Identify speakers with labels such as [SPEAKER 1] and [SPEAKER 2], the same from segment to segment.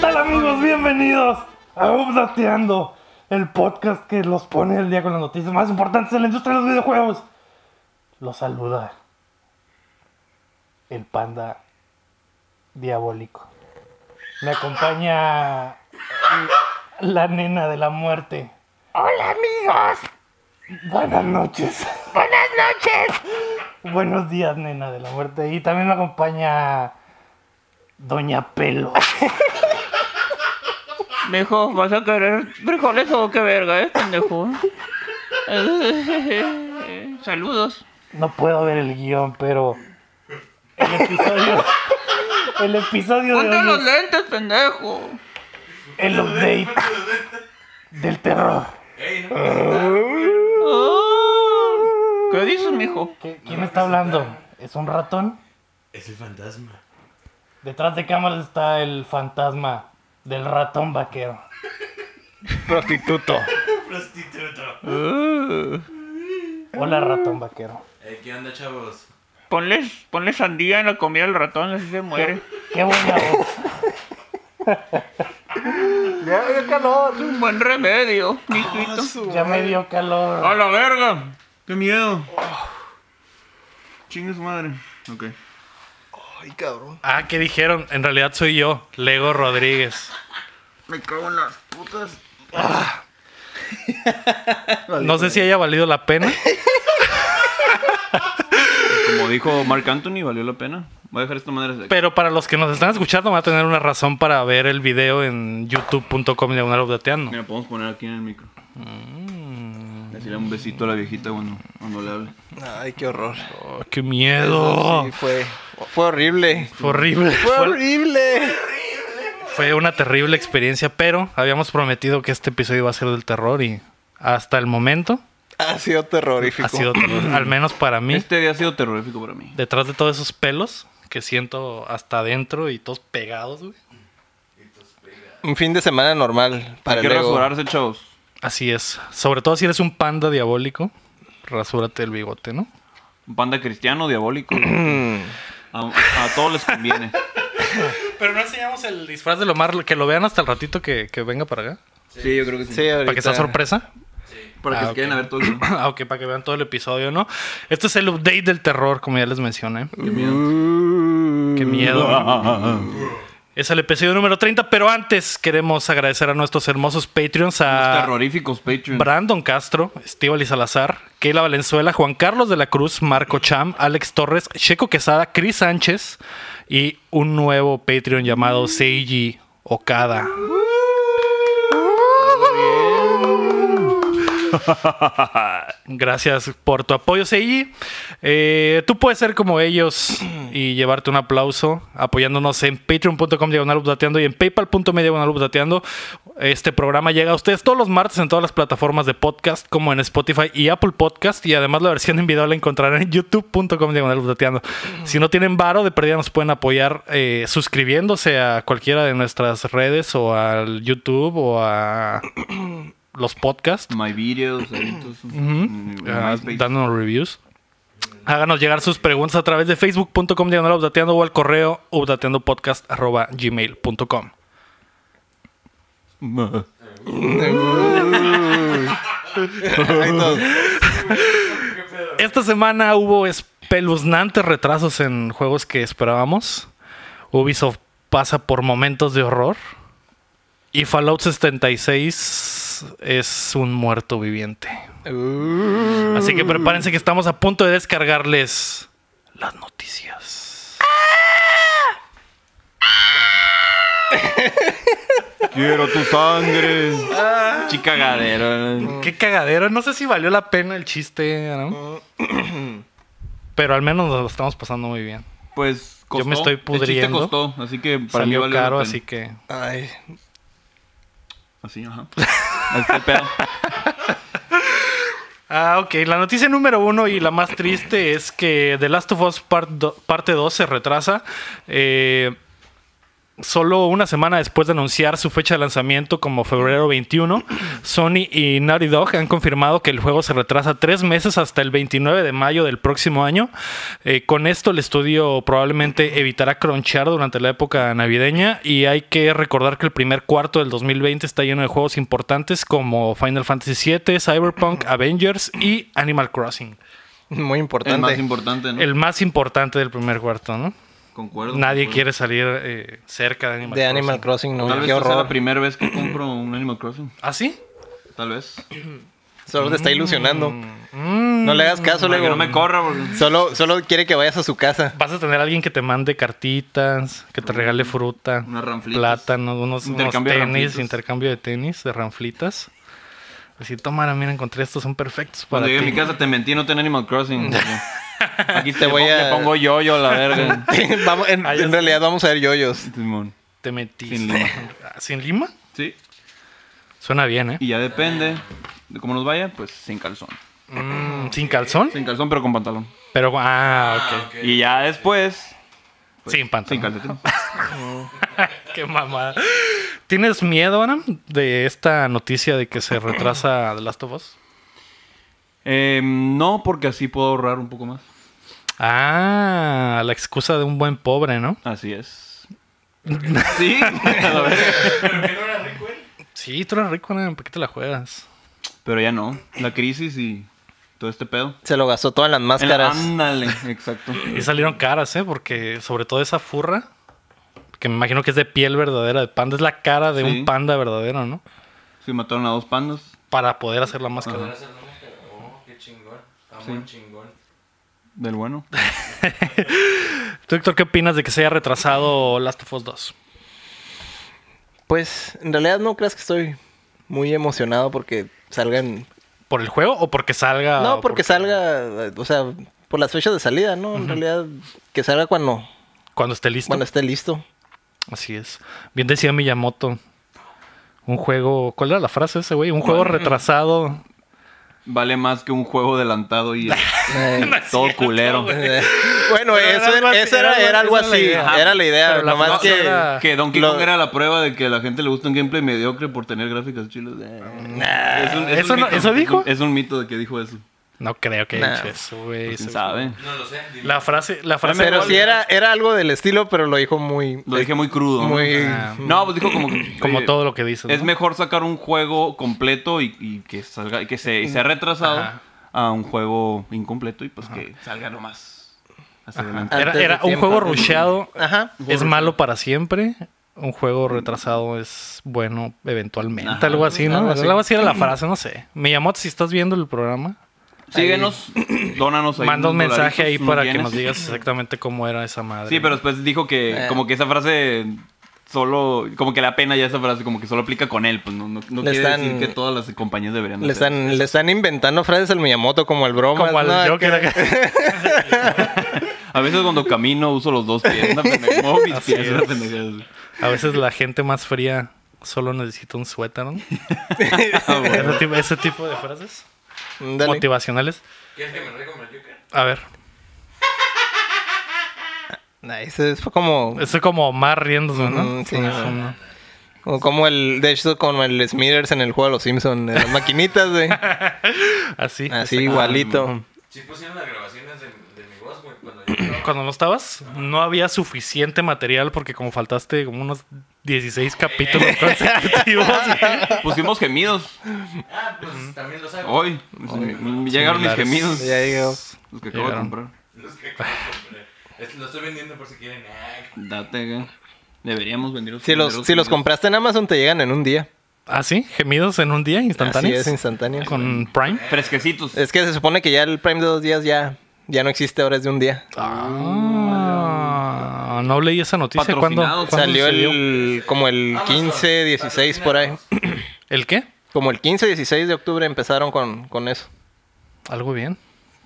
[SPEAKER 1] tal amigos? Bienvenidos a Updateando, el podcast que los pone al día con las noticias más importantes de la industria de los videojuegos. Los saluda el panda diabólico. Me acompaña la nena de la muerte.
[SPEAKER 2] Hola amigos,
[SPEAKER 1] Buenas noches.
[SPEAKER 2] buenas noches.
[SPEAKER 1] Buenos días, nena de la muerte. Y también me acompaña Doña Pelo.
[SPEAKER 2] Mijo, ¿vas a querer frijoles o qué verga, eh, pendejo? Saludos.
[SPEAKER 1] No puedo ver el guión, pero el episodio, el episodio de
[SPEAKER 2] Ponte los
[SPEAKER 1] hoy es
[SPEAKER 2] lentes, pendejo.
[SPEAKER 1] el update del terror.
[SPEAKER 2] Ah, ¿Qué dices, mijo?
[SPEAKER 1] ¿Qué- ¿Quién está hablando? ¿Es un ratón?
[SPEAKER 3] Es el fantasma.
[SPEAKER 1] Detrás de cámaras está el fantasma del ratón vaquero. Prostituto.
[SPEAKER 3] Prostituto.
[SPEAKER 2] Ah,
[SPEAKER 1] Hola, ratón vaquero.
[SPEAKER 3] Eh, ¿Qué onda, chavos?
[SPEAKER 2] ponles, ponle sandía en la comida del ratón, así se muere.
[SPEAKER 1] Qué buena voz. ya me dio calor.
[SPEAKER 2] Es un buen remedio, mijito.
[SPEAKER 1] Ya me dio
[SPEAKER 2] ¡A
[SPEAKER 1] calor.
[SPEAKER 2] la verga! ¡Qué miedo! Chingue su madre. Ok.
[SPEAKER 4] Ah, ¿qué dijeron? En realidad soy yo, Lego Rodríguez.
[SPEAKER 2] Me cago en las putas.
[SPEAKER 4] No sé si haya valido la pena.
[SPEAKER 5] Como dijo Mark Anthony, valió la pena. Voy a dejar esta madre. de-
[SPEAKER 4] Pero para los que nos están escuchando, van a tener una razón para ver el video en youtube.com diagonal updateando.
[SPEAKER 5] Mira, podemos poner aquí en el micro.
[SPEAKER 4] Mm.
[SPEAKER 5] Decirle un besito a la viejita cuando, cuando le hable.
[SPEAKER 6] Ay, qué horror.
[SPEAKER 4] Oh, ¡Qué miedo! Oh,
[SPEAKER 6] Sí, fue, fue horrible.
[SPEAKER 4] Fue horrible.
[SPEAKER 6] Fue
[SPEAKER 4] Fue,
[SPEAKER 6] horrible.
[SPEAKER 4] fue una terrible experiencia, pero habíamos prometido que este episodio iba a ser del terror y hasta el momento
[SPEAKER 6] Ha sido terrorífico.
[SPEAKER 4] ha sido terror. Al menos para mí.
[SPEAKER 5] Este día ha sido terrorífico para mí.
[SPEAKER 4] Detrás de todos esos pelos que siento hasta adentro y todos pegados, güey.
[SPEAKER 6] Un fin de semana normal para
[SPEAKER 5] Hay que
[SPEAKER 6] el ego.
[SPEAKER 5] rasurarse, chavos.
[SPEAKER 4] Así es. Sobre todo si eres un panda diabólico, rasúrate el bigote, ¿no?
[SPEAKER 5] Un panda cristiano diabólico. a, a todos les conviene.
[SPEAKER 4] Pero no enseñamos el disfraz del Omar, que lo vean hasta el ratito que, que venga para acá.
[SPEAKER 5] Sí, yo creo que
[SPEAKER 6] Sí, ahorita.
[SPEAKER 4] Para que sea sorpresa.
[SPEAKER 5] Para que
[SPEAKER 4] Ah,
[SPEAKER 5] se queden
[SPEAKER 4] ok.
[SPEAKER 5] a ver todo el tiempo.
[SPEAKER 4] Ah, ok, para que vean todo el episodio, ¿no? Este es el update del terror, como ya les mencioné.
[SPEAKER 5] Qué miedo.
[SPEAKER 4] Qué miedo. Es el episodio número 30, pero antes queremos agradecer a nuestros hermosos Patreons, a
[SPEAKER 5] Terroríficos, Patreon.
[SPEAKER 4] Brandon Castro, Estíbali Salazar, Keila Valenzuela, Juan Carlos de la Cruz, Marco Cham, Alex Torres, Checo Quesada, Cris Sánchez y un nuevo Patreon llamado Seiji Okada. Gracias por tu apoyo, Seiji. Eh, tú puedes ser como ellos y llevarte un aplauso apoyándonos en patreon.com diagonal updateando y en paypal.me diagonal updateando. Este programa llega a ustedes todos los martes en todas las plataformas de podcast, como en Spotify y Apple Podcast. Y además la versión en video la encontrarán en youtube.com diagonal updateando. Si no tienen varo, de pérdida nos pueden apoyar eh, suscribiéndose a cualquiera de nuestras redes o al YouTube o a los podcasts.
[SPEAKER 5] My videos, ahí, todo eso. Mm,
[SPEAKER 4] Ah,
[SPEAKER 5] MySpace.
[SPEAKER 4] dándonos reviews. Háganos llegar sus preguntas a través de facebook.com diagonal updateando o al correo updateandopodcast.gmail.com.
[SPEAKER 6] Ahí todo.
[SPEAKER 4] Esta semana hubo espeluznantes retrasos en juegos que esperábamos. Ubisoft pasa por momentos de horror. Y Fallout 76 es un muerto viviente.
[SPEAKER 6] Uh,
[SPEAKER 4] Así que prepárense que estamos a punto de descargarles las noticias.
[SPEAKER 5] Quiero tu sangre.
[SPEAKER 4] Ah.
[SPEAKER 5] Chica gadero.
[SPEAKER 4] Qué cagadero. No sé si valió la pena el chiste, ¿no?
[SPEAKER 5] Mm.
[SPEAKER 4] Pero al menos nos lo estamos pasando muy bien.
[SPEAKER 5] Pues costó.
[SPEAKER 4] me estoy
[SPEAKER 5] El chiste
[SPEAKER 4] pudriendo.
[SPEAKER 5] costó, así que para mí
[SPEAKER 4] Salió
[SPEAKER 5] valió la
[SPEAKER 4] caro,
[SPEAKER 5] pena.
[SPEAKER 4] así que...
[SPEAKER 6] Ay.
[SPEAKER 5] Así, ajá. Ahí está el pedo.
[SPEAKER 4] Ah, ok. La noticia número uno y la más triste es que The Last of Us Part do- Parte 2 se retrasa. Eh, Solo una semana después de anunciar su fecha de lanzamiento como febrero 21, Sony y Naughty Dog han confirmado que el juego se retrasa tres meses hasta el 29 de mayo del próximo año. Eh, con esto el estudio probablemente evitará cronchar durante la época navideña y hay que recordar que el primer cuarto del 2020 está lleno de juegos importantes como Final Fantasy VII, Cyberpunk, Avengers y Animal Crossing.
[SPEAKER 6] Muy
[SPEAKER 5] El más
[SPEAKER 6] importante.
[SPEAKER 5] importante, ¿no?
[SPEAKER 4] El más importante del primer cuarto, ¿no?
[SPEAKER 5] Concuerdo.
[SPEAKER 4] Nadie
[SPEAKER 5] concuerdo.
[SPEAKER 4] quiere salir eh, cerca de Animal
[SPEAKER 6] De
[SPEAKER 4] Crossing.
[SPEAKER 6] Animal Crossing, no,
[SPEAKER 5] Tal vez
[SPEAKER 6] qué
[SPEAKER 5] esta sea la
[SPEAKER 6] horror.
[SPEAKER 5] primera vez que compro un Animal Crossing.
[SPEAKER 4] ¿Ah, sí?
[SPEAKER 5] Tal vez.
[SPEAKER 6] Solo te está ilusionando.
[SPEAKER 4] Mm.
[SPEAKER 6] No le hagas caso,
[SPEAKER 5] Mm. Para que
[SPEAKER 6] luego.
[SPEAKER 5] no me corra, porque...
[SPEAKER 6] Solo, solo quiere que vayas a su casa.
[SPEAKER 4] Vas a tener a alguien que te mande cartitas, que te regale fruta,
[SPEAKER 5] Unas ranflitas.
[SPEAKER 4] plátanos, unos, unos
[SPEAKER 5] Intercambio de
[SPEAKER 4] tenis,
[SPEAKER 5] ranflitas.
[SPEAKER 4] intercambio de tenis, de ranflitas. Así, tomara, mira, encontré estos, son perfectos para
[SPEAKER 5] Cuando
[SPEAKER 4] ti.
[SPEAKER 5] llegué a mi casa te mentí, no tenía Animal Crossing. Aquí te,
[SPEAKER 6] voy
[SPEAKER 5] voy
[SPEAKER 6] a-
[SPEAKER 5] a... pongo yo-yo a la verga.
[SPEAKER 6] Vamos- en,
[SPEAKER 4] Ah, ya
[SPEAKER 6] en
[SPEAKER 4] sé.
[SPEAKER 6] realidad vamos a ver yoyos.
[SPEAKER 5] Simón.
[SPEAKER 4] Te metiste.
[SPEAKER 5] Sin lima.
[SPEAKER 4] Ah, ¿Sin lima?
[SPEAKER 5] Sí.
[SPEAKER 4] Suena bien, ¿eh?
[SPEAKER 5] Y ya depende de cómo nos vaya, pues sin calzón.
[SPEAKER 4] Mm, ¿Sin calzón?
[SPEAKER 5] Sin calzón, pero con pantalón.
[SPEAKER 4] Pero, ah, ok.
[SPEAKER 5] Y ya después... pues,
[SPEAKER 4] sin
[SPEAKER 5] Sin
[SPEAKER 4] pantalón.
[SPEAKER 5] calcetín.
[SPEAKER 4] Qué mamada. ¿Tienes miedo, Ana, de esta noticia de que se retrasa The Last of Us?
[SPEAKER 5] Eh, no, porque así puedo ahorrar un poco más.
[SPEAKER 4] Ah, la excusa de un buen pobre, ¿no?
[SPEAKER 5] Así es. sí. a la verga.
[SPEAKER 4] Sí, tú eres rico, Ana, ¿por qué te la juegas?
[SPEAKER 5] pero ya no. La crisis y todo este pedo.
[SPEAKER 6] Se lo gastó todas las
[SPEAKER 5] En la-
[SPEAKER 6] máscaras.
[SPEAKER 5] Ándale, exacto.
[SPEAKER 4] Y salieron caras, ¿eh? Porque sobre todo esa furra, que me imagino que es de piel verdadera de panda, es la cara de
[SPEAKER 5] Sí.
[SPEAKER 4] un panda verdadero, ¿no?
[SPEAKER 5] Sí, mataron a dos pandas.
[SPEAKER 4] Para poder hacer la máscara.
[SPEAKER 3] Gracias, no me cagó. Oh, Qué chingón. Amor chingón.
[SPEAKER 5] Del bueno.
[SPEAKER 4] ¿Tú, Héctor, qué opinas de que se haya retrasado Last of Us 2?
[SPEAKER 6] Pues en realidad no creas que estoy muy emocionado porque salgan.
[SPEAKER 4] ¿Por el juego o porque salga?
[SPEAKER 6] no,
[SPEAKER 4] o
[SPEAKER 6] porque salga, eh, o sea, por las fechas de salida, ¿no? En realidad, que salga cuando,
[SPEAKER 4] Cuando esté listo.
[SPEAKER 6] cuando esté listo.
[SPEAKER 4] Así es. Bien decía Miyamoto. Un juego... ¿Cuál era la frase de ese, güey? Un juego retrasado.
[SPEAKER 5] Vale más que un juego adelantado y
[SPEAKER 6] Eh,
[SPEAKER 5] todo culero.
[SPEAKER 6] eh, bueno,
[SPEAKER 4] Pero era
[SPEAKER 6] eso
[SPEAKER 4] algo
[SPEAKER 6] era,
[SPEAKER 4] así,
[SPEAKER 6] eso
[SPEAKER 4] era
[SPEAKER 6] era, era algo
[SPEAKER 4] algo- esa era la
[SPEAKER 6] así,
[SPEAKER 4] idea.
[SPEAKER 6] era la idea,
[SPEAKER 4] Pero la
[SPEAKER 6] nomás
[SPEAKER 4] frase
[SPEAKER 6] que...
[SPEAKER 4] era-
[SPEAKER 5] Que Donkey
[SPEAKER 6] Lo-
[SPEAKER 5] Kong era la prueba de que a la gente le gusta un gameplay mediocre por tener gráficas chilas. Eh, es un- es
[SPEAKER 4] ¿eso
[SPEAKER 5] un
[SPEAKER 4] no-
[SPEAKER 5] mito.
[SPEAKER 4] eso dijo?
[SPEAKER 5] Es un, es un mito de que dijo eso.
[SPEAKER 4] No creo que haya
[SPEAKER 6] Nah.
[SPEAKER 4] dicho eso, güey.
[SPEAKER 5] Pues, ¿Quién
[SPEAKER 4] Eso-
[SPEAKER 5] sabe?
[SPEAKER 3] No lo sé. dime.
[SPEAKER 4] La frase... La frase
[SPEAKER 6] Pero sí era, era algo del estilo, pero lo dijo muy...
[SPEAKER 5] Lo dije muy crudo. ¿no?
[SPEAKER 6] muy...
[SPEAKER 4] Ah,
[SPEAKER 5] No, pues dijo como que-
[SPEAKER 4] Como
[SPEAKER 5] eh,
[SPEAKER 4] todo lo que dices.
[SPEAKER 5] Es
[SPEAKER 4] ¿no?
[SPEAKER 5] mejor sacar un juego completo y, y que salga, que se, y sea retrasado
[SPEAKER 4] Ajá.
[SPEAKER 5] a un juego incompleto y pues que salga nomás. hacia adelante.
[SPEAKER 4] Era,
[SPEAKER 6] antes de
[SPEAKER 4] era un
[SPEAKER 6] tiempo.
[SPEAKER 4] juego rusheado
[SPEAKER 6] Ajá.
[SPEAKER 4] es malo para siempre. Un juego retrasado es bueno eventualmente.
[SPEAKER 5] Ajá,
[SPEAKER 4] algo así, ¿no?
[SPEAKER 6] algo
[SPEAKER 4] Algo
[SPEAKER 6] así.
[SPEAKER 4] así. era la frase, no sé. Miyamoto, si estás viendo el programa,
[SPEAKER 5] Síguenos, dónanos ahí.
[SPEAKER 4] manda un
[SPEAKER 5] unos
[SPEAKER 4] mensaje ahí
[SPEAKER 5] dolaritos,
[SPEAKER 4] para
[SPEAKER 5] unos
[SPEAKER 4] que nos
[SPEAKER 5] yenes.
[SPEAKER 4] digas exactamente cómo era esa madre.
[SPEAKER 5] Sí, pero después dijo que
[SPEAKER 6] Eh.
[SPEAKER 5] como que esa frase solo, como que la pena ya esa frase, como que solo aplica con él, pues no, no, no
[SPEAKER 6] Le
[SPEAKER 5] quiere
[SPEAKER 6] están-
[SPEAKER 5] decir que todas las compañías deberían
[SPEAKER 6] Le
[SPEAKER 5] hacer eso.
[SPEAKER 6] están, le están inventando frases al Miyamoto como el broma.
[SPEAKER 4] Como al Joker acá.
[SPEAKER 5] A veces cuando camino uso los dos pies, una pendeja, muevo mis
[SPEAKER 4] Así
[SPEAKER 5] pies, una
[SPEAKER 4] es.
[SPEAKER 5] pendeja.
[SPEAKER 4] A veces la gente más fría solo necesita un suéter, ¿no?
[SPEAKER 5] Ah, bueno.
[SPEAKER 4] ese, tipo, ese tipo de frases motivacionales.
[SPEAKER 3] ¿Quieres que me riegue con el Joker?
[SPEAKER 4] A ver,
[SPEAKER 6] Nice, fue como...
[SPEAKER 4] estoy como más riéndose, ¿no?
[SPEAKER 6] Mm, sí.
[SPEAKER 4] Ajá.
[SPEAKER 6] O como el, de hecho, como el Smithers en el juego de los Simpsons, las maquinitas, güey.
[SPEAKER 4] Así.
[SPEAKER 6] Así
[SPEAKER 4] Ah,
[SPEAKER 6] igualito.
[SPEAKER 3] Sí pusieron las grabaciones de, de mi voz, güey, cuando yo estaba.
[SPEAKER 4] Cuando no estabas, no había suficiente material porque como faltaste como unos 16 capítulos consecutivos.
[SPEAKER 5] Pusimos gemidos
[SPEAKER 3] Ah, pues también los
[SPEAKER 4] Oh.
[SPEAKER 3] hago.
[SPEAKER 5] hoy. Llegaron mis
[SPEAKER 4] Similares.
[SPEAKER 5] gemidos.
[SPEAKER 6] Ya digo.
[SPEAKER 5] Los que acabo de
[SPEAKER 4] Llegaron.
[SPEAKER 5] comprar.
[SPEAKER 3] Los que compré. Es- Lo estoy vendiendo por si quieren. Ah,
[SPEAKER 5] Date, güey. Deberíamos venderlos.
[SPEAKER 6] Si los, si los compraste en Amazon, te llegan en un día.
[SPEAKER 4] ¿Ah, sí? ¿Gemidos en un día
[SPEAKER 6] Así
[SPEAKER 4] instantáneos?
[SPEAKER 6] es, instantáneo.
[SPEAKER 4] ¿Con Prime?
[SPEAKER 5] Fresquecitos.
[SPEAKER 6] Es que se supone que ya el Prime de dos días ya, ya no existe, ahora es de un día.
[SPEAKER 4] Ah, no leí esa noticia. ¿Cuándo,
[SPEAKER 5] Patrocinados.
[SPEAKER 4] cuándo
[SPEAKER 6] Salió
[SPEAKER 4] sucedió?
[SPEAKER 6] el, como el 15, 16 por ahí.
[SPEAKER 4] ¿El qué?
[SPEAKER 6] Como el 15, 16 de octubre empezaron con, con eso.
[SPEAKER 4] Algo bien.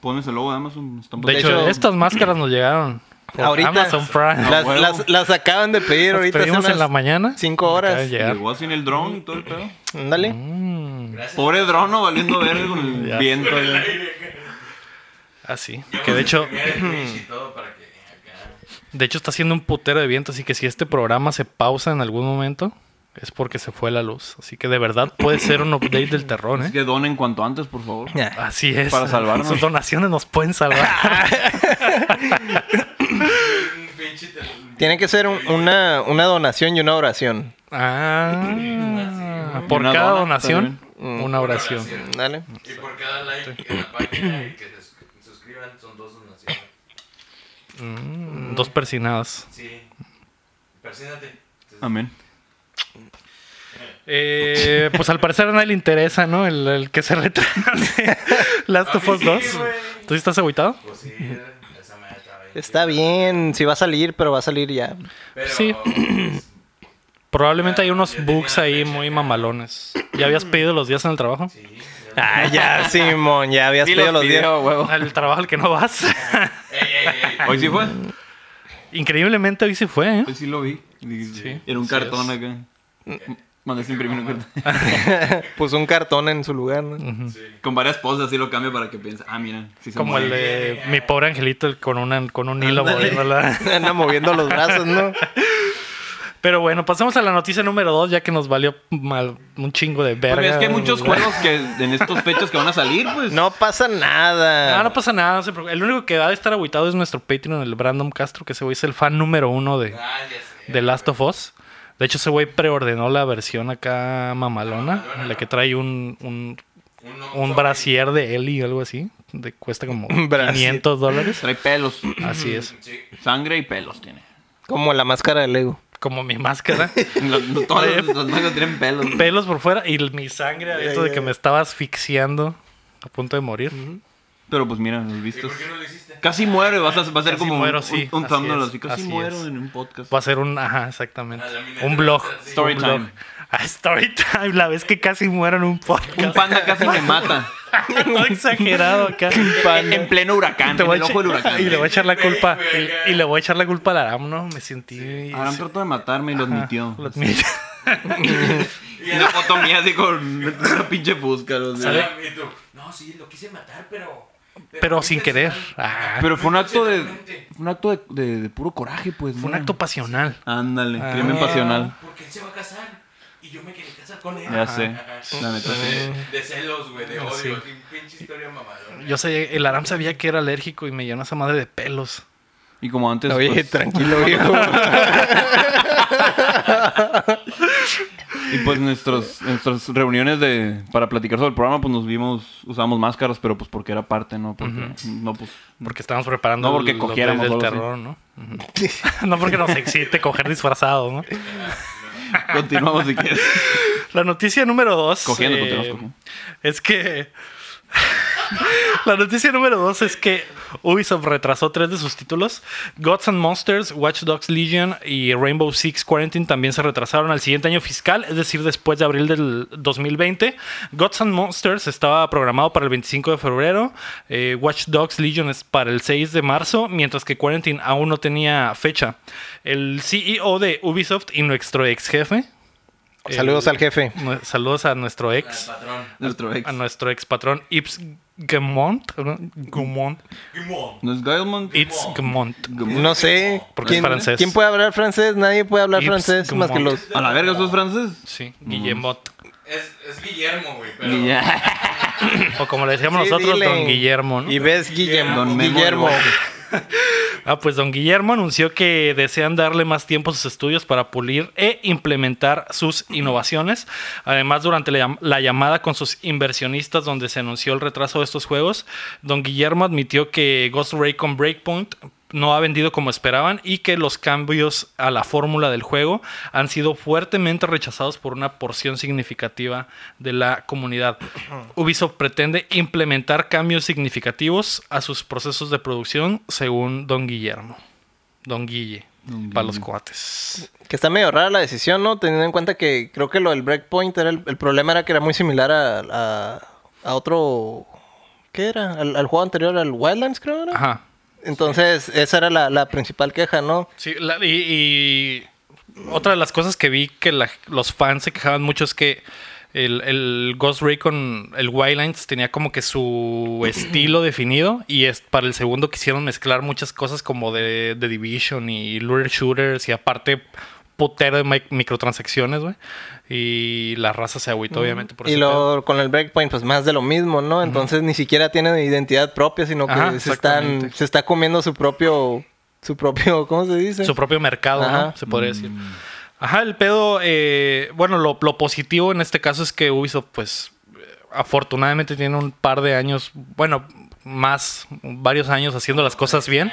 [SPEAKER 5] Pones el logo de Amazon. están
[SPEAKER 4] De,
[SPEAKER 6] Pues De
[SPEAKER 4] hecho,
[SPEAKER 6] hecho-
[SPEAKER 4] estas máscaras nos llegaron por
[SPEAKER 6] Ahorita.
[SPEAKER 4] Amazon Prime.
[SPEAKER 5] Ah,
[SPEAKER 6] Las,
[SPEAKER 5] huevo.
[SPEAKER 6] las, las acaban de pedir
[SPEAKER 4] Las
[SPEAKER 6] ahorita. hace
[SPEAKER 4] pedimos en
[SPEAKER 6] unas
[SPEAKER 4] la mañana.
[SPEAKER 6] Cinco
[SPEAKER 4] Acaba de
[SPEAKER 6] horas.
[SPEAKER 4] llegar.
[SPEAKER 5] Llegó así en el dron y todo el pedo.
[SPEAKER 6] Ándale.
[SPEAKER 4] Mm.
[SPEAKER 5] Pobre dron, no, valiendo verga con
[SPEAKER 4] Ya. ¿Eh?
[SPEAKER 5] el viento. güey.
[SPEAKER 4] Así. Ah, Que de hecho,
[SPEAKER 3] Premiar el Twitch y todo para que acá.
[SPEAKER 4] De hecho, está haciendo un putero de viento, así que si este programa se pausa en algún momento, es porque se fue la luz. Así que de verdad puede ser un update del terrón,
[SPEAKER 5] Es
[SPEAKER 4] ¿eh?
[SPEAKER 5] que donen cuanto antes, por favor.
[SPEAKER 4] Así es.
[SPEAKER 5] Para salvarnos.
[SPEAKER 4] Sus donaciones nos pueden salvar.
[SPEAKER 3] Un pinche tel-
[SPEAKER 6] Tiene que ser un- una, una donación y una oración.
[SPEAKER 4] Ah, por
[SPEAKER 5] Una
[SPEAKER 4] cada
[SPEAKER 5] dona,
[SPEAKER 4] donación, una oración.
[SPEAKER 3] oración.
[SPEAKER 6] Dale.
[SPEAKER 3] Y por cada like en la página y que se sus- suscriban son dos donaciones.
[SPEAKER 4] Mm, Dos persinadas.
[SPEAKER 3] Sí. Persínate.
[SPEAKER 5] Amén.
[SPEAKER 4] Eh, pues al parecer a nadie le interesa, ¿no? El, el que se retrase Last of Us 2. ¿Tú sí estás agüitado?
[SPEAKER 3] Pues sí, esa madre está bien.
[SPEAKER 6] Está bien, sí va a salir, pero va a salir ya.
[SPEAKER 3] Pero,
[SPEAKER 4] Sí.
[SPEAKER 3] pues,
[SPEAKER 4] Probablemente hay unos
[SPEAKER 3] Ya tenía
[SPEAKER 4] bugs ahí
[SPEAKER 3] fecha,
[SPEAKER 4] muy
[SPEAKER 3] ya.
[SPEAKER 4] mamalones. ¿Ya
[SPEAKER 5] Mm.
[SPEAKER 4] habías pedido los días en el trabajo?
[SPEAKER 3] sí.
[SPEAKER 6] Ah, ya, Simón, ya habías
[SPEAKER 5] Sí
[SPEAKER 6] pedido
[SPEAKER 5] los
[SPEAKER 6] los días.
[SPEAKER 5] pidió, huevo.
[SPEAKER 4] Al trabajo al que no vas.
[SPEAKER 3] Ey, ey, ey.
[SPEAKER 5] Hoy sí fue.
[SPEAKER 4] Increíblemente hoy sí fue, ¿eh?
[SPEAKER 5] Hoy sí lo vi. Y-
[SPEAKER 4] Sí,
[SPEAKER 5] Era un
[SPEAKER 4] así
[SPEAKER 5] cartón
[SPEAKER 4] es.
[SPEAKER 5] acá. Mandaste imprimir un cartón.
[SPEAKER 6] Puso un cartón en su lugar, ¿no?
[SPEAKER 5] Con varias poses así lo cambia para que piense. Ah, mira. Sí se
[SPEAKER 4] Como
[SPEAKER 5] mueve.
[SPEAKER 4] el de mi pobre angelito el con, una, con un hilo moviéndola.
[SPEAKER 6] Anda moviendo los brazos, ¿no?
[SPEAKER 4] Pero bueno, pasamos a la noticia número 2, ya que nos valió mal, un chingo de verga.
[SPEAKER 5] Porque es que hay muchos juegos que en estos fechos que van a salir, pues.
[SPEAKER 6] No pasa nada.
[SPEAKER 4] No, no pasa nada. no se preocupe. el único que va a estar aguitado es nuestro Patreon, el Brandon Castro, que ese güey es el fan número uno de,
[SPEAKER 3] Ah, ya sé.
[SPEAKER 4] de Last of Us. De hecho, ese güey preordenó la versión acá mamalona, la que trae un, un,
[SPEAKER 3] Uno-
[SPEAKER 4] un brasier de Eli o algo así. De, cuesta como
[SPEAKER 6] Un brasier.
[SPEAKER 4] 500 dólares.
[SPEAKER 5] Trae pelos.
[SPEAKER 3] Mm.
[SPEAKER 4] Así es.
[SPEAKER 3] Sí.
[SPEAKER 5] Sangre y pelos tiene.
[SPEAKER 6] Como la máscara de Lego.
[SPEAKER 4] Como mi máscara.
[SPEAKER 5] Los- los- todos los, los magos tienen pelos.
[SPEAKER 4] Pelos por fuera y mi sangre adentro de que me estaba asfixiando a punto de morir.
[SPEAKER 5] Pero pues mira, los
[SPEAKER 3] ¿Y
[SPEAKER 5] vistos.
[SPEAKER 3] por qué no lo hiciste?
[SPEAKER 5] Casi muere, vas a, va a ser
[SPEAKER 4] Casi
[SPEAKER 5] como un-
[SPEAKER 4] muero,
[SPEAKER 5] un,
[SPEAKER 4] sí,
[SPEAKER 5] un
[SPEAKER 4] así
[SPEAKER 5] thumbnail
[SPEAKER 4] es,
[SPEAKER 5] así. Casi
[SPEAKER 4] así
[SPEAKER 5] muero
[SPEAKER 4] es.
[SPEAKER 5] en un podcast.
[SPEAKER 4] Va a ser un. Ajá, exactamente.
[SPEAKER 3] Ah, la mina
[SPEAKER 4] Un
[SPEAKER 3] de
[SPEAKER 4] blog.
[SPEAKER 3] Rosa, sí.
[SPEAKER 5] Story
[SPEAKER 4] un blog.
[SPEAKER 5] time.
[SPEAKER 4] Ah, story time. La vez que casi muero en un
[SPEAKER 5] Un
[SPEAKER 4] podcast.
[SPEAKER 5] panda casi me mata.
[SPEAKER 4] Todo exagerado acá.
[SPEAKER 5] En, en pleno huracán,
[SPEAKER 4] Te
[SPEAKER 5] en
[SPEAKER 4] voy
[SPEAKER 5] el
[SPEAKER 4] a
[SPEAKER 5] ojo del
[SPEAKER 4] echar-
[SPEAKER 5] huracán.
[SPEAKER 4] y le voy a echar la culpa.
[SPEAKER 3] Güey, acá.
[SPEAKER 4] Y, y le voy a echar la culpa al Aram, ¿no? Me sentí. Ah,
[SPEAKER 5] Aram trató de matarme y lo admitió.
[SPEAKER 4] Lo admito.
[SPEAKER 5] Y la foto mía así con una pinche fusca. o sea.
[SPEAKER 4] ¿Sale?
[SPEAKER 3] Y tú, No, sí, lo quise matar, pero.
[SPEAKER 4] Pero sin querer. Ah,
[SPEAKER 5] Pero fue un acto de. fue un acto de, de- de puro coraje, pues.
[SPEAKER 4] fue un
[SPEAKER 5] ¿no?
[SPEAKER 4] acto pasional.
[SPEAKER 5] Ándale,
[SPEAKER 4] Ah.
[SPEAKER 5] crimen pasional.
[SPEAKER 3] Porque él se va a casar. Y yo me quería casar con él.
[SPEAKER 5] Ya sé.
[SPEAKER 3] Ajá.
[SPEAKER 5] La neta, sí.
[SPEAKER 3] De, de celos, güey, de
[SPEAKER 4] Sí.
[SPEAKER 3] odio. así, Pinche historia mamadora.
[SPEAKER 4] Yo sé, el Aram sabía que era alérgico y me llenó esa madre de pelos.
[SPEAKER 5] Y como antes.
[SPEAKER 6] Oye,
[SPEAKER 5] pues,
[SPEAKER 6] tranquilo, viejo.
[SPEAKER 5] Y pues nuestros, nuestras reuniones de para platicar sobre el programa, pues nos vimos, usábamos máscaras, pero pues porque era parte, ¿no? Porque no, pues.
[SPEAKER 4] Porque estábamos preparando
[SPEAKER 5] No, porque
[SPEAKER 4] el-
[SPEAKER 5] cogiéramos
[SPEAKER 4] del
[SPEAKER 5] o algo así.
[SPEAKER 4] terror, ¿no? Ujú. no porque nos excite coger disfrazados, ¿no?
[SPEAKER 5] Continuamos si quieres.
[SPEAKER 4] La noticia número dos.
[SPEAKER 5] Cogiendo,
[SPEAKER 4] eh,
[SPEAKER 5] continuamos cogiendo.
[SPEAKER 4] Es que. La noticia número dos es que Ubisoft retrasó tres de sus títulos. Gods and Monsters, Watch Dogs Legion y Rainbow Six Quarantine también se retrasaron al siguiente año fiscal, es decir, después de abril del 2020. Gods and Monsters estaba programado para el 25 de febrero, eh, Watch Dogs Legion es para el 6 de marzo, mientras que Quarantine aún no tenía fecha. El CEO de Ubisoft y nuestro ex jefe.
[SPEAKER 6] Saludos al jefe.
[SPEAKER 4] nue- Saludos a nuestro
[SPEAKER 3] Al
[SPEAKER 4] ex
[SPEAKER 3] patrón.
[SPEAKER 5] Nuestro ex.
[SPEAKER 4] a nuestro ex patrón Ips Gemont. ¿no? Gemont.
[SPEAKER 3] Gimón.
[SPEAKER 5] ¿No es Gailmont?
[SPEAKER 4] Ips Gemont.
[SPEAKER 6] No sé.
[SPEAKER 4] Porque es
[SPEAKER 6] ¿quién-
[SPEAKER 4] francés. pues,
[SPEAKER 6] ¿Quién puede hablar francés? Nadie puede hablar
[SPEAKER 4] Yves
[SPEAKER 6] francés más que
[SPEAKER 4] Gaumont.
[SPEAKER 6] los.
[SPEAKER 5] A la verga, ¿sos francés?
[SPEAKER 4] Sí, Guillemot.
[SPEAKER 3] Es, es Guillermo, güey. Pero.
[SPEAKER 5] Y ya.
[SPEAKER 4] O como le decíamos
[SPEAKER 6] Sí,
[SPEAKER 4] nosotros,
[SPEAKER 6] dile.
[SPEAKER 4] don Guillermo. ¿no?
[SPEAKER 6] Y ves Guillermo.
[SPEAKER 5] Don Memo
[SPEAKER 6] Guillermo.
[SPEAKER 5] del Bosque.
[SPEAKER 4] Ah, pues don Guillermo anunció que desean darle más tiempo a sus estudios para pulir e implementar sus innovaciones. Además, durante la, llam- la llamada con sus inversionistas donde se anunció el retraso de estos juegos, don Guillermo admitió que Ghost Recon Breakpoint no ha vendido como esperaban y que los cambios a la fórmula del juego han sido fuertemente rechazados por una porción significativa de la comunidad. Ubisoft pretende implementar cambios significativos a sus procesos de producción según Don Guillermo. Don Guille, para los cuates.
[SPEAKER 6] Que está medio rara la decisión, ¿no? Teniendo en cuenta que creo que lo del Breakpoint era el, el problema era que era muy similar a, a, a otro. ¿Qué era? Al, al juego anterior, al Wildlands, creo, ¿era?
[SPEAKER 4] Ajá.
[SPEAKER 6] Entonces, esa era la, la principal queja, ¿no?
[SPEAKER 4] Sí, la- y, y otra de las cosas que vi que la- los fans se quejaban mucho es que El, el Ghost Recon, el Wildlands, tenía como que su estilo definido. Y es, para el segundo quisieron mezclar muchas cosas como de, de Division y Lure Shooters. Y aparte, putero de mic- microtransacciones, güey. Y la raza se agüitó, obviamente. Por
[SPEAKER 6] Y
[SPEAKER 4] ese pedo.
[SPEAKER 6] lo, con el breakpoint, pues más de lo mismo, ¿no? Entonces ni siquiera tienen identidad propia, sino que
[SPEAKER 4] Ajá,
[SPEAKER 6] se, están,
[SPEAKER 4] exactamente.
[SPEAKER 6] se está comiendo su propio, su propio, ¿cómo se dice?
[SPEAKER 4] su propio mercado,
[SPEAKER 6] Ajá.
[SPEAKER 4] ¿no? Se podría decir. Ajá, el pedo, eh, bueno, lo, lo positivo en este caso es que Ubisoft, pues, eh, afortunadamente tiene un par de años, bueno, más, varios años haciendo las cosas bien.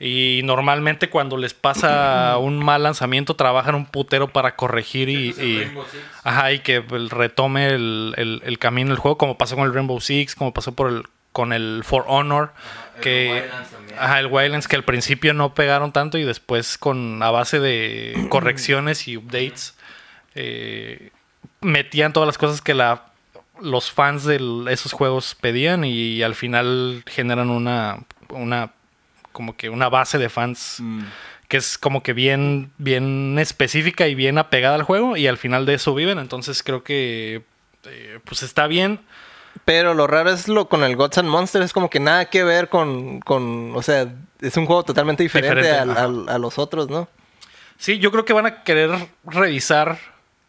[SPEAKER 4] Y normalmente cuando les pasa un mal lanzamiento, trabajan un putero para corregir y...
[SPEAKER 3] Entonces,
[SPEAKER 4] y-
[SPEAKER 3] Rainbow Six.
[SPEAKER 4] Ajá, y que el- retome el, el- el camino del juego, como pasó con el Rainbow Six, como pasó por el, con el For Honor,
[SPEAKER 3] el
[SPEAKER 4] que...
[SPEAKER 3] Wildlands también.
[SPEAKER 4] Ajá, el Wildlands que al principio no pegaron tanto y después con a base de correcciones y updates eh, metían todas las cosas que la, los fans de esos juegos pedían y al final generan una, una como que una base de fans
[SPEAKER 5] Mm.
[SPEAKER 4] que es como que bien, bien específica y bien apegada al juego y al final de eso viven. Entonces creo que eh, pues está bien.
[SPEAKER 6] Pero lo raro es lo con el Gods and Monsters, es como que nada que ver con, con o sea, es un juego totalmente diferente,
[SPEAKER 4] Diferente,
[SPEAKER 6] al-
[SPEAKER 4] ajá.
[SPEAKER 6] al- a los otros, ¿no?
[SPEAKER 4] Sí, yo creo que van a querer revisar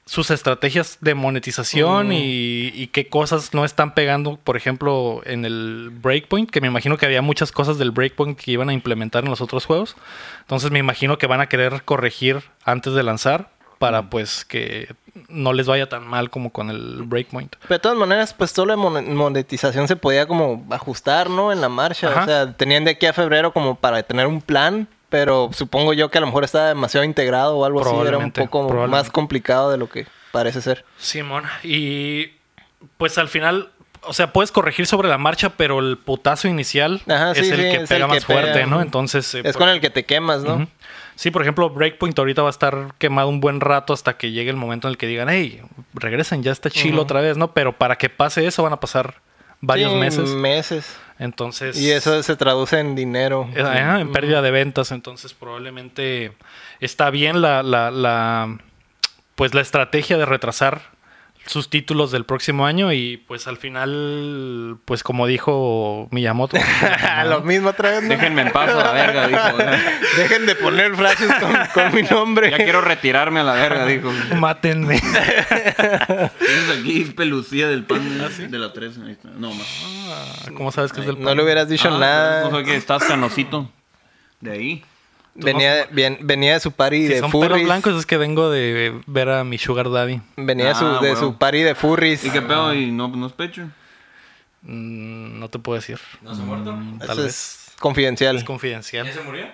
[SPEAKER 4] sus estrategias de monetización y, y qué cosas no están pegando, por ejemplo, en el Breakpoint, que me imagino que había muchas cosas del Breakpoint que iban a implementar en los otros juegos. Entonces me imagino que van a querer corregir antes de lanzar para pues que no les vaya tan mal como con el Breakpoint.
[SPEAKER 6] Pero de todas maneras, pues toda la mon- monetización se podía como ajustar, ¿no? En la marcha.
[SPEAKER 4] Ajá.
[SPEAKER 6] O sea, tenían de aquí a febrero como para tener un plan, pero supongo yo que a lo mejor estaba demasiado integrado o algo así. Era un
[SPEAKER 4] Probablemente,
[SPEAKER 6] poco más
[SPEAKER 4] probablemente.
[SPEAKER 6] complicado de lo que parece ser.
[SPEAKER 4] Simón, y pues al final, o sea, puedes corregir sobre la marcha, pero el putazo inicial
[SPEAKER 6] Ajá,
[SPEAKER 4] es
[SPEAKER 6] sí,
[SPEAKER 4] el
[SPEAKER 6] sí,
[SPEAKER 4] que
[SPEAKER 6] es el
[SPEAKER 4] pega
[SPEAKER 6] que
[SPEAKER 4] más
[SPEAKER 6] pega.
[SPEAKER 4] fuerte, ¿no? Entonces, eh,
[SPEAKER 6] es con el que te quemas, ¿no?
[SPEAKER 4] Ujú. Sí, por ejemplo, Breakpoint ahorita va a estar quemado un buen rato hasta que llegue el momento en el que digan, hey, regresen, ya está chilo otra vez, ¿no? Pero para que pase eso van a pasar varios
[SPEAKER 6] Sí,
[SPEAKER 4] meses.
[SPEAKER 6] Meses.
[SPEAKER 4] Entonces.
[SPEAKER 6] Y eso se traduce en dinero.
[SPEAKER 4] Eh, ajá, en pérdida de ventas. Entonces, probablemente está bien la, la, la- pues la estrategia de retrasar sus títulos del próximo año. Y pues al final, pues como dijo Miyamoto.
[SPEAKER 6] Ah, lo mismo otra vez, ¿no?
[SPEAKER 5] Déjenme en paz a la verga, dijo.
[SPEAKER 6] Dejen de poner frases con, con mi nombre.
[SPEAKER 5] Ya quiero retirarme a la verga, dijo.
[SPEAKER 4] Mátenme.
[SPEAKER 5] Tienes aquí pelucía del pan de la 3. No, más.
[SPEAKER 4] ¿Cómo sabes que es del
[SPEAKER 6] No le hubieras
[SPEAKER 4] Ah,
[SPEAKER 6] dicho nada.
[SPEAKER 5] Ah,
[SPEAKER 4] pues,
[SPEAKER 5] No sé qué, estás canosito. De ahí.
[SPEAKER 6] venía, de- bien- venía de su party
[SPEAKER 4] Si
[SPEAKER 6] de
[SPEAKER 4] son pelos
[SPEAKER 6] furries.
[SPEAKER 4] blancos es que vengo de ver a mi sugar daddy.
[SPEAKER 6] Venía su-
[SPEAKER 5] Ah,
[SPEAKER 6] de
[SPEAKER 5] huevo.
[SPEAKER 6] su party de furries.
[SPEAKER 5] ¿Y qué pedo? ¿Y no, no es pecho?
[SPEAKER 4] Mm, no te puedo decir.
[SPEAKER 3] ¿No se ha muerto?
[SPEAKER 4] Tal
[SPEAKER 6] Eso
[SPEAKER 4] vez
[SPEAKER 6] es confidencial.
[SPEAKER 4] es
[SPEAKER 3] ¿Ya
[SPEAKER 4] confidencial.
[SPEAKER 3] se murió?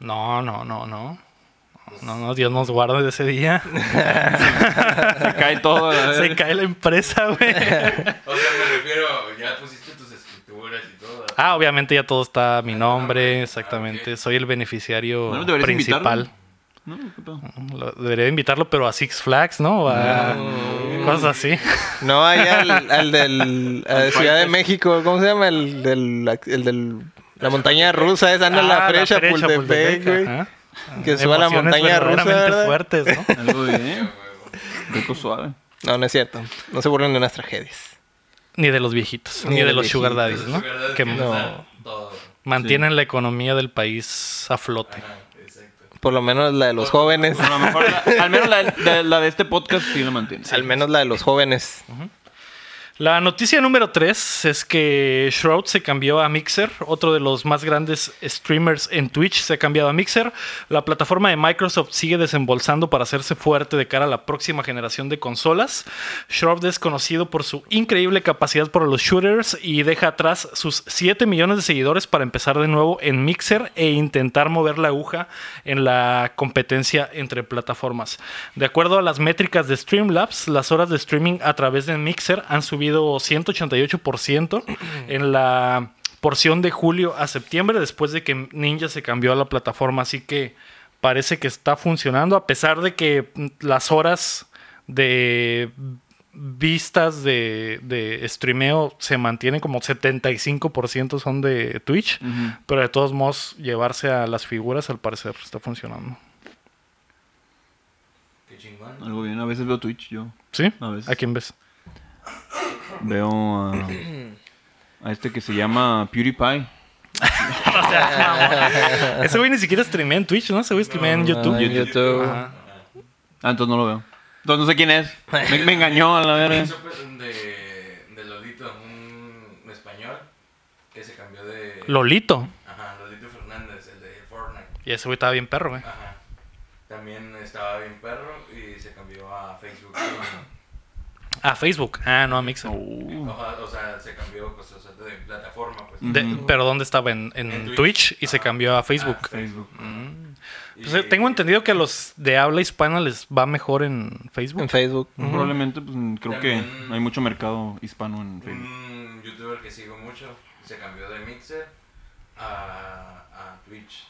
[SPEAKER 4] No, no, no, no. No, no, Dios nos guarde de ese día.
[SPEAKER 5] Se cae todo. a la
[SPEAKER 4] Se
[SPEAKER 5] verga.
[SPEAKER 4] cae la empresa, güey.
[SPEAKER 3] O sea, me refiero, ya pusiste tus escrituras y todo.
[SPEAKER 4] Ah, obviamente ya todo está a mi nombre, exactamente. Soy el beneficiario
[SPEAKER 5] Bueno, deberías
[SPEAKER 4] principal.
[SPEAKER 5] No, ¿qué pedo?
[SPEAKER 4] Lo- debería invitarlo, pero a Six Flags, ¿no?
[SPEAKER 6] Ah.
[SPEAKER 4] A cosas así.
[SPEAKER 6] No, hay al, al del a
[SPEAKER 5] Al
[SPEAKER 6] Ciudad de
[SPEAKER 5] Fighters.
[SPEAKER 6] México, ¿cómo se llama? El del, el del la montaña rusa, esa anda la
[SPEAKER 4] Ah,
[SPEAKER 6] frecha
[SPEAKER 4] Fresh
[SPEAKER 6] Pultepec,
[SPEAKER 4] Chapultepec,
[SPEAKER 6] güey.
[SPEAKER 4] ajá.
[SPEAKER 6] Que suba a la
[SPEAKER 4] Emociones
[SPEAKER 6] montaña rusa.
[SPEAKER 4] verdaderamente
[SPEAKER 6] ¿verdad?
[SPEAKER 4] fuertes, ¿no?
[SPEAKER 5] Algo de. ¿eh? Rico suave.
[SPEAKER 6] No, no es cierto. No se burlen de unas tragedias.
[SPEAKER 4] Ni de los viejitos, ni, de, los sugar daddies, ¿no?
[SPEAKER 3] Que
[SPEAKER 4] Que
[SPEAKER 3] no. Todo.
[SPEAKER 4] mantienen la economía del país a flote.
[SPEAKER 3] Ah, exacto.
[SPEAKER 6] Por lo menos la de los jóvenes.
[SPEAKER 5] A lo mejor, la- al menos la de, la de este podcast sí la mantiene.
[SPEAKER 6] Al menos la de los jóvenes.
[SPEAKER 4] La noticia número 3 es que Shroud se cambió a Mixer, otro de los más grandes streamers en Twitch se ha cambiado a Mixer. La plataforma de Microsoft sigue desembolsando para hacerse fuerte de cara a la próxima generación de consolas. Shroud es conocido por su increíble capacidad por los shooters y deja atrás sus 7 millones de seguidores para empezar de nuevo en Mixer e intentar mover la aguja en la competencia entre plataformas. De acuerdo a las métricas de Streamlabs, las horas de streaming a través de Mixer han subido 188% en la porción de julio a septiembre después de que Ninja se cambió a la plataforma, así que parece que está funcionando a pesar de que mm, las horas de vistas de, de streameo se mantienen como 75% son de Twitch, pero de todos modos llevarse a las figuras al parecer está funcionando.
[SPEAKER 3] Qué Qué chingón.
[SPEAKER 5] Algo bien. A veces veo Twitch yo.
[SPEAKER 4] ¿Sí?
[SPEAKER 5] A veces.
[SPEAKER 4] ¿A quién ves?
[SPEAKER 5] Veo a, a este que se llama PewDiePie.
[SPEAKER 4] Ese güey ni siquiera streamea en Twitch, ¿no? Ese güey streamea en YouTube.
[SPEAKER 6] Ah, en YouTube.
[SPEAKER 5] Ah, entonces no lo veo. Entonces no sé quién es. Me, me engañó a la verga.
[SPEAKER 3] Hizo, pues, de, de Lolito, un español que se cambió de.
[SPEAKER 4] Lolito.
[SPEAKER 3] Ajá, Lolito Fernández, el de Fortnite.
[SPEAKER 4] Y ese güey estaba bien perro, güey.
[SPEAKER 3] Ajá. También estaba bien perro y se cambió a Facebook.
[SPEAKER 4] A Facebook. Ah, no, a Mixer.
[SPEAKER 3] Oh. Oja- o sea, se cambió pues, o sea, de plataforma. Pues.
[SPEAKER 4] De- Pero ¿dónde estaba? En, en
[SPEAKER 3] En
[SPEAKER 4] Twitch.
[SPEAKER 3] Twitch.
[SPEAKER 4] y se cambió a Facebook.
[SPEAKER 3] Ah,
[SPEAKER 5] Facebook.
[SPEAKER 3] Y-
[SPEAKER 4] Pues, eh, tengo entendido que a los de habla hispana les va mejor en Facebook.
[SPEAKER 6] En Facebook.
[SPEAKER 5] Probablemente, pues creo que
[SPEAKER 3] También-
[SPEAKER 5] hay mucho mercado hispano en Facebook.
[SPEAKER 3] Un youtuber que sigo mucho se cambió de Mixer a, a Twitch.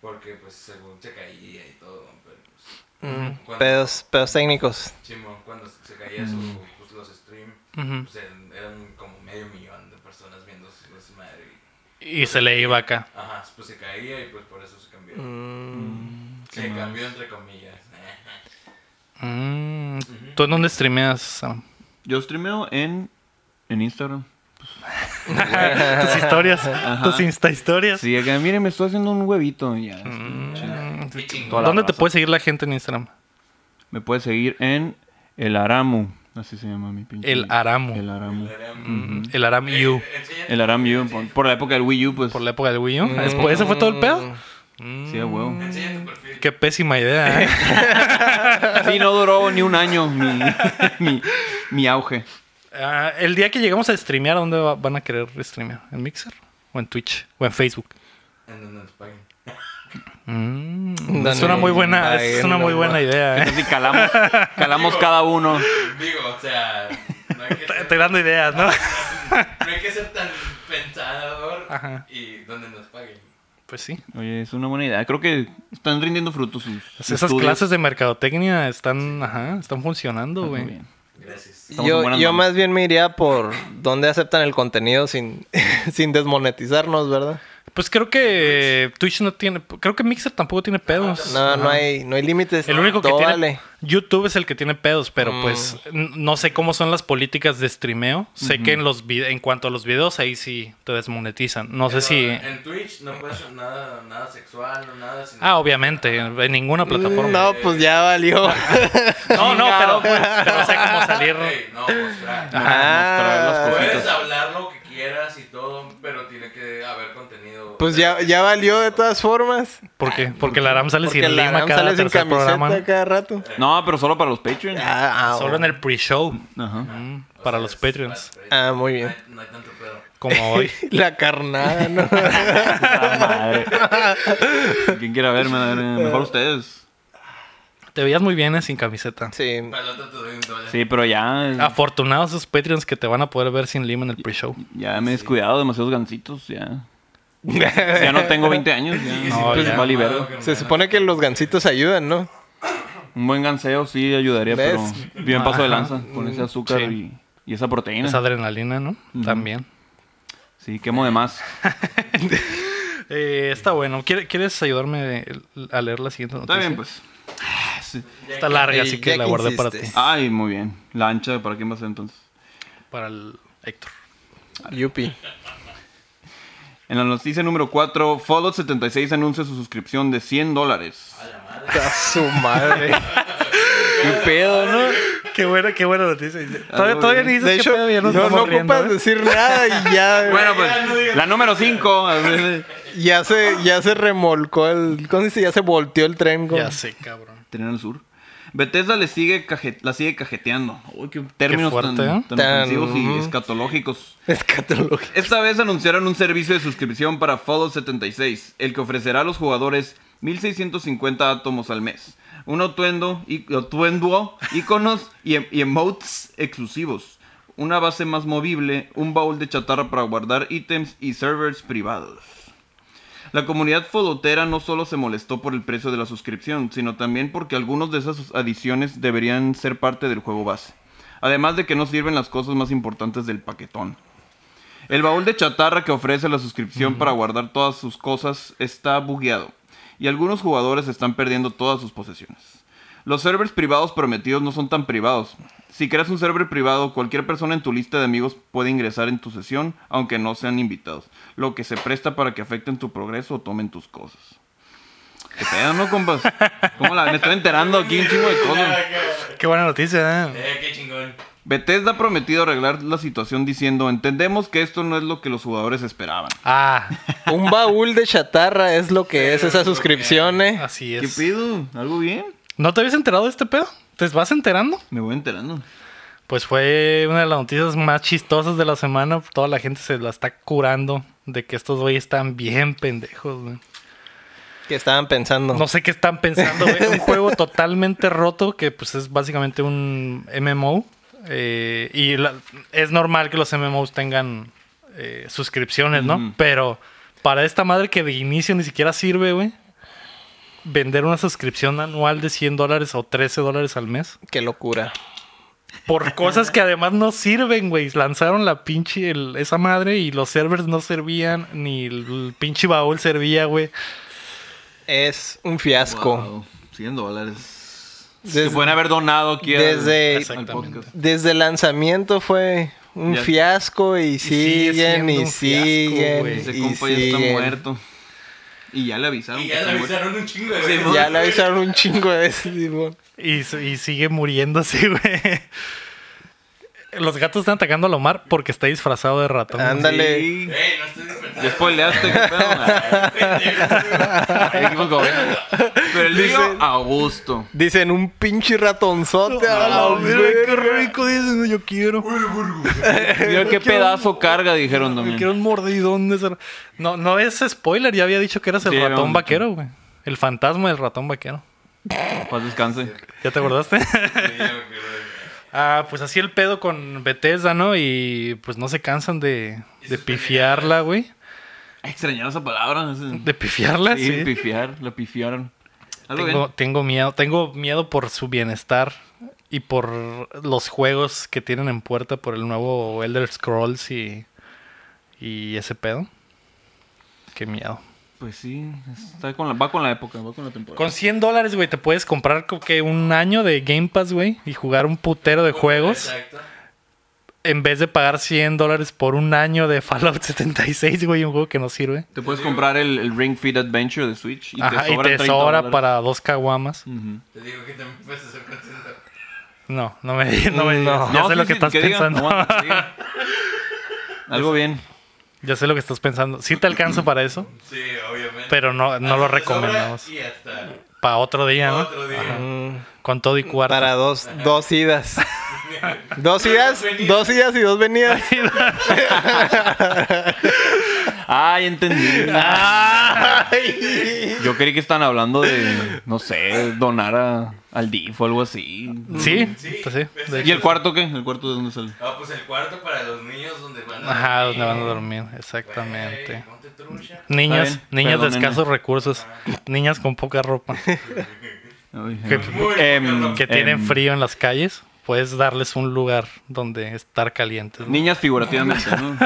[SPEAKER 3] Porque, pues, según se caía y todo. Pero, pues, cuando,
[SPEAKER 6] Pedos, pedos técnicos.
[SPEAKER 3] Simón, cuando se caía su, pues, los streams,
[SPEAKER 4] Ujú.
[SPEAKER 3] pues, eran, eran como medio millón de personas viendo su su madre. y-
[SPEAKER 4] Y se le iba acá.
[SPEAKER 3] Ajá, pues se caía y pues por eso se cambió.
[SPEAKER 5] qué
[SPEAKER 3] se
[SPEAKER 5] mal.
[SPEAKER 3] cambió entre comillas.
[SPEAKER 4] Mm, ¿Tú en dónde streameas, Sam?
[SPEAKER 5] Yo streameo en, en Instagram.
[SPEAKER 4] Tus historias. Tus Insta historias.
[SPEAKER 5] Sí, acá, miren, me estoy haciendo un huevito. y ya.
[SPEAKER 3] Qué chingón.
[SPEAKER 5] Toda la
[SPEAKER 4] ¿Dónde te
[SPEAKER 5] raza.
[SPEAKER 4] puede seguir la gente en Instagram?
[SPEAKER 5] Me puedes seguir en El Aramu. Así se llama mi pinche.
[SPEAKER 4] El Aramu.
[SPEAKER 5] Mm.
[SPEAKER 4] Mm.
[SPEAKER 5] El Aramu.
[SPEAKER 4] El Aram You.
[SPEAKER 5] El Aramu. Por, por la época del Wii U, pues.
[SPEAKER 4] Por la época del Wii U. Después, ¿ese fue todo el pedo?
[SPEAKER 5] Sí, a huevo.
[SPEAKER 4] Mm.
[SPEAKER 3] Enseña tu perfil.
[SPEAKER 4] Qué pésima idea, ¿eh?
[SPEAKER 5] Sí, no duró ni un año mi, mi, mi auge.
[SPEAKER 4] Ah, el día que llegamos a streamear, ¿a dónde va- van a querer streamear? ¿En Mixer? ¿O en Twitch? ¿O en Facebook?
[SPEAKER 3] En donde nos paguen.
[SPEAKER 4] Mm,
[SPEAKER 6] Dale,
[SPEAKER 4] es una muy buena,
[SPEAKER 6] dale,
[SPEAKER 4] es una muy
[SPEAKER 6] no,
[SPEAKER 4] buena idea, ¿eh?
[SPEAKER 5] Así calamos, calamos cada uno.
[SPEAKER 3] Digo, o sea, no hay que
[SPEAKER 4] Te-
[SPEAKER 3] ser,
[SPEAKER 4] Te dando ideas, ¿no?
[SPEAKER 3] no hay que ser tan pensador
[SPEAKER 4] Ajá.
[SPEAKER 3] y donde nos paguen.
[SPEAKER 4] Pues sí.
[SPEAKER 5] Oye, es una buena idea. Creo que están rindiendo frutos sus
[SPEAKER 4] Pues esas
[SPEAKER 5] estudios.
[SPEAKER 4] clases de mercadotecnia están, ajá, están funcionando,
[SPEAKER 5] Muy
[SPEAKER 4] güey.
[SPEAKER 5] bien.
[SPEAKER 3] Gracias.
[SPEAKER 5] Estamos en
[SPEAKER 6] Yo,
[SPEAKER 5] buenas
[SPEAKER 6] yo
[SPEAKER 5] manos.
[SPEAKER 6] más bien me iría por dónde aceptan el contenido sin, sin desmonetizarnos, ¿verdad?
[SPEAKER 4] Pues creo que Twitch no tiene, creo que Mixer tampoco tiene pedos.
[SPEAKER 6] No, no hay, no hay límites.
[SPEAKER 4] El único que
[SPEAKER 6] Todo
[SPEAKER 4] tiene
[SPEAKER 6] vale.
[SPEAKER 4] YouTube es el que tiene pedos, pero
[SPEAKER 6] Mm.
[SPEAKER 4] pues n- no sé cómo son las políticas de streameo. Sé que en los vide- en cuanto a los videos ahí sí te desmonetizan. No sé
[SPEAKER 3] Pero
[SPEAKER 4] si
[SPEAKER 3] En Twitch no puede ser nada, nada sexual o nada. Sino
[SPEAKER 4] Ah, obviamente, en ninguna plataforma.
[SPEAKER 6] No, pues ya valió.
[SPEAKER 4] No, no, pero, pues, pero sé cómo salir.
[SPEAKER 3] Ey, no, mostrar.
[SPEAKER 4] Ah.
[SPEAKER 5] Mostrar las
[SPEAKER 3] Puedes
[SPEAKER 5] cositas.
[SPEAKER 3] hablar lo que quieras y todo, pero tiene que haber contenido.
[SPEAKER 6] Pues ya, ya valió de todas formas.
[SPEAKER 4] ¿Por qué? Porque el Aram sale
[SPEAKER 6] Porque
[SPEAKER 4] sin
[SPEAKER 6] la
[SPEAKER 4] lima
[SPEAKER 6] Aram
[SPEAKER 4] cada
[SPEAKER 6] sale sin
[SPEAKER 4] tercer
[SPEAKER 6] camiseta
[SPEAKER 4] programa. ¿no?
[SPEAKER 6] cada rato.
[SPEAKER 4] Ah.
[SPEAKER 5] No, pero solo para los Patreons.
[SPEAKER 6] Ah, ah,
[SPEAKER 4] Solo en el pre-show
[SPEAKER 5] Ajá.
[SPEAKER 4] mm, para los Patreons,
[SPEAKER 6] ah, muy
[SPEAKER 3] No
[SPEAKER 6] bien.
[SPEAKER 3] hay, no hay tanto pedo.
[SPEAKER 4] como hoy.
[SPEAKER 6] La carnada, ¿no?
[SPEAKER 5] Ah, madre. Quien quiera verme, a ver, eh, mejor ustedes.
[SPEAKER 4] Te veías muy bien eh, sin camiseta.
[SPEAKER 6] Sí.
[SPEAKER 3] Para el otro te doy un dólar.
[SPEAKER 5] Sí, pero ya,
[SPEAKER 4] Ah. Afortunados esos Patreons que te van a poder ver sin lima en el pre-show.
[SPEAKER 5] ya me he descuidado demasiados gancitos. Ya. ya no tengo 20 años. Ya.
[SPEAKER 3] Sigue
[SPEAKER 5] No,
[SPEAKER 3] sin
[SPEAKER 5] pues,
[SPEAKER 4] ya.
[SPEAKER 5] vale verga.
[SPEAKER 3] mamado, carnal.
[SPEAKER 6] Se supone que los gancitos ayudan, ¿no?
[SPEAKER 5] Un buen ganseo sí ayudaría,
[SPEAKER 6] ¿Ves?
[SPEAKER 5] pero bien paso de
[SPEAKER 4] Ajá.
[SPEAKER 5] lanza con ese azúcar
[SPEAKER 4] Sí.
[SPEAKER 5] y, y esa proteína.
[SPEAKER 4] Esa adrenalina, ¿no? También.
[SPEAKER 5] Sí, quemo de más.
[SPEAKER 4] Eh, está bueno. ¿Quiere- ¿Quieres ayudarme a leer la siguiente noticia?
[SPEAKER 5] Está bien, pues. Sí.
[SPEAKER 4] Está larga, así
[SPEAKER 6] Ya
[SPEAKER 4] que
[SPEAKER 6] que
[SPEAKER 4] la guardé para ti.
[SPEAKER 6] insistes.
[SPEAKER 5] Ay, muy bien. La ancha, ¿para quién va a ser entonces?
[SPEAKER 4] Para el Héctor.
[SPEAKER 6] Yupi.
[SPEAKER 5] En la noticia número 4, Fallout 76 anuncia su suscripción de 100 dólares.
[SPEAKER 6] A su madre.
[SPEAKER 5] ¿Qué pedo, no?
[SPEAKER 4] Qué buena, qué buena noticia.
[SPEAKER 5] Todavía- todavía ni
[SPEAKER 6] De hecho, no, ¿eh? no ocupas decir nada y ya,
[SPEAKER 5] Bueno, pues la número 5.
[SPEAKER 6] ya, se, ya se remolcó el... ¿Cómo se dice? Ya se volteó el tren. con-
[SPEAKER 4] Ya sé, cabrón.
[SPEAKER 5] Tren al sur. Bethesda le sigue caje- la sigue cajeteando. Uy, qué términos
[SPEAKER 4] fuerte,
[SPEAKER 5] tan,
[SPEAKER 4] ¿eh?
[SPEAKER 5] tan
[SPEAKER 6] Tan-
[SPEAKER 5] ofensivos y escatológicos.
[SPEAKER 6] Escatológico.
[SPEAKER 5] Esta vez anunciaron un servicio de suscripción para Fallout 76, el que ofrecerá a los jugadores 1650 átomos al mes, un atuendo, i- atuendo iconos y, em- y emotes exclusivos, una base más movible, un baúl de chatarra para guardar ítems y servers privados. La comunidad Falloutera E no solo se molestó por el precio de la suscripción, sino también porque algunos de esas adiciones deberían ser parte del juego base. Además de que no sirven las cosas más importantes del paquetón. El baúl de chatarra que ofrece la suscripción para guardar todas sus cosas está bugueado y algunos jugadores están perdiendo todas sus posesiones. Los servers privados prometidos no son tan privados. Si creas un server privado, cualquier persona en tu lista de amigos puede ingresar en tu sesión, aunque no sean invitados, lo que se presta para que afecten tu progreso o tomen tus cosas. ¿Qué pedo, no, compas? ¿Cómo la- Me estoy enterando aquí un chingo de cosas.
[SPEAKER 4] Qué buena noticia, ¿eh?
[SPEAKER 3] Eh, qué chingón.
[SPEAKER 5] Bethesda ha prometido arreglar la situación diciendo, entendemos que esto no es lo que los jugadores esperaban.
[SPEAKER 4] Ah,
[SPEAKER 6] Un baúl de chatarra es lo que es esa suscripción, eh.
[SPEAKER 4] así
[SPEAKER 5] ¿Qué
[SPEAKER 4] es.
[SPEAKER 5] pido? ¿Algo bien?
[SPEAKER 4] ¿No te habías enterado de este pedo? ¿Te vas enterando?
[SPEAKER 5] Me voy enterando.
[SPEAKER 4] Pues fue una de las noticias más chistosas de la semana. Toda la gente se la está curando de que estos güeyes están bien pendejos, güey.
[SPEAKER 6] Que estaban pensando.
[SPEAKER 4] No sé qué están pensando, güey. Un juego totalmente roto que pues es básicamente un MMO. eh, y la- es normal que los MMOs tengan eh, suscripciones, ¿no?
[SPEAKER 5] Ujú.
[SPEAKER 4] Pero para esta madre que de inicio ni siquiera sirve, güey. Vender una suscripción anual de 100 dólares o 13 dólares al mes.
[SPEAKER 6] Qué locura.
[SPEAKER 4] Por cosas que además no sirven, güey. Lanzaron la pinche, el- esa madre y los servers no servían, ni el, el pinche baúl servía, güey.
[SPEAKER 6] Es un fiasco.
[SPEAKER 5] Wow, 100 dólares.
[SPEAKER 6] Desde-
[SPEAKER 5] Se pueden haber donado aquí al-
[SPEAKER 6] desde-
[SPEAKER 5] al
[SPEAKER 4] Exactamente.
[SPEAKER 5] podcast.
[SPEAKER 6] Desde el lanzamiento fue un
[SPEAKER 5] Ya.
[SPEAKER 6] fiasco y
[SPEAKER 4] sigue
[SPEAKER 6] siguen
[SPEAKER 4] siendo
[SPEAKER 6] y
[SPEAKER 4] un fiasco,
[SPEAKER 6] siguen.
[SPEAKER 4] güey.
[SPEAKER 5] Ese
[SPEAKER 6] y
[SPEAKER 5] compa ya está
[SPEAKER 6] siguen.
[SPEAKER 5] muerto. Y ya le avisaron.
[SPEAKER 3] Y
[SPEAKER 5] que
[SPEAKER 3] ya le
[SPEAKER 5] está muerto.
[SPEAKER 3] avisaron un chingo de veces.
[SPEAKER 6] Ya le avisaron un chingo de veces, Simón.
[SPEAKER 4] Y, su- y sigue muriéndose, güey. Los gatos están atacando a Lomar porque está disfrazado de ratón.
[SPEAKER 6] Pues Ándale.
[SPEAKER 5] Sí.
[SPEAKER 3] Ey, no estoy despertando.
[SPEAKER 5] Ya spoileaste, qué pedo. Ah, ahí equivoco, güey. Pero el digo
[SPEAKER 6] Dice-
[SPEAKER 5] Augusto.
[SPEAKER 6] Dicen un pinche ratonzote. a la verga.
[SPEAKER 4] qué rico dicen, yo quiero.
[SPEAKER 5] Mira qué pedazo carga, dijeron
[SPEAKER 4] Yo
[SPEAKER 5] también.
[SPEAKER 4] quiero un mordidón de ese ra- No, no es spoiler, ya había dicho que eras el
[SPEAKER 5] Sí, era
[SPEAKER 4] ratón
[SPEAKER 5] un-
[SPEAKER 4] vaquero, güey. El fantasma del ratón vaquero.
[SPEAKER 5] Paz descanse.
[SPEAKER 4] ¿Ya te acordaste?
[SPEAKER 3] Sí, ya me acuerdo.
[SPEAKER 4] Ah, pues así el pedo con Bethesda, ¿no? Y pues no se cansan de, de pifiarla, güey.
[SPEAKER 5] Extrañaron esa palabra. ese-
[SPEAKER 4] De pifiarla,
[SPEAKER 5] Sí,
[SPEAKER 4] sí.
[SPEAKER 5] pifiar, la pifiaron. Algo
[SPEAKER 4] Tengo,
[SPEAKER 5] bien.
[SPEAKER 4] tengo miedo, tengo miedo por su bienestar y por los juegos que tienen en puerta por el nuevo Elder Scrolls y, y ese pedo. Qué miedo.
[SPEAKER 5] Pues sí, está con la, va con la época, va con la temporada.
[SPEAKER 4] Con 100 dólares, güey, te puedes comprar como que un año de Game Pass, güey, y jugar un putero de juegos
[SPEAKER 3] Exacto.
[SPEAKER 4] en vez de pagar 100 dólares por un año de Fallout 76, güey, un juego que no sirve.
[SPEAKER 5] Te puedes comprar el, el Ring Fit Adventure de Switch y
[SPEAKER 4] Ajá,
[SPEAKER 5] te
[SPEAKER 4] y
[SPEAKER 5] sobran
[SPEAKER 4] te
[SPEAKER 5] 30
[SPEAKER 4] sobra
[SPEAKER 5] dólares. Mm.
[SPEAKER 4] para dos caguamas.
[SPEAKER 5] Ujú.
[SPEAKER 3] Te digo que también puedes hacer contento.
[SPEAKER 4] No, no me, digas, Mm, no me digas.
[SPEAKER 5] No,
[SPEAKER 4] Ya sé
[SPEAKER 5] sí,
[SPEAKER 4] lo que
[SPEAKER 5] sí,
[SPEAKER 4] estás
[SPEAKER 5] diga,
[SPEAKER 4] pensando.
[SPEAKER 5] aguanta, que diga. Algo bien.
[SPEAKER 4] Ya sé lo que estás pensando. Sí te alcanzo para eso,
[SPEAKER 3] Sí, obviamente.
[SPEAKER 4] pero no, no lo
[SPEAKER 3] Hasta te sobra
[SPEAKER 4] recomendamos.
[SPEAKER 3] Y hasta
[SPEAKER 4] Para otro día, ¿no?
[SPEAKER 3] otro día.
[SPEAKER 6] Mm,
[SPEAKER 4] Con todo y cuarto.
[SPEAKER 6] Para dos, dos idas. Dos idas, dos idas y dos venidas.
[SPEAKER 5] Ay, entendí.
[SPEAKER 6] Ay.
[SPEAKER 5] Ah, Yo creí que estaban hablando de, no sé, donar a- al DIF o algo así.
[SPEAKER 4] Sí,
[SPEAKER 3] Sí,
[SPEAKER 4] pues sí.
[SPEAKER 3] pues
[SPEAKER 4] de
[SPEAKER 5] ¿Y
[SPEAKER 4] hecho.
[SPEAKER 5] el cuarto qué? ¿El cuarto de dónde sale?
[SPEAKER 3] Ah, pues el cuarto para los niños donde van a
[SPEAKER 4] Ajá,
[SPEAKER 3] dormir.
[SPEAKER 4] donde van a dormir,
[SPEAKER 3] Güey,
[SPEAKER 4] exactamente.
[SPEAKER 3] ponte trucha.
[SPEAKER 4] Niños,
[SPEAKER 5] Está bien,
[SPEAKER 4] niños de
[SPEAKER 5] perdónenme.
[SPEAKER 4] escasos recursos, niñas con poca ropa,
[SPEAKER 5] Ay,
[SPEAKER 4] Que-
[SPEAKER 5] eh,
[SPEAKER 3] Em,
[SPEAKER 5] em,
[SPEAKER 4] que tienen
[SPEAKER 5] em,
[SPEAKER 4] frío en las calles, puedes darles un lugar donde estar calientes. ¿no?
[SPEAKER 5] Niñas figurativamente, ¿no?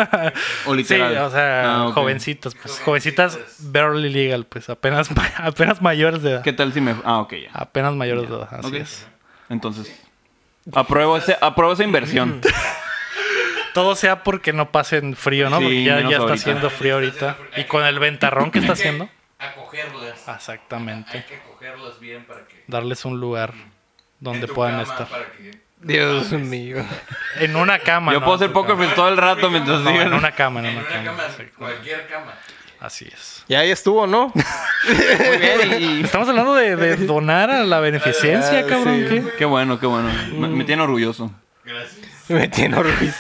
[SPEAKER 5] O
[SPEAKER 4] Sí,
[SPEAKER 5] literal.
[SPEAKER 4] o sea,
[SPEAKER 5] Ah, ok.
[SPEAKER 4] jovencitas, pues jovencitas barely legal, pues apenas apenas mayores de edad.
[SPEAKER 5] ¿Qué tal si me.? Ah, ok, ya.
[SPEAKER 4] Apenas mayores de edad, así
[SPEAKER 5] Ok.
[SPEAKER 4] es.
[SPEAKER 5] Entonces. Apruebo, ese, apruebo esa inversión.
[SPEAKER 4] Todo sea porque no pasen frío, ¿no?
[SPEAKER 5] Sí,
[SPEAKER 4] Porque ya,
[SPEAKER 5] menos
[SPEAKER 4] ya está
[SPEAKER 5] ahorita.
[SPEAKER 4] haciendo frío ahorita. Y con el ventarrón que está
[SPEAKER 3] Hay que
[SPEAKER 4] haciendo. Ah,
[SPEAKER 3] Acogerlas. Hay
[SPEAKER 4] Exactamente.
[SPEAKER 3] que acogerlas bien para que.
[SPEAKER 4] Darles un lugar donde
[SPEAKER 3] en tu
[SPEAKER 4] puedan
[SPEAKER 3] cama,
[SPEAKER 4] estar.
[SPEAKER 3] Para que
[SPEAKER 6] Dios mío.
[SPEAKER 4] En una cama.
[SPEAKER 5] Yo
[SPEAKER 4] ¿no?
[SPEAKER 5] puedo
[SPEAKER 4] En
[SPEAKER 5] hacer
[SPEAKER 4] tu
[SPEAKER 5] poker
[SPEAKER 4] cama.
[SPEAKER 5] face todo el rato mientras
[SPEAKER 4] No, en
[SPEAKER 5] digan.
[SPEAKER 4] una cama, en
[SPEAKER 3] en
[SPEAKER 4] una,
[SPEAKER 3] una
[SPEAKER 4] cama.
[SPEAKER 3] cama,
[SPEAKER 4] exacto.
[SPEAKER 3] cualquier cama.
[SPEAKER 4] Así es.
[SPEAKER 6] Ya ahí estuvo, ¿no?
[SPEAKER 5] Muy bien, y-
[SPEAKER 4] Estamos hablando de, de donar a la beneficencia,
[SPEAKER 6] Ah,
[SPEAKER 4] cabrón.
[SPEAKER 6] sí.
[SPEAKER 4] ¿qué?
[SPEAKER 5] Qué bueno, qué bueno. Me, me tiene orgulloso.
[SPEAKER 3] Gracias.
[SPEAKER 6] Me tiene orgullo.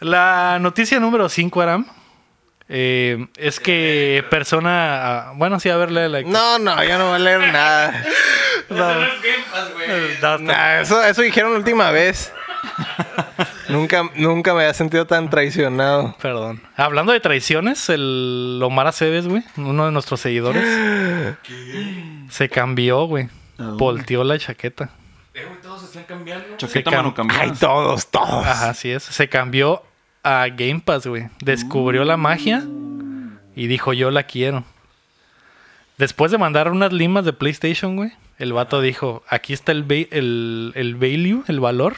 [SPEAKER 4] La noticia número 5, Aram. eh, es que persona. ah, Bueno, sí, a ver, léela. Héctor.
[SPEAKER 6] No, no, yo no voy a leer nada.
[SPEAKER 3] Eso no es Game Pass, güey.
[SPEAKER 4] No, está-
[SPEAKER 6] Nah, eso, eso dijeron la última vez. nunca, nunca me había sentido tan traicionado.
[SPEAKER 4] Perdón. Hablando de traiciones, el Omar Aceves, güey, uno de nuestros seguidores, se cambió, güey.
[SPEAKER 5] Ah,
[SPEAKER 4] Volteó la chaqueta.
[SPEAKER 3] Eh, güey, todos se están cambiando.
[SPEAKER 5] Chaqueta
[SPEAKER 4] cam-
[SPEAKER 5] mano
[SPEAKER 6] Ay, todos, todos.
[SPEAKER 4] Ajá, así es. Se cambió a Game Pass, güey. Descubrió la magia y dijo, yo la quiero. Después de mandar unas limas de PlayStation, güey, El vato dijo, aquí está el, ba- el, el value, el valor.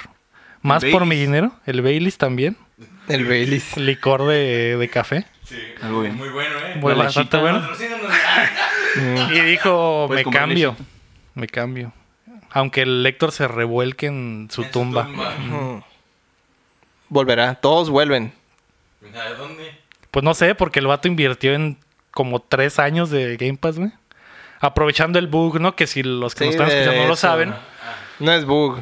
[SPEAKER 4] Más por mi
[SPEAKER 5] Baileys.
[SPEAKER 4] dinero. El Baileys también.
[SPEAKER 6] El Baileys.
[SPEAKER 4] Licor de, de café.
[SPEAKER 3] Sí,
[SPEAKER 5] Algo bien.
[SPEAKER 3] muy bueno, ¿eh?
[SPEAKER 4] Bueno,
[SPEAKER 5] La
[SPEAKER 4] bastante
[SPEAKER 5] lechita.
[SPEAKER 4] bueno.
[SPEAKER 3] Patrocínanos.
[SPEAKER 4] Y dijo,
[SPEAKER 5] Puedes
[SPEAKER 4] me
[SPEAKER 5] comer
[SPEAKER 4] cambio.
[SPEAKER 5] lechita.
[SPEAKER 4] Me cambio. Aunque el Héctor se revuelque en su
[SPEAKER 3] En
[SPEAKER 4] tumba.
[SPEAKER 6] Mm. Volverá. Todos vuelven.
[SPEAKER 3] ¿A dónde?
[SPEAKER 4] Pues no sé, porque el vato invirtió en como tres años de Game Pass, güey. Aprovechando el bug, ¿no? Que si los que
[SPEAKER 6] Sí,
[SPEAKER 4] nos están
[SPEAKER 6] de
[SPEAKER 4] escuchando no lo
[SPEAKER 6] eso.
[SPEAKER 4] saben,
[SPEAKER 6] No es bug.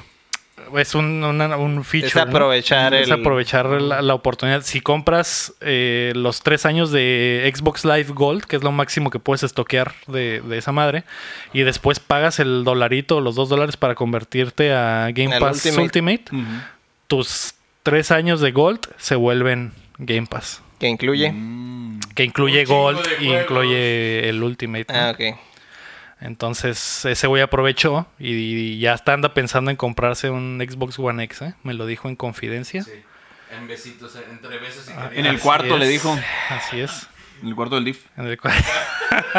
[SPEAKER 4] es un, una- un feature.
[SPEAKER 6] Es
[SPEAKER 4] ¿no?
[SPEAKER 6] aprovechar
[SPEAKER 4] Es
[SPEAKER 6] el-
[SPEAKER 4] aprovechar la, la oportunidad. Si compras eh, los tres años de Xbox Live Gold, que es lo máximo que puedes estoquear de, de esa madre, y después pagas el dolarito o los dos dólares para convertirte a Game
[SPEAKER 6] Al
[SPEAKER 4] Pass
[SPEAKER 6] Ultimate.
[SPEAKER 4] Ultimate. tus tres años de Gold se vuelven Game Pass.
[SPEAKER 6] Que incluye.
[SPEAKER 4] Mm.
[SPEAKER 5] Mm.
[SPEAKER 4] Que incluye
[SPEAKER 3] Un chingo
[SPEAKER 4] Gold
[SPEAKER 3] de
[SPEAKER 4] y
[SPEAKER 3] juegos.
[SPEAKER 4] incluye el Ultimate. ¿no?
[SPEAKER 6] Ah, ok.
[SPEAKER 4] Entonces ese güey aprovechó y, ya está anda pensando en comprarse un Xbox One X. ¿eh? Me lo dijo en confidencia.
[SPEAKER 3] Sí. En besitos, entre besos y Ah,
[SPEAKER 5] En el
[SPEAKER 3] caricias.
[SPEAKER 5] cuarto
[SPEAKER 4] es.
[SPEAKER 5] le dijo.
[SPEAKER 4] Así es.
[SPEAKER 5] En el cuarto del DIF.
[SPEAKER 4] En el cual-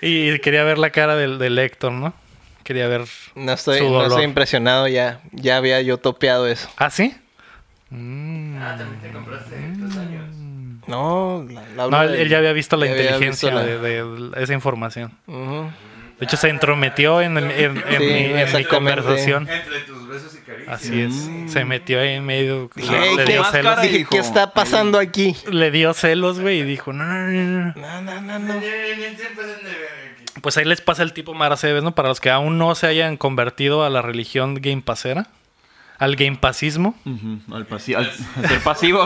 [SPEAKER 4] y quería ver la cara del, del Héctor, ¿no? Quería ver
[SPEAKER 6] No estoy,
[SPEAKER 4] su
[SPEAKER 6] no
[SPEAKER 4] dolor.
[SPEAKER 6] estoy impresionado ya. Ya había yo topeado eso.
[SPEAKER 4] ¿Ah, sí? Mm,
[SPEAKER 3] Ah, también te compraste dos años.
[SPEAKER 6] No, la, la hablo
[SPEAKER 4] No, él,
[SPEAKER 6] de-
[SPEAKER 4] él ya había visto la
[SPEAKER 6] ya había
[SPEAKER 4] inteligencia
[SPEAKER 6] visto la-
[SPEAKER 4] de, de esa información.
[SPEAKER 6] Ujú.
[SPEAKER 4] De hecho, se entrometió en, en- en- en mi- en mi
[SPEAKER 6] exactamente.
[SPEAKER 4] conversación.
[SPEAKER 3] Entre tus besos y caricias.
[SPEAKER 4] Así es. Se metió ahí en medio.
[SPEAKER 6] Dije,
[SPEAKER 5] No,
[SPEAKER 6] "Ey,
[SPEAKER 4] le,
[SPEAKER 5] Mm. ¿qué
[SPEAKER 4] dio
[SPEAKER 5] más
[SPEAKER 4] celos,
[SPEAKER 5] cara?
[SPEAKER 6] Dije,
[SPEAKER 5] hijo.
[SPEAKER 6] ¿qué está pasando aquí?
[SPEAKER 4] le dio celos, güey, y dijo, no, no, no, no".
[SPEAKER 6] No, no, no,
[SPEAKER 3] Ya,
[SPEAKER 6] no.
[SPEAKER 3] ya, ya, ya pasan de verga aquí.
[SPEAKER 4] Pues ahí les pasa el tipo Maraceves, ¿no? Para los que aún no se hayan convertido a la religión Game Passera, al Game Passismo.
[SPEAKER 5] Ujú, Al, pasi- al- al ser pasivo.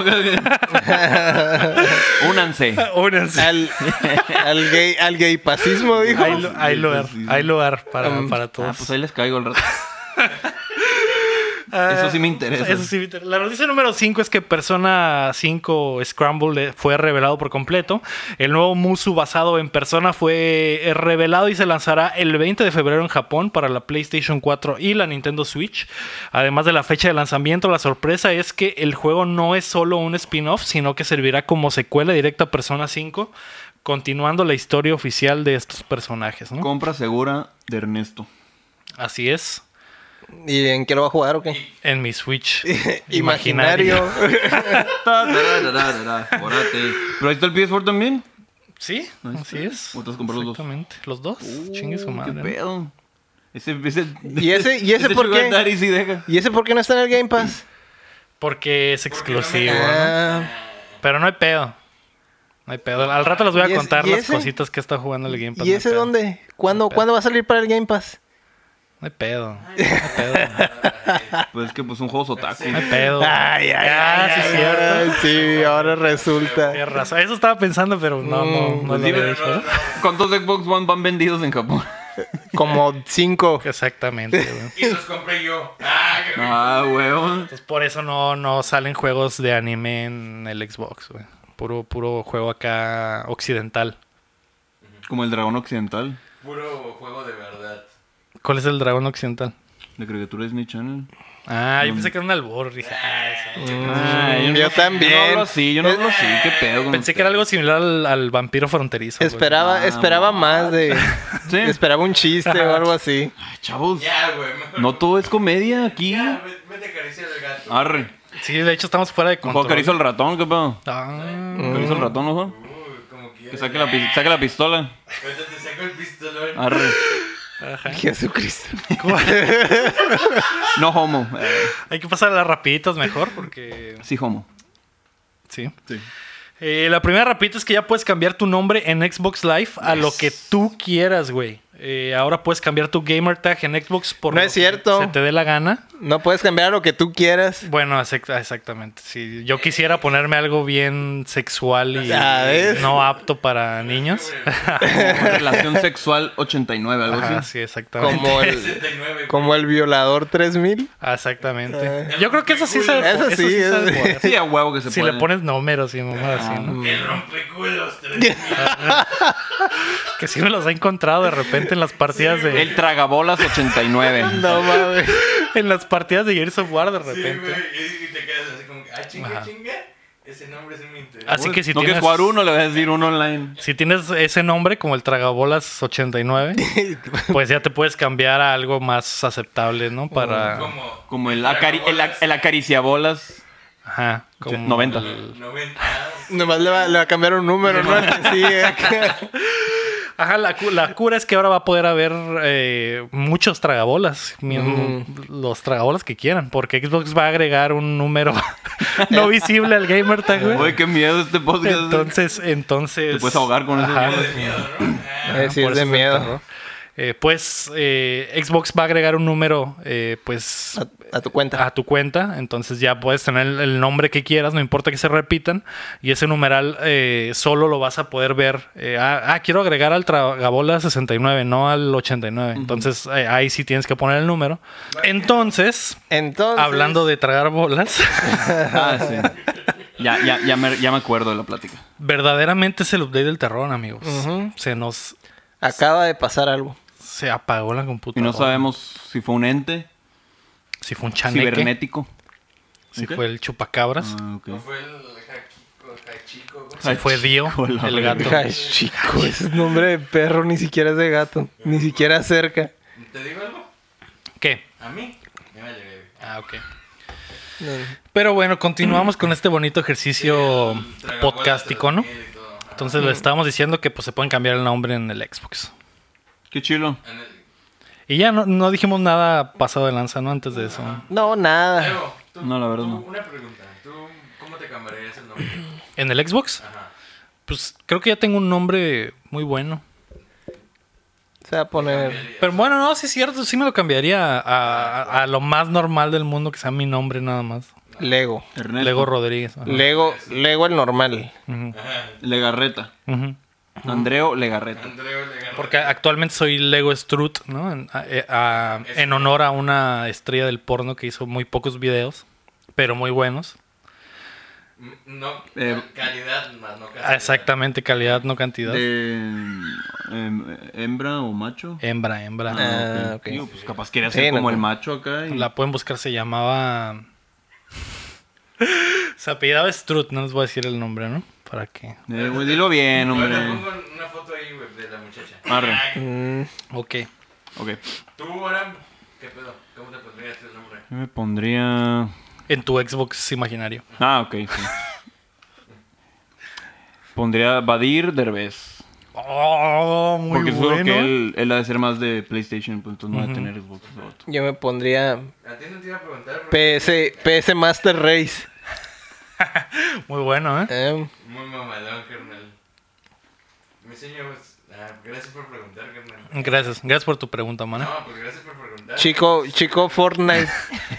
[SPEAKER 5] Únanse.
[SPEAKER 4] Únanse.
[SPEAKER 6] Al, al gay, al gay pasismo, dijo.
[SPEAKER 4] Hay, lu- hay lugar, hay lugar para, para
[SPEAKER 5] Ah,
[SPEAKER 4] todos.
[SPEAKER 5] pues ahí les caigo el rato.
[SPEAKER 4] Ah,
[SPEAKER 5] eso sí me interesa.
[SPEAKER 4] eso sí me interesa. La noticia número 5 es que Persona 5 Scramble eh, fue revelado por completo. El nuevo Musu basado en Persona fue eh, revelado y se lanzará el 20 de febrero en Japón para la PlayStation 4 y la Nintendo Switch. Además de la fecha de lanzamiento, la sorpresa es que el juego no es solo un spin-off, sino que servirá como secuela directa a Persona 5, continuando la historia oficial de estos personajes. ¿no?
[SPEAKER 5] Compra segura de Ernesto.
[SPEAKER 4] Así es.
[SPEAKER 6] ¿Y en qué lo va a jugar o qué?
[SPEAKER 4] En mi Switch.
[SPEAKER 5] Ta, ta, ta, ta, ta, ta. Órate. Pero ahí está el PS4 también.
[SPEAKER 4] Sí,
[SPEAKER 5] Ahí está.
[SPEAKER 4] así es.
[SPEAKER 5] ¿O te has comprado los dos?
[SPEAKER 4] Exactamente. Los dos. Chingue su
[SPEAKER 5] Uh,
[SPEAKER 4] madre.
[SPEAKER 5] Qué
[SPEAKER 4] ¿no?
[SPEAKER 5] pedo. Ese, ese,
[SPEAKER 6] ¿Y ese- y ese por
[SPEAKER 5] Sugar
[SPEAKER 6] qué?
[SPEAKER 5] Daddy sí deja.
[SPEAKER 6] ¿Y ese por qué no está en el Game Pass?
[SPEAKER 4] Porque es exclusivo. ¿no?
[SPEAKER 6] Ah,
[SPEAKER 4] Pero no hay pedo. No hay pedo. Al rato les voy
[SPEAKER 6] ¿Y
[SPEAKER 4] a
[SPEAKER 6] ese-
[SPEAKER 4] contar
[SPEAKER 6] y
[SPEAKER 4] las
[SPEAKER 6] ese?
[SPEAKER 4] cositas que está jugando el Game Pass.
[SPEAKER 6] ¿Y
[SPEAKER 4] Pues no hay
[SPEAKER 6] ese
[SPEAKER 4] pedo.
[SPEAKER 6] dónde? ¿Cuándo, ¿Cuándo va a salir para el Game Pass?
[SPEAKER 4] No hay pedo. No hay pedo.
[SPEAKER 5] Pues es que pues un juego sotaku.
[SPEAKER 4] No hay pedo. Ah, sí, es
[SPEAKER 6] ay,
[SPEAKER 4] cierto.
[SPEAKER 6] sí, ahora resulta.
[SPEAKER 4] Tienes razón. Eso estaba pensando, pero no, no, no lo
[SPEAKER 5] sí,
[SPEAKER 4] había
[SPEAKER 5] pero
[SPEAKER 4] hecho,
[SPEAKER 3] no,
[SPEAKER 4] ¿no?
[SPEAKER 5] ¿Cuántos Xbox One van vendidos en Japón?
[SPEAKER 6] Como cinco.
[SPEAKER 4] Exactamente, güey.
[SPEAKER 3] Y los compré yo. Ah, qué
[SPEAKER 5] Ah, huevo.
[SPEAKER 4] Entonces, por eso no, no salen juegos de anime en el Xbox, güey. Puro, puro juego acá occidental.
[SPEAKER 5] Como el dragón occidental.
[SPEAKER 3] puro juego de verdad.
[SPEAKER 4] ¿Cuál es el dragón occidental?
[SPEAKER 5] La criatura Disney Channel.
[SPEAKER 4] Ah, yo pensé que era un albor. Dije, ah, eso.
[SPEAKER 6] yo yo no- también.
[SPEAKER 5] Yo no hablo así, yo no hablo así. ¿Qué pedo? con
[SPEAKER 4] Pensé que era algo similar al, al vampiro fronterizo. güey.
[SPEAKER 6] Esperaba,
[SPEAKER 5] Ah,
[SPEAKER 6] esperaba más de.
[SPEAKER 5] Sí.
[SPEAKER 6] Esperaba un chiste o algo así.
[SPEAKER 5] ustedes? Ay, Chavos,
[SPEAKER 3] Ya, güey. mejor.
[SPEAKER 5] no Ah, todo es comedia aquí.
[SPEAKER 3] Ya, ve- vete a acariciar al gato.
[SPEAKER 5] Arre.
[SPEAKER 4] Sí, de hecho estamos fuera de
[SPEAKER 5] Juego
[SPEAKER 4] control.
[SPEAKER 5] acarizo el ratón, ¿qué pedo?
[SPEAKER 4] Ah,
[SPEAKER 5] Acarizo el ratón, ojo.
[SPEAKER 3] Uy, como quieras.
[SPEAKER 5] Que saque la, Ah. pi- saque la pistola.
[SPEAKER 3] Ahorita te saco el pistolón.
[SPEAKER 5] Arre.
[SPEAKER 6] Jesucristo.
[SPEAKER 5] No homo. Eh,
[SPEAKER 4] hay que pasar a las rapiditas mejor porque...
[SPEAKER 5] sí homo.
[SPEAKER 4] Sí.
[SPEAKER 5] Sí.
[SPEAKER 4] Eh, la primera rapidita es que ya puedes cambiar tu nombre en Xbox Live a lo que tú quieras, güey. Eh, ahora puedes cambiar tu gamertag en Xbox por
[SPEAKER 6] No
[SPEAKER 4] lo
[SPEAKER 6] es
[SPEAKER 4] que
[SPEAKER 6] cierto.
[SPEAKER 4] se te dé la gana.
[SPEAKER 6] No puedes cambiar lo que tú quieras.
[SPEAKER 4] Bueno, exact- exactamente. Si yo quisiera ponerme algo bien sexual y
[SPEAKER 6] Ya ves.
[SPEAKER 4] no apto para niños.
[SPEAKER 5] Relación sexual 89, algo
[SPEAKER 4] Ajá,
[SPEAKER 5] así.
[SPEAKER 4] sí, exactamente.
[SPEAKER 6] Como el,
[SPEAKER 3] 69.
[SPEAKER 6] como el violador 3000.
[SPEAKER 4] Ah, Exactamente.
[SPEAKER 6] Eh.
[SPEAKER 4] Yo creo que eso sí se
[SPEAKER 6] Eso sí, Ah.
[SPEAKER 4] eso sí se
[SPEAKER 6] eso
[SPEAKER 4] puede.
[SPEAKER 5] Sí, a huevo que se
[SPEAKER 4] Si
[SPEAKER 5] puede.
[SPEAKER 4] le pones números y mamadas así, ¿no?
[SPEAKER 3] El rompeculos. tres.
[SPEAKER 4] Que sí me los ha encontrado de repente en las partidas
[SPEAKER 5] El
[SPEAKER 4] de
[SPEAKER 5] tragabolas 89.
[SPEAKER 6] No mames.
[SPEAKER 4] en las partidas de Gears of War de
[SPEAKER 3] Sí,
[SPEAKER 4] repente.
[SPEAKER 3] güey. Y y te quedas así como que, ah, chinga, chinga. Ese nombre es muy interesante.
[SPEAKER 4] Así que si
[SPEAKER 5] no
[SPEAKER 4] tienes,
[SPEAKER 5] que jugar uno, le vas a decir uno online.
[SPEAKER 4] si tienes ese nombre como el Tragabolas 89, pues ya te puedes cambiar a algo más aceptable, ¿no? Para...
[SPEAKER 3] Como,
[SPEAKER 5] Como el, acari- el, ac- el acariciabolas
[SPEAKER 4] Ajá, como
[SPEAKER 5] 90.
[SPEAKER 4] el-
[SPEAKER 3] 90.
[SPEAKER 6] Nomás le va, le va a cambiar un número, ¿no? Sí, acá.
[SPEAKER 4] Ajá, la, cu- la cura es que ahora va a poder haber eh, muchos tragabolas. mismo- Los tragabolas que quieran. Porque Xbox va a agregar un número no visible al gamer tag, güey.
[SPEAKER 5] Oye, qué miedo este podcast.
[SPEAKER 4] Entonces, entonces.
[SPEAKER 5] Te puedes ahogar con eso.
[SPEAKER 4] Ajá.
[SPEAKER 3] de miedo, ¿no? Ah,
[SPEAKER 6] Eh, sí,
[SPEAKER 4] por
[SPEAKER 6] es de
[SPEAKER 4] eso
[SPEAKER 6] miedo.
[SPEAKER 4] Eh, pues eh, Xbox va a agregar un número, eh, pues.
[SPEAKER 5] Ah,
[SPEAKER 6] A, a tu cuenta.
[SPEAKER 4] A tu cuenta, entonces ya puedes tener el, el nombre que quieras, no importa que se repitan, y ese numeral eh, solo lo vas a poder ver. eh, ah, ah, quiero agregar al Tragabola 69, no al 89. Entonces eh, ahí sí tienes que poner el número. Entonces,
[SPEAKER 6] Entonces.
[SPEAKER 4] hablando de tragar bolas,
[SPEAKER 5] Ah, sí. Ya, ya, ya, me, ya me acuerdo de la plática.
[SPEAKER 4] verdaderamente es el update del terror, amigos.
[SPEAKER 6] Ujú.
[SPEAKER 4] Se nos
[SPEAKER 6] Acaba de pasar algo.
[SPEAKER 4] se apagó la
[SPEAKER 5] Y
[SPEAKER 4] computadora.
[SPEAKER 5] no sabemos si fue un ente
[SPEAKER 4] si fue un chaneque,
[SPEAKER 5] cibernético.
[SPEAKER 4] si
[SPEAKER 5] ¿Ok?
[SPEAKER 4] fue el chupacabras,
[SPEAKER 5] Ah, ok.
[SPEAKER 3] ¿No fue el Jaquico, Jachico? ¿Cómo se
[SPEAKER 4] si fue Dio,
[SPEAKER 5] la
[SPEAKER 4] el
[SPEAKER 5] verga.
[SPEAKER 4] gato.
[SPEAKER 6] Ay, chico, ese es nombre de perro, ni siquiera es de gato. Ni siquiera acerca.
[SPEAKER 3] llama? ¿Te digo algo?
[SPEAKER 4] ¿Qué?
[SPEAKER 3] ¿A mí? Me vale, bebé.
[SPEAKER 4] Ah, ok. Pero bueno, continuamos con este bonito ejercicio podcastico, ¿no? Entonces le estábamos diciendo que pues, se pueden cambiar el nombre en el Xbox.
[SPEAKER 5] Qué chilo.
[SPEAKER 4] Y ya no, no dijimos nada pasado de lanza, ¿no? Antes de eso.
[SPEAKER 6] No, nada.
[SPEAKER 3] Evo, tú-
[SPEAKER 5] No, la verdad
[SPEAKER 3] tú,
[SPEAKER 5] no.
[SPEAKER 3] Una pregunta. ¿Tú cómo te cambiarías el nombre?
[SPEAKER 4] ¿En el Xbox?
[SPEAKER 3] Ajá.
[SPEAKER 4] Pues creo que ya tengo un nombre muy bueno.
[SPEAKER 6] Se va a poner.
[SPEAKER 4] Pero bueno, no, sí es cierto, sí me lo cambiaría a, a- a lo más normal del mundo, que sea mi nombre nada más.
[SPEAKER 6] Lego.
[SPEAKER 5] Ernesto.
[SPEAKER 4] Lego Rodríguez. ajá.
[SPEAKER 6] Lego, Lego el normal.
[SPEAKER 4] Ujú,
[SPEAKER 5] Legarreta.
[SPEAKER 4] ujú.
[SPEAKER 5] Andreo Legarreta.
[SPEAKER 3] Andreu le ganó.
[SPEAKER 4] Porque actualmente soy Lego Strut, ¿no? En, a- eh, a- en honor a una estrella del porno que hizo muy pocos videos, pero muy buenos.
[SPEAKER 3] M- No,
[SPEAKER 5] Eh,
[SPEAKER 3] calidad más, no calidad.
[SPEAKER 4] Ah, Exactamente, calidad, no cantidad.
[SPEAKER 5] De, em, hembra o macho.
[SPEAKER 4] Hembra, hembra.
[SPEAKER 6] Ah, ok.
[SPEAKER 5] Digo, pues capaz quería
[SPEAKER 6] Sí,
[SPEAKER 5] ser
[SPEAKER 6] no,
[SPEAKER 5] como
[SPEAKER 6] no.
[SPEAKER 5] el macho acá. y-
[SPEAKER 4] La pueden buscar, se llamaba... se apellidaba Strut, no les voy a decir el nombre, ¿no? ¿Para qué?
[SPEAKER 5] Eh, güey, dilo bien, hombre.
[SPEAKER 3] Ahora pongo una foto ahí, güey, de la muchacha.
[SPEAKER 5] Arre.
[SPEAKER 6] Mm,
[SPEAKER 4] Ok.
[SPEAKER 5] Ok.
[SPEAKER 3] Tú, ahora, ¿qué pedo? ¿Cómo te pondrías el nombre?
[SPEAKER 5] Yo me pondría.
[SPEAKER 4] En tu Xbox imaginario.
[SPEAKER 5] Ah, ok. sí. pondría Badir Derbez.
[SPEAKER 4] Oh, muy
[SPEAKER 5] Porque seguro
[SPEAKER 4] bueno.
[SPEAKER 5] que él, él ha de ser más de PlayStation, pues entonces no va a tener Xbox. ese vato.
[SPEAKER 6] yo me pondría
[SPEAKER 3] A ti no te iba a preguntar, pero
[SPEAKER 6] PS, PS Master Race.
[SPEAKER 4] Muy bueno, ¿eh?
[SPEAKER 6] Em,
[SPEAKER 3] muy mamalón, carnal. Mi señor, pues, ah, gracias por preguntar,
[SPEAKER 4] Mm.
[SPEAKER 3] carnal.
[SPEAKER 4] Gracias, gracias por tu pregunta, mana.
[SPEAKER 3] No, pues gracias por preguntar.
[SPEAKER 6] chico, chico Fortnite.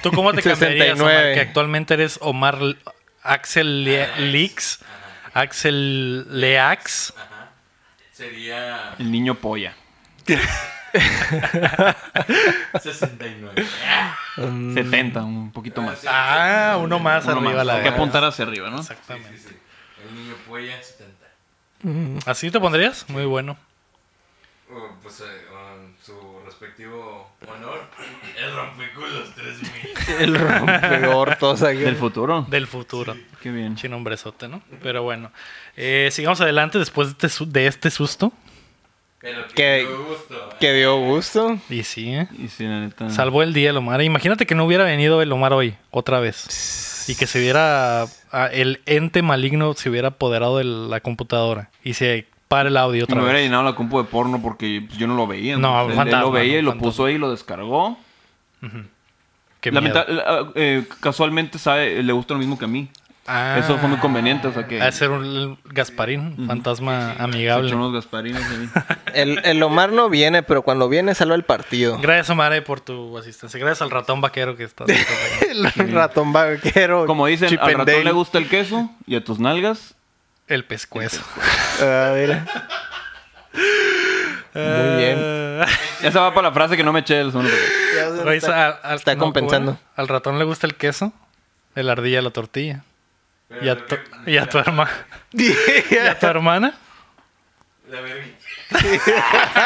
[SPEAKER 4] ¿Tú cómo te cambiarías, Omar?
[SPEAKER 6] 69.
[SPEAKER 4] Que actualmente eres Omar L- Axel Le- Leaks, Axel Leax.
[SPEAKER 3] Sería
[SPEAKER 5] El niño polla.
[SPEAKER 3] 69.
[SPEAKER 5] Mm. 70, un poquito más.
[SPEAKER 4] Ah, uno Mm. más
[SPEAKER 5] Uno
[SPEAKER 4] arriba
[SPEAKER 5] más.
[SPEAKER 4] la
[SPEAKER 5] Hay que
[SPEAKER 4] verga.
[SPEAKER 5] apuntar hacia arriba, ¿no?
[SPEAKER 3] Sí,
[SPEAKER 4] Exactamente.
[SPEAKER 3] sí. El niño polla 70.
[SPEAKER 4] ¿Así te pondrías? Muy bueno.
[SPEAKER 3] Uh, pues eh, con su respectivo honor, el rompeculos 3000.
[SPEAKER 6] El rompeortos aquí.
[SPEAKER 5] Del futuro.
[SPEAKER 4] Del futuro.
[SPEAKER 5] Qué bien.
[SPEAKER 4] Pinche nombrezote, ¿no? Pero bueno. Eh, sigamos adelante después de este, su- de este susto.
[SPEAKER 3] Pero que
[SPEAKER 6] Que-
[SPEAKER 3] me gusto. eh.
[SPEAKER 6] Que dio gusto.
[SPEAKER 4] Y sí, ¿eh?
[SPEAKER 5] Y sí, la neta.
[SPEAKER 4] Salvó el día el Omar. Imagínate que no hubiera venido el Omar hoy, otra vez. Y que se hubiera. a- el ente maligno se hubiera apoderado de la computadora. Y se para el audio
[SPEAKER 5] Y me
[SPEAKER 4] otra
[SPEAKER 5] hubiera
[SPEAKER 4] vez.
[SPEAKER 5] llenado la compu de porno porque pues, yo no lo veía.
[SPEAKER 4] No,
[SPEAKER 5] Él-
[SPEAKER 4] fantasma,
[SPEAKER 5] Él lo veía
[SPEAKER 4] no,
[SPEAKER 5] y lo
[SPEAKER 4] fantasma.
[SPEAKER 5] puso ahí y lo descargó.
[SPEAKER 4] Qué
[SPEAKER 5] Lamenta-
[SPEAKER 4] miedo.
[SPEAKER 5] la- eh, casualmente sabe, le gusta lo mismo que a mí.
[SPEAKER 4] Ah,
[SPEAKER 5] Eso fue muy conveniente, o sea que...
[SPEAKER 4] Ha de ser un Gasparín, un fantasma
[SPEAKER 5] se
[SPEAKER 4] amigable.
[SPEAKER 5] echó unos gasparines ahí.
[SPEAKER 6] El, el Omar no viene, pero cuando viene salva el partido.
[SPEAKER 4] Gracias, Omar, eh, por tu asistencia. Gracias al ratón vaquero que está.
[SPEAKER 6] El ratón vaquero.
[SPEAKER 5] Como dicen,
[SPEAKER 6] Chip
[SPEAKER 5] al
[SPEAKER 6] and
[SPEAKER 5] ratón
[SPEAKER 6] Dale.
[SPEAKER 5] le gusta el queso y a tus nalgas.
[SPEAKER 4] el pescuezo.
[SPEAKER 6] Ah, mira. Muy bien.
[SPEAKER 5] Esa va para la frase que no me eché el segundo. porque-
[SPEAKER 4] Raíz,
[SPEAKER 6] Está-
[SPEAKER 4] al- al-
[SPEAKER 6] está
[SPEAKER 4] no,
[SPEAKER 6] compensando.
[SPEAKER 4] ¿cómo era? Al ratón le gusta el queso, el ardilla la tortilla.
[SPEAKER 3] Pero
[SPEAKER 4] Y a,
[SPEAKER 3] lo
[SPEAKER 4] tu,
[SPEAKER 3] que-
[SPEAKER 4] y a tu herma- y a tu hermana,
[SPEAKER 3] La verga.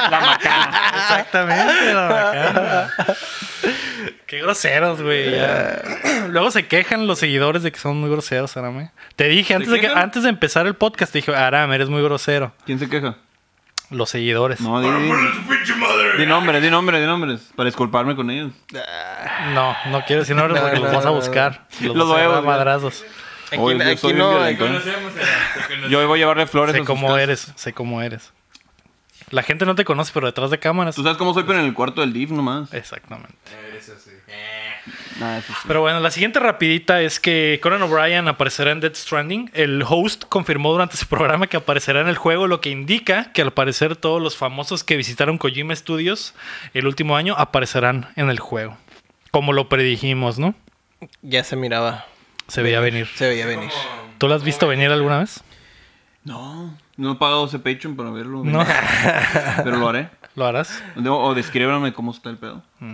[SPEAKER 4] La macana. Exactamente, la macana. Qué groseros, güey. ya. Luego se quejan los seguidores de que son muy groseros, Arame. Te dije antes de, que,
[SPEAKER 5] quejan?
[SPEAKER 4] antes de empezar el podcast, te dije, Arame, eres muy grosero.
[SPEAKER 5] ¿Quién se queja?
[SPEAKER 4] Los seguidores. No.
[SPEAKER 5] No, di, di,
[SPEAKER 3] su pinche madre!
[SPEAKER 5] di nombres, di nombres, di nombres. Para disculparme con ellos.
[SPEAKER 4] No, quiero decir nombres porque
[SPEAKER 6] No,
[SPEAKER 4] los
[SPEAKER 6] no,
[SPEAKER 4] vas a
[SPEAKER 6] no.
[SPEAKER 4] buscar. Los,
[SPEAKER 5] Los
[SPEAKER 4] vas
[SPEAKER 5] voy
[SPEAKER 4] a
[SPEAKER 5] a
[SPEAKER 4] agarrar
[SPEAKER 5] buscar.
[SPEAKER 4] madrazos.
[SPEAKER 6] Aquí,
[SPEAKER 5] Oye, yo
[SPEAKER 6] aquí
[SPEAKER 5] soy
[SPEAKER 6] no.
[SPEAKER 5] bien
[SPEAKER 6] aquí-
[SPEAKER 5] violento, ¿eh?
[SPEAKER 3] Conocemos, Alan, te
[SPEAKER 5] Yo voy a llevarle flores.
[SPEAKER 4] Sé
[SPEAKER 5] a sus
[SPEAKER 4] cómo
[SPEAKER 5] casas.
[SPEAKER 4] eres, sé cómo eres. La gente no te conoce, pero detrás de cámaras.
[SPEAKER 5] Tú sabes cómo soy, pero en el cuarto del div nomás.
[SPEAKER 4] Exactamente.
[SPEAKER 3] conocemos. Eh, Eso sí.
[SPEAKER 5] Nada, eso sí.
[SPEAKER 4] Pero bueno, la siguiente rapidita es que Conan O'Brien aparecerá en Dead Stranding. El host confirmó durante su programa que aparecerá en el juego, lo que indica que al parecer todos los famosos que visitaron Kojima Studios el último año aparecerán en el juego. Como lo predijimos, ¿no?
[SPEAKER 6] Ya se miraba.
[SPEAKER 4] Se veía venir.
[SPEAKER 6] Se veía venir.
[SPEAKER 3] Como-
[SPEAKER 4] ¿Tú lo has visto venir alguna vez?
[SPEAKER 5] No, no he pagado ese Patreon para verlo.
[SPEAKER 4] No.
[SPEAKER 5] Pero lo haré.
[SPEAKER 4] ¿Lo harás?
[SPEAKER 5] Debo- o descríbame cómo está el pedo.
[SPEAKER 4] es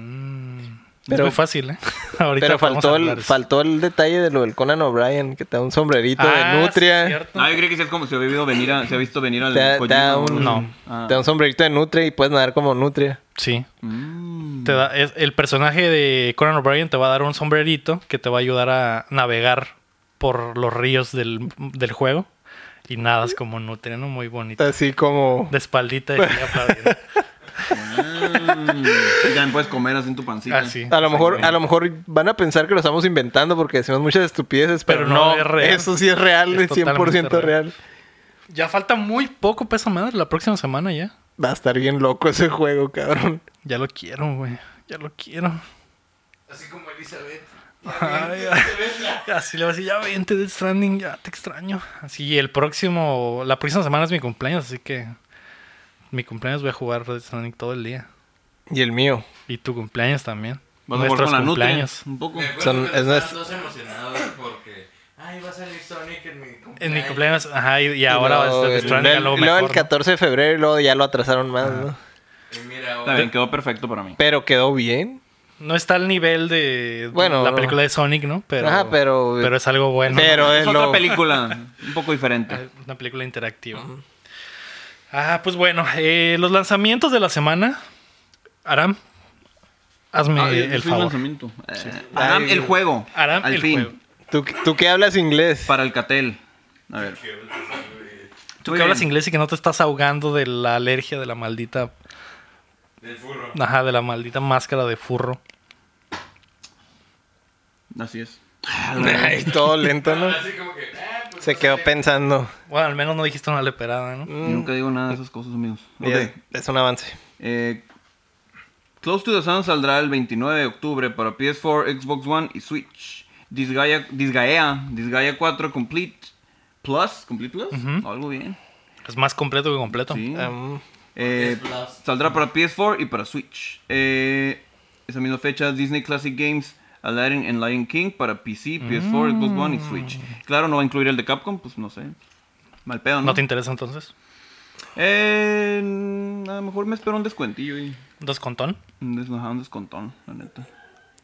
[SPEAKER 6] Pero-
[SPEAKER 4] muy fácil, ¿eh? Ahorita
[SPEAKER 6] Pero
[SPEAKER 4] podemos
[SPEAKER 6] faltó
[SPEAKER 4] hablar
[SPEAKER 6] el,
[SPEAKER 4] eso.
[SPEAKER 6] faltó el detalle de lo del Conan O'Brien, que te da un sombrerito
[SPEAKER 4] Ah, sí,
[SPEAKER 6] de nutria.
[SPEAKER 4] cierto.
[SPEAKER 5] Ah, yo creo que sí es como se ha, vivido venir a- se ha visto venir al
[SPEAKER 6] Te da- te da
[SPEAKER 5] Kojima,
[SPEAKER 6] un-
[SPEAKER 4] No.
[SPEAKER 5] Ah.
[SPEAKER 6] Te da un sombrerito de nutria y puedes nadar como nutria.
[SPEAKER 4] Sí.
[SPEAKER 5] Mm.
[SPEAKER 4] Te da- es- el personaje de Conan O'Brien te va a dar un sombrerito que te va a ayudar a navegar por los ríos del, del juego. Y nadas como nutria, ¿no? Muy bonito.
[SPEAKER 6] Así como.
[SPEAKER 4] De espaldita. y aplaudiendo.
[SPEAKER 5] Mm. Y también puedes comer así en tu pancita.
[SPEAKER 4] Así.
[SPEAKER 6] A lo mejor, a lo mejor van a pensar que lo estamos inventando porque decimos muchas estupideces, pero,
[SPEAKER 4] Pero no,
[SPEAKER 6] no,
[SPEAKER 4] es real.
[SPEAKER 6] eso sí es real,
[SPEAKER 4] Es
[SPEAKER 6] es 100%
[SPEAKER 4] totalmente
[SPEAKER 6] real.
[SPEAKER 4] real. Ya falta muy poco peso madre. La próxima semana ya.
[SPEAKER 6] Va a estar bien loco ese juego, cabrón.
[SPEAKER 4] Ya lo quiero, güey. Ya lo quiero.
[SPEAKER 3] Así como Elizabeth.
[SPEAKER 4] Ay, Así le voy a decir, ya vente de Stranding, ya te extraño. Así el próximo, la próxima semana es mi cumpleaños, así que mi cumpleaños voy a jugar Death Stranding todo el día.
[SPEAKER 6] Y el mío.
[SPEAKER 4] Y tu cumpleaños también.
[SPEAKER 5] Vas a jugar con la nutria.
[SPEAKER 4] cumpleaños.
[SPEAKER 5] Un poco.
[SPEAKER 3] Me acuerdo
[SPEAKER 6] Son-
[SPEAKER 3] que
[SPEAKER 6] es
[SPEAKER 3] estaban
[SPEAKER 6] nuestro-
[SPEAKER 3] todos emocionados porque. Ay, va a salir Sonic en mi cumpleaños.
[SPEAKER 4] En mi cumpleaños, ajá, y, y ahora va a estar Death
[SPEAKER 6] el,
[SPEAKER 4] Stranding, ya lo
[SPEAKER 6] luego el
[SPEAKER 4] mejor.
[SPEAKER 6] 14 de febrero y luego ya lo atrasaron más, ¿no?
[SPEAKER 3] Y mira,
[SPEAKER 5] Está
[SPEAKER 3] ahora.
[SPEAKER 4] eh,
[SPEAKER 5] bien, quedó perfecto para mí.
[SPEAKER 6] Pero quedó bien.
[SPEAKER 4] No está al nivel de
[SPEAKER 6] Bueno,
[SPEAKER 4] la
[SPEAKER 6] no.
[SPEAKER 4] película de Sonic, ¿no? Pero,
[SPEAKER 6] Ajá, pero-
[SPEAKER 4] pero es algo bueno.
[SPEAKER 6] pero
[SPEAKER 5] es
[SPEAKER 6] es
[SPEAKER 5] otra
[SPEAKER 6] lo-
[SPEAKER 5] película un poco diferente.
[SPEAKER 4] Una película interactiva. Ah, pues bueno, eh, los lanzamientos de la semana. Aram, hazme
[SPEAKER 5] Ah, yo- yo
[SPEAKER 4] el
[SPEAKER 5] soy
[SPEAKER 4] favor.
[SPEAKER 5] lanzamiento. Eh, Aram,
[SPEAKER 6] Ay,
[SPEAKER 5] el juego.
[SPEAKER 4] Aram,
[SPEAKER 5] al
[SPEAKER 4] el
[SPEAKER 5] fin.
[SPEAKER 4] juego.
[SPEAKER 6] ¿Tú, tú que hablas inglés?
[SPEAKER 5] Para el catel. A ver.
[SPEAKER 4] Tú
[SPEAKER 5] Muy
[SPEAKER 4] que hablas
[SPEAKER 5] bien.
[SPEAKER 4] inglés y que no te estás ahogando de la alergia de la maldita.
[SPEAKER 3] Del furro.
[SPEAKER 4] Ajá, de la maldita máscara de furro.
[SPEAKER 5] Así es.
[SPEAKER 6] Ay, todo lento, ¿no?
[SPEAKER 3] Así como
[SPEAKER 4] eh,
[SPEAKER 3] que. ah, pues
[SPEAKER 6] Se
[SPEAKER 3] va a
[SPEAKER 6] quedó
[SPEAKER 3] salir.
[SPEAKER 6] pensando.
[SPEAKER 4] Bueno, al menos no dijiste una leperada, ¿no?
[SPEAKER 5] Yo nunca digo nada de esas cosas, amigos. Ok.
[SPEAKER 6] Ya, Es un avance.
[SPEAKER 5] Eh, Close to the Sun saldrá el 29 de octubre para PS4, Xbox One y Switch. Disgaea, Disgaea, Disgaea 4 Complete Plus, Complete Plus, algo bien.
[SPEAKER 4] Es más completo que completo.
[SPEAKER 5] Sí.
[SPEAKER 6] Um,
[SPEAKER 5] Eh,
[SPEAKER 3] Porque es Plus.
[SPEAKER 5] saldrá para PS4 y para Switch. Eh, esa misma fecha, Disney Classic Games, Aladdin and Lion King para PC, PS4, Xbox One y Switch. Claro, no va a incluir el de Capcom, pues no sé. Mal pedo, ¿no?
[SPEAKER 4] ¿No te interesa entonces?
[SPEAKER 5] Eh, a lo mejor me espero un descuentillo y
[SPEAKER 4] ¿Dos contón?
[SPEAKER 5] un, des- ajá, un descontón, la neta.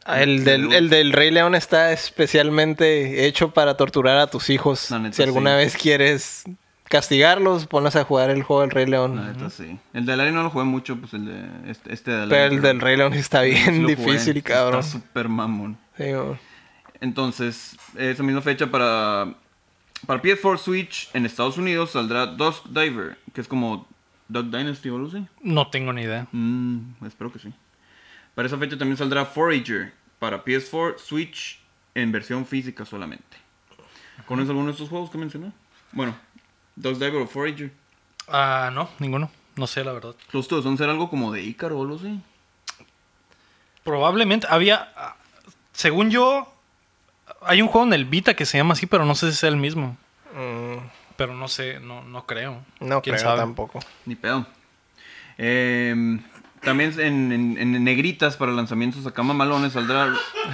[SPEAKER 6] Ah, el, del, el del Rey León está especialmente hecho para torturar a tus hijos.
[SPEAKER 5] La neta,
[SPEAKER 6] si alguna
[SPEAKER 5] sí.
[SPEAKER 6] vez quieres castigarlos, ponlos a jugar el juego del Rey
[SPEAKER 5] La
[SPEAKER 6] León.
[SPEAKER 5] neta, sí. El de Aladdin no lo jugué mucho, pues el de este, este de
[SPEAKER 6] Pero
[SPEAKER 5] Aladdin.
[SPEAKER 6] el del Rey León está
[SPEAKER 5] sí
[SPEAKER 6] bien
[SPEAKER 5] lo jugué.
[SPEAKER 6] difícil, cabrón.
[SPEAKER 5] Está súper mamón.
[SPEAKER 6] Sí, mo.
[SPEAKER 5] Entonces, esa misma fecha para, para PS4 Switch en Estados Unidos saldrá Dusk Diver, que es como Duck Dynasty o algo así.
[SPEAKER 4] No tengo ni idea.
[SPEAKER 5] Mm, espero que sí. Para esa fecha también saldrá Forager para PS4 Switch en versión física solamente. ¿Conoces alguno de estos juegos que mencioné? Bueno, Dusk Diver o Forager.
[SPEAKER 4] Ah, no, ninguno. No sé, la verdad.
[SPEAKER 5] Los dos son ser algo como de Ícaro o algo así.
[SPEAKER 4] Probablemente había. ah, Según yo, hay un juego en el Vita que se llama así, pero no sé si sea el mismo.
[SPEAKER 6] Mm,
[SPEAKER 4] Pero no sé, no, no creo.
[SPEAKER 6] no
[SPEAKER 4] ¿Quién
[SPEAKER 6] creo
[SPEAKER 4] sabe?
[SPEAKER 6] tampoco.
[SPEAKER 5] Ni pedo. Em, también en, en- en negritas para lanzamientos acá mamalones saldrá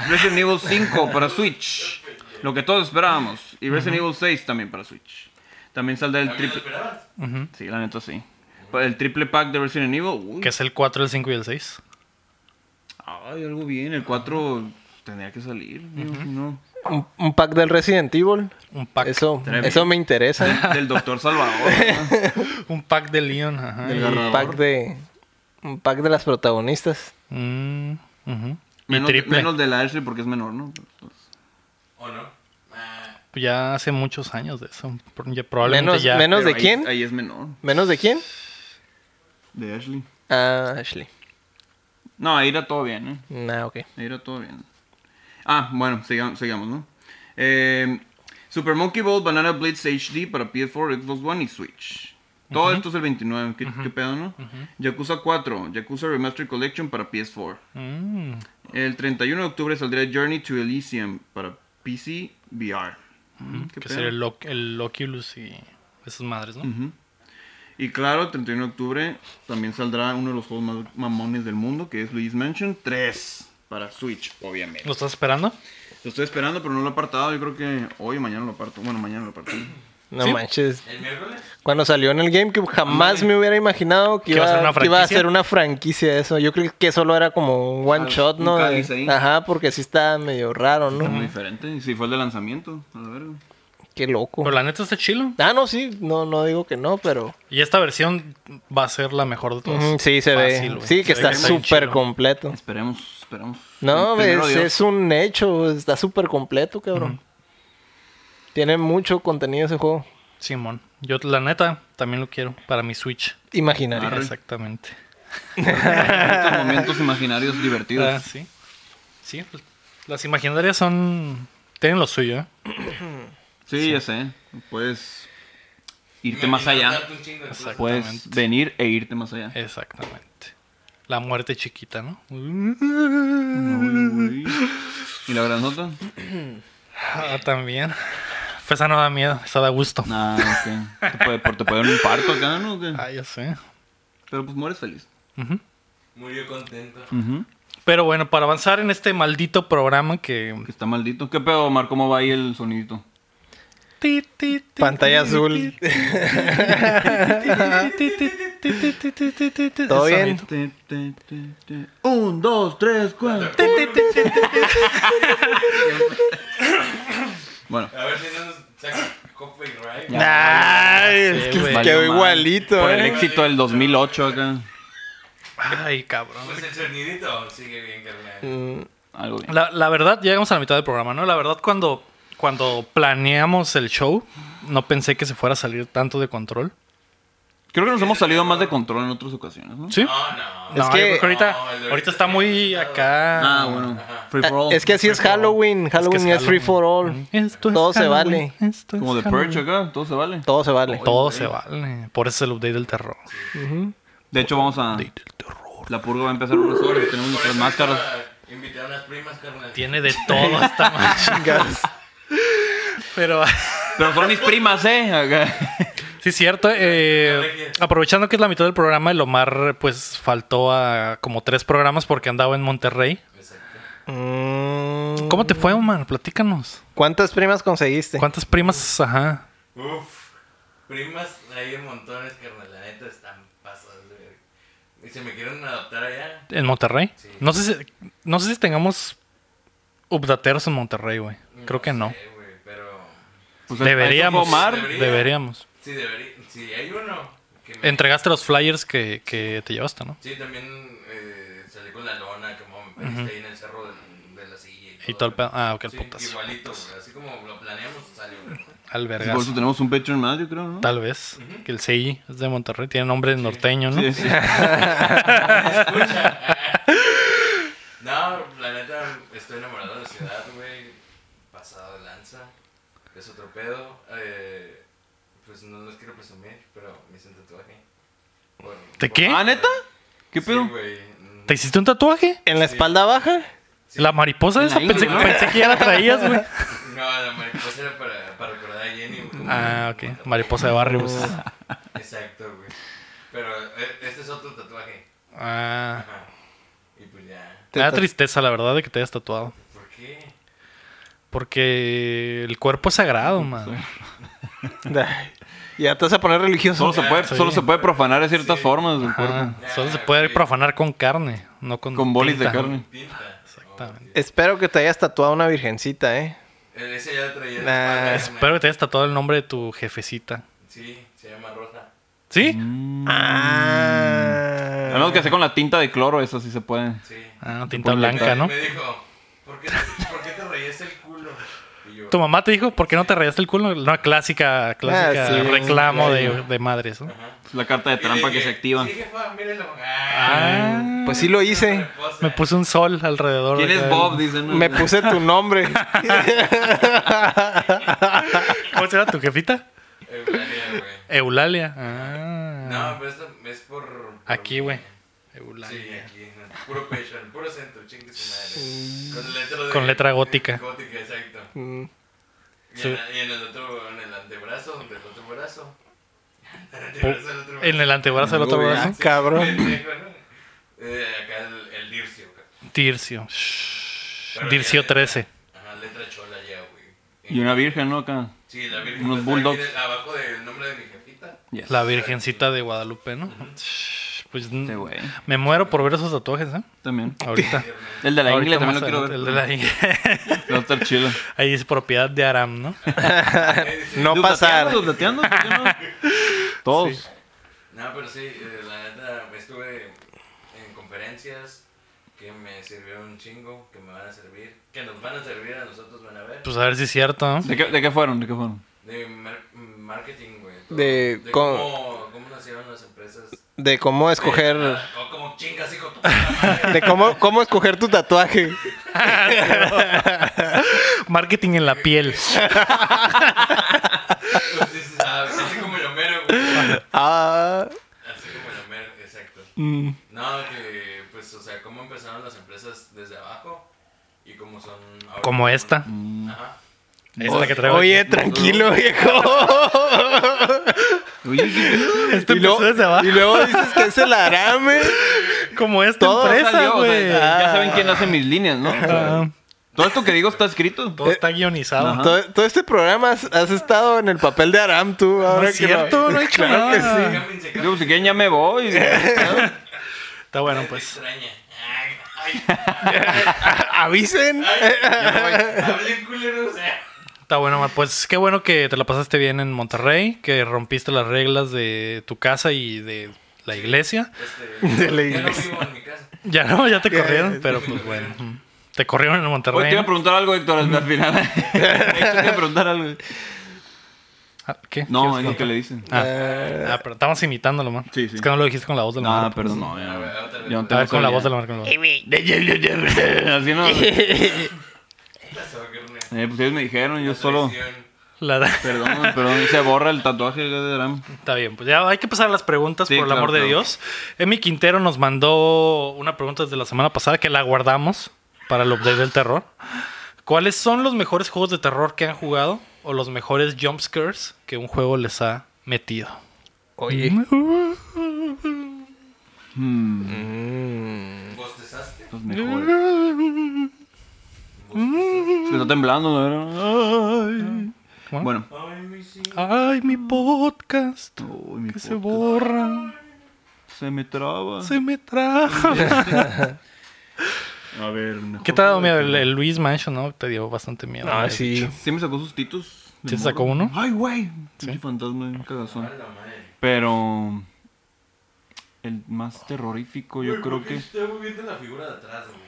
[SPEAKER 5] Resident Evil 5 para Switch. Lo que todos esperábamos. Y Resident Evil 6 también para Switch. También saldrá el
[SPEAKER 3] ¿También lo
[SPEAKER 5] triple...
[SPEAKER 3] esperabas?
[SPEAKER 4] Ujú.
[SPEAKER 5] Sí, la neta sí. Pa- El triple pack de Resident Evil. uy.
[SPEAKER 4] Que es el 4, el 5 y el 6.
[SPEAKER 5] Ay, algo bien. El 4 tendría que salir. digo, si no.
[SPEAKER 6] un, un pack del Resident Evil.
[SPEAKER 4] Un pack.
[SPEAKER 6] Eso,
[SPEAKER 5] Tremendo.
[SPEAKER 6] eso me interesa.
[SPEAKER 5] Del Doctor Salvador. ¿no?
[SPEAKER 4] Un pack de Leon. Ajá.
[SPEAKER 5] Del
[SPEAKER 6] un
[SPEAKER 5] narrador.
[SPEAKER 6] pack de un pack de las protagonistas.
[SPEAKER 4] Mm, ujú. Y
[SPEAKER 5] Menos,
[SPEAKER 4] triple.
[SPEAKER 5] menos de la Ashley porque es menor, ¿no?
[SPEAKER 3] ¿O no? Ah,
[SPEAKER 4] Ya hace muchos años de eso. Por- ya probablemente
[SPEAKER 6] Menos,
[SPEAKER 4] ya.
[SPEAKER 6] menos
[SPEAKER 5] Pero
[SPEAKER 6] de
[SPEAKER 5] ahí-
[SPEAKER 6] quién?
[SPEAKER 5] Ahí es menor.
[SPEAKER 6] ¿Menos de quién?
[SPEAKER 5] De Ashley.
[SPEAKER 6] Ah, Ashley.
[SPEAKER 5] No, ahí era todo bien, ¿eh?
[SPEAKER 6] Nah, ok.
[SPEAKER 5] Ahí era todo bien. Ah, bueno, sigamos, sigamos ¿no? Eh, Super Monkey Ball Banana Blitz HD para PS4, Xbox One y Switch. Todo esto es el 29, ¿qué, qué pedo, no? Yakuza 4, Yakuza Remastered Collection para PS4.
[SPEAKER 4] Mm,
[SPEAKER 5] El 31 de octubre saldrá Journey to Elysium para PC VR. Mm, ¿Qué
[SPEAKER 4] que
[SPEAKER 5] pedo?
[SPEAKER 4] sería el, Loc- el Oculus y esas madres, ¿no?
[SPEAKER 5] Ujú. Y claro, el 31 de octubre también saldrá uno de los juegos más mamones del mundo, que es Luis Mansion 3 para Switch, obviamente.
[SPEAKER 4] ¿Lo estás esperando?
[SPEAKER 5] Lo estoy esperando, pero no lo he apartado. Yo creo que hoy o mañana lo aparto. Bueno, mañana lo aparto.
[SPEAKER 6] No manches.
[SPEAKER 3] ¿El miércoles?
[SPEAKER 6] Cuando salió en el GameCube jamás me hubiera imaginado que
[SPEAKER 4] ¿Que iba a ser
[SPEAKER 6] iba,
[SPEAKER 4] una
[SPEAKER 6] que iba a
[SPEAKER 4] franquicia?
[SPEAKER 6] ser una franquicia eso. Yo creo que solo era como un one
[SPEAKER 5] Ah,
[SPEAKER 6] shot,
[SPEAKER 5] un
[SPEAKER 6] ¿no? De-
[SPEAKER 5] cáliz ahí.
[SPEAKER 6] Ajá, porque sí está medio raro,
[SPEAKER 5] Está muy
[SPEAKER 6] ¿no?
[SPEAKER 5] diferente. Y si fue el de lanzamiento, a la verga.
[SPEAKER 6] Qué loco.
[SPEAKER 4] Pero la neta está chilo.
[SPEAKER 6] Ah, no, sí, no, no digo que no, pero
[SPEAKER 4] Y esta versión va a ser la mejor de todas.
[SPEAKER 6] ujú, sí se
[SPEAKER 4] Fácil,
[SPEAKER 6] ve.
[SPEAKER 4] güey.
[SPEAKER 6] Sí, que
[SPEAKER 4] Se ve
[SPEAKER 6] está
[SPEAKER 4] bien
[SPEAKER 6] súper
[SPEAKER 4] chilo.
[SPEAKER 6] completo.
[SPEAKER 5] Esperemos, esperemos.
[SPEAKER 6] No,
[SPEAKER 5] Primero
[SPEAKER 6] es,
[SPEAKER 5] Dios.
[SPEAKER 6] es un hecho, está súper completo, cabrón. Tiene mucho contenido ese juego,
[SPEAKER 4] Simón. Yo, la neta, también lo quiero para mi Switch.
[SPEAKER 6] imaginario.
[SPEAKER 5] Arre.
[SPEAKER 4] Exactamente.
[SPEAKER 5] Estos momentos imaginarios divertidos.
[SPEAKER 4] Ah, sí. Sí, pues, las imaginarias son. Tienen lo suyo, ¿eh?
[SPEAKER 5] sí, ya sé. Puedes irte
[SPEAKER 3] Me
[SPEAKER 5] más
[SPEAKER 3] imagino
[SPEAKER 5] allá.
[SPEAKER 3] darte un chingo de
[SPEAKER 4] Exacto.
[SPEAKER 5] Puedes venir e irte más
[SPEAKER 4] Eh.
[SPEAKER 5] allá.
[SPEAKER 4] Exactamente. La muerte chiquita, ¿no?
[SPEAKER 5] Uy, uy. ¿Y la grandota?
[SPEAKER 4] Ah, también. Pues esa no da miedo, esa da gusto.
[SPEAKER 5] Nah, ok. Te puede, por- te puede dar un parto acá, ¿no? ¿O qué?
[SPEAKER 4] Ah, ya sé.
[SPEAKER 5] Pero pues mueres feliz.
[SPEAKER 4] Ujú.
[SPEAKER 3] cosas. Murió contento.
[SPEAKER 5] Ujú.
[SPEAKER 4] Pero bueno, para avanzar en este maldito programa que.
[SPEAKER 5] Que está maldito. ¿Qué pedo, Omar? ¿Cómo va ahí el sonidito?
[SPEAKER 4] Ti, ti, ti,
[SPEAKER 6] Pantalla
[SPEAKER 4] ti,
[SPEAKER 6] azul.
[SPEAKER 4] ti, ti, ti, ti, ti, ti, ti, ti, ti, ti.
[SPEAKER 6] Todo bien.
[SPEAKER 4] Sonidito.
[SPEAKER 5] Te, te, te, te. Un, dos, tres, cuatro. Bueno,
[SPEAKER 3] A ver si no nos saca copyright.
[SPEAKER 6] Ay, es que
[SPEAKER 4] Sí, güey.
[SPEAKER 5] valió
[SPEAKER 6] quedó
[SPEAKER 5] madre.
[SPEAKER 6] igualito,
[SPEAKER 5] Por el
[SPEAKER 6] eh.
[SPEAKER 5] éxito del 2008 acá.
[SPEAKER 4] Ay, cabrón.
[SPEAKER 3] Pues el sonidito sigue bien, carnal.
[SPEAKER 6] Mm,
[SPEAKER 5] Algo bien.
[SPEAKER 4] La, la verdad, ya llegamos a la mitad del programa, ¿no? La verdad, cuando, cuando planeamos el show, no pensé que se fuera a salir tanto de control.
[SPEAKER 5] Creo que nos hemos salido más de control en otras ocasiones, ¿no?
[SPEAKER 4] ¿Sí?
[SPEAKER 3] No, no.
[SPEAKER 6] Es
[SPEAKER 4] No,
[SPEAKER 6] que-
[SPEAKER 4] yo creo que ahorita,
[SPEAKER 3] No, el de
[SPEAKER 4] ahorita
[SPEAKER 3] ahorita
[SPEAKER 4] está
[SPEAKER 3] está
[SPEAKER 4] muy
[SPEAKER 3] complicado.
[SPEAKER 4] acá.
[SPEAKER 5] Ah, bueno. Free for all.
[SPEAKER 6] Es que así es Halloween. Halloween es, free for all.
[SPEAKER 4] Esto
[SPEAKER 6] Todo se
[SPEAKER 4] Halloween,
[SPEAKER 6] vale.
[SPEAKER 4] esto es
[SPEAKER 5] Como de
[SPEAKER 4] Halloween.
[SPEAKER 5] Purge acá, todo se vale.
[SPEAKER 6] Todo se vale.
[SPEAKER 4] Todo se vale. Por eso es el update del terror.
[SPEAKER 5] De hecho, vamos a. La purga va a empezar unas horas. Tenemos
[SPEAKER 3] Por
[SPEAKER 5] nuestras
[SPEAKER 3] eso
[SPEAKER 5] máscaras.
[SPEAKER 3] iba a Invitar a las primas, carnal.
[SPEAKER 4] Tiene de todo hasta más chingados. Pero
[SPEAKER 5] Pero son mis primas, ¿eh? Acá.
[SPEAKER 4] sí, cierto. eh, aprovechando que es la mitad del programa, el Omar pues faltó a como tres programas porque andaba en Monterrey.
[SPEAKER 3] Exacto.
[SPEAKER 6] Mm,
[SPEAKER 4] ¿Cómo te fue, Omar? Platícanos.
[SPEAKER 6] ¿Cuántas primas conseguiste?
[SPEAKER 4] ¿Cuántas primas? Ajá.
[SPEAKER 3] Uf, primas hay en montones, carnal. La neta están pasadas de verga. Y se me quieren adaptar allá.
[SPEAKER 4] ¿En Monterrey?
[SPEAKER 3] Sí.
[SPEAKER 4] No sé si, no sé si tengamos updateros en Monterrey, güey. Creo que no.
[SPEAKER 3] sé, eh, güey, pero
[SPEAKER 5] Pues, ahí
[SPEAKER 4] Deberíamos.
[SPEAKER 5] está Omar.
[SPEAKER 3] Debería.
[SPEAKER 4] Deberíamos.
[SPEAKER 3] sí, debería. Sí, hay uno. Que me-
[SPEAKER 4] Entregaste los flyers que, que te llevaste, ¿no?
[SPEAKER 3] Sí, también eh, salí con la lona, como me pediste ahí en el cerro de, de la silla.
[SPEAKER 4] Y todo el pedo. Ah, ok, el
[SPEAKER 3] Sí,
[SPEAKER 4] putazo.
[SPEAKER 3] Igualito, güey, así como lo planeamos, salió. güey.
[SPEAKER 4] Al
[SPEAKER 5] Por eso
[SPEAKER 4] vergazo.
[SPEAKER 5] tenemos un Patreon más, yo creo, ¿no?
[SPEAKER 4] Tal vez. Que el CI es de Monterrey. Tiene nombre norteño, ¿no?
[SPEAKER 5] Sí, sí.
[SPEAKER 3] No, la neta, estoy enamorado de la ciudad, güey. Pasado de lanza. Es otro pedo. Eh, pues no los quiero presumir, pero me hice un tatuaje. Por-
[SPEAKER 4] ¿De
[SPEAKER 3] por-
[SPEAKER 4] qué?
[SPEAKER 5] ¿Ah, neta? ¿Qué
[SPEAKER 3] Sí,
[SPEAKER 5] pedo?
[SPEAKER 3] güey. Mm,
[SPEAKER 4] ¿Te hiciste un tatuaje?
[SPEAKER 6] ¿En la espalda baja?
[SPEAKER 3] sí.
[SPEAKER 4] La mariposa esa
[SPEAKER 5] En la
[SPEAKER 4] pensé,
[SPEAKER 5] ingle, ¿no?
[SPEAKER 4] pensé que ya la traías, güey.
[SPEAKER 3] No, la mariposa era para, para recordar a Jenny. güey, como-
[SPEAKER 4] Ah, ok. Mariposa de barrio. pues.
[SPEAKER 3] Exacto, güey. Pero eh, este es otro tatuaje.
[SPEAKER 4] Ah.
[SPEAKER 3] Ajá. Y pues ya.
[SPEAKER 4] Me da tristeza, la verdad, de que te hayas tatuado.
[SPEAKER 3] ¿Por qué?
[SPEAKER 4] Porque el cuerpo es sagrado, man.
[SPEAKER 6] Ay, Ya te vas a poner religioso.
[SPEAKER 5] Solo se puede,
[SPEAKER 4] Sí.
[SPEAKER 5] solo se puede profanar de ciertas formas del
[SPEAKER 4] Ajá.
[SPEAKER 5] cuerpo.
[SPEAKER 4] Ah, Solo se puede profanar con carne, no con
[SPEAKER 5] Con bolis de
[SPEAKER 4] tinta.
[SPEAKER 5] carne.
[SPEAKER 3] Pinta.
[SPEAKER 4] Ah, Exactamente.
[SPEAKER 6] Espero que te hayas tatuado una virgencita, ¿eh?
[SPEAKER 3] Eh, Ese ya lo traía. en
[SPEAKER 6] Nah,
[SPEAKER 3] la espalda,
[SPEAKER 4] Espero que te hayas tatuado el nombre de tu jefecita.
[SPEAKER 3] güey. Sí, se llama Rosa.
[SPEAKER 4] ¿Sí?
[SPEAKER 5] A menos que sea con la tinta de cloro, eso sí se puede.
[SPEAKER 3] Sí.
[SPEAKER 4] Ah, tinta
[SPEAKER 5] Ponle
[SPEAKER 4] blanca,
[SPEAKER 3] Y
[SPEAKER 4] ¿no?
[SPEAKER 3] Me dijo, ¿por qué, ¿por qué te reías el culo? Y yo,
[SPEAKER 4] Tu mamá te dijo, ¿por qué no te rayaste el culo? Una clásica, clásica
[SPEAKER 6] Ah, sí.
[SPEAKER 4] reclamo de, de madres, ¿no?
[SPEAKER 5] Es la carta de
[SPEAKER 3] Y
[SPEAKER 5] trampa
[SPEAKER 3] dije,
[SPEAKER 5] que se activa.
[SPEAKER 3] Sí, jefa, mírelo.
[SPEAKER 4] Ah,
[SPEAKER 6] Pues sí lo hice.
[SPEAKER 4] me puse un sol alrededor.
[SPEAKER 5] ¿Quién
[SPEAKER 4] de
[SPEAKER 5] es
[SPEAKER 4] acá.
[SPEAKER 5] Bob? Dicen. ¿no?
[SPEAKER 6] Me puse tu nombre.
[SPEAKER 4] ¿Cómo se llama tu jefita?
[SPEAKER 3] Eulalia, güey.
[SPEAKER 4] Eulalia. Ah.
[SPEAKER 3] No, pero esto es por. por-
[SPEAKER 4] Aquí, güey. Eulalia.
[SPEAKER 3] Sí, aquí. no, Puro pecho, el puro centro, chingue su madre. Con letra, de-
[SPEAKER 4] Con letra gótica.
[SPEAKER 3] Gótica, exacto.
[SPEAKER 6] Mm.
[SPEAKER 3] Y,
[SPEAKER 4] Sí.
[SPEAKER 3] en, la- y en el otro, en el antebrazo, del otro brazo. En el antebrazo del otro
[SPEAKER 4] En el antebrazo del otro
[SPEAKER 5] Algo
[SPEAKER 4] brazo.
[SPEAKER 6] Ah, cabrón.
[SPEAKER 3] Pendejo, ¿no? Eh, acá el, el dircio, güey.
[SPEAKER 4] Tircio. Shh.
[SPEAKER 3] Pero
[SPEAKER 4] Tircio
[SPEAKER 3] ya-
[SPEAKER 4] 13.
[SPEAKER 3] Ajá, letra chola ya, güey.
[SPEAKER 5] Y una virgen, ¿no? Acá.
[SPEAKER 3] Sí, la virgen.
[SPEAKER 5] Unos
[SPEAKER 3] está
[SPEAKER 5] bulldogs.
[SPEAKER 3] aquí de- abajo del nombre de mi jefita.
[SPEAKER 5] Yes.
[SPEAKER 4] La virgencita de Guadalupe, ¿no? Shh, Pues
[SPEAKER 5] Este güey.
[SPEAKER 4] me muero por ver esos tatuajes, ¿eh?
[SPEAKER 5] También.
[SPEAKER 4] Ahorita.
[SPEAKER 5] El de la
[SPEAKER 4] Ahorita
[SPEAKER 5] ingle también
[SPEAKER 4] más
[SPEAKER 5] lo quiero ver.
[SPEAKER 4] adelante, el de la ingle.
[SPEAKER 5] Va a estar chido.
[SPEAKER 4] Ahí dice propiedad de Aram, ¿no?
[SPEAKER 6] No pasar.
[SPEAKER 5] ¿Dubdateando? ¿Dubdateando? ¿Por qué no? Todos.
[SPEAKER 3] No, pero sí, eh, la neta, estuve en conferencias que me sirvieron un chingo, que me van a servir, que nos van a servir a nosotros, van a ver.
[SPEAKER 4] Pues a ver si es cierto, ¿no?
[SPEAKER 5] ¿De, qué, ¿De qué fueron? ¿De qué fueron?
[SPEAKER 3] De mar- marketing, güey. todo.
[SPEAKER 6] De cómo-
[SPEAKER 3] cómo, cómo nacieron las empresas. Ah,
[SPEAKER 6] De cómo escoger.
[SPEAKER 3] O como chingas, hijo de tu puta madre.
[SPEAKER 6] De cómo, cómo escoger tu tatuaje.
[SPEAKER 4] Marketing en la piel.
[SPEAKER 3] Pues dices, ah, Así como el Homero, güey.
[SPEAKER 6] Ah.
[SPEAKER 3] Así como el Homero, exacto.
[SPEAKER 6] Mm.
[SPEAKER 3] No, que pues, o sea, cómo empezaron las empresas desde abajo y cómo son ahora. Mm.
[SPEAKER 4] Como esta.
[SPEAKER 6] Ah.
[SPEAKER 3] Ajá.
[SPEAKER 4] Esta que traigo.
[SPEAKER 6] Oye,
[SPEAKER 4] aquí.
[SPEAKER 6] tranquilo, viejo.
[SPEAKER 5] Oye, sí,
[SPEAKER 4] Este
[SPEAKER 6] Y luego,
[SPEAKER 4] empezó desde abajo.
[SPEAKER 6] y luego dices que es el eh. arame.
[SPEAKER 4] Como esta
[SPEAKER 6] todo
[SPEAKER 4] empresa,
[SPEAKER 5] salió, o sea,
[SPEAKER 4] güey.
[SPEAKER 5] ya saben quién hace mis líneas, ¿no? O sea,
[SPEAKER 4] Ah,
[SPEAKER 5] todo esto que digo está escrito.
[SPEAKER 4] todo está guionizado.
[SPEAKER 5] Eh, Ajá.
[SPEAKER 6] Todo, todo este programa has, has estado en el papel de Aram, tú.
[SPEAKER 4] No
[SPEAKER 6] Ahora
[SPEAKER 4] es
[SPEAKER 6] que
[SPEAKER 4] cierto, no he hecho
[SPEAKER 6] Claro que
[SPEAKER 4] nada.
[SPEAKER 3] Cámbiense, cámbiense.
[SPEAKER 5] Digo, pues, si quieren ya me voy.
[SPEAKER 4] Está bueno, pues.
[SPEAKER 3] Extraña. Ay, ay,
[SPEAKER 6] Avisen.
[SPEAKER 3] ay. Hablen culeros. eh.
[SPEAKER 4] Está bueno, Mar. Pues qué bueno que te la pasaste bien en Monterrey, que rompiste las reglas de tu casa y de la iglesia.
[SPEAKER 3] Este,
[SPEAKER 6] De la
[SPEAKER 3] ya no
[SPEAKER 6] iglesia.
[SPEAKER 3] vivo en mi casa.
[SPEAKER 4] Ya no, ya te corrieron, pero pues bueno. Te corrieron en
[SPEAKER 5] Hoy te
[SPEAKER 4] Monterrey.
[SPEAKER 5] iba a
[SPEAKER 4] ¿no?
[SPEAKER 5] preguntar algo, Héctor, al al final. Héctor, te iba a preguntar algo.
[SPEAKER 4] Ah, ¿Qué?
[SPEAKER 5] No, es lo que le dicen.
[SPEAKER 6] Eh,
[SPEAKER 4] Ah, pero estamos imitándolo, man.
[SPEAKER 5] Sí, sí.
[SPEAKER 4] Es que no lo dijiste con la voz del
[SPEAKER 5] No,
[SPEAKER 4] mar.
[SPEAKER 5] Ah, perdón, no, ya, güey. Ya no
[SPEAKER 4] A ver,
[SPEAKER 5] tengo
[SPEAKER 4] con la
[SPEAKER 5] habilidad.
[SPEAKER 4] voz del mar. Con la voz.
[SPEAKER 5] Así no. Eh,
[SPEAKER 3] Ya se va a quedar
[SPEAKER 5] pues ellos me dijeron, yo
[SPEAKER 3] una
[SPEAKER 5] solo.
[SPEAKER 3] tradición.
[SPEAKER 4] La-
[SPEAKER 5] Perdón, perdón, se borra el tatuaje de Aram.
[SPEAKER 4] Está bien, pues ya hay que pasar a las preguntas,
[SPEAKER 5] Sí,
[SPEAKER 4] por el
[SPEAKER 5] claro,
[SPEAKER 4] amor de
[SPEAKER 5] claro.
[SPEAKER 4] Dios. Emi Quintero nos mandó una pregunta desde la semana pasada que la guardamos para el update del terror. ¿Cuáles son los mejores juegos de terror que han jugado o los mejores jumpscares que un juego les ha metido?
[SPEAKER 6] Oye.
[SPEAKER 4] Mm.
[SPEAKER 3] ¿Bostezaste?
[SPEAKER 5] Hmm. Los mejores. Es que está temblando, ¿no? Ay. Bueno.
[SPEAKER 3] Ay, mi sí.
[SPEAKER 4] Ay, mi podcast
[SPEAKER 5] Uy, mi
[SPEAKER 4] que se
[SPEAKER 5] podcast.
[SPEAKER 4] borra,
[SPEAKER 5] Se me traba.
[SPEAKER 4] se me trajo.
[SPEAKER 5] A ver, mejor.
[SPEAKER 4] ¿Qué te ha dado miedo? El, el Luis Mansion, ¿no? Te dio bastante miedo.
[SPEAKER 6] Ah,
[SPEAKER 4] ¿no?
[SPEAKER 6] sí.
[SPEAKER 5] Sí me sacó sus titos. de
[SPEAKER 4] ¿Sí te sacó
[SPEAKER 5] morro.
[SPEAKER 4] uno?
[SPEAKER 5] Ay, güey. Pinche fantasma, un cagazón.
[SPEAKER 3] La madre.
[SPEAKER 5] Pero... El más terrorífico, yo
[SPEAKER 3] Uy,
[SPEAKER 5] creo
[SPEAKER 3] ¿por qué
[SPEAKER 5] que...
[SPEAKER 3] Estoy moviendo la figura de atrás, güey.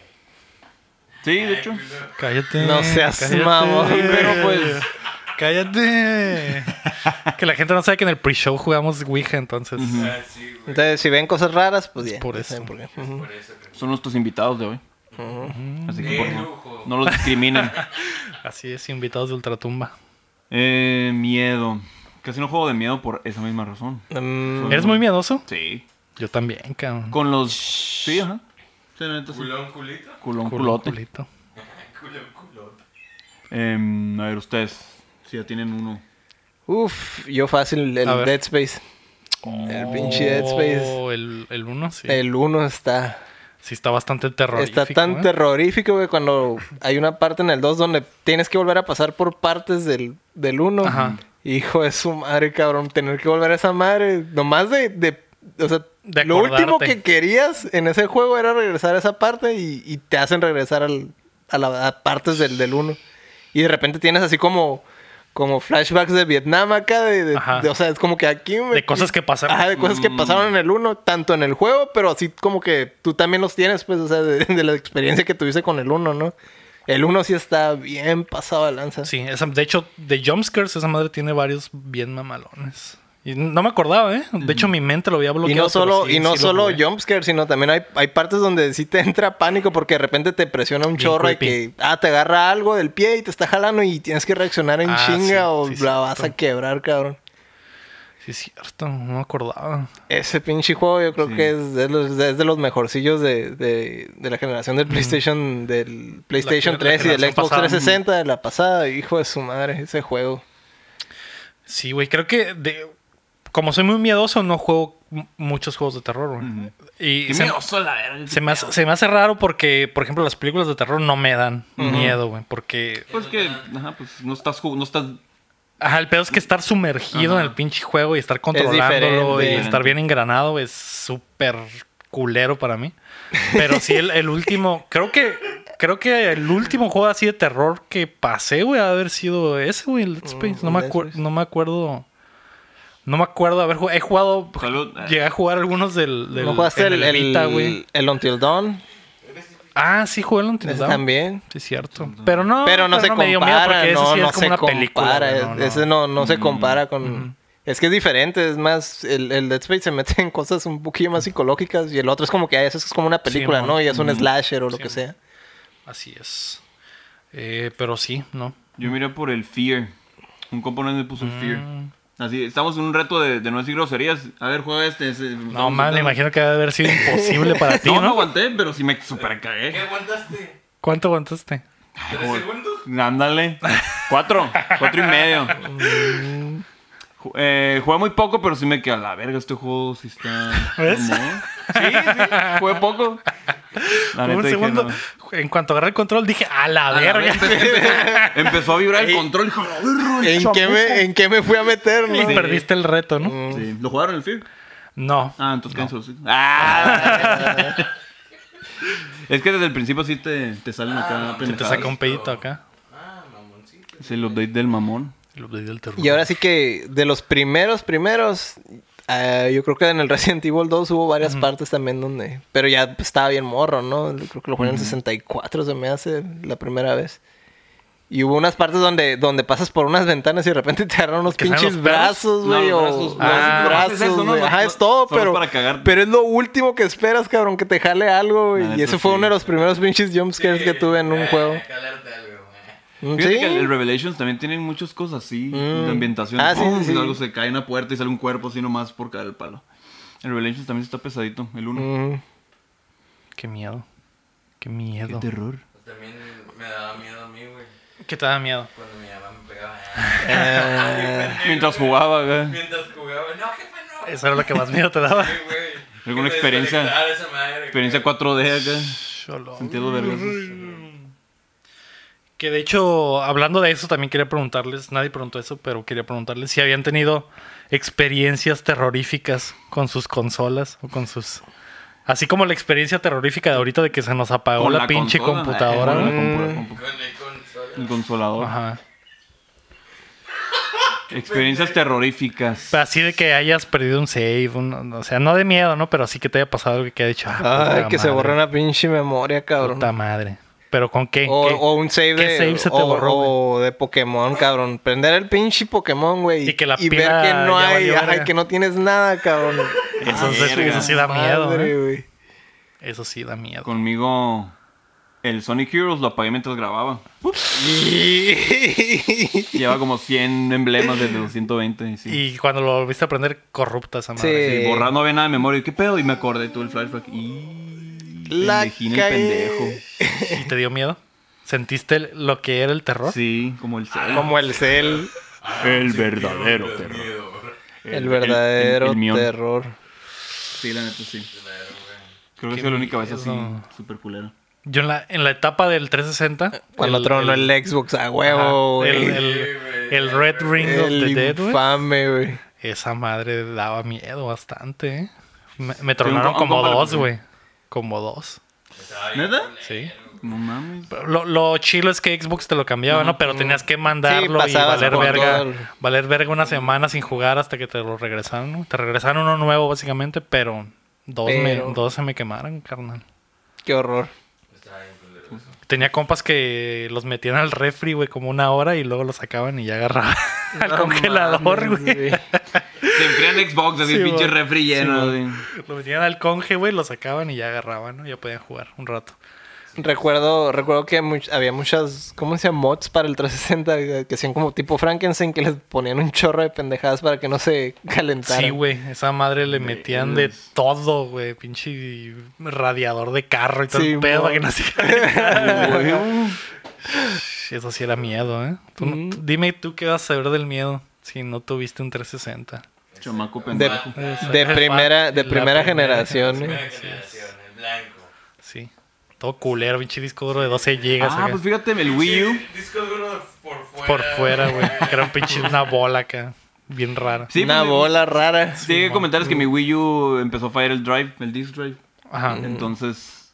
[SPEAKER 5] Sí,
[SPEAKER 3] Ay,
[SPEAKER 5] de hecho.
[SPEAKER 3] culo.
[SPEAKER 4] Cállate.
[SPEAKER 6] No seas
[SPEAKER 4] cállate.
[SPEAKER 6] mamón.
[SPEAKER 5] Pero pues...
[SPEAKER 4] Cállate. que la gente no sabe que en el pre-show jugamos Ouija, entonces.
[SPEAKER 3] Ah, sí, güey.
[SPEAKER 6] Entonces, si ven cosas raras, pues ya.
[SPEAKER 4] por
[SPEAKER 6] ya
[SPEAKER 4] eso.
[SPEAKER 6] saben por qué. Ujú.
[SPEAKER 3] Por eso que-
[SPEAKER 5] Son nuestros invitados de hoy. Así que
[SPEAKER 3] Qué
[SPEAKER 5] por favor,
[SPEAKER 3] lujo.
[SPEAKER 5] no los discriminen.
[SPEAKER 4] Así es, invitados de Ultratumba.
[SPEAKER 5] Eh, miedo. Casi no juego de miedo por esa misma razón.
[SPEAKER 6] Mm,
[SPEAKER 4] ¿Eres muy miedoso?
[SPEAKER 5] Sí.
[SPEAKER 4] Yo también, cabrón.
[SPEAKER 5] Con los... Sí, ajá. Sí, la neta, sí.
[SPEAKER 3] Culón, culito.
[SPEAKER 5] Culón,
[SPEAKER 4] Culo,
[SPEAKER 5] culote.
[SPEAKER 4] culito.
[SPEAKER 3] Culón, culote.
[SPEAKER 5] Em, a ver, ustedes. Si ya tienen uno.
[SPEAKER 6] Uf, yo fácil el
[SPEAKER 4] A ver.
[SPEAKER 6] Dead Space. el pinche Dead Space.
[SPEAKER 4] Oh, el, el uno, sí.
[SPEAKER 6] El 1 está.
[SPEAKER 4] Sí, está bastante terrorífico.
[SPEAKER 6] Está tan
[SPEAKER 4] ¿eh?
[SPEAKER 6] terrorífico, güey, cuando hay una parte en el 2 donde tienes que volver a pasar por partes del 1.
[SPEAKER 4] Ajá.
[SPEAKER 6] Hijo de su madre, cabrón. Tener que volver a esa madre. Nomás de... de- o sea,
[SPEAKER 4] De
[SPEAKER 6] lo último
[SPEAKER 4] acordarte.
[SPEAKER 6] que querías en ese juego era regresar a esa parte y, y te hacen regresar al- a, la, a partes del 1. Y de repente tienes así como, como flashbacks de Vietnam acá. De, de-
[SPEAKER 4] Ajá.
[SPEAKER 6] de- o sea, es como que aquí. me-
[SPEAKER 4] De cosas que pasaron.
[SPEAKER 6] Ajá, de cosas que pasaron en el 1, tanto en el juego, pero así como que tú también los tienes, pues, o sea, de, de la experiencia que tuviste con el 1, ¿no? El 1 sí está bien pasado de lanza.
[SPEAKER 4] Sí, esa- de hecho, de Jumpscares, esa madre tiene varios bien mamalones. Y no me acordaba, ¿eh? De hecho, mi mente lo había bloqueado.
[SPEAKER 6] Y no
[SPEAKER 4] pero
[SPEAKER 6] solo,
[SPEAKER 4] sí-
[SPEAKER 6] y no
[SPEAKER 4] sí lo
[SPEAKER 6] solo
[SPEAKER 4] jugué.
[SPEAKER 6] jumpscare, sino también hay, hay partes donde sí te entra pánico porque de repente te presiona un
[SPEAKER 4] Bien
[SPEAKER 6] chorro y que
[SPEAKER 4] creepy.
[SPEAKER 6] ah, te agarra algo del pie y te está jalando y tienes que reaccionar en
[SPEAKER 4] Ah,
[SPEAKER 6] chinga
[SPEAKER 4] sí,
[SPEAKER 6] o
[SPEAKER 4] sí,
[SPEAKER 6] la
[SPEAKER 4] cierto.
[SPEAKER 6] vas a quebrar, cabrón.
[SPEAKER 4] Sí, es cierto, no me acordaba.
[SPEAKER 6] Ese pinche juego yo creo
[SPEAKER 5] Sí.
[SPEAKER 6] que es de los, es de los mejorcillos de, de- de la generación del PlayStation, del PlayStation
[SPEAKER 4] La- la
[SPEAKER 6] 3 y del
[SPEAKER 4] generación
[SPEAKER 6] Xbox
[SPEAKER 4] pasada.
[SPEAKER 6] 360 de la pasada, hijo de su madre, ese juego.
[SPEAKER 4] Sí, güey, creo que de- como soy muy miedoso, no juego m- muchos juegos de terror, güey. Y
[SPEAKER 5] Qué
[SPEAKER 4] se-
[SPEAKER 5] miedoso, la verga.
[SPEAKER 4] Se me, hace, se me hace raro porque, por ejemplo, las películas de terror no me dan miedo, güey. Porque.
[SPEAKER 5] Pues que, ajá, pues no estás jugando, no estás...
[SPEAKER 4] Ajá, el pedo es que estar sumergido en el pinche juego y estar controlándolo y
[SPEAKER 6] diferente.
[SPEAKER 4] estar bien engranado es súper culero para mí. Pero sí, el, el último. Creo que. Creo que el último juego así de terror que pasé, güey, ha de haber sido ese, güey, el Dead Space. No,
[SPEAKER 6] Mm, el
[SPEAKER 4] me
[SPEAKER 6] Dead
[SPEAKER 4] acuer-
[SPEAKER 6] Space.
[SPEAKER 4] no me acuerdo. No me acuerdo haber jugado. He jugado.
[SPEAKER 5] Salud.
[SPEAKER 4] Llegué a jugar algunos del. del
[SPEAKER 6] ¿No jugaste
[SPEAKER 4] en
[SPEAKER 6] el, el,
[SPEAKER 4] Vita, güey.
[SPEAKER 6] el Until Dawn?
[SPEAKER 4] Ah, sí, jugué el
[SPEAKER 6] Ese
[SPEAKER 4] Until Dawn.
[SPEAKER 6] también.
[SPEAKER 4] Sí, es cierto. Pero no,
[SPEAKER 6] pero no se
[SPEAKER 4] me dio miedo
[SPEAKER 6] compara,
[SPEAKER 4] porque ese
[SPEAKER 6] no,
[SPEAKER 4] sí es
[SPEAKER 6] no
[SPEAKER 4] como
[SPEAKER 6] se
[SPEAKER 4] una
[SPEAKER 6] compara,
[SPEAKER 4] película. güey,
[SPEAKER 6] es- ese no, no
[SPEAKER 4] Mm,
[SPEAKER 6] se compara con... Es que es diferente, es más, el, el Dead Space se mete en cosas un poquillo más psicológicas y el otro es como que, ah, eso es como una película,
[SPEAKER 4] mon. Mm.
[SPEAKER 6] ¿no? Y es un slasher o lo que sea.
[SPEAKER 4] Así es. Eh, pero sí, no.
[SPEAKER 5] Yo miré por el fear. Un componente puso el
[SPEAKER 4] Mm.
[SPEAKER 5] fear. Así, estamos en un reto de, de no decir groserías. A ver, juega este. este,
[SPEAKER 4] No,
[SPEAKER 5] estamos
[SPEAKER 4] man, me
[SPEAKER 5] sentados.
[SPEAKER 4] imagino que debe haber sido imposible para ti,
[SPEAKER 5] No, no
[SPEAKER 4] ¿no?
[SPEAKER 5] aguanté, pero sí me super
[SPEAKER 3] ¿Qué
[SPEAKER 5] cagué.
[SPEAKER 3] aguantaste?
[SPEAKER 4] ¿Cuánto aguantaste?
[SPEAKER 3] ¿Tres segundos?
[SPEAKER 5] Ándale. Cuatro. Cuatro y medio. Ju- Eh, jugué muy poco, pero sí me quedé a la verga. Este juego sí está.
[SPEAKER 4] ¿Ves?
[SPEAKER 5] mamón". Sí, sí. Jugué poco. La neta
[SPEAKER 4] un
[SPEAKER 5] dije,
[SPEAKER 4] segundo.
[SPEAKER 5] "No".
[SPEAKER 4] En cuanto agarré el control, dije, a la verga. este
[SPEAKER 5] Empezó a vibrar el control. hijo de la verga, el
[SPEAKER 6] ¿En qué, me, ¿En qué me fui a meter,
[SPEAKER 4] y
[SPEAKER 6] no?
[SPEAKER 4] perdiste el reto, ¿no?
[SPEAKER 5] chamo. Sí. ¿Lo jugaron el fear?
[SPEAKER 4] Mm. No.
[SPEAKER 5] Ah, entonces no. ¡Ah! es que desde el principio sí te, te salen acá
[SPEAKER 4] Que Ah. te
[SPEAKER 5] pendejadas.
[SPEAKER 4] saca un pedito acá.
[SPEAKER 3] Ah, mamoncito.
[SPEAKER 5] Es el update del mamón.
[SPEAKER 4] El update del terror.
[SPEAKER 6] Y ahora sí que de los primeros, primeros, ah, yo creo que en el Resident Evil 2 hubo varias partes también donde... Pero ya estaba bien morro, ¿no? Creo que lo jugué en el 64, se me hace la primera vez. Y hubo unas partes donde, donde pasas por unas ventanas y de repente te agarran unos
[SPEAKER 4] ¿Que salen
[SPEAKER 6] pinches
[SPEAKER 4] los perros?
[SPEAKER 6] brazos,
[SPEAKER 5] No,
[SPEAKER 6] güey.
[SPEAKER 5] los
[SPEAKER 6] o
[SPEAKER 5] brazos,
[SPEAKER 6] los
[SPEAKER 4] ah,
[SPEAKER 5] no, es
[SPEAKER 6] brazos,
[SPEAKER 5] eso, no,
[SPEAKER 6] güey.
[SPEAKER 5] no,
[SPEAKER 6] Ajá,
[SPEAKER 5] no,
[SPEAKER 6] es todo,
[SPEAKER 5] solo
[SPEAKER 6] pero...
[SPEAKER 5] para cagarte.
[SPEAKER 6] Pero es lo último que esperas, cabrón, que te jale algo,
[SPEAKER 5] La
[SPEAKER 6] güey. Y
[SPEAKER 5] neta,
[SPEAKER 6] ese fue
[SPEAKER 5] sí.
[SPEAKER 6] uno de los primeros pinches jumpscares que tuve en un
[SPEAKER 3] Ah,
[SPEAKER 6] juego.
[SPEAKER 3] Calarte algo, eh.
[SPEAKER 6] Mm,
[SPEAKER 5] Fíjate
[SPEAKER 6] ¿Sí?
[SPEAKER 5] que el Revelations también tienen muchas cosas así. De ambientación.
[SPEAKER 6] Ah, sí,
[SPEAKER 5] ¡Pum!
[SPEAKER 6] sí, sí.
[SPEAKER 5] Algo se cae una puerta y sale un cuerpo así nomás por caer el palo. El Revelations también está pesadito. El uno.
[SPEAKER 6] Mm.
[SPEAKER 4] Qué miedo.
[SPEAKER 5] Qué
[SPEAKER 4] Qué miedo.
[SPEAKER 5] terror.
[SPEAKER 3] También me daba miedo a mí, güey.
[SPEAKER 4] ¿Qué te da miedo?
[SPEAKER 3] Cuando mi mamá me pegaba. ah,
[SPEAKER 5] Mientras jugaba, güey.
[SPEAKER 3] Mientras jugaba. No, jefe, no.
[SPEAKER 4] Eso era lo que más miedo te daba.
[SPEAKER 3] Sí, güey.
[SPEAKER 5] ¿Alguna
[SPEAKER 3] Que me
[SPEAKER 5] experiencia?
[SPEAKER 3] desconectara esa madre,
[SPEAKER 5] Experiencia
[SPEAKER 3] güey.
[SPEAKER 5] 4D acá.
[SPEAKER 4] Cholo.
[SPEAKER 5] Sentido vergas.
[SPEAKER 4] Que de hecho, hablando de eso, también quería preguntarles, nadie preguntó eso, pero quería preguntarles si habían tenido experiencias terroríficas con sus consolas o con sus... Así como la experiencia terrorífica de ahorita de que se nos apagó
[SPEAKER 5] Con
[SPEAKER 4] la, pinche
[SPEAKER 5] consola.
[SPEAKER 4] computadora.
[SPEAKER 6] eh,
[SPEAKER 5] Con la
[SPEAKER 4] güey.
[SPEAKER 5] compu- la compu-
[SPEAKER 3] Con el consola.
[SPEAKER 5] El consolador.
[SPEAKER 4] Ajá.
[SPEAKER 5] Experiencias terroríficas.
[SPEAKER 4] Pero así de que hayas perdido un save, un- o sea, no de miedo, ¿no? Pero sí que te haya pasado algo que haya dicho... ah,
[SPEAKER 6] Ay,
[SPEAKER 4] puta
[SPEAKER 6] que se
[SPEAKER 4] madre,
[SPEAKER 6] borra una pinche memoria, cabrón.
[SPEAKER 4] Puta madre. ¿Pero con qué?
[SPEAKER 6] O,
[SPEAKER 4] ¿Qué?
[SPEAKER 6] o un save
[SPEAKER 4] qué
[SPEAKER 6] de,
[SPEAKER 4] save se te
[SPEAKER 6] o-
[SPEAKER 4] borró,
[SPEAKER 6] o de Pokémon, cabrón. Prender el pinche Pokémon, güey.
[SPEAKER 4] Y que la
[SPEAKER 6] ver
[SPEAKER 4] pila
[SPEAKER 6] que no
[SPEAKER 4] ya
[SPEAKER 6] hay,
[SPEAKER 4] valió
[SPEAKER 6] ajá,
[SPEAKER 4] verga.
[SPEAKER 6] que no tienes nada, cabrón.
[SPEAKER 4] Eso, sí-
[SPEAKER 5] Ah, Verga.
[SPEAKER 4] eso sí da miedo,
[SPEAKER 6] Madre,
[SPEAKER 4] ¿eh?
[SPEAKER 6] güey.
[SPEAKER 4] Eso sí da miedo.
[SPEAKER 5] Conmigo, el Sonic Heroes lo apagué mientras grababa. Lleva como 100 emblemas desde los 120. Y sí.
[SPEAKER 4] Y cuando lo volviste a aprender, corrupta esa madre.
[SPEAKER 6] Sí.
[SPEAKER 5] Sí, borrar no ve nada de memoria. ¿Qué pedo? Y me acordé todo el flashback. Y.
[SPEAKER 6] La
[SPEAKER 5] pendejina el
[SPEAKER 6] cagué.
[SPEAKER 5] pendejo.
[SPEAKER 4] ¿Y te dio miedo? ¿Sentiste el- lo que era el terror?
[SPEAKER 5] Sí, como el cel.
[SPEAKER 6] Como el cel,
[SPEAKER 5] el verdadero terror.
[SPEAKER 3] Miedo, bro.
[SPEAKER 6] el, verdadero
[SPEAKER 5] el- el mion.
[SPEAKER 6] terror.
[SPEAKER 5] Sí, la neta, sí.
[SPEAKER 3] Claro, güey.
[SPEAKER 5] Creo que
[SPEAKER 4] Qué
[SPEAKER 5] es la única vez así,
[SPEAKER 4] miedo.
[SPEAKER 5] súper culera.
[SPEAKER 4] Yo en la, en la etapa del 360...
[SPEAKER 6] Cuando tronó el, Xbox a huevo,
[SPEAKER 4] ajá, el,
[SPEAKER 6] güey.
[SPEAKER 4] el- el Red Ring of the
[SPEAKER 6] El
[SPEAKER 4] Dead, güey.
[SPEAKER 6] infame, güey.
[SPEAKER 4] Esa madre daba miedo bastante, ¿eh? Me, me
[SPEAKER 5] un
[SPEAKER 4] tronaron
[SPEAKER 5] com- un
[SPEAKER 4] como
[SPEAKER 5] compa lo
[SPEAKER 4] dos,
[SPEAKER 5] puso.
[SPEAKER 4] güey. Como dos.
[SPEAKER 3] Estaba bien
[SPEAKER 5] ¿Neta?
[SPEAKER 3] culero,
[SPEAKER 4] Sí.
[SPEAKER 3] güey.
[SPEAKER 5] No mames.
[SPEAKER 4] Lo, lo chilo es que Xbox te lo cambiaba, ¿no? Pero tenías que mandarlo
[SPEAKER 6] Sí,
[SPEAKER 4] y
[SPEAKER 6] pasabas
[SPEAKER 4] valer
[SPEAKER 6] por
[SPEAKER 4] verga,
[SPEAKER 6] todo el-
[SPEAKER 4] valer verga una semana sin jugar hasta que te lo regresaron, ¿no? Te regresaron uno nuevo, básicamente, pero dos, me-
[SPEAKER 6] Pero-
[SPEAKER 4] dos se me quemaron, carnal.
[SPEAKER 6] Qué horror.
[SPEAKER 3] Está bien culero eso.
[SPEAKER 4] Tenía compas que los metían al refri, güey, como una hora y luego los sacaban y ya agarraban al
[SPEAKER 5] No
[SPEAKER 4] congelador,
[SPEAKER 6] mames,
[SPEAKER 4] güey.
[SPEAKER 6] güey.
[SPEAKER 5] Se enfrían Xbox, así
[SPEAKER 4] Sí,
[SPEAKER 5] el pinche
[SPEAKER 4] güey.
[SPEAKER 5] refri lleno.
[SPEAKER 4] Sí,
[SPEAKER 5] así.
[SPEAKER 4] Lo metían al conge, güey, lo sacaban y ya agarraban, ¿no? Ya podían jugar un rato.
[SPEAKER 6] Recuerdo, recuerdo que much- había muchas, ¿cómo se llama? Mods para el 360 que- que hacían como tipo Frankenstein que les ponían un chorro de pendejadas para que no se calentara.
[SPEAKER 4] Sí, güey. Esa madre le metían de todo, güey. Pinche radiador de carro y todo
[SPEAKER 6] Sí,
[SPEAKER 4] el pedo
[SPEAKER 6] mo.
[SPEAKER 4] que no se
[SPEAKER 5] Güey.
[SPEAKER 4] Eso sí era miedo, ¿eh? Tú no- tú- dime tú qué vas a saber del miedo si no tuviste un 360.
[SPEAKER 5] Chamaco
[SPEAKER 6] De,
[SPEAKER 5] pendejo.
[SPEAKER 6] de primera, de
[SPEAKER 4] La
[SPEAKER 6] primera
[SPEAKER 4] primera
[SPEAKER 6] generación.
[SPEAKER 3] Primera
[SPEAKER 6] güey.
[SPEAKER 3] generación, el blanco.
[SPEAKER 4] Sí. Todo culero, pinche disco duro de 12 gigas.
[SPEAKER 5] Ah,
[SPEAKER 4] acá.
[SPEAKER 5] pues fíjate, el Wii U.
[SPEAKER 3] Sí, Disco duro por fuera.
[SPEAKER 4] Por fuera, güey. Que era un pinche una bola acá. Bien rara.
[SPEAKER 5] Sí,
[SPEAKER 6] Una
[SPEAKER 5] pues,
[SPEAKER 6] bola rara.
[SPEAKER 5] Sí, hay que comentar es que mi Wii U empezó a fallar el drive, el disc drive.
[SPEAKER 4] Ajá.
[SPEAKER 5] Entonces,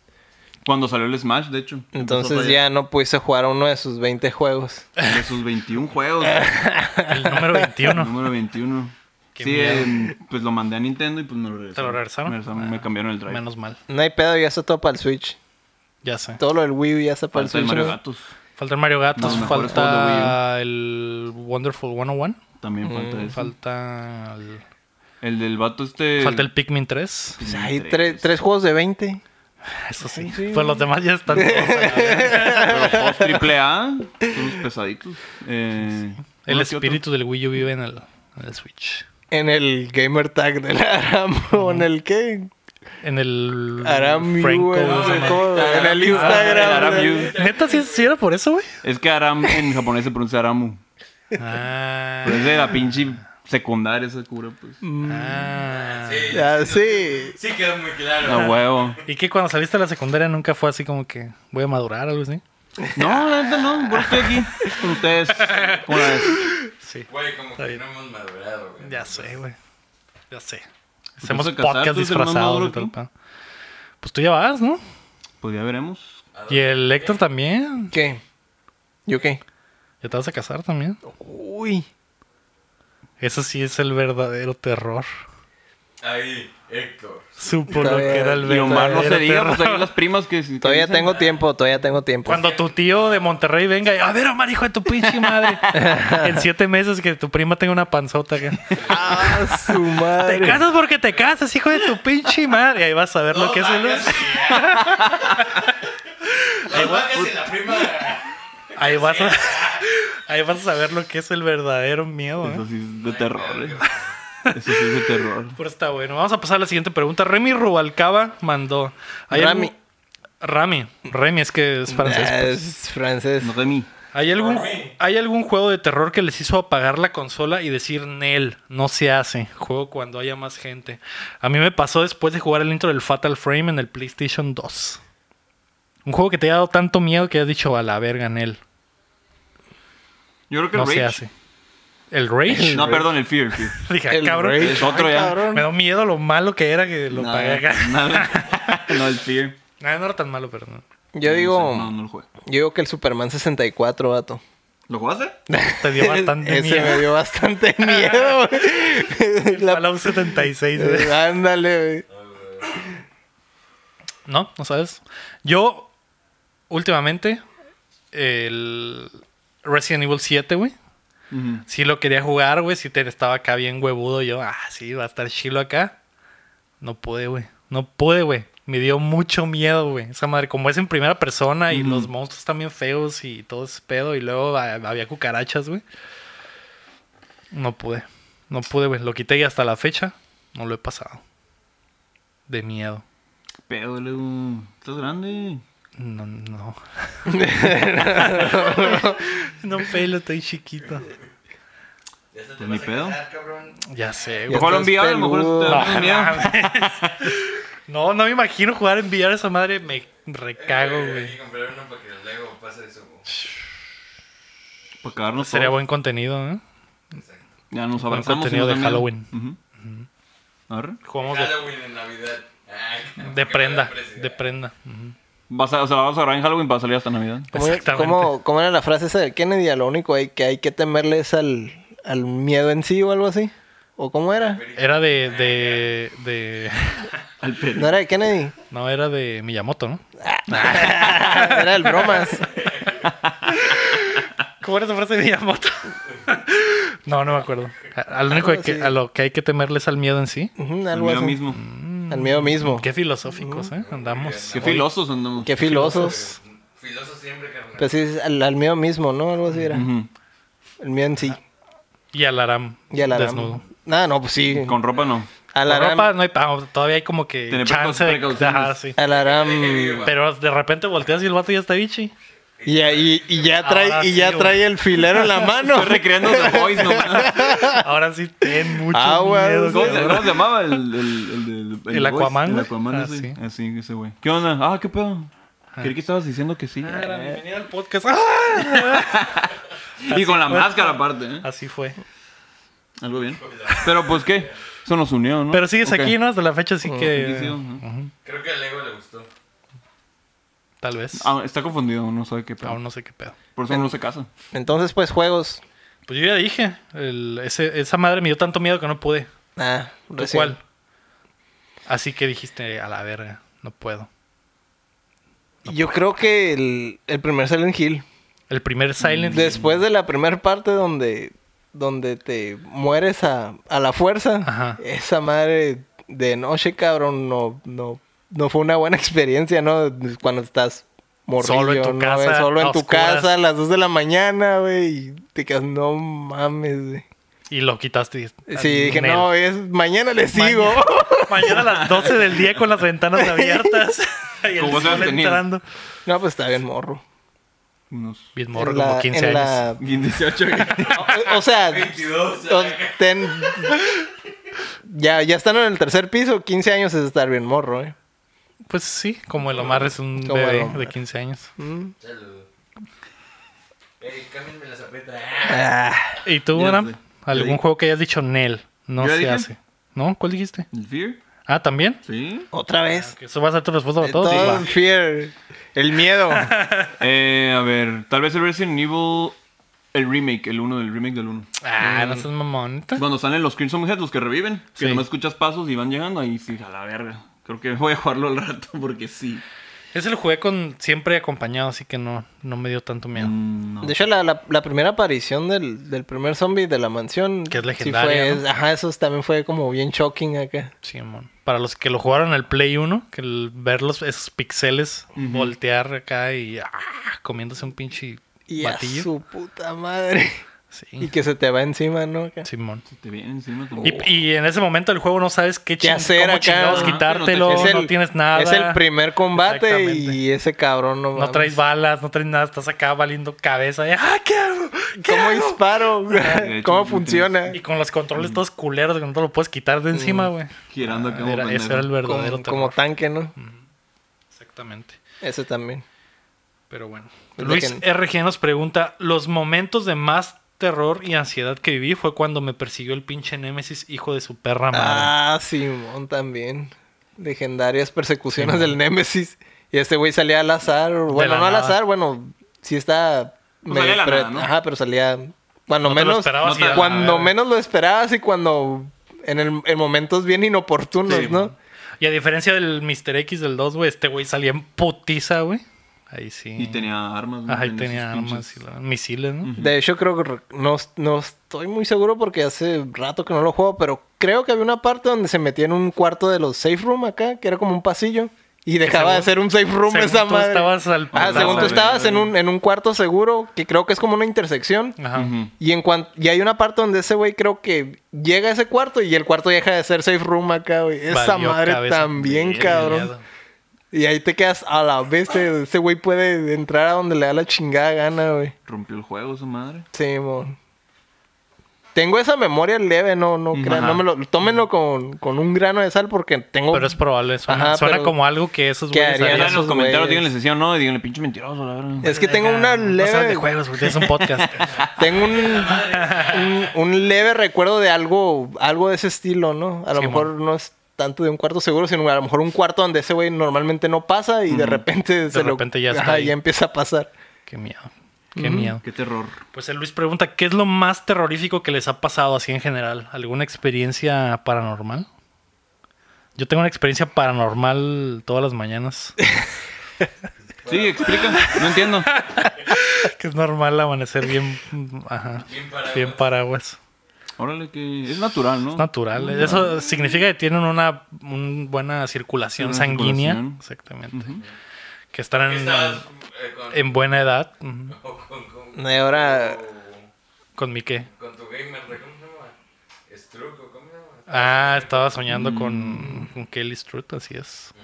[SPEAKER 5] cuando salió el Smash, de hecho. empezó a
[SPEAKER 6] Entonces
[SPEAKER 5] fallar
[SPEAKER 6] ya no pudiste jugar uno de sus 20 juegos.
[SPEAKER 5] De sus 21 juegos.
[SPEAKER 4] El número 21.
[SPEAKER 5] Número 21.
[SPEAKER 4] Qué
[SPEAKER 5] sí,
[SPEAKER 4] miedo.
[SPEAKER 5] eh, pues lo mandé a Nintendo y pues me lo regresaron.
[SPEAKER 4] ¿Te lo regresaron? Ah,
[SPEAKER 5] Me, me cambiaron el drive.
[SPEAKER 4] Menos mal.
[SPEAKER 6] No hay pedo, ya está todo para el Switch.
[SPEAKER 4] Ya sé.
[SPEAKER 6] Todo lo del Wii U ya está para
[SPEAKER 5] Falta el
[SPEAKER 6] el Switch.
[SPEAKER 5] Mario
[SPEAKER 6] ¿no?
[SPEAKER 5] Gatos.
[SPEAKER 4] Falta el Mario Gatos,
[SPEAKER 5] Los mejores
[SPEAKER 4] falta el Wonderful 101,
[SPEAKER 5] También falta eso.
[SPEAKER 4] falta el,
[SPEAKER 5] el del vato este.
[SPEAKER 4] falta el Pikmin 3.
[SPEAKER 6] O sea, hay tres, tres juegos de 20.
[SPEAKER 4] Eso sí.
[SPEAKER 6] Sí,
[SPEAKER 4] Pues los demás ya están. todos acá.
[SPEAKER 5] Pero todos triple A. Unos pesaditos. Eh,
[SPEAKER 4] el
[SPEAKER 5] uno que otro.
[SPEAKER 4] espíritu del Wii U vive en el, en el Switch.
[SPEAKER 6] En el Gamer Tag de la Aram. ¿O en el qué?
[SPEAKER 4] En el
[SPEAKER 6] Aram U,
[SPEAKER 4] Franco,
[SPEAKER 6] güey,
[SPEAKER 4] esa madre.
[SPEAKER 6] ¿cómo? En el
[SPEAKER 5] Ah, el
[SPEAKER 6] Instagram.
[SPEAKER 5] Aram
[SPEAKER 6] güey.
[SPEAKER 5] U.
[SPEAKER 4] Neta, sí, sí era por eso, güey.
[SPEAKER 5] Es que Aram en japonés se pronuncia Aramu.
[SPEAKER 4] Ah,
[SPEAKER 5] Pero es de la pinche secundaria esa cura, pues.
[SPEAKER 4] Mm. ah.
[SPEAKER 3] Sí,
[SPEAKER 6] Ya, sí.
[SPEAKER 3] sí quedó muy claro.
[SPEAKER 5] A huevo.
[SPEAKER 4] Y que cuando saliste a la secundaria nunca fue así como que voy a madurar o algo así.
[SPEAKER 5] No, la neta no, yo estoy aquí con ustedes. ¿Cómo la ves?
[SPEAKER 4] Sí.
[SPEAKER 3] Güey, como que
[SPEAKER 4] bien.
[SPEAKER 3] no hemos madurado, güey.
[SPEAKER 4] Ya sé, güey. Ya sé. Hacemos
[SPEAKER 5] vas a casar?
[SPEAKER 4] podcast
[SPEAKER 5] ¿Tú eres el más
[SPEAKER 4] disfrazados
[SPEAKER 5] maduro
[SPEAKER 4] y todo el
[SPEAKER 5] aquí?
[SPEAKER 4] pedo. Pues tú ya vas, ¿no?
[SPEAKER 5] Pues ya veremos.
[SPEAKER 4] Y el Héctor también.
[SPEAKER 6] ¿Qué? ¿Yo qué?
[SPEAKER 4] Ya te vas a casar también.
[SPEAKER 6] Uy.
[SPEAKER 4] Eso sí es el verdadero terror.
[SPEAKER 3] Ahí, Héctor.
[SPEAKER 4] Supo lo
[SPEAKER 6] Todavía-
[SPEAKER 4] que era el
[SPEAKER 5] Y Omar
[SPEAKER 4] verdadero
[SPEAKER 5] no se diga,
[SPEAKER 4] terror.
[SPEAKER 5] pues ahí las primas que... que
[SPEAKER 6] Todavía
[SPEAKER 5] dicen.
[SPEAKER 6] tengo tiempo, todavía tengo tiempo.
[SPEAKER 4] Cuando tu tío de Monterrey venga y, a ver, Omar, hijo de tu pinche madre. en siete meses que tu prima tenga una panzota. acá.
[SPEAKER 6] ¡Ah, su
[SPEAKER 4] Te
[SPEAKER 6] madre!
[SPEAKER 4] casas porque te casas, hijo de tu pinche madre. Y ahí vas a ver lo que es el...
[SPEAKER 3] Las vacas y la prima.
[SPEAKER 4] Ahí vas a... Ahí vas a saber lo que es el verdadero miedo. ¿eh?
[SPEAKER 5] Eso sí es de terror, eh. Eso sí es de terror.
[SPEAKER 4] Pero está bueno. Vamos a pasar a la siguiente pregunta. Remy Rubalcaba mandó. ¿Hay
[SPEAKER 6] Rami.
[SPEAKER 4] algún- Rami. Remy es que es francés.
[SPEAKER 6] Ah,
[SPEAKER 4] pues.
[SPEAKER 6] Es francés.
[SPEAKER 5] No de mí.
[SPEAKER 4] ¿Hay algún, ¿Hay algún juego de terror que les hizo apagar la consola y decir, Nel, no se hace? Juego cuando haya más gente. A mí me pasó después de jugar el intro del Fatal Frame en el PlayStation 2. Un juego que te ha dado tanto miedo que has dicho, a la verga, Nel,
[SPEAKER 5] Yo creo que
[SPEAKER 4] no
[SPEAKER 5] el
[SPEAKER 4] se
[SPEAKER 5] Rage.
[SPEAKER 4] hace. ¿El Rage?
[SPEAKER 5] No, perdón, el Fear. Fear.
[SPEAKER 4] Dije, "Ah,
[SPEAKER 6] El
[SPEAKER 4] cabrón.
[SPEAKER 6] Rage.
[SPEAKER 5] Es otro
[SPEAKER 6] Ay,
[SPEAKER 5] ya.
[SPEAKER 6] cabrón.
[SPEAKER 4] Me da miedo lo malo que era que lo apagué
[SPEAKER 5] Nada,
[SPEAKER 4] acá.
[SPEAKER 5] nada. No, el Fear.
[SPEAKER 4] Nada, no era tan malo, pero no.
[SPEAKER 6] Yo
[SPEAKER 5] No,
[SPEAKER 6] digo,
[SPEAKER 5] sé, no, no lo jugué.
[SPEAKER 6] yo digo que el Superman 64, vato.
[SPEAKER 5] ¿Lo jugaste?
[SPEAKER 4] Te dio bastante
[SPEAKER 6] Ese me
[SPEAKER 4] miedo.
[SPEAKER 6] dio bastante miedo. güey. La- Eh,
[SPEAKER 4] Fallout 76, güey.
[SPEAKER 6] Ándale, güey.
[SPEAKER 4] No, no sabes. Yo, últimamente, el Resident Evil 7, güey.
[SPEAKER 5] Ujú.
[SPEAKER 4] Sí lo quería jugar, güey. Sí te estaba acá bien huevudo. Yo, ah, sí, va a estar chilo acá. No pude, güey. No pude, güey. Me dio mucho miedo, güey. Esa madre, como es en primera persona y los monstruos están bien feos y todo ese pedo. Y luego ah, había cucarachas, güey. No pude. No pude, güey. Lo quité y hasta la fecha no lo he pasado. De miedo.
[SPEAKER 5] Pedo, luego. Estás grande.
[SPEAKER 4] No, no. no pelo, estoy chiquito.
[SPEAKER 3] Ya se te
[SPEAKER 5] Pues ni
[SPEAKER 3] vas a
[SPEAKER 5] pedo.
[SPEAKER 3] casar, cabrón.
[SPEAKER 4] Ya sé,
[SPEAKER 6] Ya
[SPEAKER 4] güey.
[SPEAKER 5] Mejor lo
[SPEAKER 6] estás
[SPEAKER 5] enviado, a lo mejor
[SPEAKER 6] peludo.
[SPEAKER 5] te da menos
[SPEAKER 4] Ah,
[SPEAKER 5] miedo.
[SPEAKER 4] No, no me imagino jugar en VR esa madre. Me recago,
[SPEAKER 3] Eh, Hay
[SPEAKER 4] güey.
[SPEAKER 3] que comprar uno para que el Lego pase eso. güey.
[SPEAKER 5] Para cagarnos
[SPEAKER 4] Sería
[SPEAKER 5] todos.
[SPEAKER 4] buen contenido, ¿eh?
[SPEAKER 5] Ya nos
[SPEAKER 4] Buen
[SPEAKER 5] abrazamos.
[SPEAKER 4] contenido de
[SPEAKER 5] nos da miedo.
[SPEAKER 4] Halloween.
[SPEAKER 5] Ujú. Arre.
[SPEAKER 4] Jugamos de,
[SPEAKER 3] Halloween en Navidad. Ah,
[SPEAKER 4] de
[SPEAKER 3] que
[SPEAKER 4] prenda.
[SPEAKER 3] me da
[SPEAKER 4] De
[SPEAKER 3] presa.
[SPEAKER 4] prenda. Ujú.
[SPEAKER 5] Vas a, o sea, la vas a grabar en Halloween para salir hasta Navidad.
[SPEAKER 6] ¿Cómo,
[SPEAKER 4] Exactamente.
[SPEAKER 6] cómo- cómo era la frase esa de Kennedy? A Lo único hay- que hay que temerle es al, al miedo en sí o algo así. ¿O cómo era?
[SPEAKER 4] Era de, de, de-
[SPEAKER 5] Al peri.
[SPEAKER 6] ¿No era de Kennedy?
[SPEAKER 4] No, era de Miyamoto, ¿no?
[SPEAKER 6] era el bromas.
[SPEAKER 4] ¿Cómo era esa frase de Miyamoto? Ah, no, no me acuerdo. A, a lo único
[SPEAKER 6] Algo
[SPEAKER 4] que,
[SPEAKER 6] así.
[SPEAKER 4] a lo que hay que temerle es al miedo en sí.
[SPEAKER 6] Ujú,
[SPEAKER 5] Al
[SPEAKER 6] algo
[SPEAKER 5] miedo
[SPEAKER 6] así. Mm.
[SPEAKER 5] mismo.
[SPEAKER 6] Al miedo mismo.
[SPEAKER 4] Qué filosóficos, ¿eh? Andamos.
[SPEAKER 5] Qué filosos andamos.
[SPEAKER 6] Qué filosos.
[SPEAKER 3] Filoso siempre, carnal.
[SPEAKER 6] Pues sí, es al, al miedo mismo, ¿no? Algo así era.
[SPEAKER 5] Ujú.
[SPEAKER 6] El miedo en sí.
[SPEAKER 4] Y al Aram.
[SPEAKER 6] Y al Aram.
[SPEAKER 4] Desnudo.
[SPEAKER 6] Ah, no, pues sí.
[SPEAKER 5] Con ropa no.
[SPEAKER 6] Al
[SPEAKER 4] Con
[SPEAKER 6] Aram.
[SPEAKER 4] ropa no hay pa- todavía hay como que
[SPEAKER 5] Tener
[SPEAKER 4] chance de
[SPEAKER 5] precauciones.
[SPEAKER 4] ajá, sí.
[SPEAKER 6] Al Aram.
[SPEAKER 4] Pero de repente volteas y el vato ya está bichi.
[SPEAKER 6] Y, ya- y- y ya trae,
[SPEAKER 4] Ahora
[SPEAKER 6] y
[SPEAKER 4] sí,
[SPEAKER 6] ya
[SPEAKER 4] güey.
[SPEAKER 6] trae el filero en la mano.
[SPEAKER 5] Estoy recreando The Boys nomás.
[SPEAKER 4] Ahora sí ten mucho
[SPEAKER 6] Ah, güey,
[SPEAKER 4] miedo.
[SPEAKER 5] ¿Cómo se,
[SPEAKER 4] cabrón.
[SPEAKER 5] cómo se llamaba el, el, el, el,
[SPEAKER 4] El
[SPEAKER 5] voice?
[SPEAKER 4] Aquaman,
[SPEAKER 5] El
[SPEAKER 4] güey.
[SPEAKER 5] Aquaman,
[SPEAKER 4] Ah,
[SPEAKER 5] ese.
[SPEAKER 4] sí. Ah.
[SPEAKER 5] Así, ese güey. ¿Qué onda? Ah, qué pedo. Creí que estabas diciendo que sí.
[SPEAKER 4] Aram, Bienvenido al podcast. ¡Ah!
[SPEAKER 5] y con la
[SPEAKER 4] fue.
[SPEAKER 5] máscara aparte, ¿eh?
[SPEAKER 4] Así fue.
[SPEAKER 5] Algo bien. Pero pues qué. Eso nos unió, ¿no?
[SPEAKER 4] Pero sigues
[SPEAKER 5] Ok.
[SPEAKER 4] aquí, ¿no? Hasta la fecha, así
[SPEAKER 5] Aquí sí,
[SPEAKER 4] que.
[SPEAKER 5] ajá.
[SPEAKER 3] Creo que al Lego le gustó.
[SPEAKER 4] Tal vez.
[SPEAKER 5] Ah, está confundido, no sabe qué pedo.
[SPEAKER 4] Aún no sé qué pedo.
[SPEAKER 5] Por eso no se casa.
[SPEAKER 6] Entonces, pues, juegos.
[SPEAKER 4] Pues yo ya dije. el- ese- esa madre me dio tanto miedo que no pude.
[SPEAKER 6] Ah,
[SPEAKER 4] ¿Tú
[SPEAKER 6] recién.
[SPEAKER 4] cuál? Así que dijiste a la verga. No puedo.
[SPEAKER 6] Yo creo que el, el primer Silent Hill.
[SPEAKER 4] El primer Silent.
[SPEAKER 6] Después de la primera parte donde, donde te mueres a, a la fuerza,
[SPEAKER 4] Ajá.
[SPEAKER 6] esa madre de noche, cabrón, no, no, no fue una buena experiencia, ¿no? Cuando estás morrillo,
[SPEAKER 4] Solo en tu
[SPEAKER 6] ¿no?
[SPEAKER 4] casa,
[SPEAKER 6] Solo en
[SPEAKER 4] a
[SPEAKER 6] tu
[SPEAKER 4] oscuras.
[SPEAKER 6] casa a las 2 de la mañana, güey, y te quedas, no mames, güey.
[SPEAKER 4] Y lo quitaste. y dijiste,
[SPEAKER 6] Sí, dije,
[SPEAKER 4] Ah, "Nel".
[SPEAKER 6] no, es, mañana le sigo.
[SPEAKER 4] Mañana a las 12 del día con las ventanas abiertas. y el
[SPEAKER 5] ¿Cómo se las
[SPEAKER 4] sol
[SPEAKER 5] tenían?
[SPEAKER 4] entrando.
[SPEAKER 6] no, pues está bien, morro.
[SPEAKER 5] Unos
[SPEAKER 4] Bien morro,
[SPEAKER 6] En
[SPEAKER 4] como
[SPEAKER 6] la-
[SPEAKER 4] 15
[SPEAKER 6] en
[SPEAKER 4] años.
[SPEAKER 6] la-
[SPEAKER 5] 18.
[SPEAKER 6] O, o sea,
[SPEAKER 3] 22,
[SPEAKER 6] o-
[SPEAKER 3] a la
[SPEAKER 6] ten- ya, ya están en el tercer piso, 15 años es estar bien morro, eh.
[SPEAKER 4] Pues sí, como el Omar es un
[SPEAKER 6] Como el
[SPEAKER 4] bebé
[SPEAKER 6] Omar.
[SPEAKER 4] de 15 años.
[SPEAKER 6] Mm.
[SPEAKER 3] Saludos. Ey, cámbienme la zapeta.
[SPEAKER 4] ¿Y tú,
[SPEAKER 5] Ya
[SPEAKER 4] Aram?
[SPEAKER 5] sé. Yo
[SPEAKER 4] ¿Algún
[SPEAKER 5] dije-
[SPEAKER 4] juego que hayas dicho Nel? No
[SPEAKER 5] Yo
[SPEAKER 4] se
[SPEAKER 5] dije-
[SPEAKER 4] hace. ¿No? ¿Cuál dijiste?
[SPEAKER 5] ¿El Fear?
[SPEAKER 4] Ah, ¿también?
[SPEAKER 5] Sí.
[SPEAKER 6] Otra vez.
[SPEAKER 4] Que Eso va a ser tu respuesta para todos.
[SPEAKER 6] Todo
[SPEAKER 4] Va.
[SPEAKER 6] fear. El miedo.
[SPEAKER 5] Eh, a ver, tal vez el Resident Evil, el remake, el uno, el remake del uno.
[SPEAKER 4] Ah, no seas mamonita.
[SPEAKER 5] Cuando salen los Crimson Head, los que reviven, que
[SPEAKER 4] Sí.
[SPEAKER 5] nomás escuchas pasos y van llegando, ahí sí, a la verga. Creo que voy a jugarlo al rato porque sí.
[SPEAKER 4] Ese lo jugué con siempre acompañado, así que no, no me dio tanto miedo.
[SPEAKER 5] Mm, no.
[SPEAKER 6] De hecho, la, la- la primera aparición del, del primer zombie de la mansión.
[SPEAKER 4] Que es
[SPEAKER 6] sí
[SPEAKER 4] legendaria,
[SPEAKER 6] fue-
[SPEAKER 4] ¿no?
[SPEAKER 6] Ajá, eso también fue como bien shocking acá.
[SPEAKER 4] Sí, mon. Para los que lo jugaron en el Play 1, que el ver los, esos pixeles voltear acá y ah, comiéndose un pinche
[SPEAKER 6] Y a
[SPEAKER 4] batillo.
[SPEAKER 6] su puta madre. Y Oh.
[SPEAKER 4] Sí,
[SPEAKER 6] que se te va encima, ¿no? Acá.
[SPEAKER 4] Simón.
[SPEAKER 5] Se te viene encima tu-
[SPEAKER 4] Y, y en ese momento del juego no sabes qué,
[SPEAKER 6] ¿Qué
[SPEAKER 4] chin-
[SPEAKER 6] hacer
[SPEAKER 4] cómo
[SPEAKER 6] acá?
[SPEAKER 4] chingados
[SPEAKER 5] Ajá,
[SPEAKER 4] quitártelo,
[SPEAKER 5] no
[SPEAKER 4] no,
[SPEAKER 5] te-
[SPEAKER 6] Es el-
[SPEAKER 4] tienes nada.
[SPEAKER 6] Es el primer combate
[SPEAKER 4] Exactamente.
[SPEAKER 6] y ese cabrón no
[SPEAKER 4] No
[SPEAKER 6] mames.
[SPEAKER 4] traes balas, no traes nada, estás acá valiendo cabeza. Y, ¡Ah, qué hago! ¿Qué
[SPEAKER 6] ¿Cómo
[SPEAKER 4] hago?"
[SPEAKER 6] disparo?
[SPEAKER 5] de hecho,
[SPEAKER 6] ¿Cómo
[SPEAKER 5] sí,
[SPEAKER 6] funciona?
[SPEAKER 4] Y con los
[SPEAKER 6] Mm.
[SPEAKER 4] controles todos culeros, que no te lo puedes quitar de encima, güey.
[SPEAKER 5] Girando acá como
[SPEAKER 4] Ah, Era-
[SPEAKER 5] pendejo.
[SPEAKER 4] ese era el verdadero
[SPEAKER 6] Como,
[SPEAKER 4] terror.
[SPEAKER 6] como tanque, ¿no?
[SPEAKER 4] Mm. Exactamente.
[SPEAKER 6] Ese también.
[SPEAKER 4] Pero bueno.
[SPEAKER 6] Pues
[SPEAKER 4] Luis
[SPEAKER 6] dejen-
[SPEAKER 4] RG nos pregunta: Los momentos de más terror y ansiedad que viví fue cuando me persiguió el pinche Némesis, hijo de su perra madre.
[SPEAKER 6] Ah, Simón también. Legendarias persecuciones del Némesis. Y este güey salía al azar. o- Bueno,
[SPEAKER 4] la
[SPEAKER 6] no al
[SPEAKER 4] nada.
[SPEAKER 6] azar, bueno, sí está.
[SPEAKER 5] Pues
[SPEAKER 6] medio
[SPEAKER 5] salía de la
[SPEAKER 6] pre-
[SPEAKER 5] nada, ¿no?
[SPEAKER 6] Ajá, pero salía. Cuando
[SPEAKER 4] No te lo
[SPEAKER 6] menos.
[SPEAKER 4] esperabas
[SPEAKER 5] no te-
[SPEAKER 4] y a la
[SPEAKER 6] cuando
[SPEAKER 4] verga.
[SPEAKER 6] menos lo esperabas y cuando. En, el, en momentos bien inoportunos,
[SPEAKER 5] Sí,
[SPEAKER 6] ¿no?
[SPEAKER 4] Y a diferencia del Mr. X del 2, güey, este güey salía en putiza, güey. Ahí sí.
[SPEAKER 5] Y tenía armas. ¿no?
[SPEAKER 4] Ajá, y
[SPEAKER 5] Tenía
[SPEAKER 4] tenía
[SPEAKER 5] esos pinches-
[SPEAKER 4] armas y la- misiles, ¿no?
[SPEAKER 6] De hecho, creo que re- no, no estoy muy seguro porque hace rato que no lo juego, pero creo que había una parte donde se metía en un cuarto de los safe room acá, que era como un pasillo, y dejaba de
[SPEAKER 4] según-
[SPEAKER 6] ser un safe room
[SPEAKER 4] según
[SPEAKER 6] esa
[SPEAKER 4] tú
[SPEAKER 6] madre.
[SPEAKER 4] estabas al-
[SPEAKER 6] ah,
[SPEAKER 5] a la
[SPEAKER 6] según tú
[SPEAKER 5] verga.
[SPEAKER 6] estabas en un, en un cuarto seguro, que creo que es como una intersección.
[SPEAKER 4] Ajá.
[SPEAKER 5] Ujú.
[SPEAKER 6] Y, en cuan- y hay una parte donde ese güey creo que llega a ese cuarto y el cuarto deja de ser safe room acá, güey. Esa
[SPEAKER 4] Valió
[SPEAKER 6] madre
[SPEAKER 4] cabeza.
[SPEAKER 6] también,
[SPEAKER 4] Bien,
[SPEAKER 6] cabrón.
[SPEAKER 4] miedo.
[SPEAKER 6] Y ahí te quedas a la vez. Ese güey puede entrar a donde le da la chingada gana, güey.
[SPEAKER 5] Rompió el juego su madre.
[SPEAKER 6] Sí, mon. Tengo esa memoria leve, no, no
[SPEAKER 5] Ujú.
[SPEAKER 6] crean, no me lo, tómenlo con, con un grano de sal porque tengo.
[SPEAKER 4] Pero es probable, suena,
[SPEAKER 6] Ajá,
[SPEAKER 4] suena
[SPEAKER 6] pero-
[SPEAKER 4] como algo que esos
[SPEAKER 6] ¿Qué
[SPEAKER 4] güeyes
[SPEAKER 6] harían?
[SPEAKER 5] Ya en
[SPEAKER 4] harían.
[SPEAKER 6] esos
[SPEAKER 5] los comentarios,
[SPEAKER 6] güeyes.
[SPEAKER 5] díganle sesión, no, y díganle pinche mentiroso, la verdad.
[SPEAKER 6] Es que tengo una
[SPEAKER 4] No sabes de
[SPEAKER 6] leve.
[SPEAKER 4] juegos, güey, es un podcast.
[SPEAKER 6] tengo un, un, un leve recuerdo de algo, algo de ese estilo, ¿no? A lo
[SPEAKER 4] Sí,
[SPEAKER 6] mejor no es tanto de un cuarto seguro, sino a lo mejor un cuarto donde ese güey normalmente no pasa y de repente se lo-
[SPEAKER 4] repente ya está
[SPEAKER 6] Ajá,
[SPEAKER 4] ahí.
[SPEAKER 6] ya empieza a pasar.
[SPEAKER 4] Qué miedo. Qué miedo.
[SPEAKER 5] Qué terror.
[SPEAKER 4] Pues el Luis pregunta, ¿qué es lo más terrorífico que les ha pasado así en general? ¿Alguna experiencia paranormal? Yo tengo una experiencia paranormal todas las mañanas.
[SPEAKER 5] Sí, explica. No entiendo.
[SPEAKER 4] que es normal amanecer bien, ajá,
[SPEAKER 3] Bien paraguas.
[SPEAKER 4] bien paraguas.
[SPEAKER 5] Órale, que es natural, ¿no?
[SPEAKER 4] Es natural. Eso significa que tienen una un buena circulación
[SPEAKER 5] Buena
[SPEAKER 4] sanguínea.
[SPEAKER 5] circulación.
[SPEAKER 4] Exactamente. Que están en,
[SPEAKER 5] Em,
[SPEAKER 3] Estabas eh, con,
[SPEAKER 4] en buena edad. Ujú.
[SPEAKER 3] o con, con,
[SPEAKER 6] No, y ahora-
[SPEAKER 5] eh,
[SPEAKER 3] o
[SPEAKER 4] ¿Con mi qué?
[SPEAKER 3] con tu gamer, ¿de ¿cómo se llama? Estruco, ¿cómo se llama?
[SPEAKER 4] Ah, estaba soñando con, con Kelly Struth, así es.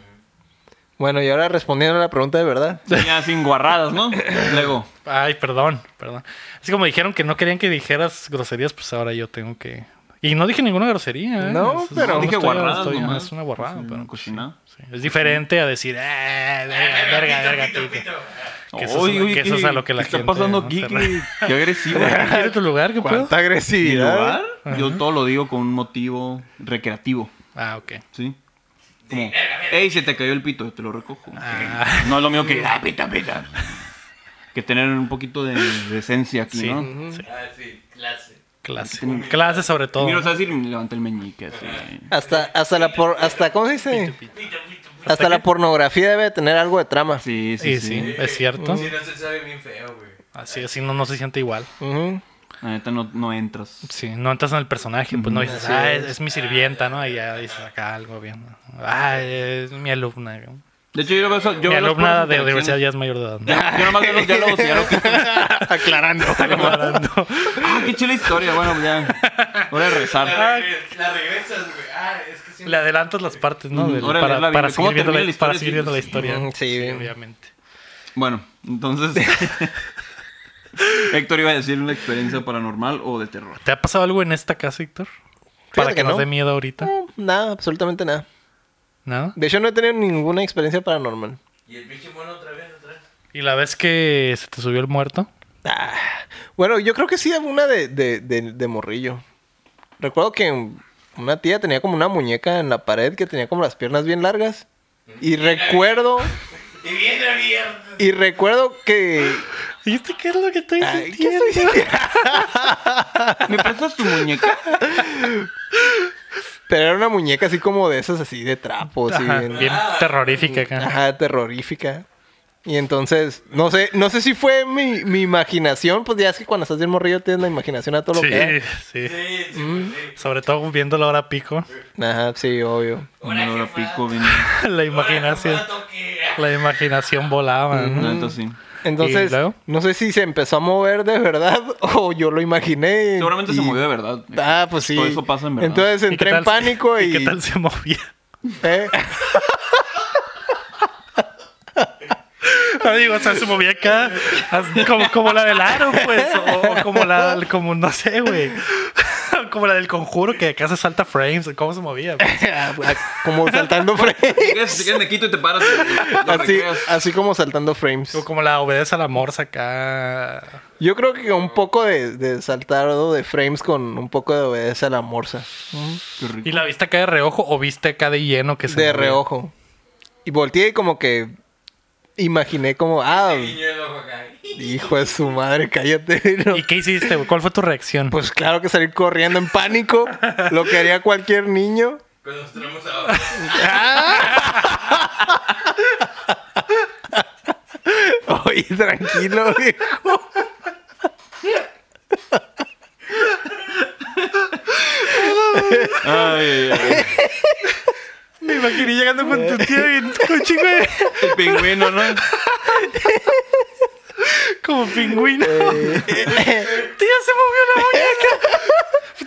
[SPEAKER 6] Bueno, y ahora respondiendo a la pregunta de verdad.
[SPEAKER 5] Ya sin guarradas, ¿no? Luego.
[SPEAKER 4] Ay, perdón, perdón. Así como dijeron que no querían que dijeras groserías, pues ahora yo tengo que... Y no dije ninguna grosería. ¿eh?
[SPEAKER 6] No,
[SPEAKER 4] Es-
[SPEAKER 6] pero-
[SPEAKER 5] Dije
[SPEAKER 4] estoy-
[SPEAKER 5] guarradas
[SPEAKER 4] estoy-
[SPEAKER 5] nomás.
[SPEAKER 4] Es una guarrada,
[SPEAKER 5] Sí,
[SPEAKER 4] pero... pues,
[SPEAKER 5] no cocinada.
[SPEAKER 4] sí, Es diferente a decir... "Ah, verga, verga, verga,
[SPEAKER 3] Pito,
[SPEAKER 4] pito".
[SPEAKER 3] pito.
[SPEAKER 4] Que eso, es, que eso es a lo que la
[SPEAKER 5] ¿qué
[SPEAKER 4] gente...
[SPEAKER 5] está pasando
[SPEAKER 4] ¿no?
[SPEAKER 5] aquí?
[SPEAKER 4] se re-
[SPEAKER 5] Qué, qué agresivo.
[SPEAKER 4] ¿Quiere tu lugar? ¿Qué pedo?
[SPEAKER 6] ¿Cuánta
[SPEAKER 5] ¿Mi
[SPEAKER 6] agresividad?
[SPEAKER 5] lugar? Yo todo lo digo con un motivo recreativo,
[SPEAKER 4] Ah, ok.
[SPEAKER 5] ¿sí? Como, hey, se te cayó el pito, te lo recojo.
[SPEAKER 4] Ah,
[SPEAKER 5] No es lo mío que, ah, pita, pita. Que tener un poquito de, de esencia aquí,
[SPEAKER 4] sí,
[SPEAKER 5] ¿no?
[SPEAKER 4] sí.
[SPEAKER 3] Ah, sí, clase.
[SPEAKER 4] Clase. Clase sobre todo.
[SPEAKER 5] Mira, o sea, si levanta el meñique, así.
[SPEAKER 6] Hasta, hasta la por, hasta, ¿cómo se dice? Hasta
[SPEAKER 4] ¿Hasta
[SPEAKER 6] la
[SPEAKER 4] qué?
[SPEAKER 6] pornografía debe tener algo de trama.
[SPEAKER 5] Sí, sí,
[SPEAKER 4] Sí,
[SPEAKER 5] sí.
[SPEAKER 4] sí, es cierto.
[SPEAKER 5] Ah.
[SPEAKER 3] Sí, no se sabe bien feo, güey.
[SPEAKER 4] Así, así no, no se siente igual.
[SPEAKER 6] Ujú.
[SPEAKER 5] La neta no, no entras.
[SPEAKER 4] Sí, no entras en el personaje, pues no dices, ah, es, es mi sirvienta, ¿no? Y ya dices acá algo bien. ¿no? Ah, es mi alumna.
[SPEAKER 5] De hecho, yo veo eso. Yo
[SPEAKER 4] mi
[SPEAKER 5] veo las
[SPEAKER 4] alumna
[SPEAKER 5] puras
[SPEAKER 4] de universidad
[SPEAKER 5] interacciones.
[SPEAKER 4] ya es mayor de edad. ¿no?
[SPEAKER 5] Ya, Yo nomás veo los diálogos y ya lo que.
[SPEAKER 6] Aclarando.
[SPEAKER 4] Aclarando.
[SPEAKER 5] Ah, qué chila historia. Bueno, ya. Hora de rezar.
[SPEAKER 4] Ah,
[SPEAKER 3] La, regre- la regresas, güey. Ah, es que siempre.
[SPEAKER 4] Le adelantas las partes, ¿no?
[SPEAKER 5] Ujú.
[SPEAKER 4] Del-
[SPEAKER 5] Órale,
[SPEAKER 4] para,
[SPEAKER 5] la
[SPEAKER 4] para
[SPEAKER 5] Biblia. ¿Cómo
[SPEAKER 4] seguir viendo la,
[SPEAKER 5] termina la
[SPEAKER 4] para
[SPEAKER 5] historia?
[SPEAKER 4] seguir viendo la historia.
[SPEAKER 6] Mm, sí.
[SPEAKER 4] obviamente.
[SPEAKER 5] Bueno, entonces. Héctor iba a decir una experiencia paranormal o de terror.
[SPEAKER 4] ¿Te ha pasado algo en esta casa, Héctor? Para que,
[SPEAKER 6] que
[SPEAKER 4] nos
[SPEAKER 6] no.
[SPEAKER 4] dé miedo ahorita.
[SPEAKER 6] No, nada, absolutamente nada.
[SPEAKER 4] ¿Nada?
[SPEAKER 6] De hecho, no he tenido ninguna experiencia paranormal.
[SPEAKER 3] Y el pinche mono otra vez, otra vez.
[SPEAKER 4] ¿Y la vez que se te subió el muerto?
[SPEAKER 6] Ah, Bueno, yo creo que sí, una de, de, de- de morrillo. Recuerdo que una tía tenía como una muñeca en la pared que tenía como las piernas bien largas. Y recuerdo,
[SPEAKER 3] Y bien abierto.
[SPEAKER 6] y recuerdo que...
[SPEAKER 4] ¿Viste este qué es lo que estoy
[SPEAKER 6] Ay, ¿qué estoy diciendo?
[SPEAKER 5] ¿Me prestas tu muñeca?
[SPEAKER 6] Pero era una muñeca así como de esas, así de trapos. así
[SPEAKER 4] Ajá,
[SPEAKER 6] bien-
[SPEAKER 4] bien terrorífica acá.
[SPEAKER 6] Ajá, terrorífica. Y entonces, no sé, no sé si fue mi, mi imaginación, pues ya es que cuando estás bien morrillo tienes la imaginación a todo lo
[SPEAKER 4] sí,
[SPEAKER 6] que da.
[SPEAKER 4] sí.
[SPEAKER 3] Sí, sí, sí.
[SPEAKER 5] Mm,
[SPEAKER 4] Sobre todo viendo la hora pico.
[SPEAKER 6] Ajá, sí, obvio.
[SPEAKER 5] Una hora pico, bien.
[SPEAKER 4] la
[SPEAKER 3] Imaginación.
[SPEAKER 4] imaginación. La imaginación volaba. ¿no?
[SPEAKER 5] La neta sí.
[SPEAKER 6] Entonces,
[SPEAKER 4] ¿Y luego?
[SPEAKER 6] no sé si se empezó a mover de verdad o yo lo imaginé.
[SPEAKER 5] Seguramente se
[SPEAKER 6] y-
[SPEAKER 5] movió de verdad.
[SPEAKER 6] Ah, pues sí.
[SPEAKER 5] Todo eso pasa en verdad.
[SPEAKER 6] Entonces
[SPEAKER 4] ¿Y qué
[SPEAKER 6] entré en
[SPEAKER 4] tal-
[SPEAKER 6] pánico y...
[SPEAKER 4] qué tal se movía?
[SPEAKER 6] ¿Eh?
[SPEAKER 4] No digo, o sea, se movía acá así como, como la del aro, pues. O, o como la, como no sé, güey. Como la del conjuro que acá se salta frames. ¿Cómo se movía? pues?
[SPEAKER 6] como saltando frames.
[SPEAKER 5] Llegas, llegas, me quito y te paras. Lo
[SPEAKER 6] Así,
[SPEAKER 5] recreas.
[SPEAKER 6] así como saltando frames.
[SPEAKER 4] O como la obedece a la morsa acá.
[SPEAKER 6] Yo creo que un poco de, de saltado de frames con un poco de obediencia a la morsa.
[SPEAKER 5] Qué rico.
[SPEAKER 4] ¿Y la viste acá de reojo o viste acá de lleno que se
[SPEAKER 6] de
[SPEAKER 4] movía?
[SPEAKER 6] reojo. Y volteé y como que imaginé como, ah,
[SPEAKER 3] Niño el ojo acá.
[SPEAKER 6] hijo de su madre, cállate. ¿no?
[SPEAKER 4] ¿Y qué hiciste? güey? ¿Cuál fue tu reacción?
[SPEAKER 6] Pues claro que salir corriendo en pánico, lo que haría cualquier niño.
[SPEAKER 3] Con los tramos abajo.
[SPEAKER 6] Oye, tranquilo, viejo.
[SPEAKER 5] Ay, ay, ay.
[SPEAKER 4] Me imaginé llegando con tu tía y con chingo de...
[SPEAKER 5] El pingüino, ¿no?
[SPEAKER 4] Como pingüino. Tía, se
[SPEAKER 6] eh,
[SPEAKER 4] movió la muñeca.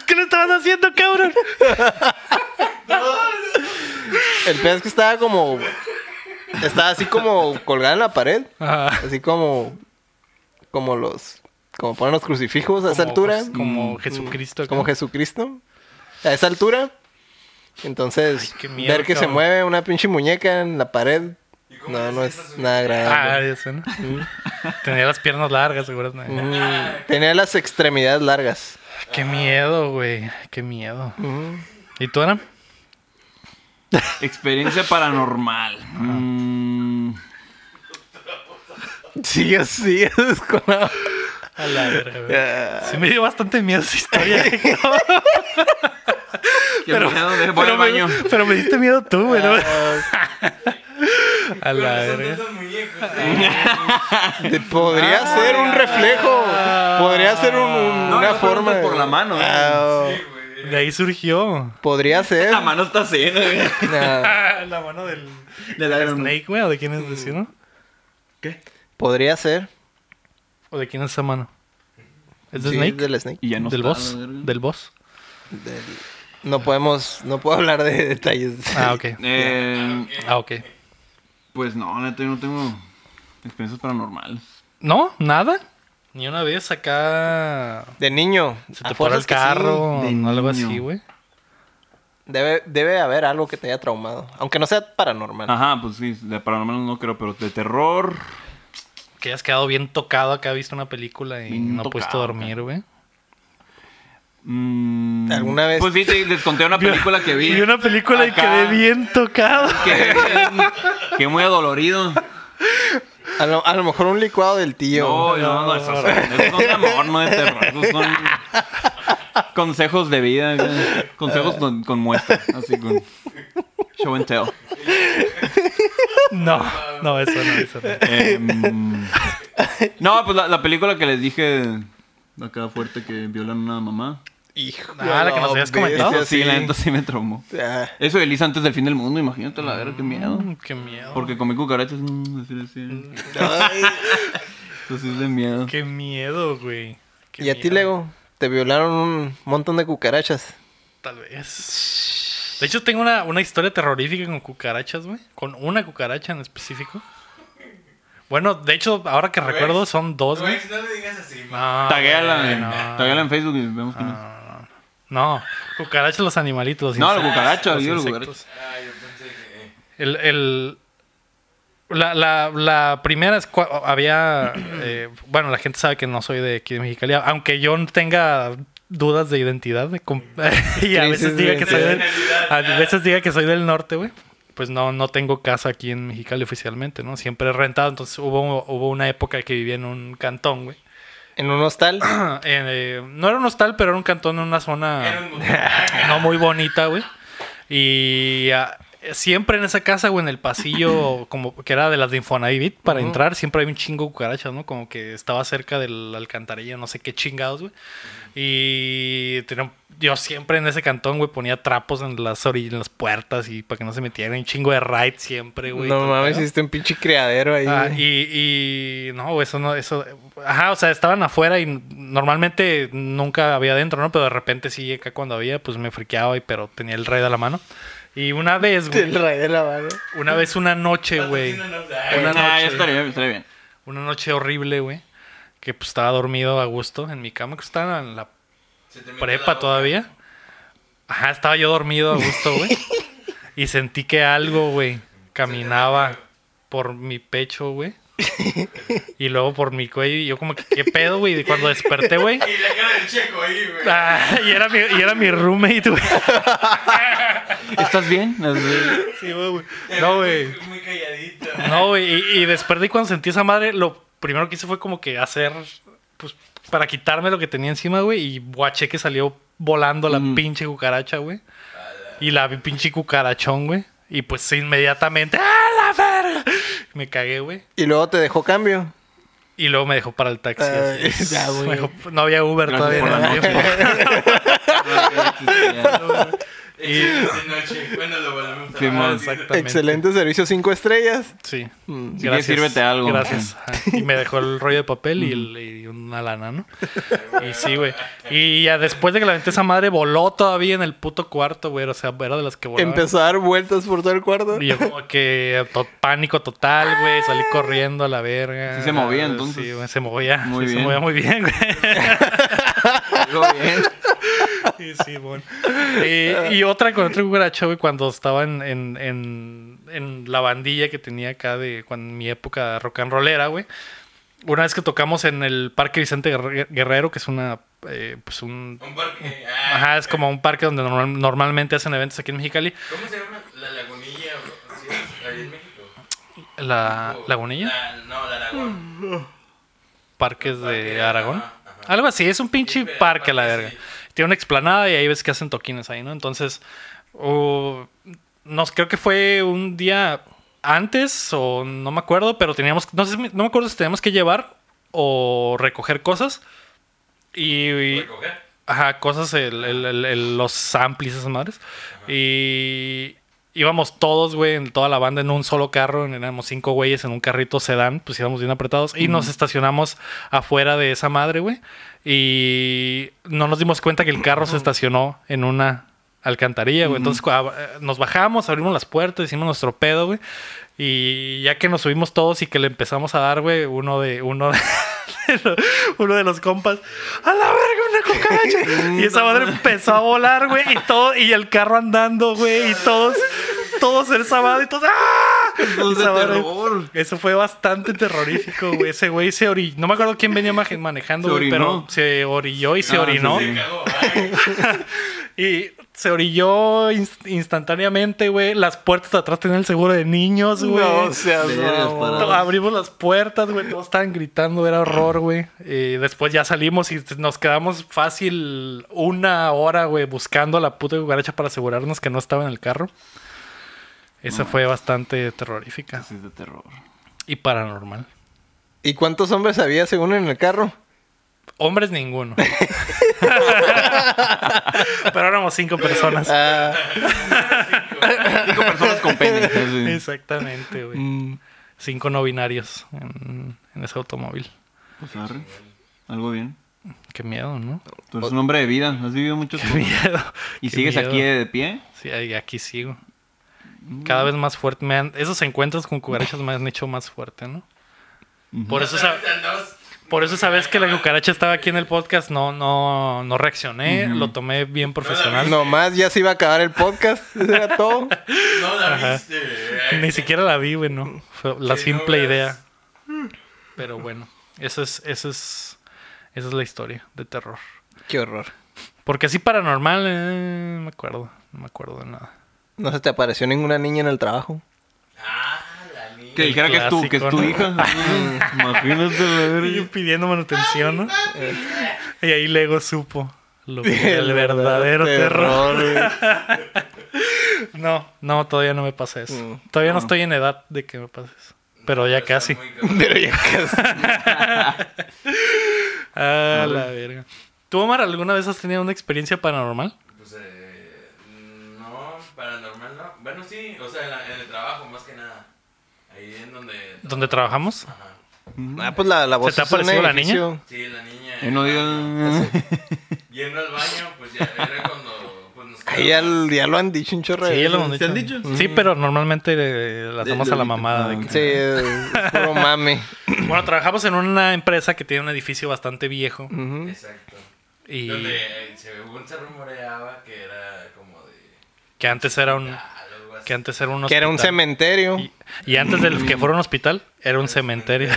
[SPEAKER 4] ¿Qué le estabas haciendo, cabrón?
[SPEAKER 6] El pez que estaba como... Estaba así como colgada en la pared.
[SPEAKER 4] Ajá.
[SPEAKER 6] Así como... Como los... Como ponen los crucifijos a esa altura.
[SPEAKER 4] pues, Como Jesucristo.
[SPEAKER 6] mm, Como
[SPEAKER 4] acá.
[SPEAKER 6] Jesucristo. A esa altura. Entonces,
[SPEAKER 4] Ay, qué miedo,
[SPEAKER 6] ver que se
[SPEAKER 4] cabrón.
[SPEAKER 6] mueve una pinche muñeca en la pared.
[SPEAKER 3] ¿Y cómo
[SPEAKER 6] No,
[SPEAKER 3] te
[SPEAKER 6] no
[SPEAKER 3] sientas,
[SPEAKER 6] es
[SPEAKER 3] güey?
[SPEAKER 6] nada
[SPEAKER 4] Ah,
[SPEAKER 6] agradable.
[SPEAKER 4] ya sé, ¿no? Tenía las piernas largas, seguramente.
[SPEAKER 6] Mm, Tenía las extremidades largas.
[SPEAKER 4] Qué miedo, güey. Qué miedo.
[SPEAKER 6] Mm.
[SPEAKER 4] ¿Y tú, Ana?
[SPEAKER 5] Experiencia paranormal. Mm,
[SPEAKER 6] Sigue, sigue con la-
[SPEAKER 4] A la verga, güey. Sí me dio bastante miedo esa historia. cabrón.
[SPEAKER 5] qué miedo, deja- voy
[SPEAKER 4] pero
[SPEAKER 5] al
[SPEAKER 4] me-
[SPEAKER 5] baño.
[SPEAKER 4] pero me diste miedo tú, güey. ¿no? Ah. A la
[SPEAKER 3] Son
[SPEAKER 4] verga.
[SPEAKER 3] tantos muñecos.
[SPEAKER 6] De- podría
[SPEAKER 4] Ah,
[SPEAKER 6] ser un reflejo. Podría ser un- un-
[SPEAKER 5] No,
[SPEAKER 6] una
[SPEAKER 5] no,
[SPEAKER 6] forma.
[SPEAKER 5] por la mano, eh.
[SPEAKER 6] Ah,
[SPEAKER 4] De ahí surgió.
[SPEAKER 6] podría ser.
[SPEAKER 5] La mano está eh. llena güey,
[SPEAKER 6] Ah,
[SPEAKER 4] la mano del
[SPEAKER 5] del Iron Man.
[SPEAKER 4] Snake, güey. ¿O de quién es decir, no?
[SPEAKER 6] podría ser.
[SPEAKER 4] ¿O de quién es esa mano? ¿Es de
[SPEAKER 6] Sí,
[SPEAKER 4] Snake?
[SPEAKER 6] del Snake.
[SPEAKER 5] Y ya no
[SPEAKER 4] ¿Del
[SPEAKER 5] está,
[SPEAKER 4] boss?
[SPEAKER 5] la verga.
[SPEAKER 4] ¿Del boss?
[SPEAKER 6] No podemos. No puedo hablar de detalles.
[SPEAKER 4] Ah, ok.
[SPEAKER 5] Eh,
[SPEAKER 4] Ah, ok.
[SPEAKER 5] pues no, neta, yo no tengo experiencias paranormales.
[SPEAKER 4] ¿No? ¿Nada? Ni una vez acá...
[SPEAKER 6] De niño.
[SPEAKER 4] Se
[SPEAKER 6] a
[SPEAKER 4] te paró
[SPEAKER 6] fuerzas
[SPEAKER 4] el
[SPEAKER 6] que sí.
[SPEAKER 4] carro
[SPEAKER 5] de
[SPEAKER 4] o algo
[SPEAKER 5] niño.
[SPEAKER 4] así, güey.
[SPEAKER 6] Debe, debe haber algo que te haya traumado. Aunque no sea paranormal.
[SPEAKER 5] Ajá, pues sí, de paranormal no creo, pero de terror.
[SPEAKER 4] Que hayas quedado bien tocado acá, visto una película y
[SPEAKER 5] Bien
[SPEAKER 4] no has puesto a
[SPEAKER 5] tocado,
[SPEAKER 4] dormir, güey.
[SPEAKER 5] mm,
[SPEAKER 6] ¿Alguna vez?
[SPEAKER 5] Pues sí, te- les conté una película que vi.
[SPEAKER 4] Vi una película y
[SPEAKER 5] Acá.
[SPEAKER 4] quedé bien tocado.
[SPEAKER 5] Que, que muy adolorido.
[SPEAKER 6] A, lo, a lo mejor un licuado del tío.
[SPEAKER 5] No, no, no, esos, esos son de amor, no de terror. Esos son consejos de vida, güey. consejos con, con muestra, así con show and tell.
[SPEAKER 4] No, no, eso no, eso no.
[SPEAKER 5] Em, no, pues la, la película que les dije acá fuerte que violan a una mamá.
[SPEAKER 6] Hijo.
[SPEAKER 4] Ah, la que nos habías comentado.
[SPEAKER 5] Esa sí, la neta sí me traumó.
[SPEAKER 6] Ah,
[SPEAKER 5] Eso de Elisa antes del fin del mundo, imagínate la verga, qué miedo.
[SPEAKER 4] Mm, Qué miedo.
[SPEAKER 5] Porque comí cucarachas, mm, así así.
[SPEAKER 6] ay.
[SPEAKER 5] Eso sí es de miedo.
[SPEAKER 4] Qué miedo, güey. Qué
[SPEAKER 6] y a ti,
[SPEAKER 4] miedo,
[SPEAKER 6] Lego, te violaron un montón de cucarachas.
[SPEAKER 4] Tal vez. De hecho, tengo una, una historia terrorífica con cucarachas, güey. Con una cucaracha en específico. Bueno, de hecho, ahora que recuerdo, son dos, güey. Ah,
[SPEAKER 3] Güey, no le digas así, ma.
[SPEAKER 4] No,
[SPEAKER 5] Taguéala,
[SPEAKER 4] güey,
[SPEAKER 5] güey.
[SPEAKER 4] no. Ah.
[SPEAKER 5] Taguéala en Facebook y vemos quién es.
[SPEAKER 4] No, cucarachas los animalitos. los
[SPEAKER 5] No, la
[SPEAKER 4] insectos,
[SPEAKER 5] cucaracha,
[SPEAKER 4] los
[SPEAKER 5] digo la
[SPEAKER 4] insectos.
[SPEAKER 3] Ah, yo pensé que. eh,
[SPEAKER 4] El, el- la, la, la primera es cua- había. eh, bueno, la gente sabe que no soy de aquí de Mexicali, aunque yo no tenga dudas de identidad. de com- y a veces,
[SPEAKER 6] Crisis
[SPEAKER 4] diga
[SPEAKER 6] de
[SPEAKER 4] que soy del,
[SPEAKER 3] identidad.
[SPEAKER 4] a veces diga que soy del norte, güey. Pues no, no tengo casa aquí en Mexicali oficialmente, ¿no? Siempre he rentado. Entonces hubo, hubo una época que vivía en un cantón, güey.
[SPEAKER 6] En un hostal.
[SPEAKER 4] Eh, no era un hostal, pero era un cantón en una
[SPEAKER 5] Ah.
[SPEAKER 4] zona
[SPEAKER 3] Era un montón.
[SPEAKER 4] no muy bonita, güey. Y ah, siempre en esa casa, güey, en el pasillo, como que era de las de Infonavit, para entrar siempre hay un chingo de cucarachas, ¿no? Como que estaba cerca del alcantarilla, no sé qué chingados, güey. Y tenía- yo siempre en ese cantón, güey, ponía trapos en las orillas, en las puertas y para que no se metieran. Un chingo de raid siempre, güey. y
[SPEAKER 6] no
[SPEAKER 4] todo el
[SPEAKER 6] mames,
[SPEAKER 4] pedo.
[SPEAKER 6] hiciste un pinche criadero ahí.
[SPEAKER 4] Ah,
[SPEAKER 6] güey.
[SPEAKER 4] y, y no, eso no, eso. Ajá, o sea, estaban afuera y normalmente nunca había adentro, ¿no? Pero de repente sí, acá cuando había, pues me friqueaba, y, pero tenía el raid a la mano. Y una vez,
[SPEAKER 6] Del
[SPEAKER 4] güey,
[SPEAKER 6] rey de la mano.
[SPEAKER 4] una vez una noche, güey,
[SPEAKER 3] Patrocínanos, ah,
[SPEAKER 4] Una
[SPEAKER 5] Ah,
[SPEAKER 4] noche.
[SPEAKER 5] ya estaría bien, estaría bien.
[SPEAKER 4] una noche horrible, güey, que pues estaba dormido a gusto en mi cama, que estaba en la
[SPEAKER 3] se te metió la
[SPEAKER 4] prepa
[SPEAKER 3] boca.
[SPEAKER 4] todavía. Ajá, estaba yo dormido a gusto, güey. y sentí que algo, güey, caminaba por mi pecho, güey. y luego por mi cuello. Y yo como que, ¿qué pedo, güey? Y cuando desperté, güey.
[SPEAKER 3] Y la cara del checo ahí, güey.
[SPEAKER 4] ah, y, era mi, y era mi roommate, güey.
[SPEAKER 5] ¿Estás bien?
[SPEAKER 4] Sí, güey.
[SPEAKER 3] Te
[SPEAKER 4] No,
[SPEAKER 3] ves Muy,
[SPEAKER 4] güey.
[SPEAKER 3] muy calladito.
[SPEAKER 4] No, güey. Y, y desperté y cuando sentí esa madre, lo primero que hice fue como que hacer, pues, para quitarme lo que tenía encima, güey. Y guaché que salió volando la
[SPEAKER 5] Mm.
[SPEAKER 4] pinche cucaracha, güey. Y la vi pinche cucarachón, güey. Y pues inmediatamente, ¡ah, la verga! Me cagué, güey.
[SPEAKER 6] Y luego te dejó cambio.
[SPEAKER 4] Y luego me dejó para el taxi.
[SPEAKER 6] Ay,
[SPEAKER 4] así.
[SPEAKER 6] ya, güey.
[SPEAKER 4] Me dejó- no había Uber
[SPEAKER 5] Gracias por
[SPEAKER 4] todavía.
[SPEAKER 5] la
[SPEAKER 4] en el tiempo.
[SPEAKER 3] Ah, Excelente noche. Bueno, lo volvemos a
[SPEAKER 5] Sí,
[SPEAKER 3] hablar.
[SPEAKER 5] man,
[SPEAKER 4] Exactamente.
[SPEAKER 6] Excelente servicio, cinco estrellas.
[SPEAKER 4] Sí.
[SPEAKER 5] Si quieres, sírvete algo.
[SPEAKER 4] Gracias. Ajá. Y me dejó el rollo de papel y, el- y una lana, ¿no? Y sí, güey. Y ya después de que la aventé esa madre, voló todavía en el puto cuarto, güey. O sea, era de las que volaban.
[SPEAKER 6] Empezó a dar vueltas por todo el cuarto.
[SPEAKER 4] Y yo como que to- pánico total, güey. Salí corriendo a la verga. Ah,
[SPEAKER 5] Sí se movía, entonces.
[SPEAKER 4] Sí, güey, se movía.
[SPEAKER 5] Muy
[SPEAKER 4] sí, se
[SPEAKER 5] bien.
[SPEAKER 4] movía muy bien, güey.
[SPEAKER 5] bien.
[SPEAKER 4] Sí, sí, bueno. Eh, Y, y otra con otro cucaracha, güey, cuando estaba en, en, en- en la bandilla que tenía acá de cuando, en mi época rock and rollera, güey. Una vez que tocamos en el Parque Vicente Guerre- Guerrero, que es una, eh, pues un...
[SPEAKER 3] Un parque. ah,
[SPEAKER 4] Ajá, es como un parque donde normal- normalmente hacen eventos aquí en Mexicali.
[SPEAKER 3] ¿Cómo se llama? La laguna.
[SPEAKER 4] la Ah, lagunilla, Mm.
[SPEAKER 3] La- no, la Aragón.
[SPEAKER 4] parques de
[SPEAKER 3] Parque,
[SPEAKER 4] Aragón.
[SPEAKER 3] ajá, ajá.
[SPEAKER 4] Algo así, es un pinche
[SPEAKER 3] Sí, pero
[SPEAKER 4] parque a la
[SPEAKER 3] parque,
[SPEAKER 4] verga.
[SPEAKER 3] sí.
[SPEAKER 4] Tiene una explanada y ahí ves que hacen toquines ahí, ¿no? Entonces, o- nos creo que fue un día antes o no me acuerdo, pero teníamos, no, sé, no me acuerdo si teníamos que llevar o recoger cosas. Y, y-
[SPEAKER 3] Recoger.
[SPEAKER 4] Ajá, cosas, el, el- el- el- los samples, esas madres. Y íbamos todos, güey, en toda la banda en un solo carro. en- Éramos cinco güeyes en un carrito sedán, pues íbamos bien apretados. Y nos estacionamos afuera de esa madre, güey. Y no nos dimos cuenta que el carro se estacionó en una alcantarilla, güey. Entonces cua- eh, nos bajamos, abrimos las puertas, hicimos nuestro pedo, güey. Y ya que nos subimos todos y que le empezamos a dar, güey, uno de, uno de, uno de los compas, a la verga, una cucaracha. y esa madre empezó a volar, güey, y todo, y el carro andando, güey, y todos, todos en esa madre, y todos, ¡ah!
[SPEAKER 5] Los de
[SPEAKER 4] Esa madre-
[SPEAKER 5] terror.
[SPEAKER 4] Eso fue bastante terrorífico, güey. Ese güey se orilló. No me acuerdo quién venía maje- manejando,
[SPEAKER 5] Se
[SPEAKER 4] güey, pero
[SPEAKER 5] orinó.
[SPEAKER 4] se orilló y
[SPEAKER 5] Ah,
[SPEAKER 4] se
[SPEAKER 5] sí,
[SPEAKER 4] orinó.
[SPEAKER 5] sí.
[SPEAKER 3] Se cagó. ay.
[SPEAKER 4] Y se orilló inst- instantáneamente, güey. Las puertas de atrás tenían el seguro de niños, güey.
[SPEAKER 6] No seas
[SPEAKER 5] Vergas,
[SPEAKER 6] mamón.
[SPEAKER 4] To- Abrimos las puertas, güey. Todos estaban gritando, era horror, güey. Y después ya salimos y nos quedamos fácil una hora, güey, buscando a la puta cucaracha para asegurarnos que no estaba en el carro. Esa fue bastante terrorífica
[SPEAKER 5] Sí, es de terror.
[SPEAKER 4] y paranormal.
[SPEAKER 6] ¿Y cuántos hombres había según en el carro?
[SPEAKER 4] Hombres ninguno. Pero éramos cinco personas.
[SPEAKER 6] Ah,
[SPEAKER 5] Cinco personas con pene. Sí.
[SPEAKER 4] Exactamente, güey.
[SPEAKER 6] mm,
[SPEAKER 4] Cinco no binarios en, en ese automóvil.
[SPEAKER 5] Pues arre. Algo bien.
[SPEAKER 4] Qué miedo, ¿no?
[SPEAKER 5] Tú eres un hombre de vida. Has vivido muchos.
[SPEAKER 4] Qué miedo.
[SPEAKER 5] ¿Y
[SPEAKER 4] Qué
[SPEAKER 5] sigues
[SPEAKER 4] miedo.
[SPEAKER 5] aquí de, de pie?
[SPEAKER 4] Sí, ahí- aquí sigo. Cada vez más fuerte. Me han- esos encuentros con cucarachas me han hecho más fuerte, ¿no? Por eso, esa,
[SPEAKER 3] Andabas-
[SPEAKER 4] por eso sabes que la cucaracha estaba aquí en el podcast. No, no, no reaccioné. Lo tomé bien profesional.
[SPEAKER 6] nomás ya se iba a acabar el podcast. Eso era todo.
[SPEAKER 3] No la viste. ay.
[SPEAKER 4] Ni siquiera la vi, güey, ¿no? Fue la
[SPEAKER 3] Sí,
[SPEAKER 4] simple
[SPEAKER 3] no, Mm.
[SPEAKER 4] idea. Pero bueno, eso es, eso es, esa es la historia de terror.
[SPEAKER 6] Qué horror.
[SPEAKER 4] Porque así paranormal, eh, no me acuerdo, no me acuerdo de nada.
[SPEAKER 6] No se te apareció ninguna niña en el trabajo.
[SPEAKER 3] Ah, la niña.
[SPEAKER 5] Que dijera que es tu, que es tu
[SPEAKER 4] clásico,
[SPEAKER 5] hija. Imagínate la
[SPEAKER 4] Y
[SPEAKER 5] verga.
[SPEAKER 4] pidiendo manutención, ¿no? Eh, Y ahí Lego supo lo que era el
[SPEAKER 6] El
[SPEAKER 4] verdadero terror.
[SPEAKER 6] güey.
[SPEAKER 4] No, no, todavía no me pasa eso.
[SPEAKER 6] Mm.
[SPEAKER 4] Todavía no estoy en edad de que me pase eso. Pero ya casi.
[SPEAKER 3] Está muy cabrón.
[SPEAKER 6] Pero ya casi.
[SPEAKER 4] Ah, la verga. ¿Tú, Omar, alguna vez has tenido una experiencia paranormal?
[SPEAKER 3] Pues, eh, no, paranormal no. Bueno, sí, o sea, en, la- en el trabajo más que nada. Ahí en donde...
[SPEAKER 4] ¿Donde trabajamos?
[SPEAKER 3] Ajá.
[SPEAKER 6] Ah, pues la, la voz
[SPEAKER 4] ¿Se te ha
[SPEAKER 6] es un
[SPEAKER 4] parecido la
[SPEAKER 6] edificio.
[SPEAKER 3] Sí, la niña...
[SPEAKER 5] Eh, no digas.
[SPEAKER 3] Yendo al baño, pues ya era cuando... Pues, nos
[SPEAKER 6] Ahí al- ya lo han dicho un chorro. de
[SPEAKER 4] Sí, ya lo
[SPEAKER 6] veces.
[SPEAKER 4] hemos
[SPEAKER 5] ¿Te han
[SPEAKER 4] dicho.
[SPEAKER 5] dicho?
[SPEAKER 4] Sí, pero normalmente eh,
[SPEAKER 5] De-
[SPEAKER 4] la hacemos a la
[SPEAKER 5] Lolita.
[SPEAKER 4] mamada. de
[SPEAKER 5] Ah,
[SPEAKER 4] que-
[SPEAKER 6] Sí, es puro mame.
[SPEAKER 4] Bueno, trabajamos en una empresa que tiene un edificio bastante viejo.
[SPEAKER 6] Ujú.
[SPEAKER 3] Exacto.
[SPEAKER 4] Y
[SPEAKER 3] Donde eh, según se rumoreaba que era como de...
[SPEAKER 4] que antes era un...
[SPEAKER 3] ah, algo así.
[SPEAKER 4] Que antes era un
[SPEAKER 6] Que era un
[SPEAKER 4] hospital.
[SPEAKER 6] cementerio.
[SPEAKER 4] Y, y antes del que fuera un hospital, era un cementerio.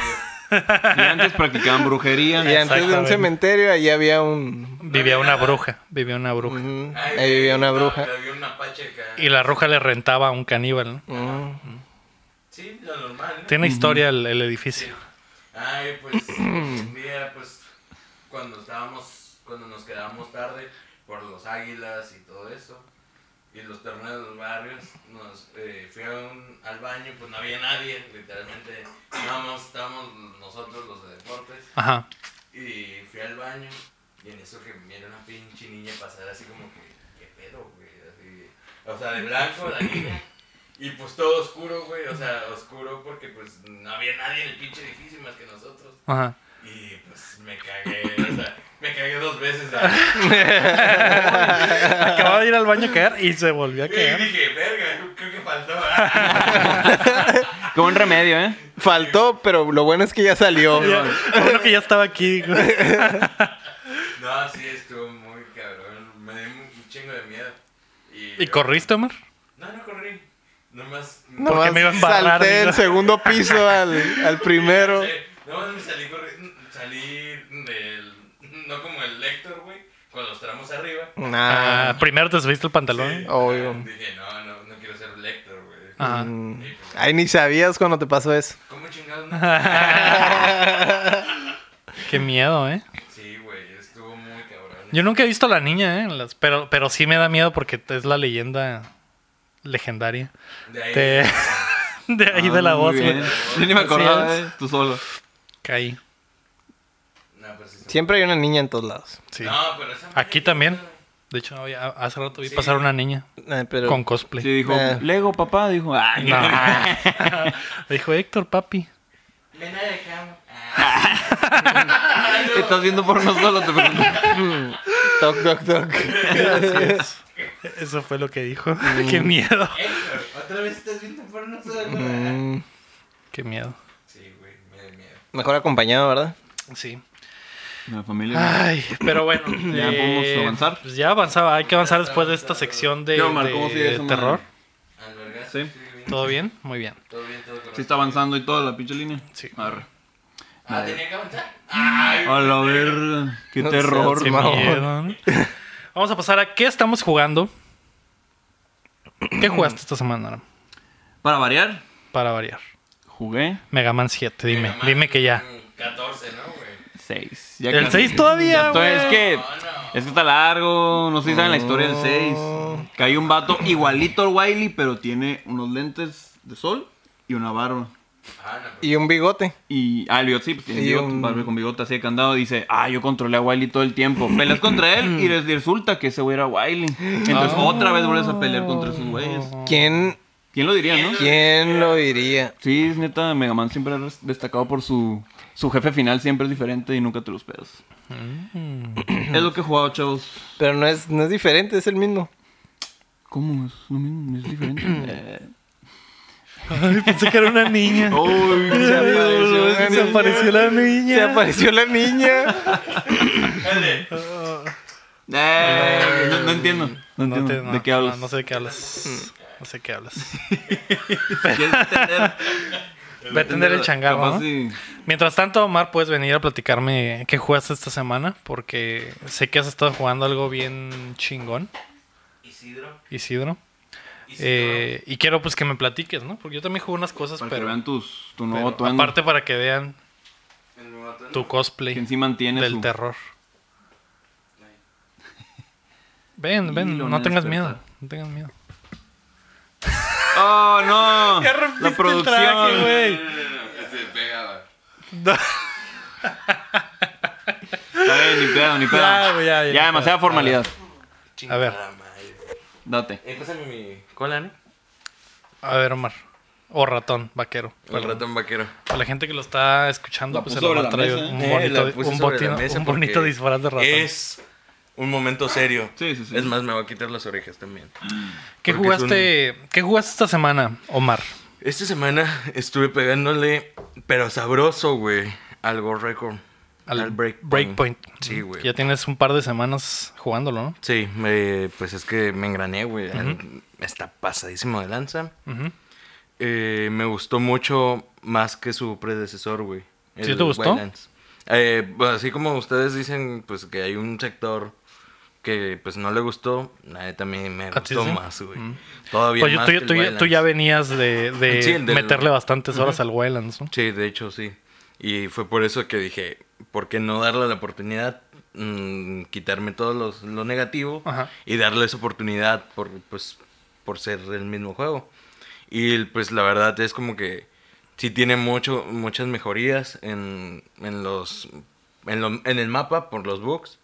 [SPEAKER 5] Y antes practicaban brujería.
[SPEAKER 6] Y antes de un
[SPEAKER 4] Exactamente.
[SPEAKER 6] cementerio, ahí había un.
[SPEAKER 4] Vivía una bruja, vivía una bruja.
[SPEAKER 6] Ujú.
[SPEAKER 3] Ay,
[SPEAKER 6] Ahí vivía una
[SPEAKER 3] no,
[SPEAKER 6] bruja.
[SPEAKER 3] Había una pacheca.
[SPEAKER 4] Y la bruja le rentaba a un caníbal. ¿no?
[SPEAKER 6] Ujú.
[SPEAKER 3] Sí, lo normal, ¿no?
[SPEAKER 4] Tiene historia el, el edificio.
[SPEAKER 3] Ay, pues un día, pues cuando estábamos, cuando nos quedábamos tarde por los águilas y todo eso, y los terrenos de los barrios, nos eh, fui a un- al baño, pues no había nadie, literalmente, estábamos, estábamos nosotros los de deportes,
[SPEAKER 4] Ajá.
[SPEAKER 3] y fui al baño, y en eso que viene una pinche niña pasar así como que, ¿qué pedo, güey? Así, o sea, de blanco la niña. Y pues todo oscuro, güey, o sea, oscuro porque pues no había nadie en el pinche edificio más que nosotros.
[SPEAKER 4] Ajá.
[SPEAKER 3] Y pues me cagué, o sea, me cagué dos veces. ¿sabes?
[SPEAKER 4] Acababa de ir al baño a caer y se volvió a
[SPEAKER 3] Y
[SPEAKER 4] caer.
[SPEAKER 3] dije, verga, creo que faltó.
[SPEAKER 5] Qué buen remedio, ¿eh?
[SPEAKER 6] Faltó, pero lo bueno es que ya salió.
[SPEAKER 4] Ya- bueno que ya estaba aquí. digo.
[SPEAKER 3] No, sí, estuvo muy cabrón, me dio un chingo de miedo. ¿Y,
[SPEAKER 4] ¿Y corriste, Omar?
[SPEAKER 3] No, no corrí, nomás...
[SPEAKER 6] Nomás
[SPEAKER 4] me iba a embarrar,
[SPEAKER 6] salté del
[SPEAKER 4] digo.
[SPEAKER 6] segundo piso al, al primero.
[SPEAKER 3] Sí, nomás me salí, corri- salí del... No como el Lector, güey, con los tramos arriba.
[SPEAKER 6] Nah,
[SPEAKER 5] Ah.
[SPEAKER 4] Ah, primero Ah, te subiste el pantalón.
[SPEAKER 3] Sí,
[SPEAKER 6] obvio.
[SPEAKER 3] Dije, no, no, no quiero ser Lector, güey.
[SPEAKER 4] Ajá.
[SPEAKER 6] mm,
[SPEAKER 3] Y pues
[SPEAKER 6] Ay, ni sabías cuando te pasó eso.
[SPEAKER 3] ¿Cómo chingados? no?
[SPEAKER 4] Qué miedo, ¿eh?
[SPEAKER 3] Sí, güey, estuvo muy cabrón.
[SPEAKER 4] Yo nunca he visto a la niña, ¿eh? en las- Pero, pero sí me da miedo porque es la leyenda legendaria.
[SPEAKER 3] De ahí.
[SPEAKER 4] De, de ahí de la
[SPEAKER 5] Eh. Ah, muy
[SPEAKER 4] voz,
[SPEAKER 5] bien.
[SPEAKER 4] güey.
[SPEAKER 5] Yo ni me
[SPEAKER 4] Así
[SPEAKER 5] acordaba,
[SPEAKER 4] es.
[SPEAKER 5] eh, tú solo.
[SPEAKER 4] Caí.
[SPEAKER 3] No, pues, sí está-
[SPEAKER 6] Siempre hay una niña en todos lados.
[SPEAKER 4] Sí.
[SPEAKER 5] Ah,
[SPEAKER 3] No, pero esa madre
[SPEAKER 4] Aquí
[SPEAKER 3] ya-
[SPEAKER 4] también. De hecho, hoy- a- hace rato vi
[SPEAKER 3] Sí.
[SPEAKER 4] pasar una niña
[SPEAKER 6] Eh, pero
[SPEAKER 4] con cosplay.
[SPEAKER 5] Sí, dijo,
[SPEAKER 6] Eh.
[SPEAKER 5] Lego, papá, dijo, ay,
[SPEAKER 4] No. Dijo Héctor, papi.
[SPEAKER 3] Ven a dejarme.
[SPEAKER 5] estás viendo por nosotros, te pregunto.
[SPEAKER 6] toc, toc, toc.
[SPEAKER 4] Eso fue lo que dijo. Qué miedo.
[SPEAKER 3] Héctor, ¿otra vez estás viendo por nosotros?
[SPEAKER 6] Mm,
[SPEAKER 4] Qué miedo.
[SPEAKER 3] Sí, güey, me da miedo.
[SPEAKER 6] mejor acompañado, ¿verdad?
[SPEAKER 4] Sí.
[SPEAKER 5] La familia.
[SPEAKER 4] Ay, pero bueno. eh,
[SPEAKER 5] Ya podemos avanzar.
[SPEAKER 4] Pues ya avanzaba. Hay que avanzar después de esta sección de,
[SPEAKER 5] ¿Qué, Omar?
[SPEAKER 4] de
[SPEAKER 5] ¿Cómo sigue eso,
[SPEAKER 4] terror.
[SPEAKER 5] madre?
[SPEAKER 3] Albergazo,
[SPEAKER 5] Sí.
[SPEAKER 3] estoy bien.
[SPEAKER 4] ¿Todo bien? Muy bien.
[SPEAKER 3] Todo bien, todo correcto.
[SPEAKER 5] Sí está avanzando y toda la pinche línea.
[SPEAKER 4] Sí.
[SPEAKER 5] Arre.
[SPEAKER 3] Ah, tenía que avanzar. Ay,
[SPEAKER 5] A la verga, qué
[SPEAKER 6] No
[SPEAKER 5] terror,
[SPEAKER 6] seas
[SPEAKER 4] Qué
[SPEAKER 5] hermano.
[SPEAKER 6] mamón.
[SPEAKER 4] miedo, ¿no? Vamos a pasar a qué estamos jugando. ¿Qué jugaste esta semana, Aram?
[SPEAKER 5] Para variar,
[SPEAKER 4] Para variar.
[SPEAKER 5] jugué
[SPEAKER 4] Mega Man 7, dime.
[SPEAKER 3] Mega Man,
[SPEAKER 4] Dime que ya.
[SPEAKER 3] mm, 14, ¿no, güey?
[SPEAKER 5] 6.
[SPEAKER 4] El 6 todavía.
[SPEAKER 5] Esto es
[SPEAKER 4] güey.
[SPEAKER 5] que
[SPEAKER 3] No, no.
[SPEAKER 5] es que está largo, no sé si saben la historia del 6. Que hay un vato igualito al Wiley, pero tiene unos lentes de sol y una barba.
[SPEAKER 3] Ah, no, pero-
[SPEAKER 6] Y un bigote.
[SPEAKER 5] Y ah, el bigote, sí, pues tiene
[SPEAKER 6] Y
[SPEAKER 5] bigote,
[SPEAKER 6] un-
[SPEAKER 5] barba con bigote así de candado. Dice, ah, yo controlé a Wiley todo el tiempo. Peleas contra él y les resulta que ese güey era Wiley. Entonces otra vez vuelves a pelear contra esos güeyes.
[SPEAKER 6] ¿Quién,
[SPEAKER 5] ¿Quién lo diría, no?
[SPEAKER 6] ¿quién lo diría?
[SPEAKER 5] Sí, es neta, Mega Man siempre ha res- destacado por su... Su jefe final siempre es diferente y nunca te lo esperas. es lo que he jugado, chavos.
[SPEAKER 6] Pero no es, no es diferente, es el mismo.
[SPEAKER 5] ¿Cómo? ¿Es lo mismo? ¿Es diferente? Eh,
[SPEAKER 4] Ay, pensé que era una niña.
[SPEAKER 5] Uy, se apareció
[SPEAKER 6] una niña.
[SPEAKER 4] Se apareció la niña.
[SPEAKER 6] Se apareció la niña.
[SPEAKER 5] Eh, no, no entiendo. No
[SPEAKER 4] No
[SPEAKER 5] entiendo.
[SPEAKER 4] te- no,
[SPEAKER 5] ¿De qué hablas? Hmm.
[SPEAKER 4] No, no sé de qué hablas. No sé de qué hablas.
[SPEAKER 5] ¿Quieres entender?
[SPEAKER 4] Voy a atender el changarro.
[SPEAKER 5] Capaz
[SPEAKER 4] ¿no?
[SPEAKER 5] sí.
[SPEAKER 4] Mientras tanto, Omar, puedes venir a platicarme qué jugaste esta semana. Porque sé que has estado jugando algo bien chingón,
[SPEAKER 3] Isidro. Isidro.
[SPEAKER 4] Isidro. Eh, y quiero pues que me platiques, ¿no? Porque yo también jugué unas cosas,
[SPEAKER 5] Para que
[SPEAKER 4] pero,
[SPEAKER 5] vean tus, tu
[SPEAKER 4] pero
[SPEAKER 5] nuevo atuendo.
[SPEAKER 4] aparte para que vean
[SPEAKER 3] El nuevo atuendo.
[SPEAKER 4] tu cosplay
[SPEAKER 5] que en sí mantiene
[SPEAKER 4] del
[SPEAKER 5] su...
[SPEAKER 4] terror. Ven, ven,
[SPEAKER 5] Hilo,
[SPEAKER 4] no
[SPEAKER 5] no
[SPEAKER 4] tengas
[SPEAKER 5] despertar.
[SPEAKER 4] miedo, no tengas miedo.
[SPEAKER 5] ¡Oh, no!
[SPEAKER 4] rompiste el
[SPEAKER 5] La producción.
[SPEAKER 4] traje, güey.
[SPEAKER 3] No, no, no, no, se pegaba.
[SPEAKER 5] Está bien, ni pedo, ni pedo.
[SPEAKER 4] Ya, güey, ya, ya,
[SPEAKER 5] ya
[SPEAKER 4] ya.
[SPEAKER 5] demasiada formalidad.
[SPEAKER 4] A ver,
[SPEAKER 3] Ah, madre.
[SPEAKER 5] Date.
[SPEAKER 3] Eh, pásame mi cola, ¿no?
[SPEAKER 4] a ver, Omar. O ratón, vaquero.
[SPEAKER 3] El ratón vaquero.
[SPEAKER 4] Para la gente que lo está escuchando,
[SPEAKER 5] La
[SPEAKER 4] pues se
[SPEAKER 5] puso
[SPEAKER 4] lo
[SPEAKER 5] sobre
[SPEAKER 4] va a
[SPEAKER 5] la
[SPEAKER 4] traer
[SPEAKER 5] mesa,
[SPEAKER 4] un
[SPEAKER 3] Eh,
[SPEAKER 4] bonito,
[SPEAKER 3] la puse
[SPEAKER 4] un
[SPEAKER 3] sobre la
[SPEAKER 4] botino-
[SPEAKER 3] mesa
[SPEAKER 4] un bonito
[SPEAKER 3] porque
[SPEAKER 4] disfraz de ratón.
[SPEAKER 3] Es un momento serio.
[SPEAKER 5] Sí, sí, sí.
[SPEAKER 3] Es más, me voy a quitar las orejas también. porque
[SPEAKER 4] ¿Qué
[SPEAKER 3] es
[SPEAKER 4] jugaste, ¿Qué jugaste esta semana, Omar?
[SPEAKER 3] Esta semana estuve pegándole, pero sabroso, güey, al Go Record. Al, Breakpoint. Sí, güey.
[SPEAKER 4] Ya tienes un par de semanas jugándolo, ¿no?
[SPEAKER 3] Sí, me- pues es que me engrané, güey. Está pasadísimo de lanza.
[SPEAKER 4] Ujú.
[SPEAKER 3] Eh, me gustó mucho más que su predecesor, güey.
[SPEAKER 4] ¿Sí
[SPEAKER 3] el
[SPEAKER 4] te gustó?
[SPEAKER 3] Wildlands. Eh, pues, así como ustedes dicen, pues que hay un sector que pues no le gustó, a mí también me
[SPEAKER 4] ¿A ti
[SPEAKER 3] gustó
[SPEAKER 4] sí?
[SPEAKER 3] más, güey. Todavía
[SPEAKER 4] Pues yo-
[SPEAKER 3] más
[SPEAKER 4] tú,
[SPEAKER 3] que
[SPEAKER 4] tú-
[SPEAKER 3] el
[SPEAKER 4] tú ya- tú ya
[SPEAKER 3] Wildlands.
[SPEAKER 4] venías de, de
[SPEAKER 3] Sí, el del-
[SPEAKER 4] meterle bastantes horas al Wildlands, ¿no?
[SPEAKER 3] Sí, de hecho sí. Y fue por eso que dije, ¿por qué no darle la oportunidad? mm, quitarme todo los- lo negativo
[SPEAKER 4] Ajá.
[SPEAKER 3] y darle esa oportunidad por, pues, por ser el mismo juego. Y pues la verdad es como que sí tiene mucho, muchas mejorías en, en los en, lo- en el mapa por los bugs.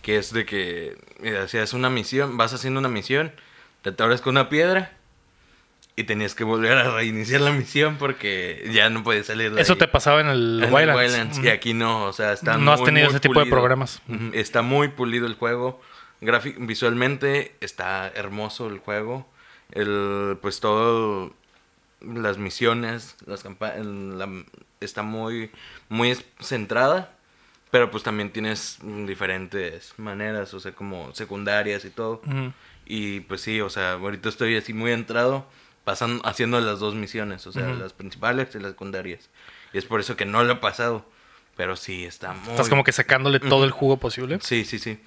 [SPEAKER 3] Que es de que eh, hacías una misión, vas haciendo una misión, te atoras con una piedra y tenías que volver a reiniciar la misión porque ya no podías salir de
[SPEAKER 4] Eso
[SPEAKER 3] ahí.
[SPEAKER 4] te pasaba en el
[SPEAKER 3] En el
[SPEAKER 4] Wildlands.
[SPEAKER 3] Wildlands, Y
[SPEAKER 4] Ujú.
[SPEAKER 3] aquí no, o sea, está
[SPEAKER 4] No has
[SPEAKER 3] muy,
[SPEAKER 4] tenido
[SPEAKER 3] muy
[SPEAKER 4] ese tipo de
[SPEAKER 3] pulido.
[SPEAKER 4] programas.
[SPEAKER 3] Ujú, Está muy pulido el juego. Grafi- visualmente está hermoso el juego. El, pues todo, las misiones, las campa- el- la- está muy, muy es- centrada. Pero pues también tienes mm, diferentes maneras, o sea, como secundarias y todo.
[SPEAKER 4] Ujú.
[SPEAKER 3] Y pues sí, o sea, ahorita estoy así muy entrado, pasando, haciendo las dos misiones, o sea, las principales y las secundarias. Y es por eso que no lo he pasado, pero sí, está muy...
[SPEAKER 4] Estás como que sacándole todo el jugo posible.
[SPEAKER 3] Sí, sí, sí.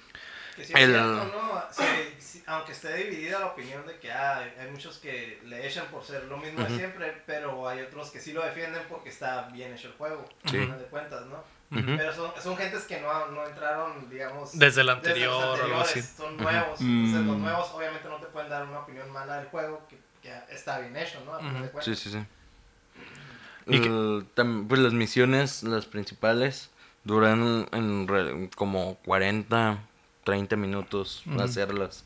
[SPEAKER 7] Que sí es
[SPEAKER 3] El-
[SPEAKER 7] cierto, ¿no? Se- se- aunque esté dividida la opinión de que ah, hay muchos que le echan por ser lo mismo de siempre, pero hay otros que sí lo defienden porque está bien hecho el juego, al final de cuentas, ¿no? Pero son, son gentes que no, no entraron, digamos...
[SPEAKER 4] Desde el
[SPEAKER 7] los
[SPEAKER 4] anterior o algo
[SPEAKER 7] anteriores,
[SPEAKER 4] así.
[SPEAKER 7] Son nuevos, entonces los nuevos obviamente no te pueden dar una opinión mala del juego que, que está bien hecho, ¿no? Al final de
[SPEAKER 3] Sí,
[SPEAKER 7] cuentas.
[SPEAKER 3] sí, sí.
[SPEAKER 4] ¿Y qué-
[SPEAKER 3] Eh, tam- pues las misiones, las principales, duran en re- como 40, 30 minutos hacerlas.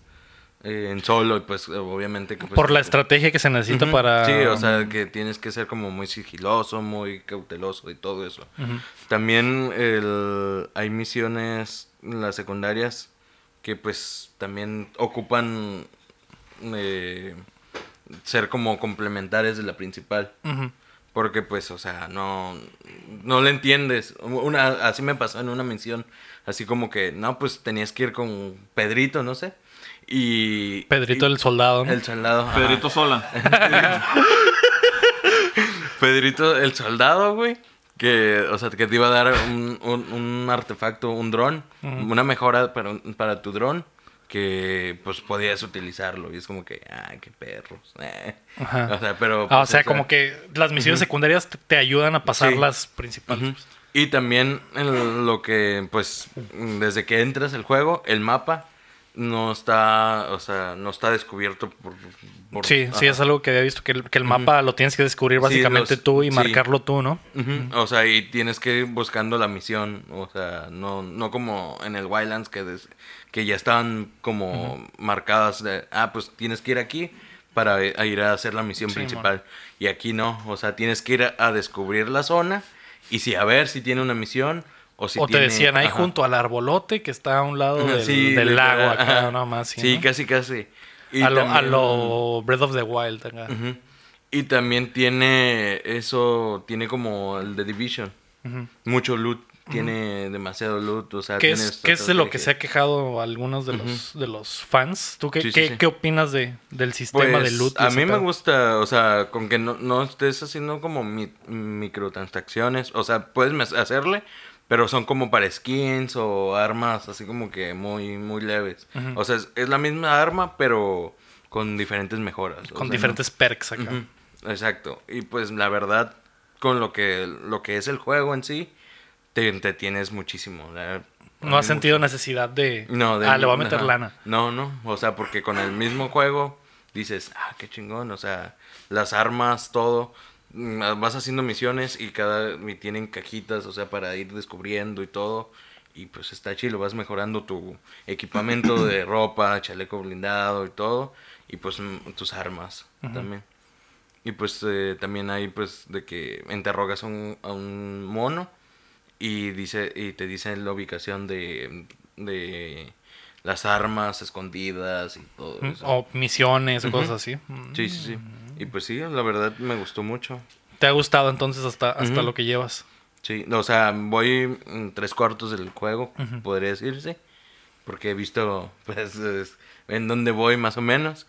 [SPEAKER 3] eh, en solo, y pues eh, obviamente que... pues,
[SPEAKER 4] Por la
[SPEAKER 3] eh,
[SPEAKER 4] estrategia que se necesita
[SPEAKER 3] Ujú.
[SPEAKER 4] para...
[SPEAKER 3] Sí, o sea, que tienes que ser como muy sigiloso, muy cauteloso y todo eso. También el- hay misiones, en las secundarias, que pues también ocupan eh, ser como complementares de la principal.
[SPEAKER 4] Ujú.
[SPEAKER 3] Porque pues, o sea, no, no le entiendes. Una, así me pasó en una misión, así como que, no, pues tenías que ir con Pedrito, no sé. Y...
[SPEAKER 4] Pedrito
[SPEAKER 3] y-
[SPEAKER 4] el soldado. ¿no?
[SPEAKER 3] el soldado. ajá.
[SPEAKER 5] Pedrito Sola.
[SPEAKER 3] Pedrito el soldado, güey. Que, o sea, que te iba a dar un, un- un artefacto, un dron, una mejora para, un- para tu dron, que pues podías utilizarlo. Y es como que, ay, qué perros. eh.
[SPEAKER 4] Ajá.
[SPEAKER 3] O sea, pero.
[SPEAKER 4] Ah, o
[SPEAKER 3] pues,
[SPEAKER 4] sea, como que las misiones secundarias te, te ayudan a pasar
[SPEAKER 3] Sí.
[SPEAKER 4] las principales. pues.
[SPEAKER 3] Ujú. Y también en lo que, pues, desde que entras el juego, el mapa no está, o sea, no está descubierto por. por-
[SPEAKER 4] Sí,
[SPEAKER 3] ajá.
[SPEAKER 4] sí, es algo que había visto, que el, que el mapa lo tienes que descubrir
[SPEAKER 3] Sí,
[SPEAKER 4] básicamente
[SPEAKER 3] los-
[SPEAKER 4] tú y
[SPEAKER 3] sí.
[SPEAKER 4] marcarlo tú, ¿no?
[SPEAKER 3] Ujú, O sea, y tienes que ir buscando la misión. O sea, no, no como en el Wildlands que, des- que ya estaban como marcadas de, ah, pues tienes que ir aquí para i- a ir a hacer la misión
[SPEAKER 4] Sí,
[SPEAKER 3] principal. Y aquí no, o sea, tienes que ir a, a descubrir la zona y si a ver si tiene una misión o si
[SPEAKER 4] o te
[SPEAKER 3] tiene-
[SPEAKER 4] decían ahí
[SPEAKER 3] ajá.
[SPEAKER 4] junto al arbolote que está a un lado del,
[SPEAKER 3] Sí,
[SPEAKER 4] del
[SPEAKER 3] literal,
[SPEAKER 4] lago acá,
[SPEAKER 3] ajá.
[SPEAKER 4] nada más. Sí,
[SPEAKER 3] Sí,
[SPEAKER 4] ¿no?
[SPEAKER 3] casi, casi. Y
[SPEAKER 4] a, lo, a
[SPEAKER 3] también-
[SPEAKER 4] lo Breath of the Wild. acá.
[SPEAKER 3] Ujú. Y también tiene eso, tiene como el de Division. Mucho loot, tiene demasiado loot, o sea,
[SPEAKER 4] ¿Qué
[SPEAKER 3] ah, tiene
[SPEAKER 4] es,
[SPEAKER 3] esta
[SPEAKER 4] qué es de lo que se ha
[SPEAKER 3] estrategia.
[SPEAKER 4] quejado algunos de los, de los fans? ¿Tú qué,
[SPEAKER 3] Sí, sí,
[SPEAKER 4] qué,
[SPEAKER 3] sí.
[SPEAKER 4] qué opinas de, del sistema
[SPEAKER 3] Pues,
[SPEAKER 4] este de loot? y
[SPEAKER 3] A
[SPEAKER 4] ese
[SPEAKER 3] mí me
[SPEAKER 4] pedo?
[SPEAKER 3] gusta, o sea, con que no, no estés haciendo como mi- microtransacciones, o sea, puedes mes- hacerle, pero son como para skins o armas así como que muy muy leves. O sea, es, es la misma arma, pero con diferentes mejoras. o
[SPEAKER 4] Con
[SPEAKER 3] sea,
[SPEAKER 4] diferentes perks acá.
[SPEAKER 3] Ujú, Exacto. Y pues la verdad, con lo que, lo que es el juego en sí, te, te tienes muchísimo. la- a mí
[SPEAKER 4] No has
[SPEAKER 3] me
[SPEAKER 4] sentido necesidad de...
[SPEAKER 3] no, de-
[SPEAKER 4] ah, le voy a meter
[SPEAKER 3] ajá.
[SPEAKER 4] lana.
[SPEAKER 3] No, no. O sea, porque con el mismo juego dices, ah, qué chingón. O sea, las armas, todo. mm, Vas haciendo misiones y cada y tienen cajitas, o sea, para ir descubriendo y todo. Y pues está chido, vas mejorando tu equipamiento de ropa, chaleco blindado y todo. Y pues mm, tus armas también. Y pues eh, también hay pues de que interrogas a un, a un mono y dice y te dice la ubicación de, de las armas escondidas y todo
[SPEAKER 4] Mm,
[SPEAKER 3] eso.
[SPEAKER 4] O misiones, o cosas así. Mm.
[SPEAKER 3] Sí, sí, sí. Y pues sí, la verdad me gustó mucho.
[SPEAKER 4] ¿Te ha gustado entonces hasta, hasta
[SPEAKER 3] Ujú.
[SPEAKER 4] lo que llevas?
[SPEAKER 3] Sí, o sea, voy en tres cuartos del juego, podría decirse, porque he visto pues es- en dónde voy más o menos.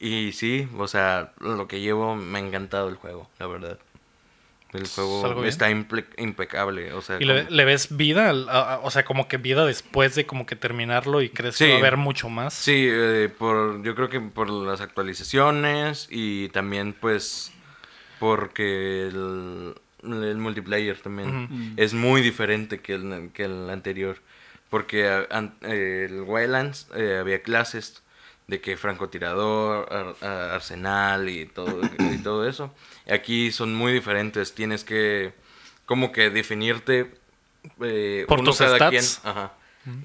[SPEAKER 3] Y sí, o sea, lo que llevo me ha encantado el juego, la verdad. El
[SPEAKER 4] algo
[SPEAKER 3] juego
[SPEAKER 4] bien.
[SPEAKER 3] está imple- impecable, o sea,
[SPEAKER 4] ¿Y le,
[SPEAKER 3] como-
[SPEAKER 4] le ves vida? al- a- a- O sea, como que vida después de como que terminarlo y crees que
[SPEAKER 3] Sí.
[SPEAKER 4] va a haber mucho más.
[SPEAKER 3] Sí, eh, por, yo creo que por las actualizaciones y también pues porque el, el multiplayer también es muy diferente que el, que el anterior. Porque ah, an- eh, el Wildlands eh, había clases de que francotirador, ar- ah, arsenal y todo, y todo eso. Aquí son muy diferentes, tienes que como que definirte eh,
[SPEAKER 4] Por
[SPEAKER 3] uno
[SPEAKER 4] tus
[SPEAKER 3] cada
[SPEAKER 4] stats.
[SPEAKER 3] quien, ajá,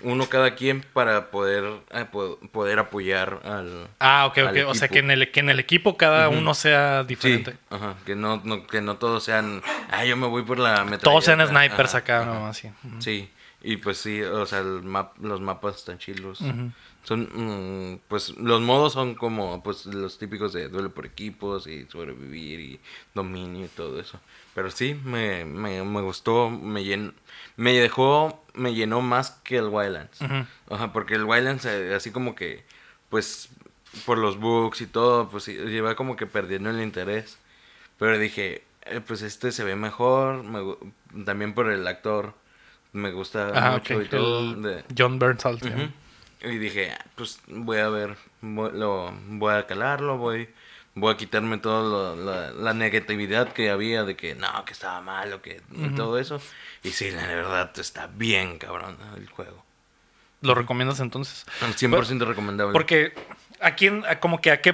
[SPEAKER 3] uno cada quien para poder eh, po- poder apoyar al
[SPEAKER 4] Ah, ok,
[SPEAKER 3] al
[SPEAKER 4] ok. O sea,
[SPEAKER 3] equipo.
[SPEAKER 4] que en el, que en el equipo cada uno sea
[SPEAKER 3] Sí,
[SPEAKER 4] diferente.
[SPEAKER 3] ajá, que no, no- que no todos sean, ah, yo me voy por la metralleta.
[SPEAKER 4] Todos sean snipers
[SPEAKER 3] Ajá,
[SPEAKER 4] acá,
[SPEAKER 3] ajá.
[SPEAKER 4] nomás. Sí.
[SPEAKER 3] Sí, y pues sí, o sea, el map- los mapas están chilos. Son, mm, pues, los modos son como, pues, los típicos de duelo por equipos y sobrevivir y dominio y todo eso. Pero sí, me, me, me gustó, me llen- me dejó, me llenó más que el Wildlands. Ajá, porque el Wildlands, eh, así como que, pues, por los bugs y todo, pues, sí, lleva como que perdiendo el interés. Pero dije, eh, pues este se ve mejor. me gu- también por el actor. Me gusta
[SPEAKER 4] Ajá, Ah, ok.
[SPEAKER 3] mucho y todo.
[SPEAKER 4] El
[SPEAKER 3] de-
[SPEAKER 4] John Bernthal. sí.
[SPEAKER 3] Ujú. Y dije, "Ah, pues voy a ver, voy, lo, voy a calarlo, voy, voy a quitarme toda la, la negatividad que había de que no, que estaba malo, que y todo eso. Y sí, la verdad está bien, cabrón, el juego.
[SPEAKER 4] ¿Lo recomiendas entonces?
[SPEAKER 3] Al 100% recomendable.
[SPEAKER 4] Porque a quién, a como que a qué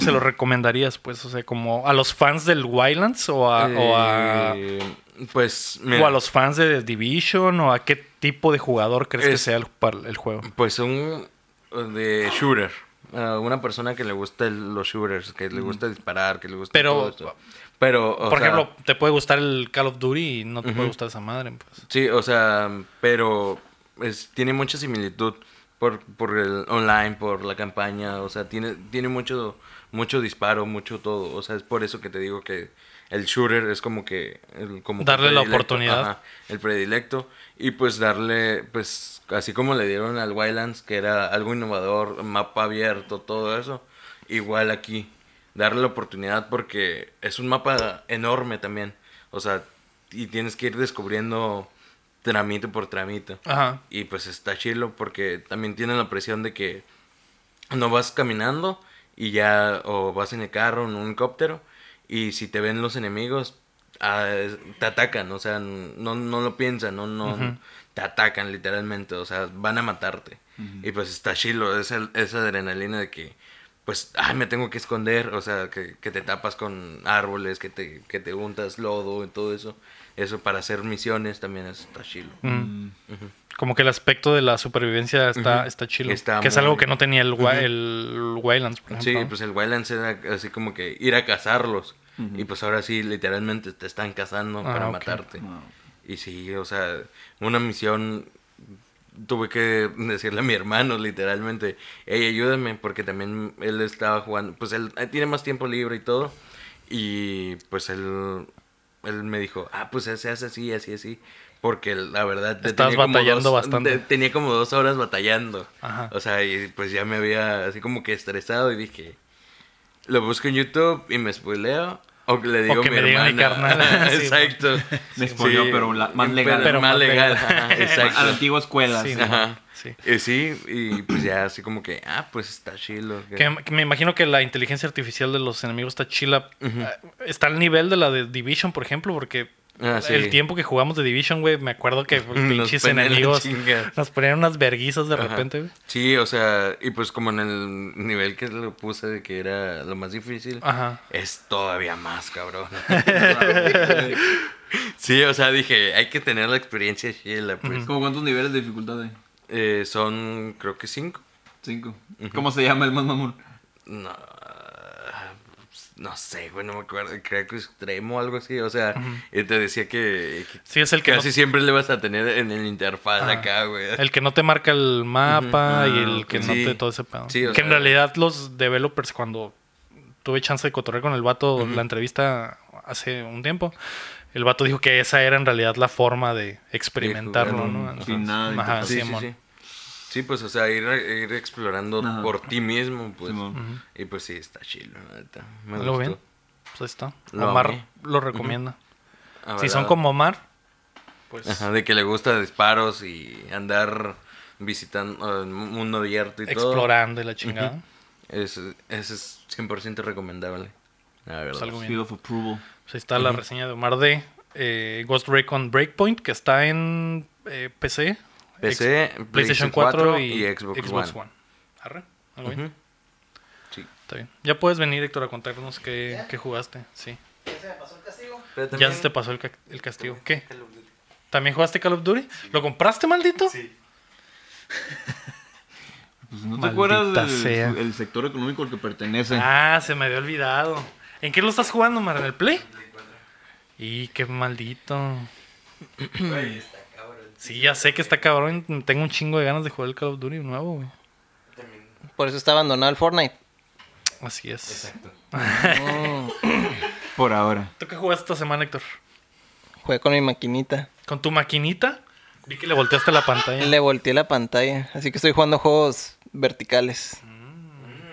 [SPEAKER 4] se lo recomendarías, pues, o sea, como a los fans del Wildlands o a, o a,
[SPEAKER 3] Eh, pues,
[SPEAKER 4] o
[SPEAKER 3] mira,
[SPEAKER 4] a los fans de The Division o a qué tipo de jugador crees que
[SPEAKER 3] Es-
[SPEAKER 4] sea el, par- el juego.
[SPEAKER 3] Pues un de shooter. A una persona que le gusta el- los shooters, que le gusta disparar, que le gusta
[SPEAKER 4] Mm. Pero-
[SPEAKER 3] todo esto. Pero, o
[SPEAKER 4] Por
[SPEAKER 3] sea,
[SPEAKER 4] ejemplo, te puede gustar el Call of Duty y no te puede gustar esa madre, pues.
[SPEAKER 3] Sí, o sea, pero es- tiene mucha similitud por, por el online, por la campaña, o sea, tiene, tiene mucho, mucho disparo, mucho todo. O sea, es por eso que te digo que el shooter es como que... el- como que
[SPEAKER 4] Darle la
[SPEAKER 3] predilecto,
[SPEAKER 4] oportunidad.
[SPEAKER 3] el predilecto. Y pues darle, pues, así como le dieron al Wildlands, que era algo innovador, mapa abierto, todo eso, igual aquí, darle la oportunidad porque es un mapa enorme también. O sea, y tienes que ir descubriendo tramito por tramito.
[SPEAKER 4] Ajá.
[SPEAKER 3] Y pues está chilo porque también tiene la presión de que no vas caminando y ya o vas en el carro, en un helicóptero y si te ven los enemigos ah, es- te atacan, o sea, no, no lo piensan, no, no, te atacan literalmente, o sea, van a matarte. Y pues está chilo, esa, esa adrenalina de que pues, ay, me tengo que esconder, o sea, que, que te tapas con árboles, que te, que te untas lodo y todo eso. Eso para hacer misiones también está chilo.
[SPEAKER 4] Mm. Como que el aspecto de la supervivencia está,
[SPEAKER 3] Ujú.
[SPEAKER 4] está chilo.
[SPEAKER 3] Está
[SPEAKER 4] que es
[SPEAKER 3] muy-
[SPEAKER 4] algo que no tenía el, Wi- el Wildlands, por
[SPEAKER 3] Sí,
[SPEAKER 4] ejemplo.
[SPEAKER 3] pues el Wildlands era así como que ir a cazarlos. Y pues ahora sí, literalmente te están cazando
[SPEAKER 4] Ah,
[SPEAKER 3] para
[SPEAKER 4] ok.
[SPEAKER 3] matarte. Y sí, o sea, una misión. Tuve que decirle a mi hermano, literalmente, hey, ayúdame, porque también él estaba jugando. Pues él eh, tiene más tiempo libre y todo. Y pues él, él me dijo, ah, pues se hace así, así, así. Porque la verdad, te
[SPEAKER 4] Estabas
[SPEAKER 3] tenía como
[SPEAKER 4] batallando
[SPEAKER 3] dos-
[SPEAKER 4] bastante.
[SPEAKER 3] te- tenía como dos horas batallando.
[SPEAKER 4] Ajá.
[SPEAKER 3] O sea, y pues ya me había así como que estresado y dije, lo busco en YouTube y me spoileo. O que le digo
[SPEAKER 4] que
[SPEAKER 3] a mi
[SPEAKER 4] me diga mi
[SPEAKER 3] hermana.
[SPEAKER 4] carnal. Sí, pues.
[SPEAKER 3] exacto.
[SPEAKER 5] Me spoileo, pero la- más legal.
[SPEAKER 4] Pero
[SPEAKER 3] más
[SPEAKER 4] más
[SPEAKER 3] legal.
[SPEAKER 4] legal.
[SPEAKER 3] Ajá,
[SPEAKER 5] A la
[SPEAKER 3] exacto.
[SPEAKER 5] antigua escuela.
[SPEAKER 4] Sí,
[SPEAKER 5] sí.
[SPEAKER 4] no.
[SPEAKER 3] Ajá.
[SPEAKER 4] Sí.
[SPEAKER 3] Y sí, y pues ya así como que, ah, pues está chilo.
[SPEAKER 4] Que, que me imagino que la inteligencia artificial de los enemigos está chila. Ah, Está al nivel de la de Division, por ejemplo, porque
[SPEAKER 3] Ah, sí.
[SPEAKER 4] el tiempo que jugamos de Division, güey, me acuerdo que pues, pinches
[SPEAKER 3] ponían la
[SPEAKER 4] enemigos
[SPEAKER 3] chinga.
[SPEAKER 4] nos ponían unas verguizas de
[SPEAKER 3] Ajá.
[SPEAKER 4] repente, güey.
[SPEAKER 3] Sí, o sea, y pues como en el nivel que lo puse de que era lo más difícil,
[SPEAKER 4] Ajá.
[SPEAKER 3] es todavía más cabrón. sí, o sea, dije, hay que tener la experiencia chila, pues.
[SPEAKER 5] ¿Cómo cuántos niveles de dificultad hay?
[SPEAKER 3] Eh, son, creo que cinco.
[SPEAKER 5] Cinco. ¿Cómo se llama el más mamón?
[SPEAKER 3] No, no sé, güey, no me acuerdo. Creo que extremo o algo así. O sea, y te decía que, que
[SPEAKER 4] Sí, es el que, no, Ah,
[SPEAKER 3] casi siempre le vas a tener en el interfaz acá, güey.
[SPEAKER 4] el que no te marca el mapa
[SPEAKER 5] Ah,
[SPEAKER 4] y el que no
[SPEAKER 3] sí.
[SPEAKER 4] te todo ese pedo.
[SPEAKER 3] Sí, o
[SPEAKER 4] que en
[SPEAKER 3] sea-
[SPEAKER 4] realidad los developers, cuando tuve chance de cotorrear con el vato, la entrevista hace un tiempo, el vato dijo que esa era en realidad la forma de experimentarlo,
[SPEAKER 3] jugarlo,
[SPEAKER 4] ¿no?
[SPEAKER 5] sin nada de
[SPEAKER 4] Ajá,
[SPEAKER 5] interfaz.
[SPEAKER 3] Sí, sí,
[SPEAKER 4] Simón.
[SPEAKER 3] sí. Sí, pues, o sea, ir, ir explorando
[SPEAKER 5] Ajá.
[SPEAKER 3] por ti mismo, pues.
[SPEAKER 5] Simón.
[SPEAKER 3] Y pues sí, está chido, la neta. Me
[SPEAKER 4] ¿Lo
[SPEAKER 3] gustó.
[SPEAKER 4] ven? Pues ahí está.
[SPEAKER 3] Lo
[SPEAKER 4] Omar
[SPEAKER 3] amé.
[SPEAKER 4] lo recomienda.
[SPEAKER 3] Ah,
[SPEAKER 4] Si
[SPEAKER 3] ¿verdad?
[SPEAKER 4] son como Omar, pues
[SPEAKER 3] Ajá, de que le gusta disparos y andar visitando el mundo abierto y todo.
[SPEAKER 4] explorando y la chingada.
[SPEAKER 3] Eso, eso es 100% recomendable. La verdad.
[SPEAKER 4] Pues algo bien.
[SPEAKER 5] Seal of approval.
[SPEAKER 4] Pues ahí está la reseña de Omar de eh, Ghost Recon Breakpoint, que está en eh, PC,
[SPEAKER 3] PC,
[SPEAKER 4] ex- PlayStation 4 y,
[SPEAKER 3] Xbox, One.
[SPEAKER 4] Arre, algo bien.
[SPEAKER 3] Ujú. Sí.
[SPEAKER 4] Está bien. Ya puedes venir, Héctor, a contarnos qué, qué jugaste. Sí.
[SPEAKER 7] Ya se me pasó el castigo.
[SPEAKER 3] Pero
[SPEAKER 4] Ya se te pasó el, ca- el castigo. ¿Qué? ¿También jugaste Call of Duty? ¿Lo compraste, maldito?
[SPEAKER 8] Sí.
[SPEAKER 5] Pues, ¿No te
[SPEAKER 4] Maldita
[SPEAKER 5] acuerdas del
[SPEAKER 4] sea.
[SPEAKER 5] el sector económico al que pertenece?
[SPEAKER 4] Ah, se me había olvidado. ¿En qué lo estás jugando, Mar? ¿En el Play? Y qué maldito. Sí, ya sé que está cabrón. Tengo un chingo de ganas de jugar el Call of Duty nuevo, güey.
[SPEAKER 6] Por eso está abandonado el Fortnite. Mm,
[SPEAKER 4] Así es.
[SPEAKER 5] Por ahora.
[SPEAKER 4] ¿Tú qué jugaste esta semana, Héctor?
[SPEAKER 6] Jugué con mi maquinita.
[SPEAKER 4] ¿Con tu maquinita? Vi que le volteaste la pantalla.
[SPEAKER 6] Le volteé la pantalla. Así que estoy jugando juegos verticales.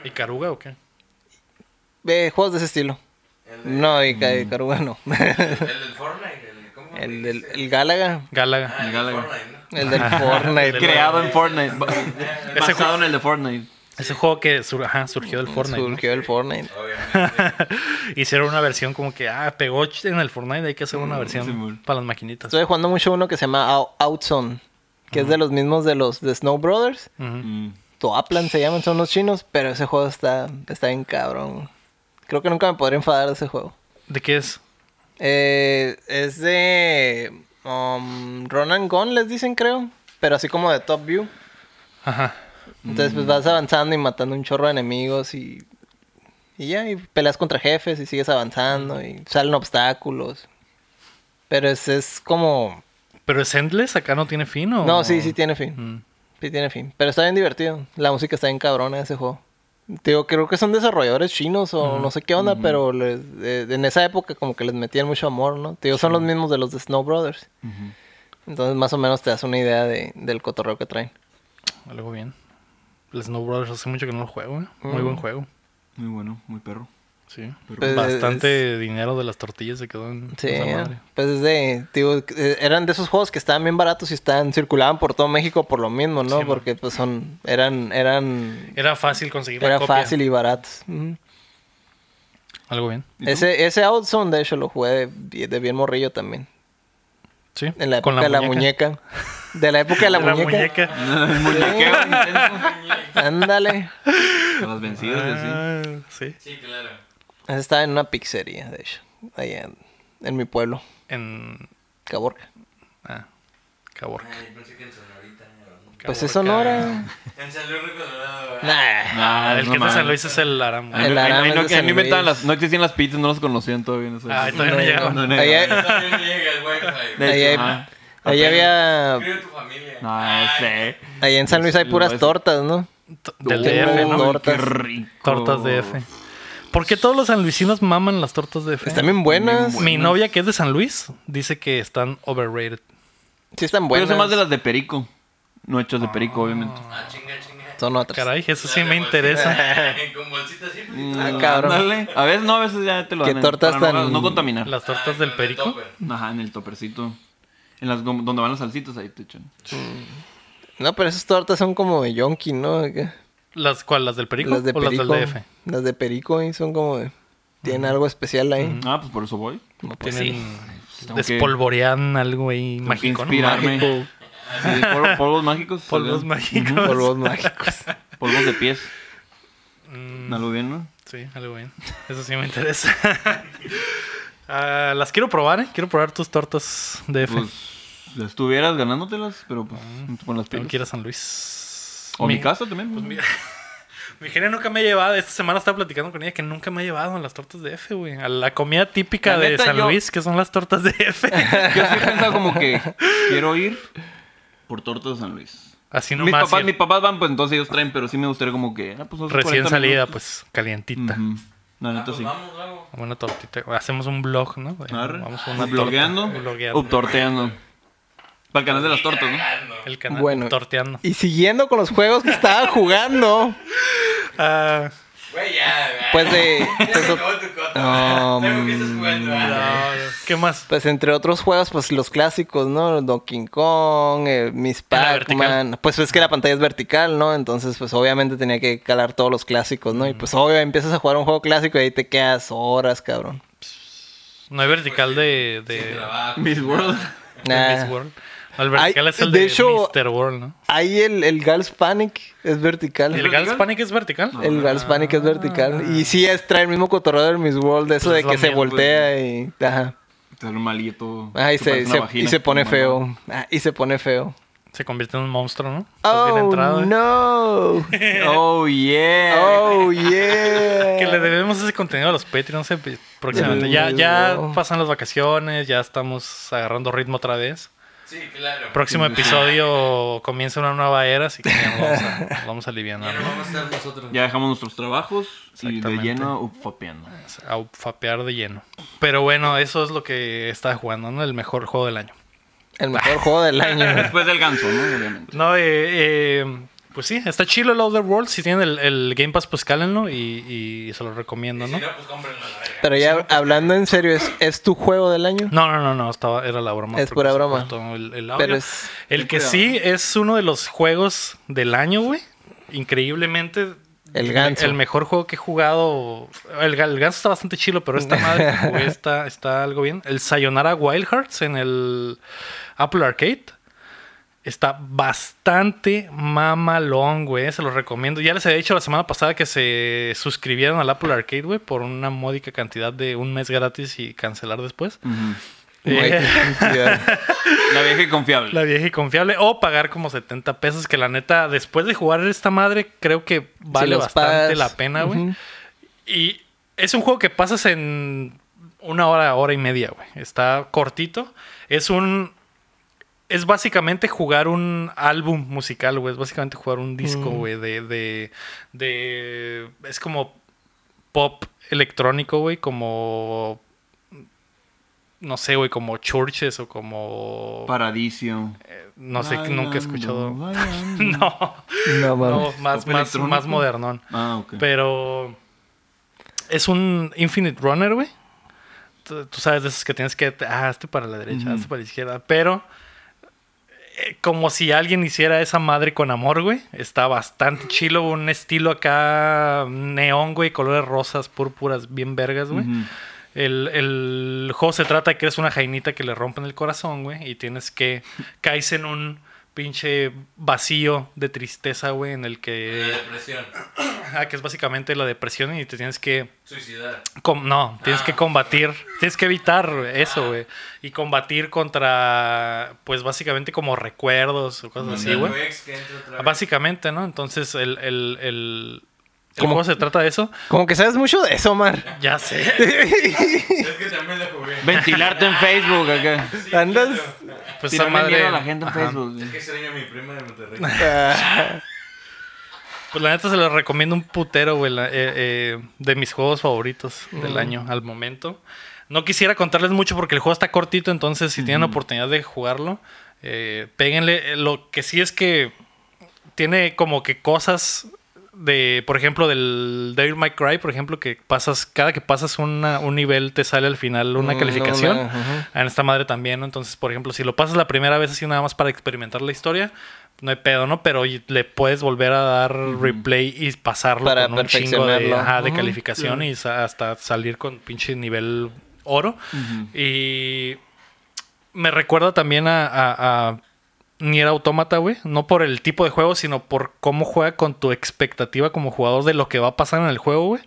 [SPEAKER 4] ¿Y Caruga o qué?
[SPEAKER 6] Eh, juegos de ese estilo. No, y ca-
[SPEAKER 4] Mm.
[SPEAKER 6] Caruga no.
[SPEAKER 3] El del Fortnite, el, ¿cómo
[SPEAKER 6] El,
[SPEAKER 3] le
[SPEAKER 6] del
[SPEAKER 3] dice?
[SPEAKER 6] el Gálaga.
[SPEAKER 4] Gálaga.
[SPEAKER 3] Ah, el
[SPEAKER 5] Gálaga.
[SPEAKER 3] Fortnite, ¿no?
[SPEAKER 6] El del Fortnite.
[SPEAKER 5] Creado en Fortnite. ba-
[SPEAKER 4] Ese
[SPEAKER 5] Basado en el de Fortnite.
[SPEAKER 4] Ese juego que sur- ajá, surgió del Fortnite. ¿no?
[SPEAKER 6] Mm, Surgió el Fortnite.
[SPEAKER 3] Obviamente.
[SPEAKER 4] Hicieron una versión como que, ah, pegó ch- en el Fortnite, hay que hacer
[SPEAKER 6] Mm,
[SPEAKER 4] una versión
[SPEAKER 5] Simón.
[SPEAKER 4] para las maquinitas.
[SPEAKER 6] Estuve jugando mucho uno que se llama Out- Outzone, que es de los mismos de los de Snow Brothers.
[SPEAKER 4] Ujú.
[SPEAKER 5] Mm.
[SPEAKER 6] Toaplan se llaman, son los chinos, pero ese juego está, está bien cabrón. Creo que nunca me podré enfadar de ese juego.
[SPEAKER 4] ¿De qué es?
[SPEAKER 6] Eh, es de um, Ronan Gun, les dicen, creo. Pero así como de top view.
[SPEAKER 4] Ajá.
[SPEAKER 6] Entonces, pues vas avanzando y matando un chorro de enemigos y. Y ya, y peleas contra jefes y sigues avanzando y salen obstáculos. Pero es, es como.
[SPEAKER 4] ¿Pero es Endless? ¿Acá no tiene fin o...?
[SPEAKER 6] No, sí, sí tiene fin.
[SPEAKER 4] Oh. Mm.
[SPEAKER 6] Sí tiene fin. Pero está bien divertido. La música está bien cabrona de ese juego. Te Digo, creo que son desarrolladores chinos o no sé qué onda, pero les- eh, en esa época como que les metían mucho amor, ¿no? Te Digo, son los mismos de los de Snow Brothers. Entonces más o menos te das una idea de- del cotorreo que traen.
[SPEAKER 4] Algo bien. El Snow Brothers hace mucho que no lo juego, ¿eh?
[SPEAKER 6] Oh.
[SPEAKER 4] Muy buen juego.
[SPEAKER 5] Muy bueno, muy perro.
[SPEAKER 4] Sí.
[SPEAKER 6] Pues,
[SPEAKER 4] Bastante dinero de las tortillas se quedó en
[SPEAKER 6] Sí,
[SPEAKER 4] esa madre.
[SPEAKER 6] pues es de, te digo, eh, eran de esos juegos que estaban bien baratos y estaban, circulaban por todo México por lo mismo, ¿no? Porque pues son, eran, eran,
[SPEAKER 4] Era fácil conseguir la
[SPEAKER 6] era
[SPEAKER 4] copia.
[SPEAKER 6] fácil y baratos. Ujú.
[SPEAKER 4] Algo bien.
[SPEAKER 5] ¿Y tú?
[SPEAKER 6] Ese, ese Outzone, de hecho, lo jugué de, de bien morrillo también.
[SPEAKER 4] Sí.
[SPEAKER 6] En la época de la muñeca. De la época de la,
[SPEAKER 4] De la
[SPEAKER 6] muñeca.
[SPEAKER 4] muñeca.
[SPEAKER 5] Muñequeo intenso.
[SPEAKER 6] Ándale.
[SPEAKER 5] A las vencidas, y así.
[SPEAKER 4] Ah, sí.
[SPEAKER 3] Sí, claro.
[SPEAKER 6] Ese estaba en una pizzería, de hecho. Allá en, en mi pueblo,
[SPEAKER 4] En...
[SPEAKER 6] Caborca.
[SPEAKER 4] Ah. Caborca.
[SPEAKER 3] Ay, pensé que en Sonorita. ¿no?
[SPEAKER 6] Pues es Sonora.
[SPEAKER 3] En San Luis Río Colorado.
[SPEAKER 6] Nah.
[SPEAKER 5] Nah,
[SPEAKER 4] Ah, el
[SPEAKER 5] Ah, no
[SPEAKER 4] que está en
[SPEAKER 5] mames. Ah,
[SPEAKER 4] San Luis es el Aramo.
[SPEAKER 5] Ahí
[SPEAKER 6] El
[SPEAKER 5] no- ahí-
[SPEAKER 6] Arama
[SPEAKER 5] ahí
[SPEAKER 6] es
[SPEAKER 5] no-
[SPEAKER 6] de
[SPEAKER 5] ahí
[SPEAKER 6] San
[SPEAKER 5] no inventaban
[SPEAKER 6] Luis.
[SPEAKER 5] las- No existían las pizzas, no las conocían todavía. No sé.
[SPEAKER 4] Ay, Ah, todavía no llegaban.
[SPEAKER 5] No, no, no.
[SPEAKER 6] Allá,
[SPEAKER 3] También llega el Wi-Fi.
[SPEAKER 6] allá,
[SPEAKER 5] De hecho,
[SPEAKER 6] allá
[SPEAKER 5] ah.
[SPEAKER 6] había...
[SPEAKER 3] Escribe a tu familia.
[SPEAKER 5] No, sé.
[SPEAKER 6] Allá en San Luis hay puras tortas, ¿no?
[SPEAKER 4] T- Del
[SPEAKER 5] Uy,
[SPEAKER 4] DF, ¿no?
[SPEAKER 5] Qué
[SPEAKER 6] Tortas.
[SPEAKER 5] rico.
[SPEAKER 4] Tortas de F. ¿Por qué todos los sanluisinos maman las tortas de F?
[SPEAKER 6] Están bien buenas.
[SPEAKER 5] Bien
[SPEAKER 4] Mi
[SPEAKER 5] buenas.
[SPEAKER 4] novia, que es de San Luis, dice que están overrated.
[SPEAKER 6] Sí están
[SPEAKER 5] Pero
[SPEAKER 6] buenas.
[SPEAKER 5] son más de las de perico. No hechas de perico, obviamente.
[SPEAKER 3] Ah, chinga, chinga.
[SPEAKER 6] Son otras.
[SPEAKER 4] Caray, eso
[SPEAKER 3] Las
[SPEAKER 4] sí
[SPEAKER 3] de
[SPEAKER 4] me
[SPEAKER 3] bolsita.
[SPEAKER 4] interesa.
[SPEAKER 3] Con pues, bolsitas siempre.
[SPEAKER 6] Ah, cabrón.
[SPEAKER 5] Ándale. A veces no, a veces ya te lo
[SPEAKER 6] ¿Qué
[SPEAKER 5] dan. en-
[SPEAKER 6] tortas
[SPEAKER 5] para no-
[SPEAKER 6] tan-
[SPEAKER 5] No contaminar.
[SPEAKER 4] Las tortas del perico.
[SPEAKER 5] Ajá, en el topercito. En las gom- donde van las salsitas, ahí te echan.
[SPEAKER 6] No, pero esas tortas son como de yonki, ¿no? Acá.
[SPEAKER 4] ¿Las cuál? ¿Las del perico?
[SPEAKER 6] Las de
[SPEAKER 4] ¿O
[SPEAKER 6] Perico.
[SPEAKER 4] las del DF?
[SPEAKER 6] Las de Perico y son como de... Tienen algo especial ahí.
[SPEAKER 5] Ah, pues por eso voy.
[SPEAKER 6] Pues sí.
[SPEAKER 4] Tienen...
[SPEAKER 5] Tengo que-
[SPEAKER 4] Despolvorean algo ahí
[SPEAKER 5] Tengo que
[SPEAKER 4] mágico, ¿no?
[SPEAKER 5] inspirarme.
[SPEAKER 4] Mágico.
[SPEAKER 5] Sí, polvo- polvos mágicos.
[SPEAKER 4] Polvos
[SPEAKER 5] ¿verdad?
[SPEAKER 4] mágicos.
[SPEAKER 6] Polvos mágicos.
[SPEAKER 5] Polvos de pies.
[SPEAKER 4] Mm,
[SPEAKER 5] Algo bien, ¿no?
[SPEAKER 4] sí, algo bien. Eso sí me interesa. Ah, las quiero probar, ¿eh? Quiero probar tus tortas de F.
[SPEAKER 5] Pues estuvieras ganándotelas, pero pues con las
[SPEAKER 4] Tengo
[SPEAKER 5] pilas.
[SPEAKER 4] Ah. que ir a San Luis.
[SPEAKER 5] O mi
[SPEAKER 4] Mi-
[SPEAKER 5] casa también.
[SPEAKER 4] Pues mira, mi genia nunca me ha llevado. Esta semana estaba platicando con ella que nunca me ha llevado a las tortas de F, güey. A la comida típica
[SPEAKER 5] La
[SPEAKER 4] de
[SPEAKER 5] neta,
[SPEAKER 4] San
[SPEAKER 5] yo-
[SPEAKER 4] Luis, que son las tortas de F.
[SPEAKER 5] Yo sí he pensado como que quiero ir por tortas de San Luis.
[SPEAKER 4] Así
[SPEAKER 5] mis,
[SPEAKER 4] nomás.
[SPEAKER 5] papás,
[SPEAKER 4] y
[SPEAKER 5] mis papás van, pues entonces ellos traen, pero sí me gustaría como que. ah, pues, unos
[SPEAKER 4] Recién
[SPEAKER 5] 40
[SPEAKER 4] salida,
[SPEAKER 5] minutos.
[SPEAKER 4] pues, calientita.
[SPEAKER 5] Ujú. La
[SPEAKER 3] Ah,
[SPEAKER 5] neta
[SPEAKER 3] pues
[SPEAKER 5] sí.
[SPEAKER 3] vamos, luego.
[SPEAKER 4] Una tortita. Hacemos un blog, ¿no? güey?
[SPEAKER 5] Arre.
[SPEAKER 4] Vamos a una torta.
[SPEAKER 5] Blogueando,
[SPEAKER 4] Blogueando.
[SPEAKER 5] uptorteando. Para el canal de las tortas, ¿no?
[SPEAKER 4] El canal
[SPEAKER 6] Bueno.
[SPEAKER 4] torteando.
[SPEAKER 6] Y siguiendo con los juegos que estaba jugando,
[SPEAKER 4] Ah,
[SPEAKER 3] Güey, ya, güey.
[SPEAKER 6] pues de...
[SPEAKER 3] Ya se
[SPEAKER 6] pues, o-
[SPEAKER 3] acabó tu cota.
[SPEAKER 6] No,
[SPEAKER 3] Luego empiezas jugando. ah.
[SPEAKER 4] no, ¿Qué más?
[SPEAKER 6] pues entre otros juegos, pues los clásicos, ¿no? Donkey Kong, eh, Miss
[SPEAKER 4] Era
[SPEAKER 6] Pac-Man. Pues es que la pantalla es vertical, ¿no? Entonces, pues obviamente tenía que calar todos los clásicos, ¿no? Y pues obvio, empiezas a jugar un juego clásico y ahí te quedas horas, cabrón.
[SPEAKER 4] No hay vertical de. de,
[SPEAKER 3] Sin trabajo.
[SPEAKER 5] Miss World.
[SPEAKER 4] de
[SPEAKER 6] Nah.
[SPEAKER 4] Miss World. No, el vertical
[SPEAKER 6] Ay,
[SPEAKER 4] es el
[SPEAKER 6] de
[SPEAKER 4] de,
[SPEAKER 6] hecho-
[SPEAKER 4] Mr. World, ¿no?
[SPEAKER 6] Ahí el, el Gals Panic es vertical.
[SPEAKER 4] ¿El Gals Panic es vertical?
[SPEAKER 6] El Gals Panic es vertical. Y sí, es, trae el mismo cotorreo del Miss World, eso
[SPEAKER 4] Pues
[SPEAKER 6] de
[SPEAKER 4] es lo
[SPEAKER 6] que se
[SPEAKER 4] mismo, pues,
[SPEAKER 6] voltea y. Ajá.
[SPEAKER 5] Te sale un malito.
[SPEAKER 6] Ajá, y
[SPEAKER 5] que
[SPEAKER 6] se,
[SPEAKER 5] parece una
[SPEAKER 6] se-
[SPEAKER 5] vagina.
[SPEAKER 6] y se pone
[SPEAKER 5] Bueno.
[SPEAKER 6] feo. Ah, y se pone feo.
[SPEAKER 4] Se convierte en un monstruo, ¿no? Estás bien
[SPEAKER 6] Oh,
[SPEAKER 4] entrado, ¿eh?
[SPEAKER 6] no.
[SPEAKER 5] Oh, yeah.
[SPEAKER 6] Oh, yeah.
[SPEAKER 4] Que le debemos ese contenido a los Patreons eh, próximamente. Ya, ya pasan las vacaciones, ya estamos agarrando ritmo otra vez.
[SPEAKER 3] Sí, claro.
[SPEAKER 4] Próximo episodio comienza una nueva era, así que ya nos vamos a, nos vamos a aliviar.
[SPEAKER 3] Ya no vamos a estar nosotros.
[SPEAKER 5] Ya dejamos nuestros trabajos y de
[SPEAKER 4] Exactamente.
[SPEAKER 5] lleno ufapeando.
[SPEAKER 4] A fapear de lleno. Pero bueno, eso es lo que está jugando, ¿no? El mejor juego del año.
[SPEAKER 6] El mejor juego del año.
[SPEAKER 5] Pues Después del ganso, ¿no? Obviamente.
[SPEAKER 4] No, eh, eh, Pues sí, está chido el Other World. Si tienen el, el Game Pass, pues cálenlo y, y se lo recomiendo,
[SPEAKER 3] Y
[SPEAKER 4] ¿no?
[SPEAKER 3] si no, pues cómprenlo a la verga.
[SPEAKER 6] Pero ya hablando en serio, ¿es, es tu juego del año?
[SPEAKER 4] No, no, no, no, estaba, era la broma.
[SPEAKER 6] Es
[SPEAKER 4] porque
[SPEAKER 6] pura
[SPEAKER 4] se
[SPEAKER 6] broma.
[SPEAKER 4] cortó El, el audio.
[SPEAKER 6] Pero es-
[SPEAKER 4] El que sí es uno de los juegos del año, güey. Increíblemente.
[SPEAKER 6] El ganso.
[SPEAKER 4] El mejor juego que he jugado. El, ga- el ganso está bastante chilo, pero esta madre que jugué está, está algo bien. El Sayonara Wild Hearts en el Apple Arcade. Está bastante mamalón, güey. Se los recomiendo. Ya les había dicho la semana pasada que se suscribieron al Apple Arcade, güey, por una módica cantidad de un mes gratis y cancelar después.
[SPEAKER 6] Güey,
[SPEAKER 4] Eh.
[SPEAKER 6] qué cantidad.
[SPEAKER 5] La vieja y confiable.
[SPEAKER 4] La vieja y confiable. O pagar como 70 pesos, que la neta, después de jugar esta madre, creo que vale
[SPEAKER 6] los
[SPEAKER 4] bastante
[SPEAKER 6] pagas.
[SPEAKER 4] la pena, güey.
[SPEAKER 6] Ujú.
[SPEAKER 4] Y es un juego que pasas en una hora, hora y media, güey. Está cortito. Es un... Es básicamente jugar un álbum musical, güey. Es básicamente jugar un disco,
[SPEAKER 6] Mm.
[SPEAKER 4] güey, de, de, de... Es como pop electrónico, güey, como... No sé, güey, como churches o como...
[SPEAKER 5] Paradiso.
[SPEAKER 4] No sé, que nunca he escuchado.
[SPEAKER 5] Bailando, bailando.
[SPEAKER 6] No,
[SPEAKER 4] No, no,
[SPEAKER 6] mames.
[SPEAKER 4] más,
[SPEAKER 5] ¿Pop
[SPEAKER 4] más,
[SPEAKER 5] electrónico?
[SPEAKER 4] más modernón.
[SPEAKER 5] Ah, ok.
[SPEAKER 4] Pero es un Infinite Runner, güey. Tú, tú sabes de esos que tienes que. Ah, hazte para la derecha, hazte para la izquierda. Pero eh, como si alguien hiciera esa madre con amor, güey. Está bastante chilo. Un estilo acá neón, güey. Colores rosas, púrpuras, bien vergas, güey.
[SPEAKER 5] Ujú.
[SPEAKER 4] El, el juego se trata de que eres una jainita que le rompen el corazón, güey, y tienes que caes en un pinche vacío de tristeza, güey, en el
[SPEAKER 3] Eh,
[SPEAKER 4] que
[SPEAKER 3] depresión,
[SPEAKER 4] ah, que es básicamente la depresión y te tienes que
[SPEAKER 3] suicidar.
[SPEAKER 4] com- no, tienes
[SPEAKER 3] Ah.
[SPEAKER 4] que combatir, tienes que evitar eso, güey, y combatir contra pues básicamente como recuerdos o cosas así,
[SPEAKER 3] El
[SPEAKER 4] güey.
[SPEAKER 3] ex que entra otra vez.
[SPEAKER 4] Básicamente, ¿no? Entonces el el el el
[SPEAKER 6] Como-
[SPEAKER 4] juego se trata de eso.
[SPEAKER 6] Como que sabes mucho de eso, Omar.
[SPEAKER 4] Ya sé.
[SPEAKER 3] Es que también lo jugué.
[SPEAKER 5] Ventilarte en Facebook acá.
[SPEAKER 3] Sí,
[SPEAKER 6] Andas-
[SPEAKER 3] claro.
[SPEAKER 4] Pues esa
[SPEAKER 5] Tirarle mierda a la
[SPEAKER 4] madre
[SPEAKER 5] gente en Facebook. güey.
[SPEAKER 3] Es que extraño a mi prima de Monterrey.
[SPEAKER 6] Ah,
[SPEAKER 4] Pues la neta se los recomiendo un putero, güey. la- eh, eh, de mis juegos favoritos
[SPEAKER 6] Mm.
[SPEAKER 4] del año al momento. No quisiera contarles mucho porque el juego está cortito, entonces si tienen oportunidad de jugarlo, eh, péguenle. Eh, Lo que sí es que tiene como que cosas de, por ejemplo, del Devil May Cry, por ejemplo, que pasas, cada que pasas una- un nivel te sale al final una
[SPEAKER 6] Mm,
[SPEAKER 4] calificación.
[SPEAKER 6] una, ajá.
[SPEAKER 4] Ah, En esta madre también, ¿no? Entonces, por ejemplo, si lo pasas la primera vez así nada más para experimentar la historia, no hay pedo, ¿no? Pero y- le puedes volver a dar replay y pasarlo
[SPEAKER 6] Para
[SPEAKER 4] con un chingo de,
[SPEAKER 6] perfeccionarlo.
[SPEAKER 4] ajá, de
[SPEAKER 6] Ujú.
[SPEAKER 4] calificación y sa- hasta salir con pinche nivel oro. Y me recuerda también a, a, a Nier Automata, güey. No por el tipo de juego, sino por cómo juega con tu expectativa como jugador de lo que va a pasar en el juego, güey.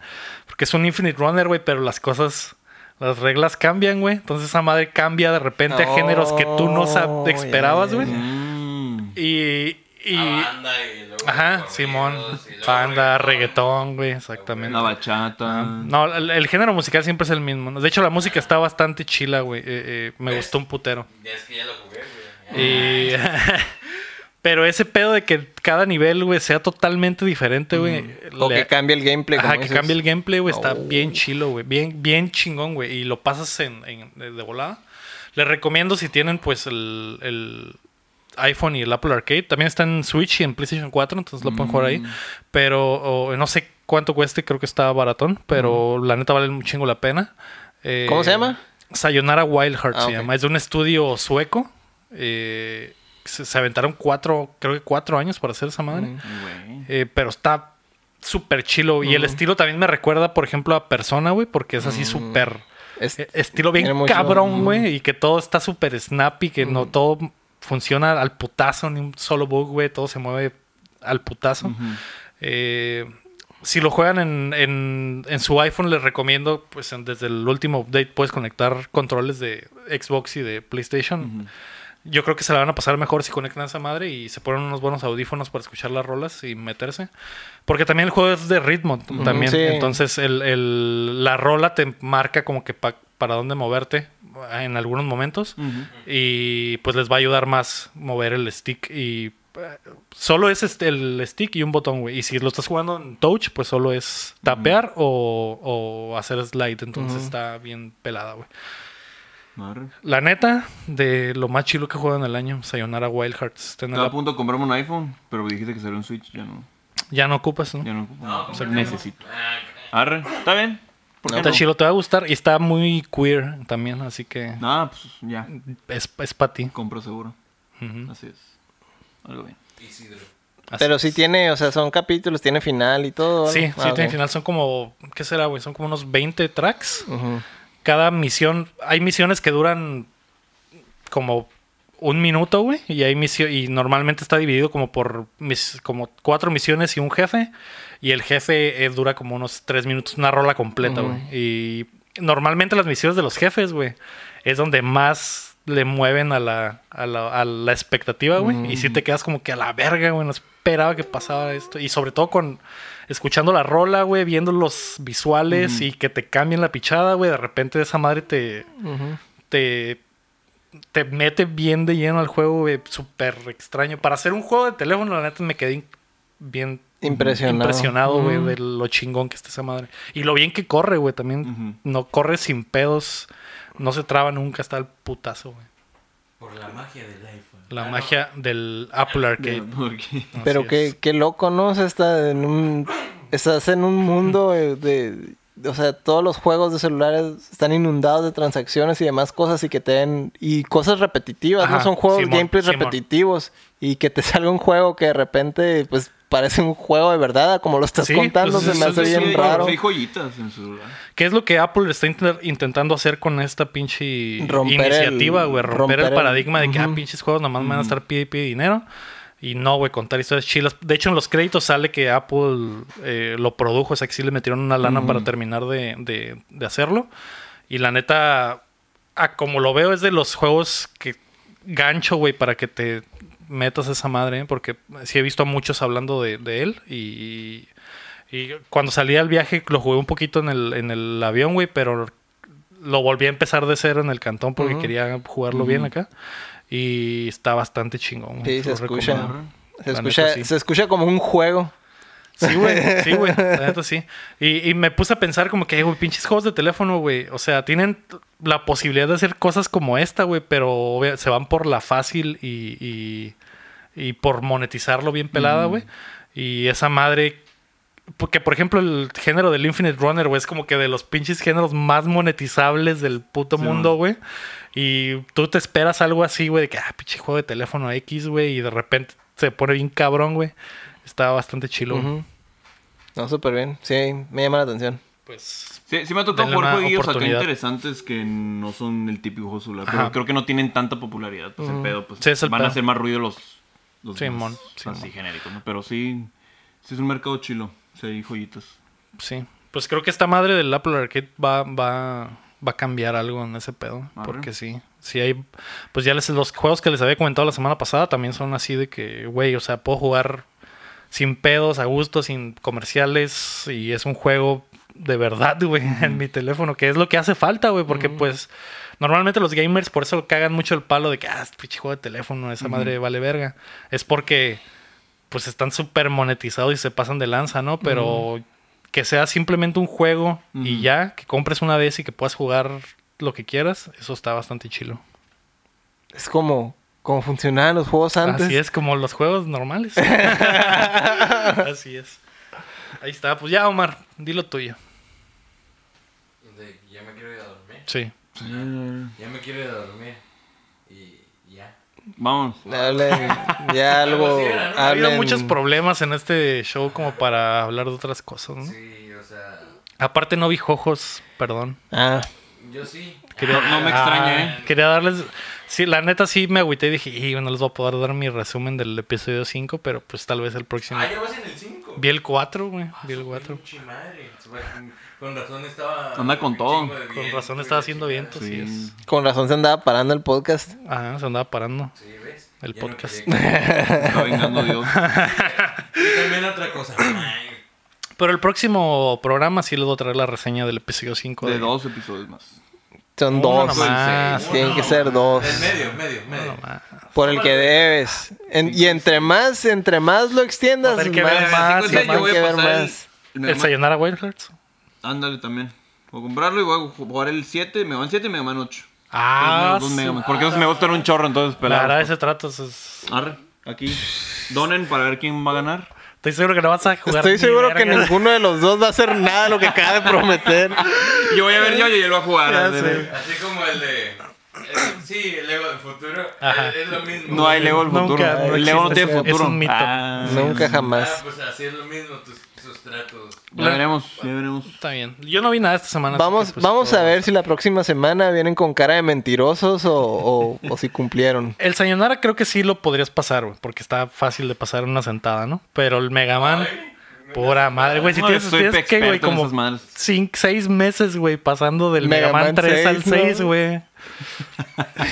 [SPEAKER 4] Porque es un Infinite Runner, güey, pero las cosas, las reglas cambian, güey. Entonces esa madre cambia de repente a géneros que tú no
[SPEAKER 6] Oh,
[SPEAKER 4] sab-
[SPEAKER 6] ya,
[SPEAKER 4] esperabas,
[SPEAKER 6] ya,
[SPEAKER 4] güey.
[SPEAKER 5] Mm.
[SPEAKER 4] Y... y-
[SPEAKER 3] A banda y luego
[SPEAKER 4] ajá,
[SPEAKER 3] corridos,
[SPEAKER 4] Simón.
[SPEAKER 3] y luego
[SPEAKER 4] Banda, reggaetón, güey, exactamente.
[SPEAKER 5] La bachata.
[SPEAKER 4] No, el, el género musical siempre es el mismo. ¿no? De hecho, la música está bastante chila, güey. Eh, eh, me gustó un putero.
[SPEAKER 3] Ya es que ya lo jugué, güey.
[SPEAKER 4] Y- Pero ese pedo de que cada nivel, güey, sea totalmente diferente, güey.
[SPEAKER 6] o
[SPEAKER 4] le-
[SPEAKER 6] que cambie el gameplay.
[SPEAKER 4] Ajá,
[SPEAKER 6] como
[SPEAKER 4] que
[SPEAKER 6] dices.
[SPEAKER 4] cambie el gameplay, güey. Está
[SPEAKER 6] Oh.
[SPEAKER 4] bien chilo, güey. Bien, bien chingón, güey. Y lo pasas en, en- de, de volada. Les recomiendo si tienen, pues, el, el iPhone y el Apple Arcade. También está en Switch y en PlayStation 4, entonces lo pueden jugar
[SPEAKER 6] Mm.
[SPEAKER 4] ahí. Pero o, no sé cuánto cueste, creo que está baratón. Pero la neta vale un chingo la pena. Eh,
[SPEAKER 6] Mm. ¿Cómo se llama?
[SPEAKER 4] Sayonara Wild Heart
[SPEAKER 6] Ah,
[SPEAKER 4] se
[SPEAKER 6] ok.
[SPEAKER 4] llama. Es de un estudio sueco. Eh, se, se aventaron cuatro, creo que cuatro años para hacer esa
[SPEAKER 6] Mm,
[SPEAKER 4] madre.
[SPEAKER 5] Güey.
[SPEAKER 4] Eh, pero está súper chilo. Y el estilo también me recuerda, por ejemplo, a Persona, güey, porque es
[SPEAKER 6] Mm.
[SPEAKER 4] así súper.
[SPEAKER 6] Es-
[SPEAKER 4] eh, Estilo
[SPEAKER 6] Tiene
[SPEAKER 4] bien
[SPEAKER 6] mucho-
[SPEAKER 4] cabrón, güey. Y que todo está súper snappy, que no todo funciona al putazo, ni un solo bug, güey. Todo se mueve al putazo. Eh, si lo juegan en, en- en su iPhone, les recomiendo, pues en- desde el último update puedes conectar controles de Xbox y de PlayStation. Yo creo que se la van a pasar mejor si conectan a esa madre y se ponen unos buenos audífonos para escuchar las rolas y meterse. Porque también el juego es de ritmo t- también.
[SPEAKER 6] sí.
[SPEAKER 4] Entonces el, el- la rola te marca como que pa- para dónde moverte en algunos momentos. Y pues les va a ayudar más mover el stick y... eh, Solo es este- el stick y un botón, güey. Y si lo estás jugando en touch, pues solo es tapear o, o hacer slide. Entonces está bien pelada, güey.
[SPEAKER 5] Arre.
[SPEAKER 4] La neta, de lo más chilo que he jugado en el año, Sayonara Wild Hearts. Está en
[SPEAKER 5] Estaba
[SPEAKER 4] la-
[SPEAKER 5] a punto de comprarme un iPhone, pero dijiste que salió un Switch, ya no.
[SPEAKER 4] Ya no ocupas, ¿no?
[SPEAKER 5] Ya no ocupo.
[SPEAKER 3] No,
[SPEAKER 5] O sea,
[SPEAKER 3] compré
[SPEAKER 5] necesito.
[SPEAKER 3] Ah,
[SPEAKER 5] Arre, está bien. ¿Por qué
[SPEAKER 4] Está
[SPEAKER 5] no?
[SPEAKER 4] chilo, te va a gustar. Y está muy queer también, así que
[SPEAKER 5] Nada, pues ya.
[SPEAKER 4] es, es para ti.
[SPEAKER 5] Compro seguro.
[SPEAKER 4] Ujú.
[SPEAKER 5] Así es. Algo bien.
[SPEAKER 3] Isidro.
[SPEAKER 4] Así
[SPEAKER 6] Pero
[SPEAKER 4] es.
[SPEAKER 6] sí tiene, o sea, son capítulos, tiene final y todo. ¿no?
[SPEAKER 4] Sí,
[SPEAKER 6] Ah,
[SPEAKER 4] sí, tiene
[SPEAKER 6] ok.
[SPEAKER 4] final son como, ¿qué será, güey? Son como unos 20 tracks.
[SPEAKER 6] Ujú.
[SPEAKER 4] Cada misión, hay misiones que duran como un minuto, güey, y hay misión y normalmente está dividido como por mis, como cuatro misiones y un jefe, y el jefe eh, dura como unos tres minutos, una rola completa, güey. Y normalmente las misiones de los jefes, güey, es donde más le mueven a la, a la, a la expectativa, güey. Y si te quedas como que a la verga, güey. No esperaba que pasaba esto. Y sobre todo con escuchando la rola, güey, viendo los visuales y que te cambien la pichada, güey. De repente esa madre te. te te mete bien de lleno al juego, güey. Súper extraño. Para hacer un juego de teléfono, la neta me quedé in- bien
[SPEAKER 6] Impresionado.
[SPEAKER 4] impresionado, güey, de lo chingón que está esa madre. Y lo bien que corre, güey, también.
[SPEAKER 5] Ujú.
[SPEAKER 4] No corre sin pedos, no se traba nunca, está el putazo, güey.
[SPEAKER 3] Por la magia del iPhone.
[SPEAKER 4] La
[SPEAKER 3] Ah, no.
[SPEAKER 4] magia del Apple Arcade.
[SPEAKER 5] ¿Por qué?
[SPEAKER 4] Así
[SPEAKER 6] Pero qué,
[SPEAKER 4] es.
[SPEAKER 6] qué loco, ¿no? O sea, está en un, estás en un mundo eh, de... O sea, todos los juegos de celulares están inundados de transacciones y demás cosas y que te den... Y cosas repetitivas,
[SPEAKER 4] Ajá,
[SPEAKER 6] ¿no? Son juegos,
[SPEAKER 4] Simón,
[SPEAKER 6] gameplays
[SPEAKER 4] Simón.
[SPEAKER 6] repetitivos. Y que te salga un juego que de repente, pues, parece un juego de verdad. Como lo estás
[SPEAKER 4] Sí,
[SPEAKER 6] contando,
[SPEAKER 4] pues,
[SPEAKER 6] se me
[SPEAKER 4] eso
[SPEAKER 6] hace
[SPEAKER 4] es
[SPEAKER 6] bien
[SPEAKER 5] Sí,
[SPEAKER 6] raro.
[SPEAKER 5] Hay joyitas en su celular.
[SPEAKER 4] ¿Qué es lo que Apple está inter- intentando hacer con esta pinche
[SPEAKER 6] Romper
[SPEAKER 4] iniciativa,
[SPEAKER 6] el-
[SPEAKER 4] güey? Romper,
[SPEAKER 6] romper
[SPEAKER 4] el
[SPEAKER 6] el-
[SPEAKER 4] paradigma de que, ah,
[SPEAKER 6] Ujú.
[SPEAKER 4] pinches juegos nomás me van a estar pide y pide dinero. Y no, güey, contar historias chilas. De hecho, en los créditos sale que Apple eh, lo produjo, o sea, que sí le metieron una lana para terminar de, de- de hacerlo. Y la neta, ah, como lo veo, es de los juegos que gancho, güey, para que te metas a esa madre, ¿eh? porque sí he visto a muchos hablando de, de él y, y cuando salí al viaje lo jugué un poquito en el, en el avión, güey, pero lo volví a empezar de cero en el cantón porque quería jugarlo bien acá y está bastante chingón. güey.
[SPEAKER 6] Sí, se
[SPEAKER 4] Lo
[SPEAKER 6] escucha.
[SPEAKER 4] recomiendo.
[SPEAKER 6] Se
[SPEAKER 4] La
[SPEAKER 6] escucha,
[SPEAKER 4] neta, sí.
[SPEAKER 6] se escucha como un juego.
[SPEAKER 4] Sí, güey. Sí, güey. La neta, sí. Y, y me puse a pensar como que, güey, pinches juegos de teléfono, güey. O sea, tienen t- la posibilidad de hacer cosas como esta, güey, pero obvia- se van por la fácil y, y, y por monetizarlo bien pelada, güey. Y esa madre... Porque, por ejemplo, el género del Infinite Runner, güey, es como que de los pinches géneros más monetizables del puto
[SPEAKER 5] Sí,
[SPEAKER 4] mundo, güey. Y tú te esperas algo así, güey, de que, ah, pinche juego de teléfono X, güey, y de repente se pone bien cabrón, güey. Está bastante chilo. güey.
[SPEAKER 6] Ujú. No, súper bien. Sí, me llama la atención.
[SPEAKER 4] Pues
[SPEAKER 5] Sí, sí me ha tocado
[SPEAKER 4] Denle
[SPEAKER 5] jugar
[SPEAKER 4] una
[SPEAKER 5] jueguillos acá
[SPEAKER 4] oportunidad.
[SPEAKER 5] interesantes que no son el típico juego celular.
[SPEAKER 4] Ajá. Mm.
[SPEAKER 5] Pero creo que no tienen tanta popularidad. Pues el pedo, pues
[SPEAKER 4] Sí, es el
[SPEAKER 5] van a
[SPEAKER 4] pedo.
[SPEAKER 5] hacer más ruido los, los
[SPEAKER 4] Sí,
[SPEAKER 5] demás, pues,
[SPEAKER 4] mon, sí,
[SPEAKER 5] así
[SPEAKER 4] mon.
[SPEAKER 5] genéricos, ¿no? Pero sí, sí es un mercado chilo. Sí, hay joyitas.
[SPEAKER 4] sí. Pues creo que esta madre del Apple Arcade va, va, va a cambiar algo en ese pedo.
[SPEAKER 5] Arre.
[SPEAKER 4] Porque sí. Sí hay. Pues ya les, los juegos que les había comentado la semana pasada también son así de que, güey, o sea, puedo jugar sin pedos, a gusto, sin comerciales. Y es un juego de verdad, güey, en mi teléfono. Que es lo que hace falta, güey. Porque pues. Normalmente los gamers por eso cagan mucho el palo de que, ah, este pinche juego de teléfono, esa madre vale verga. Es porque. pues están súper monetizados y se pasan de lanza, ¿no? Pero que sea simplemente un juego y
[SPEAKER 5] Ujú.
[SPEAKER 4] ya, que compres una vez y que puedas jugar lo que quieras, eso está bastante chilo.
[SPEAKER 6] Es como, como funcionaban los juegos antes.
[SPEAKER 4] Así es como los juegos normales. Así es. Ahí está, pues ya Omar, dilo tuyo.
[SPEAKER 3] De- Ya me quiero ir a dormir.
[SPEAKER 4] Sí.
[SPEAKER 3] Ya me quiero ir a dormir. Y ya.
[SPEAKER 5] Vamos.
[SPEAKER 6] Hablen, ya algo.
[SPEAKER 3] Sí, ha
[SPEAKER 4] Ha habido
[SPEAKER 6] hablen-
[SPEAKER 4] muchos problemas en este show como para hablar de otras cosas, ¿no?
[SPEAKER 3] Sí, o sea,
[SPEAKER 4] Aparte no vi Jojos, perdón.
[SPEAKER 6] Ah,
[SPEAKER 3] yo sí.
[SPEAKER 5] No, no me
[SPEAKER 4] Ah,
[SPEAKER 5] extraña, ¿eh?
[SPEAKER 4] Quería darles. Sí, la neta sí me agüité y dije, y no les voy a poder dar mi resumen del episodio 5, pero pues tal vez el próximo.
[SPEAKER 3] Ah, ya vas en el 5.
[SPEAKER 4] Vi el 4, güey. Vi el 4.
[SPEAKER 3] madre. Pues, Con razón estaba.
[SPEAKER 5] Anda con
[SPEAKER 3] un
[SPEAKER 5] todo.
[SPEAKER 3] chingo de
[SPEAKER 4] Con
[SPEAKER 3] viento
[SPEAKER 4] razón
[SPEAKER 3] y
[SPEAKER 4] estaba
[SPEAKER 3] la
[SPEAKER 4] haciendo
[SPEAKER 3] chingada.
[SPEAKER 4] viento,
[SPEAKER 5] Sí.
[SPEAKER 4] sí es.
[SPEAKER 6] con razón se andaba parando el podcast.
[SPEAKER 4] Ajá, se andaba parando.
[SPEAKER 3] Sí, ¿ves?
[SPEAKER 4] El
[SPEAKER 3] Ya no
[SPEAKER 4] podcast.
[SPEAKER 3] quería
[SPEAKER 5] Está vengando Dios.
[SPEAKER 3] que- Y también otra cosa. Ay,
[SPEAKER 4] Pero el próximo programa sí les voy a traer la reseña del episodio 5.
[SPEAKER 5] De dos episodios más.
[SPEAKER 6] Son
[SPEAKER 4] Uno
[SPEAKER 6] dos.
[SPEAKER 4] nomás.
[SPEAKER 6] Tienen que ser dos.
[SPEAKER 3] El medio, medio, medio.
[SPEAKER 6] Por el que debes. En- y entre más, entre más lo extiendas,
[SPEAKER 4] Va a
[SPEAKER 6] más,
[SPEAKER 4] haber que ver más,
[SPEAKER 6] más,
[SPEAKER 4] sí,
[SPEAKER 6] más,
[SPEAKER 4] yo
[SPEAKER 6] que ver
[SPEAKER 5] el-
[SPEAKER 6] más.
[SPEAKER 5] el Mega
[SPEAKER 4] El
[SPEAKER 5] Man.
[SPEAKER 4] Sayonara Wild Hearts.
[SPEAKER 5] Ándale también. Voy a comprarlo y voy a jugar el 7, Mega Man 7 y Mega Man 8.
[SPEAKER 4] Ah,
[SPEAKER 5] Dos
[SPEAKER 4] su-
[SPEAKER 5] Mega Man, Porque esos me gustan un chorro, entonces
[SPEAKER 4] la verdad,
[SPEAKER 5] pelados.
[SPEAKER 4] ese trato es...
[SPEAKER 5] Arre, aquí. Donen para ver quién va a ganar.
[SPEAKER 4] Estoy seguro que no vas a jugar.
[SPEAKER 6] Estoy
[SPEAKER 4] ni
[SPEAKER 6] seguro que
[SPEAKER 4] verga.
[SPEAKER 6] ninguno de los dos va a hacer nada de lo que acaba de prometer.
[SPEAKER 5] Yo voy a ver yo y él va a jugar.
[SPEAKER 4] Ya
[SPEAKER 5] arre.
[SPEAKER 4] sé.
[SPEAKER 3] Así como el de. el- sí, el ego del futuro. Eh,
[SPEAKER 4] Ajá.
[SPEAKER 3] Es, es lo mismo.
[SPEAKER 5] No hay Lego el
[SPEAKER 4] Nunca,
[SPEAKER 5] futuro.
[SPEAKER 4] no
[SPEAKER 5] el Lego no
[SPEAKER 4] existe,
[SPEAKER 5] tiene
[SPEAKER 4] es un-
[SPEAKER 5] futuro.
[SPEAKER 4] es un mito.
[SPEAKER 5] Ah,
[SPEAKER 6] Nunca
[SPEAKER 3] Ah,
[SPEAKER 6] jamás.
[SPEAKER 3] pues así es lo mismo tus, sus tratos.
[SPEAKER 5] Ya veremos, ya veremos.
[SPEAKER 4] Está bien. Yo no vi nada esta semana. así
[SPEAKER 6] Vamos,
[SPEAKER 4] que, pues,
[SPEAKER 6] vamos
[SPEAKER 4] todo.
[SPEAKER 6] a ver si la próxima semana vienen con cara de mentirosos o, o- o si cumplieron.
[SPEAKER 4] El Sayonara creo que sí lo podrías pasar, güey, porque está fácil de pasar en una sentada, ¿no? Pero el Mega Man, pura madre, güey, si
[SPEAKER 5] No,
[SPEAKER 4] tienes,
[SPEAKER 5] soy
[SPEAKER 4] tienes que, güey,
[SPEAKER 5] experto en
[SPEAKER 4] como
[SPEAKER 5] esas madres.
[SPEAKER 4] 5, 6 meses, güey, pasando del Mega,
[SPEAKER 6] Mega
[SPEAKER 4] Man
[SPEAKER 6] Man
[SPEAKER 4] 3 al
[SPEAKER 6] 6, ¿no?
[SPEAKER 4] 6, güey.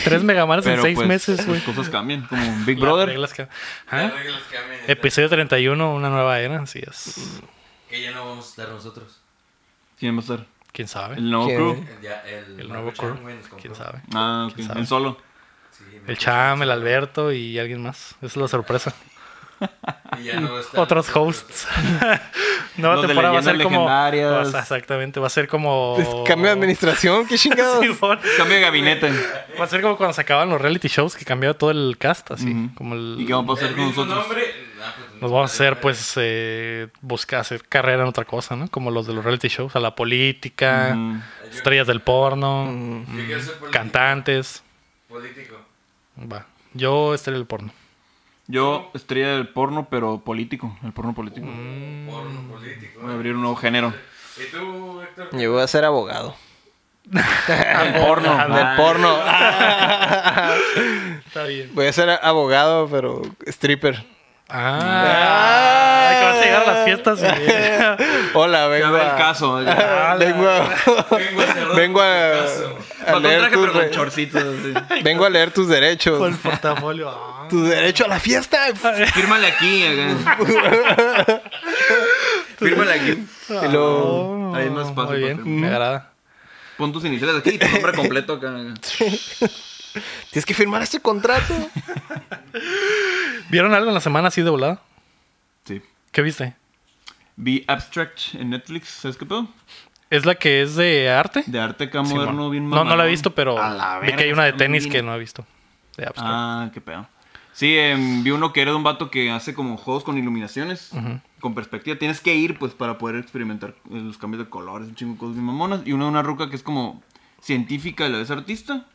[SPEAKER 4] 3 Mega Manes en
[SPEAKER 5] Pero
[SPEAKER 4] 6
[SPEAKER 5] pues,
[SPEAKER 4] meses, güey.
[SPEAKER 5] Las cosas cambian, como Big
[SPEAKER 4] Las
[SPEAKER 5] Brother.
[SPEAKER 4] reglas que- ¿Ah?
[SPEAKER 3] Las
[SPEAKER 4] Ajá.
[SPEAKER 3] reglas cambian.
[SPEAKER 4] Eh,
[SPEAKER 3] y tal,
[SPEAKER 4] Episodio 31, una nueva era, así es.
[SPEAKER 3] Que ya no vamos a estar nosotros.
[SPEAKER 5] ¿Quién va a ser?
[SPEAKER 4] ¿Quién sabe?
[SPEAKER 5] ¿El nuevo
[SPEAKER 6] ¿Quién?
[SPEAKER 5] crew?
[SPEAKER 3] El, ya, el,
[SPEAKER 4] El nuevo
[SPEAKER 3] Marco Chan,
[SPEAKER 4] crew,
[SPEAKER 3] güey, nos compró.
[SPEAKER 4] quién sabe.
[SPEAKER 5] Ah, ok.
[SPEAKER 4] sabe?
[SPEAKER 5] El solo.
[SPEAKER 3] Sí,
[SPEAKER 4] El
[SPEAKER 3] Marco
[SPEAKER 4] Cham, el Alberto y alguien más. Esa es la sorpresa.
[SPEAKER 3] Y ya no está
[SPEAKER 4] Otros
[SPEAKER 3] nosotros.
[SPEAKER 4] hosts. Nueva
[SPEAKER 5] Los de
[SPEAKER 4] temporada va a ser
[SPEAKER 5] leyendas
[SPEAKER 4] como.
[SPEAKER 5] legendarias.
[SPEAKER 4] o sea, exactamente, va a ser como.
[SPEAKER 6] Cambio de administración, qué chingados.
[SPEAKER 4] Simón.
[SPEAKER 5] Cambio de gabinete.
[SPEAKER 4] Va a ser como cuando se acababan los reality shows que cambiaba todo el cast, así.
[SPEAKER 5] Ujú.
[SPEAKER 4] Como el-
[SPEAKER 5] ¿Y qué va a pasar
[SPEAKER 3] El
[SPEAKER 5] con
[SPEAKER 3] mismo
[SPEAKER 5] nosotros?
[SPEAKER 3] nombre. ah, pues,
[SPEAKER 4] Nos vamos a hacer,
[SPEAKER 3] vale,
[SPEAKER 4] pues, eh, buscar hacer carrera en otra cosa, ¿no? Como los de los reality shows, a la política,
[SPEAKER 5] Mm.
[SPEAKER 4] estrellas del porno, mm,
[SPEAKER 3] vale. Yo quiero ser político.
[SPEAKER 4] cantantes.
[SPEAKER 3] Político.
[SPEAKER 4] Va. Yo estrella del porno.
[SPEAKER 5] Yo estrella del porno, pero político. El porno político.
[SPEAKER 4] Mm.
[SPEAKER 3] Porno político.
[SPEAKER 5] Voy a abrir un nuevo género.
[SPEAKER 3] ¿Y tú, Héctor?
[SPEAKER 6] Yo voy a ser abogado.
[SPEAKER 5] El porno.
[SPEAKER 6] Del
[SPEAKER 5] Ah,
[SPEAKER 6] porno.
[SPEAKER 4] Está bien.
[SPEAKER 6] Voy a ser abogado, pero stripper.
[SPEAKER 4] Ah, que vas a llegar a las fiestas. y-
[SPEAKER 6] Hola,
[SPEAKER 5] Ya
[SPEAKER 6] vengo
[SPEAKER 5] ve el
[SPEAKER 6] a-
[SPEAKER 5] caso. Va
[SPEAKER 4] Ah, la-
[SPEAKER 6] Vengo a,
[SPEAKER 3] Vengo a cerrar
[SPEAKER 6] vengo a,
[SPEAKER 3] tu caso.
[SPEAKER 6] a
[SPEAKER 5] con
[SPEAKER 6] leer
[SPEAKER 5] traje,
[SPEAKER 6] tus
[SPEAKER 5] pero con
[SPEAKER 6] de-
[SPEAKER 5] chorcitos. así.
[SPEAKER 6] vengo a leer tus
[SPEAKER 4] Con el
[SPEAKER 6] derechos.
[SPEAKER 4] portafolio. Ah.
[SPEAKER 6] Tu derecho a la fiesta.
[SPEAKER 5] Fírmale aquí. acá. Fírmale aquí.
[SPEAKER 6] Y luego-
[SPEAKER 4] Oh,
[SPEAKER 5] Ahí es más fácil
[SPEAKER 4] Muy
[SPEAKER 5] para
[SPEAKER 4] bien,
[SPEAKER 5] firmar.
[SPEAKER 4] me agrada.
[SPEAKER 5] Pon tus iniciales aquí y tu nombre completo acá.
[SPEAKER 6] tienes que firmar este contrato.
[SPEAKER 4] ¿Vieron algo en la semana así de volada?
[SPEAKER 5] Sí.
[SPEAKER 4] ¿Qué viste?
[SPEAKER 5] Vi Abstract en Netflix. ¿Sabes qué pedo?
[SPEAKER 4] ¿Es la que es de arte?
[SPEAKER 5] De arte acá
[SPEAKER 4] Sí,
[SPEAKER 5] moderno,
[SPEAKER 4] mon.
[SPEAKER 5] bien
[SPEAKER 4] No, no la he
[SPEAKER 5] mamalón.
[SPEAKER 4] visto, pero
[SPEAKER 5] A la
[SPEAKER 4] vi que hay
[SPEAKER 5] verga,
[SPEAKER 4] una de
[SPEAKER 5] está
[SPEAKER 4] tenis
[SPEAKER 5] bien.
[SPEAKER 4] que no he visto. pues, De Abstract.
[SPEAKER 5] Ah, qué pedo. Sí, em, vi uno que era de un vato que hace como juegos con iluminaciones, con perspectiva. Tienes que ir, pues, para poder experimentar eh, los cambios de colores, un chingo de cosas bien mamonas. Y una de una ruca que es como científica y a la vez artista,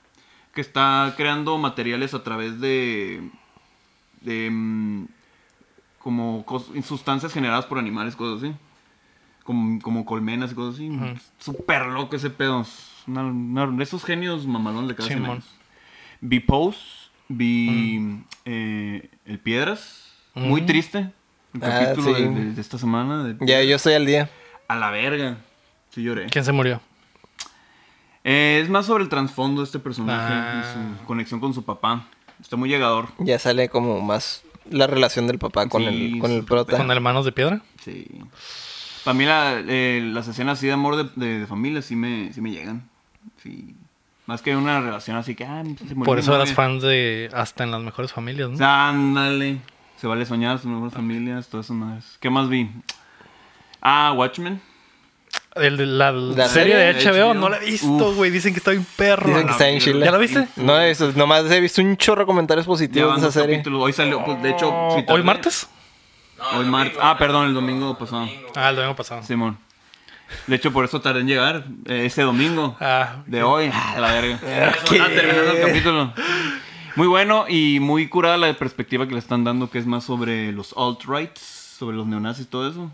[SPEAKER 5] que está creando materiales a través de... de em, como cos- sustancias generadas por animales, cosas así. Como, como colmenas y cosas así. Súper loco ese pedo. Una- una- esos genios mamalones de cada cien
[SPEAKER 4] Simón.
[SPEAKER 5] años. Vi Pose, vi eh, El Piedras, muy triste. El
[SPEAKER 6] Ah,
[SPEAKER 5] capítulo
[SPEAKER 6] sí.
[SPEAKER 5] de, de- de esta semana. de-
[SPEAKER 6] ya, yo estoy al día.
[SPEAKER 5] A la verga. Sí lloré.
[SPEAKER 4] ¿Quién se murió?
[SPEAKER 5] Eh, es más sobre el trasfondo de este personaje
[SPEAKER 4] Ah.
[SPEAKER 5] y su conexión con su papá. Está muy llegador.
[SPEAKER 6] Ya sale como más la relación del papá con
[SPEAKER 5] Sí,
[SPEAKER 6] el con el
[SPEAKER 5] sí,
[SPEAKER 6] prota.
[SPEAKER 4] ¿Con hermanos de piedra?
[SPEAKER 5] Sí. Para mí la- eh, las escenas así de amor de, de- de familia sí me, sí me llegan. Sí. Más que una relación así que... ah, se murió
[SPEAKER 4] Por
[SPEAKER 5] mi
[SPEAKER 4] eso eras
[SPEAKER 5] novia.
[SPEAKER 4] fan de Hasta en las mejores familias, ¿no?
[SPEAKER 5] Ándale. Se vale soñar, sus mejores familias, todas esas madres. ¿Qué más vi? Ah, Watchmen.
[SPEAKER 4] El de la,
[SPEAKER 6] La
[SPEAKER 4] serie de
[SPEAKER 5] serie de
[SPEAKER 4] HBO,
[SPEAKER 5] HBO.
[SPEAKER 4] no la he visto,
[SPEAKER 5] Uf.
[SPEAKER 4] güey. Dicen que está bien perro.
[SPEAKER 6] Dicen que está en Chile.
[SPEAKER 4] ¿Ya la viste?
[SPEAKER 6] No, eso, nomás he visto un chorro de comentarios
[SPEAKER 5] Ya
[SPEAKER 6] positivos
[SPEAKER 5] van
[SPEAKER 6] de esa
[SPEAKER 5] dos
[SPEAKER 6] serie.
[SPEAKER 5] capítulos. Hoy salió, pues, de hecho... sí
[SPEAKER 4] ¿Hoy
[SPEAKER 5] tardé.
[SPEAKER 4] martes?
[SPEAKER 3] No, el
[SPEAKER 5] Hoy
[SPEAKER 3] domingo,
[SPEAKER 5] martes. Ah, perdón, el domingo pasado.
[SPEAKER 3] domingo.
[SPEAKER 4] Ah, el domingo pasado.
[SPEAKER 5] Simón. De hecho, por eso tardé en llegar. eh, ese domingo.
[SPEAKER 4] Ah,
[SPEAKER 5] De hoy, ah, la verga. Ah, terminando el capítulo. Muy bueno y muy curada la perspectiva que le están dando, que es más sobre los alt-rights, sobre los neonazis, todo eso.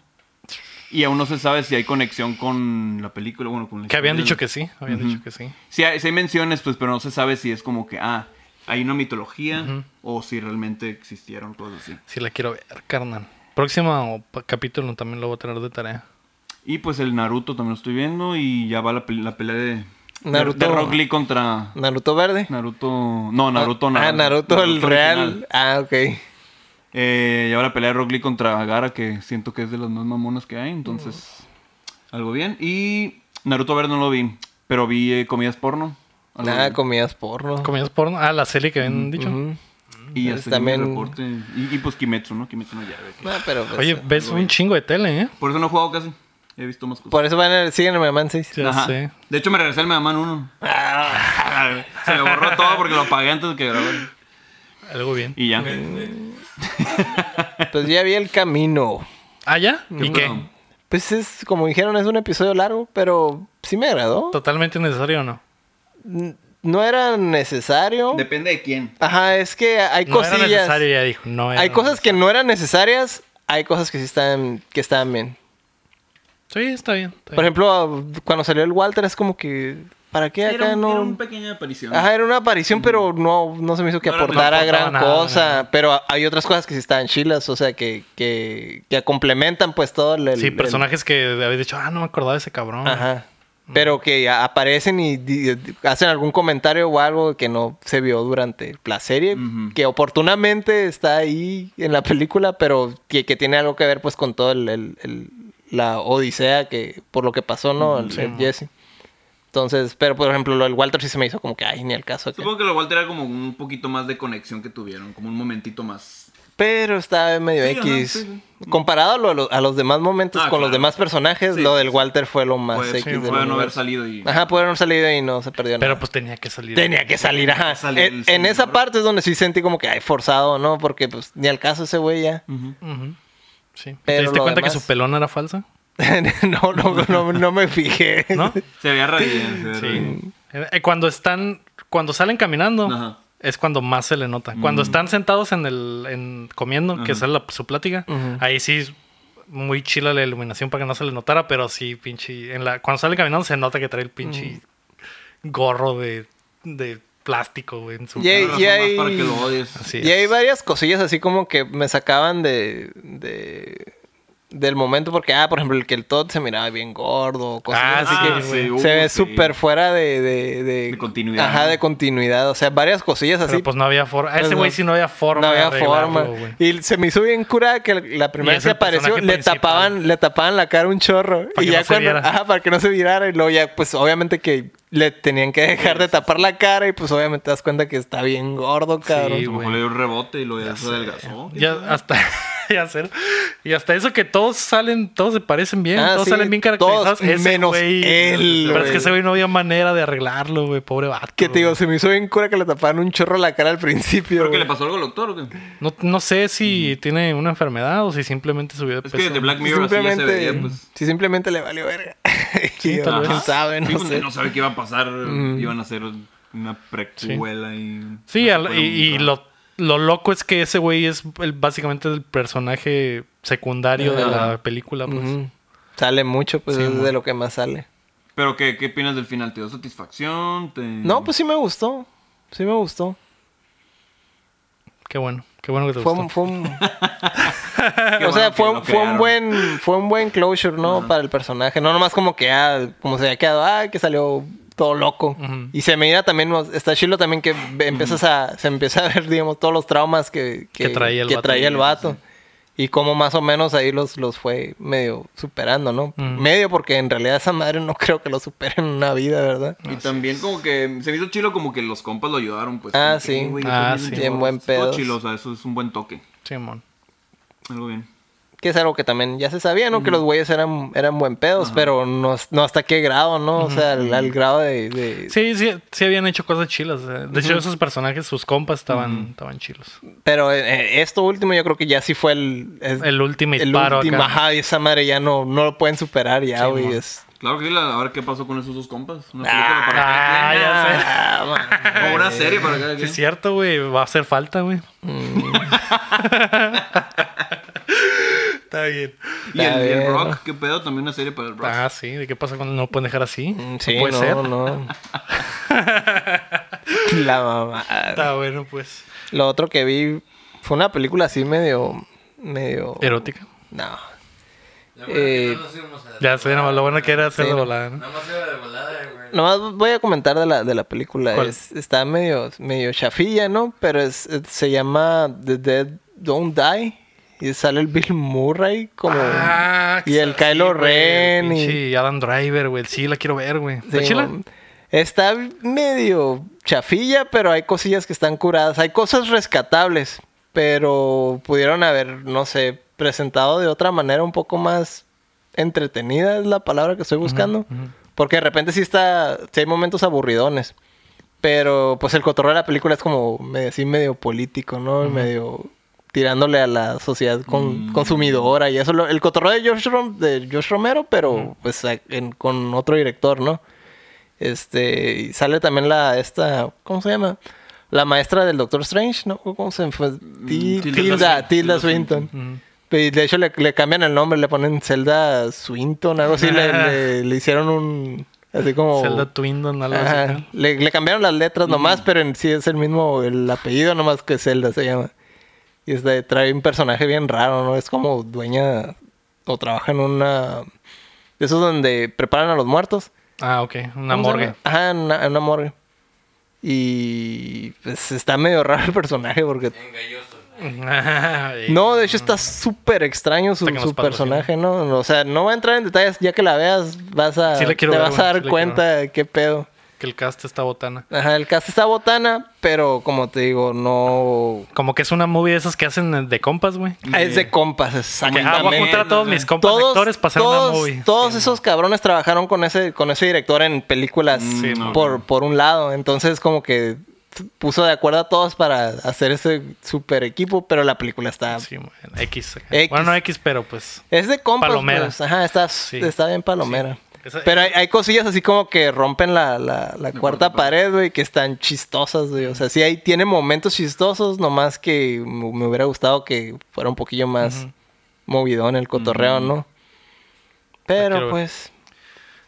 [SPEAKER 5] Y aún no se sabe si hay conexión con la película, bueno, con la
[SPEAKER 4] que habían
[SPEAKER 5] historia.
[SPEAKER 4] dicho que sí. Habían dicho que sí.
[SPEAKER 5] Sí hay, sí hay menciones, pues, pero no se sabe si es como que, ah, hay una mitología o si realmente existieron cosas así.
[SPEAKER 4] Sí la quiero ver, carnal. Próximo pa- capítulo también lo voy a tener de tarea.
[SPEAKER 5] Y pues el Naruto también lo estoy viendo y ya va la, pel- la pelea de,
[SPEAKER 6] Naruto.
[SPEAKER 5] de Rock Lee contra
[SPEAKER 6] Naruto verde.
[SPEAKER 5] Naruto... No, Naruto...
[SPEAKER 6] Ah,
[SPEAKER 5] naranja.
[SPEAKER 6] Naruto, el real.
[SPEAKER 5] original.
[SPEAKER 6] Ah, ok.
[SPEAKER 5] Eh, y ahora pelea de Rock Lee contra Gara, que siento que es de las más mamonas que hay, entonces
[SPEAKER 6] Mm.
[SPEAKER 5] algo bien. Y Naruto Verde no lo vi, pero vi eh, comidas porno. algo
[SPEAKER 6] Nada,
[SPEAKER 5] bien.
[SPEAKER 6] comidas porno.
[SPEAKER 4] ¿Comías porno? Ah, la serie que habían dicho.
[SPEAKER 6] Ujú.
[SPEAKER 5] y
[SPEAKER 6] Pues
[SPEAKER 5] hasta también...
[SPEAKER 6] también-
[SPEAKER 5] reporte. Y, y, pues Kimetsu, ¿no? Kimetsu no llave.
[SPEAKER 6] No, pero pues,
[SPEAKER 4] Oye,
[SPEAKER 6] eh,
[SPEAKER 4] ves un chingo de tele, ¿eh?
[SPEAKER 5] Por eso no he jugado casi. He visto más cosas.
[SPEAKER 6] por eso van a, siguen en Mega Man 6.
[SPEAKER 4] Ya
[SPEAKER 5] Ajá.
[SPEAKER 4] sé.
[SPEAKER 5] De hecho, me regresé al Mega Man 1.
[SPEAKER 6] Ah.
[SPEAKER 5] Se me borró todo porque lo apagué antes de que grabar.
[SPEAKER 4] Algo bien.
[SPEAKER 5] Y ya.
[SPEAKER 6] Pues ya vi el camino.
[SPEAKER 4] ¿Ah, ya? ¿Y qué?
[SPEAKER 5] Perdón.
[SPEAKER 6] Pues es, como dijeron, es un episodio largo, pero sí me agradó.
[SPEAKER 4] ¿Totalmente innecesario o no?
[SPEAKER 6] No era necesario.
[SPEAKER 5] Depende de quién.
[SPEAKER 6] Ajá, es que hay
[SPEAKER 4] No era
[SPEAKER 6] cosillas.
[SPEAKER 4] necesario, ya dijo. No era
[SPEAKER 6] hay cosas que no eran necesarias, hay cosas que sí están, que están bien.
[SPEAKER 4] Sí, está bien. está
[SPEAKER 6] Por
[SPEAKER 4] bien.
[SPEAKER 6] ejemplo, cuando salió el Walter es como que, ¿para qué acá
[SPEAKER 5] Era, un-
[SPEAKER 6] no?
[SPEAKER 5] era una pequeña aparición.
[SPEAKER 6] Ajá, era una aparición, pero no, no se me hizo que
[SPEAKER 5] No era- no
[SPEAKER 6] aportara
[SPEAKER 4] aportaba
[SPEAKER 6] gran
[SPEAKER 4] nada,
[SPEAKER 6] cosa.
[SPEAKER 4] nada.
[SPEAKER 6] Pero a- hay otras cosas que sí estaban chilas, o sea, que, que, que complementan pues todo el...
[SPEAKER 4] sí,
[SPEAKER 6] el-
[SPEAKER 4] personajes que habéis dicho, ah, no me acordaba de ese cabrón.
[SPEAKER 6] Ajá. Pero que a- aparecen y, di- hacen algún comentario o algo que no se vio durante la serie,
[SPEAKER 5] Ujú.
[SPEAKER 6] que oportunamente está ahí en la película, pero que, que tiene algo que ver pues con todo el, el- el- la odisea que por lo que pasó, ¿no? El, el Jesse. Entonces, pero por ejemplo, lo del Walter sí se me hizo como que, ay, ni el caso. acá.
[SPEAKER 5] Supongo que lo Walter era como un poquito más de conexión que tuvieron, como un momentito más.
[SPEAKER 6] Pero está medio
[SPEAKER 5] Sí, ajá,
[SPEAKER 6] X.
[SPEAKER 5] sí,
[SPEAKER 6] Comparado a, lo- a los, a los demás momentos
[SPEAKER 5] Ah,
[SPEAKER 6] con los
[SPEAKER 5] claro.
[SPEAKER 6] demás personajes,
[SPEAKER 5] Sí,
[SPEAKER 6] lo
[SPEAKER 5] pues,
[SPEAKER 6] del Walter fue lo más
[SPEAKER 5] Puede
[SPEAKER 6] X.
[SPEAKER 5] sí,
[SPEAKER 6] del
[SPEAKER 5] puede no haber
[SPEAKER 6] universo.
[SPEAKER 5] salido y.
[SPEAKER 6] Ajá, pudieron salir de ahí y no se perdió nada.
[SPEAKER 4] Pero pues tenía que salir.
[SPEAKER 6] Tenía que salir, ajá.
[SPEAKER 5] Salir
[SPEAKER 6] en,
[SPEAKER 5] el
[SPEAKER 6] en esa
[SPEAKER 5] señor.
[SPEAKER 6] parte es donde sí sentí como que, ay, forzado, ¿no? Porque, pues, ni al caso ese güey ya.
[SPEAKER 5] Ujú.
[SPEAKER 4] Ujú. Sí. ¿Te
[SPEAKER 6] Pero
[SPEAKER 4] diste
[SPEAKER 6] lo
[SPEAKER 4] cuenta que
[SPEAKER 6] demás-
[SPEAKER 4] su pelona era falsa?
[SPEAKER 6] no, no, no, no me fijé.
[SPEAKER 4] ¿No?
[SPEAKER 5] Se veía re bien, se veía re bien.
[SPEAKER 4] Sí. Eh, Cuando están, cuando salen caminando,
[SPEAKER 5] Ajá.
[SPEAKER 4] es cuando más se le nota. Cuando están sentados en el, en, comiendo, que
[SPEAKER 5] Ajá.
[SPEAKER 4] sale la- su plática,
[SPEAKER 6] Ujú.
[SPEAKER 4] ahí sí es muy chila la iluminación para que no se le notara, pero sí, pinche, en la, cuando salen caminando se nota que trae el pinche gorro de, de plástico güey, en su
[SPEAKER 6] Y ahí-
[SPEAKER 5] Una razón
[SPEAKER 6] y
[SPEAKER 5] más
[SPEAKER 6] ahí-
[SPEAKER 5] Para que lo odies.
[SPEAKER 4] Así
[SPEAKER 6] Y hay
[SPEAKER 4] es.
[SPEAKER 6] varias cosillas así como que me sacaban de, de- del momento porque, ah, por ejemplo, el que el Todd se miraba bien gordo, cosas
[SPEAKER 4] Ah,
[SPEAKER 6] así
[SPEAKER 5] sí,
[SPEAKER 6] que
[SPEAKER 5] güey.
[SPEAKER 6] se
[SPEAKER 5] Uh,
[SPEAKER 6] ve
[SPEAKER 5] sí.
[SPEAKER 6] súper fuera de, de,
[SPEAKER 5] De continuidad,
[SPEAKER 6] Ajá,
[SPEAKER 5] ¿no?
[SPEAKER 6] de continuidad. O sea, varias cosillas así.
[SPEAKER 4] Pero pues no había forma. A ese
[SPEAKER 6] Pues,
[SPEAKER 4] güey
[SPEAKER 6] no.
[SPEAKER 4] sí no había forma.
[SPEAKER 6] No
[SPEAKER 4] de
[SPEAKER 6] había
[SPEAKER 4] arreglarlo,
[SPEAKER 6] forma.
[SPEAKER 4] güey.
[SPEAKER 6] Y se me hizo bien cura que la primera
[SPEAKER 4] Y
[SPEAKER 6] vez
[SPEAKER 4] es
[SPEAKER 6] que
[SPEAKER 4] el personaje
[SPEAKER 6] apareció le
[SPEAKER 4] principal.
[SPEAKER 6] tapaban, le tapaban la cara un chorro.
[SPEAKER 4] Para
[SPEAKER 6] y
[SPEAKER 4] que
[SPEAKER 6] ya
[SPEAKER 4] no se
[SPEAKER 6] cuando,
[SPEAKER 4] viera.
[SPEAKER 6] ajá, para que no se virara. Y luego ya, pues obviamente que le tenían que dejar de tapar la cara. Y pues obviamente te das cuenta que está bien gordo, cabrón.
[SPEAKER 5] A lo
[SPEAKER 4] güey.
[SPEAKER 5] mejor le dio un rebote y lo ya se adelgazó.
[SPEAKER 4] Ya hasta, ya sé. Y hasta eso que todos salen, todos se parecen bien,
[SPEAKER 6] Ah,
[SPEAKER 4] todos
[SPEAKER 6] sí,
[SPEAKER 4] salen bien caracterizados.
[SPEAKER 6] todos menos
[SPEAKER 4] güey-
[SPEAKER 6] él,
[SPEAKER 4] Pero es
[SPEAKER 6] güey.
[SPEAKER 4] que ese güey no había manera de arreglarlo, güey, pobre vato.
[SPEAKER 6] Que te digo, se me hizo bien cura que le tapaban un chorro la cara al principio.
[SPEAKER 5] ¿Pero que
[SPEAKER 6] güey.
[SPEAKER 5] le pasó algo al doctor o qué?
[SPEAKER 4] No, no sé si tiene una enfermedad o si simplemente subió de
[SPEAKER 5] Es
[SPEAKER 4] peso.
[SPEAKER 5] que de Black Mirror así ya se
[SPEAKER 6] Simplemente,
[SPEAKER 5] veía, pues.
[SPEAKER 6] si simplemente le valió verga. Y yo,
[SPEAKER 4] tal vez.
[SPEAKER 6] quién sabe,
[SPEAKER 5] Sí,
[SPEAKER 6] no
[SPEAKER 5] pues,
[SPEAKER 6] sé.
[SPEAKER 5] no sabe qué iba a pasar.
[SPEAKER 6] Mm.
[SPEAKER 5] Iban a hacer una precuela y.
[SPEAKER 4] Sí,
[SPEAKER 5] no
[SPEAKER 4] al-
[SPEAKER 5] se puede
[SPEAKER 4] y, y
[SPEAKER 5] mostrar.
[SPEAKER 4] lo, lo loco es que ese güey es el- básicamente el personaje secundario de la película. Pues.
[SPEAKER 6] Ujú. Sale mucho, pues
[SPEAKER 4] Sí,
[SPEAKER 6] es de
[SPEAKER 4] güey.
[SPEAKER 6] lo que más sale.
[SPEAKER 5] Pero, ¿qué, ¿qué opinas del final? ¿Te dio satisfacción? ¿Te-
[SPEAKER 6] No, pues sí me gustó. Sí me gustó.
[SPEAKER 4] Qué bueno, qué bueno que te
[SPEAKER 6] Fue,
[SPEAKER 4] gustó.
[SPEAKER 6] un- fue un...
[SPEAKER 5] Qué
[SPEAKER 6] o
[SPEAKER 5] bueno
[SPEAKER 6] sea,
[SPEAKER 5] que no
[SPEAKER 6] fue, fue un
[SPEAKER 5] quedaron.
[SPEAKER 6] buen fue un buen closure, ¿no? Para el personaje. No nomás como que ah, como se había quedado, ah, que salió todo loco.
[SPEAKER 4] Ujú.
[SPEAKER 6] Y se mira también, ¿no? está chilo también que ve- empiezas a, se empieza a ver, digamos, todos los traumas que,
[SPEAKER 4] Que traía el vato.
[SPEAKER 6] traía el vato. Y cómo más o menos ahí los, los fue medio superando, ¿no?
[SPEAKER 4] Ujú.
[SPEAKER 6] Medio porque en realidad esa madre no creo que lo supere en una vida, ¿verdad?
[SPEAKER 5] Y también como que se me hizo chilo como que los compas lo ayudaron, pues.
[SPEAKER 6] Ah,
[SPEAKER 5] como que,
[SPEAKER 6] sí.
[SPEAKER 5] "Eh, güey, yo
[SPEAKER 4] Ah,
[SPEAKER 5] también
[SPEAKER 4] sí.
[SPEAKER 5] lo
[SPEAKER 6] Bien
[SPEAKER 5] llevo".
[SPEAKER 6] buen
[SPEAKER 5] Estuvo
[SPEAKER 6] pedo.
[SPEAKER 5] chilo, o sea, eso es un buen toque.
[SPEAKER 4] Simón.
[SPEAKER 5] Algo bien.
[SPEAKER 6] Que es algo que también ya se sabía, ¿no? Que los güeyes eran, eran buen pedos, pero no, no hasta qué grado, ¿no? O sea, al, al grado de... de-
[SPEAKER 4] Sí, sí, sí habían hecho cosas chilas. eh. De hecho, esos personajes, sus compas estaban, estaban chilos.
[SPEAKER 6] Pero eh, esto último yo creo que ya sí fue el... es-
[SPEAKER 4] El último
[SPEAKER 6] el
[SPEAKER 4] disparo
[SPEAKER 6] último,
[SPEAKER 4] acá.
[SPEAKER 6] ajá, y esa madre ya no, no lo pueden superar ya,
[SPEAKER 4] Sí,
[SPEAKER 6] güey.
[SPEAKER 4] mon.
[SPEAKER 6] es-
[SPEAKER 5] Claro que sí, la- a ver qué pasó con esos dos compas. Una película para cada
[SPEAKER 4] Ah, ya sé.
[SPEAKER 6] Ah,
[SPEAKER 5] quien. O una serie para cada
[SPEAKER 4] Sí, es
[SPEAKER 5] quien.
[SPEAKER 4] cierto, güey. Va a hacer falta, güey.
[SPEAKER 6] mm,
[SPEAKER 4] Está bien.
[SPEAKER 5] Y el, y el
[SPEAKER 6] Está bien.
[SPEAKER 5] Rock, qué pedo, también una serie para el Rock.
[SPEAKER 4] Ah, sí. ¿De qué pasa cuando no lo pueden dejar así?
[SPEAKER 6] man.
[SPEAKER 4] No
[SPEAKER 6] Mm, Sí,
[SPEAKER 4] puede
[SPEAKER 6] no,
[SPEAKER 4] ser.
[SPEAKER 6] no. La mamá.
[SPEAKER 4] Está bueno, pues.
[SPEAKER 6] Lo otro que vi fue una película así medio... Medio...
[SPEAKER 4] Erótica.
[SPEAKER 6] No.
[SPEAKER 3] La verdad que
[SPEAKER 6] Eh,
[SPEAKER 3] no nos íbamos a
[SPEAKER 4] Ya sé, nomás lo bueno que era hacer
[SPEAKER 6] Sí,
[SPEAKER 4] de
[SPEAKER 6] no.
[SPEAKER 4] volada, ¿no?
[SPEAKER 3] Nada más iba de volada, güey.
[SPEAKER 6] Nomás voy a comentar de la, de la película.
[SPEAKER 4] ¿Cuál?
[SPEAKER 6] Es- está medio, medio chafilla, ¿no? Pero es, es- se llama The Dead Don't Die. Y sale el Bill Murray como...
[SPEAKER 4] Ah,
[SPEAKER 6] y el Kylo Ren y...
[SPEAKER 4] Sí, Adam Driver, güey. Sí, la quiero ver, güey. ¿Está
[SPEAKER 6] Sí,
[SPEAKER 4] chila?
[SPEAKER 6] mam. Está medio chafilla, pero hay cosillas que están curadas. Hay cosas rescatables, pero pudieron haber, no sé, presentado de otra manera un poco más entretenida, es la palabra que estoy buscando. Porque de repente sí está, sí hay momentos aburridones. Pero pues el cotorreo de la película es como medio, así medio político, ¿no? Medio tirándole a la sociedad con- consumidora y eso. lo- el cotorreo de George, Rom- de George Romero, pero pues a- en- con otro director, ¿no? Este, y sale también la, esta, ¿cómo se llama? La maestra del Doctor Strange, ¿no? ¿Cómo se fue?
[SPEAKER 5] Tilda
[SPEAKER 6] Ti- Tilda,
[SPEAKER 5] Swin-
[SPEAKER 6] Mm, Tilda
[SPEAKER 5] Tilda
[SPEAKER 6] Swinton.
[SPEAKER 4] Mm.
[SPEAKER 6] Y de hecho le, le cambian el nombre, le ponen Zelda Swinton, algo así. le, le- le hicieron un, así como...
[SPEAKER 4] Zelda Twindon, algo
[SPEAKER 6] Oh. Ajá.
[SPEAKER 4] así. ¿no?
[SPEAKER 6] Le, le cambiaron las letras nomás, pero en sí es el mismo, el apellido nomás que Zelda se llama. Y es de- trae un personaje bien raro, ¿no? Es como dueña o trabaja en una... Eso es donde preparan a los muertos.
[SPEAKER 4] Ah, ok.
[SPEAKER 6] ¿Cómo
[SPEAKER 4] Una
[SPEAKER 6] se
[SPEAKER 4] morgue.
[SPEAKER 6] llama? Ajá, en una, en una morgue. Y pues está medio raro el personaje porque...
[SPEAKER 3] Engañoso.
[SPEAKER 6] No, de hecho está súper extraño su,
[SPEAKER 4] Hasta que nos
[SPEAKER 6] su personaje, ¿no? O sea, no va a entrar en detalles, ya que la veas vas a...
[SPEAKER 4] Sí la
[SPEAKER 6] te
[SPEAKER 4] quiero ver,
[SPEAKER 6] vas a
[SPEAKER 4] güey,
[SPEAKER 6] dar
[SPEAKER 4] sí la
[SPEAKER 6] cuenta
[SPEAKER 4] quiero
[SPEAKER 6] de qué pedo.
[SPEAKER 4] Que el cast está botana.
[SPEAKER 6] Ajá, el cast está botana, pero como te digo, no...
[SPEAKER 4] Como que es una movie de esas que hacen de compas, güey.
[SPEAKER 6] Ah, Es de compas,
[SPEAKER 4] Que, ah, voy a juntar a
[SPEAKER 6] exactamente.
[SPEAKER 4] todos mis compas actores para hacer
[SPEAKER 6] todos,
[SPEAKER 4] una movie.
[SPEAKER 6] todos esos cabrones trabajaron con ese, con ese director en películas
[SPEAKER 4] Sí, no.
[SPEAKER 6] por, por un lado. Entonces como que puso de acuerdo a todos para hacer ese super equipo, pero la película está...
[SPEAKER 4] Sí, güey, Ah, X. acá.
[SPEAKER 6] X.
[SPEAKER 4] Bueno, no X, pero pues.
[SPEAKER 6] Es de compas,
[SPEAKER 4] Palomera.
[SPEAKER 6] pues. Ajá, está,
[SPEAKER 4] Sí.
[SPEAKER 6] está bien palomera.
[SPEAKER 4] Esa-
[SPEAKER 6] Pero hay, hay cosillas así como que rompen la, la- la cuarta pared, güey, que están chistosas, güey. O sea, sí, ahí tiene momentos chistosos, nomás que me, me hubiera gustado que fuera un poquillo más movidón el cotorreo, ¿no?
[SPEAKER 4] La
[SPEAKER 6] Pero
[SPEAKER 4] quiero ver.
[SPEAKER 6] pues,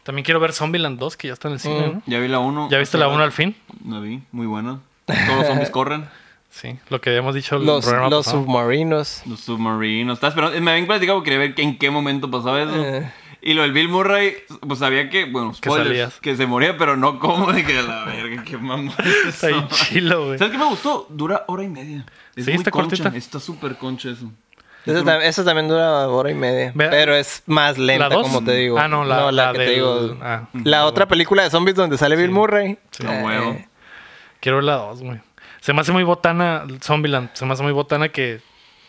[SPEAKER 4] También quiero ver Zombieland 2, que ya está en el cine,
[SPEAKER 6] Mm.
[SPEAKER 4] ¿no?
[SPEAKER 5] Ya vi la 1.
[SPEAKER 4] ¿Ya viste la 1 al fin?
[SPEAKER 5] La vi, muy buena. Todos los zombies corren.
[SPEAKER 4] Sí, lo que habíamos dicho en el
[SPEAKER 6] los,
[SPEAKER 4] programa
[SPEAKER 6] los
[SPEAKER 4] pasado.
[SPEAKER 6] submarinos.
[SPEAKER 5] Los submarinos. Estaba esperando. Me habían platicado porque quería ver que en qué momento pasaba eso.
[SPEAKER 6] Eh.
[SPEAKER 5] Y lo del Bill Murray, pues sabía que, bueno,
[SPEAKER 4] Que
[SPEAKER 5] spoilers,
[SPEAKER 4] salías.
[SPEAKER 5] que, se moría, pero no como de que a la verga, qué mamá.
[SPEAKER 4] Está bien chilo, güey.
[SPEAKER 5] ¿Sabes qué me gustó? Dura hora y media. Es
[SPEAKER 4] Sí,
[SPEAKER 5] muy
[SPEAKER 4] está
[SPEAKER 5] concha.
[SPEAKER 4] cortita.
[SPEAKER 5] Está súper concha eso.
[SPEAKER 6] Eso, tam- eso también dura hora y media.
[SPEAKER 4] Vea-
[SPEAKER 6] Pero es más lenta,
[SPEAKER 4] dos?
[SPEAKER 6] como te digo.
[SPEAKER 4] Ah, no, la- la
[SPEAKER 6] que
[SPEAKER 4] del-
[SPEAKER 6] te digo.
[SPEAKER 4] ah.
[SPEAKER 6] la otra película de zombies donde sale Bill Murray. Eh,
[SPEAKER 4] Sí.
[SPEAKER 5] No huevo.
[SPEAKER 4] Quiero ver la 2, güey. Se me hace muy botana Zombieland. Se me hace muy botana que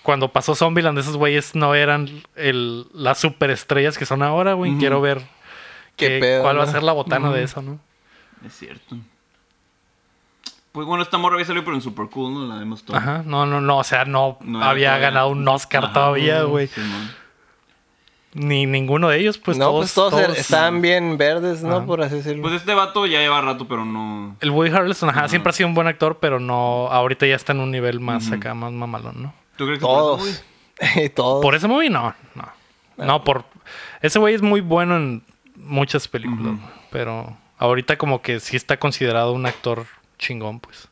[SPEAKER 4] cuando pasó Zombieland, esos güeyes no eran el, las superestrellas que son ahora, güey. Quiero ver
[SPEAKER 6] Qué
[SPEAKER 4] qué-
[SPEAKER 6] pedo,
[SPEAKER 4] cuál va a
[SPEAKER 6] ¿no?
[SPEAKER 4] ser la botana de eso, ¿no?
[SPEAKER 5] Es cierto. Pues bueno, esta morra había salido, pero en Super Cool, ¿no? La vemos toda.
[SPEAKER 4] Ajá. No, no, no. O sea, no,
[SPEAKER 5] No era
[SPEAKER 4] había
[SPEAKER 5] todavía.
[SPEAKER 4] ganado un Oscar
[SPEAKER 5] Ajá,
[SPEAKER 4] todavía, güey.
[SPEAKER 5] Simón.
[SPEAKER 4] Ni ninguno de ellos, pues
[SPEAKER 6] no,
[SPEAKER 4] todos.
[SPEAKER 6] pues todos, er-
[SPEAKER 4] todos-
[SPEAKER 6] estaban bien verdes, ¿no?
[SPEAKER 4] Ajá.
[SPEAKER 6] Por así decirlo.
[SPEAKER 5] Pues este vato ya lleva rato, pero no.
[SPEAKER 4] El Woody Harrelson, ajá, siempre ha sido un buen actor, pero no. Ahorita ya está en un nivel más acá, más mamalón, ¿no?
[SPEAKER 5] ¿Tú crees que por eso, güey?
[SPEAKER 6] Todos. Todos.
[SPEAKER 4] Por ese movie, no. No, no por. Ese güey es muy bueno en muchas películas, güey, pero ahorita como que sí está considerado un actor chingón, pues.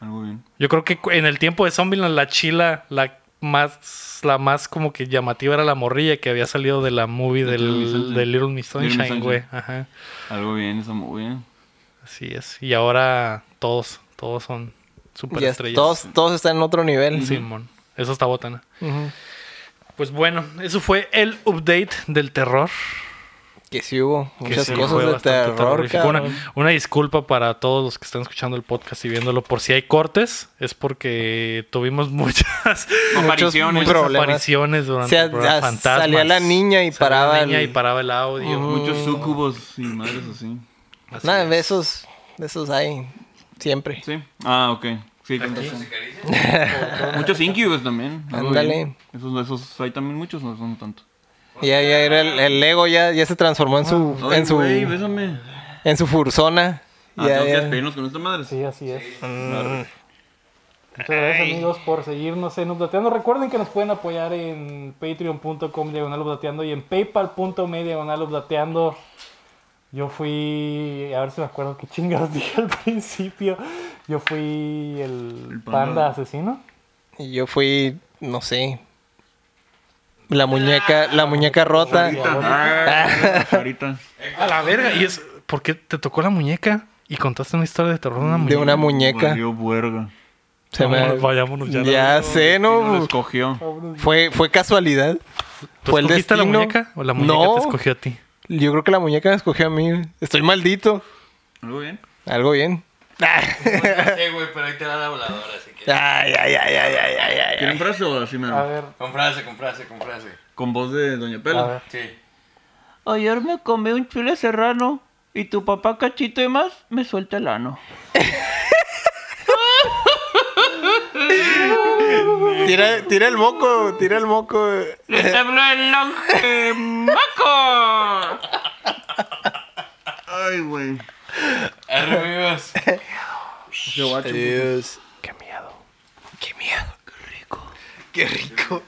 [SPEAKER 5] Algo bien.
[SPEAKER 4] Yo creo que cu- en el tiempo de Zombieland, la chila, la más la más como que llamativa era la morrilla que había salido de la movie
[SPEAKER 5] De Little Miss
[SPEAKER 4] del,
[SPEAKER 5] Sunshine.
[SPEAKER 4] de Little
[SPEAKER 5] Little
[SPEAKER 4] Miss
[SPEAKER 5] Miss
[SPEAKER 4] Sunshine,
[SPEAKER 5] Sunshine.
[SPEAKER 4] güey. Ajá.
[SPEAKER 5] Algo bien, esa muy bien.
[SPEAKER 4] Así es. Y ahora todos, todos son
[SPEAKER 6] Ya es-
[SPEAKER 4] superestrellas.
[SPEAKER 6] todos, todos están en otro nivel.
[SPEAKER 4] Simón. Eso está botana.
[SPEAKER 6] Ujú.
[SPEAKER 4] Pues bueno, eso fue el update del terror.
[SPEAKER 6] Que sí hubo
[SPEAKER 4] que
[SPEAKER 6] muchas
[SPEAKER 4] sí fue
[SPEAKER 6] cosas de
[SPEAKER 4] bastante
[SPEAKER 6] terror,
[SPEAKER 4] terrorífico. una,
[SPEAKER 6] cabrón.
[SPEAKER 4] una disculpa para todos los que están escuchando el podcast y viéndolo. Por si hay cortes, es porque tuvimos muchas,
[SPEAKER 5] Apariciones.
[SPEAKER 6] muchos-
[SPEAKER 4] muchas
[SPEAKER 6] Problemas.
[SPEAKER 4] apariciones durante
[SPEAKER 6] O sea,
[SPEAKER 4] el programa.
[SPEAKER 6] ya
[SPEAKER 4] Fantasmas.
[SPEAKER 6] salía la niña y
[SPEAKER 4] Salía
[SPEAKER 6] paraba
[SPEAKER 4] la niña
[SPEAKER 6] el-
[SPEAKER 4] y paraba el audio.
[SPEAKER 5] Muchos sucubos y madres así.
[SPEAKER 4] Así
[SPEAKER 6] Nada,
[SPEAKER 4] es.
[SPEAKER 6] de esos, de esos hay siempre.
[SPEAKER 5] Sí. Ah, ok. Sí, con razón. Muchos incubos también. algo
[SPEAKER 6] Ándale.
[SPEAKER 5] bien. Esos, esos hay también muchos, no son tanto.
[SPEAKER 6] Ya, ya era el, el ego, ya, ya se transformó en su,
[SPEAKER 5] Ay,
[SPEAKER 6] en su,
[SPEAKER 5] güey, bésame.
[SPEAKER 6] en su furzona.
[SPEAKER 5] Ah,
[SPEAKER 6] Ya,
[SPEAKER 5] tengo que
[SPEAKER 6] ya.
[SPEAKER 5] despedirnos con esta madre.
[SPEAKER 1] Sí, así es.
[SPEAKER 6] Mm.
[SPEAKER 1] Muchas gracias amigos por seguirnos en Updateando. Recuerden que nos pueden apoyar en patreon.com diagonal Updateando y en paypal.me diagonal Updateando. Yo fui, a ver si me acuerdo qué chingados dije al principio. Yo fui el,
[SPEAKER 5] panda.
[SPEAKER 1] panda. asesino.
[SPEAKER 6] Y yo fui, no sé, la muñeca, la muñeca rota.
[SPEAKER 5] Ah, Ahorita.
[SPEAKER 4] A la verga. Y es porque te tocó la muñeca y contaste una historia de terror de una
[SPEAKER 6] De
[SPEAKER 4] muñeca.
[SPEAKER 6] una muñeca.
[SPEAKER 5] Valió verga.
[SPEAKER 6] Se me-
[SPEAKER 4] Vámonos, vayámonos ya. la
[SPEAKER 6] ya
[SPEAKER 4] verga.
[SPEAKER 6] sé,
[SPEAKER 5] ¿Quién no lo
[SPEAKER 6] ¿no?
[SPEAKER 5] escogió?
[SPEAKER 6] Fue, fue casualidad.
[SPEAKER 4] ¿Tú
[SPEAKER 6] fue el
[SPEAKER 4] escogiste a la
[SPEAKER 6] destino.
[SPEAKER 4] muñeca o la muñeca
[SPEAKER 6] No.
[SPEAKER 4] te escogió a ti?
[SPEAKER 6] Yo creo que la muñeca me escogió a mí. Estoy maldito.
[SPEAKER 5] ¿Algo bien?
[SPEAKER 6] Algo bien.
[SPEAKER 3] No sé, güey, pero ahí te da la voladora, así que.
[SPEAKER 6] Ay, ay, ay, ay, ay, ay, ay.
[SPEAKER 5] ¿Quieren frase o así
[SPEAKER 1] A
[SPEAKER 5] mero?
[SPEAKER 1] ver,
[SPEAKER 3] Con frase, con frase, con frase.
[SPEAKER 5] Con voz de Doña
[SPEAKER 1] a
[SPEAKER 5] Pela.
[SPEAKER 1] ver.
[SPEAKER 3] Sí.
[SPEAKER 2] Ayer me comí un chile serrano Y tu papá cachito y más me suelta el ano.
[SPEAKER 6] Tira, tira el moco, tira el moco.
[SPEAKER 2] ¡Le tembló el longe, moco!
[SPEAKER 5] Ay, güey.
[SPEAKER 3] Arribas.
[SPEAKER 6] Eh, Adiós. Qué miedo. Qué miedo. Qué rico. Qué rico.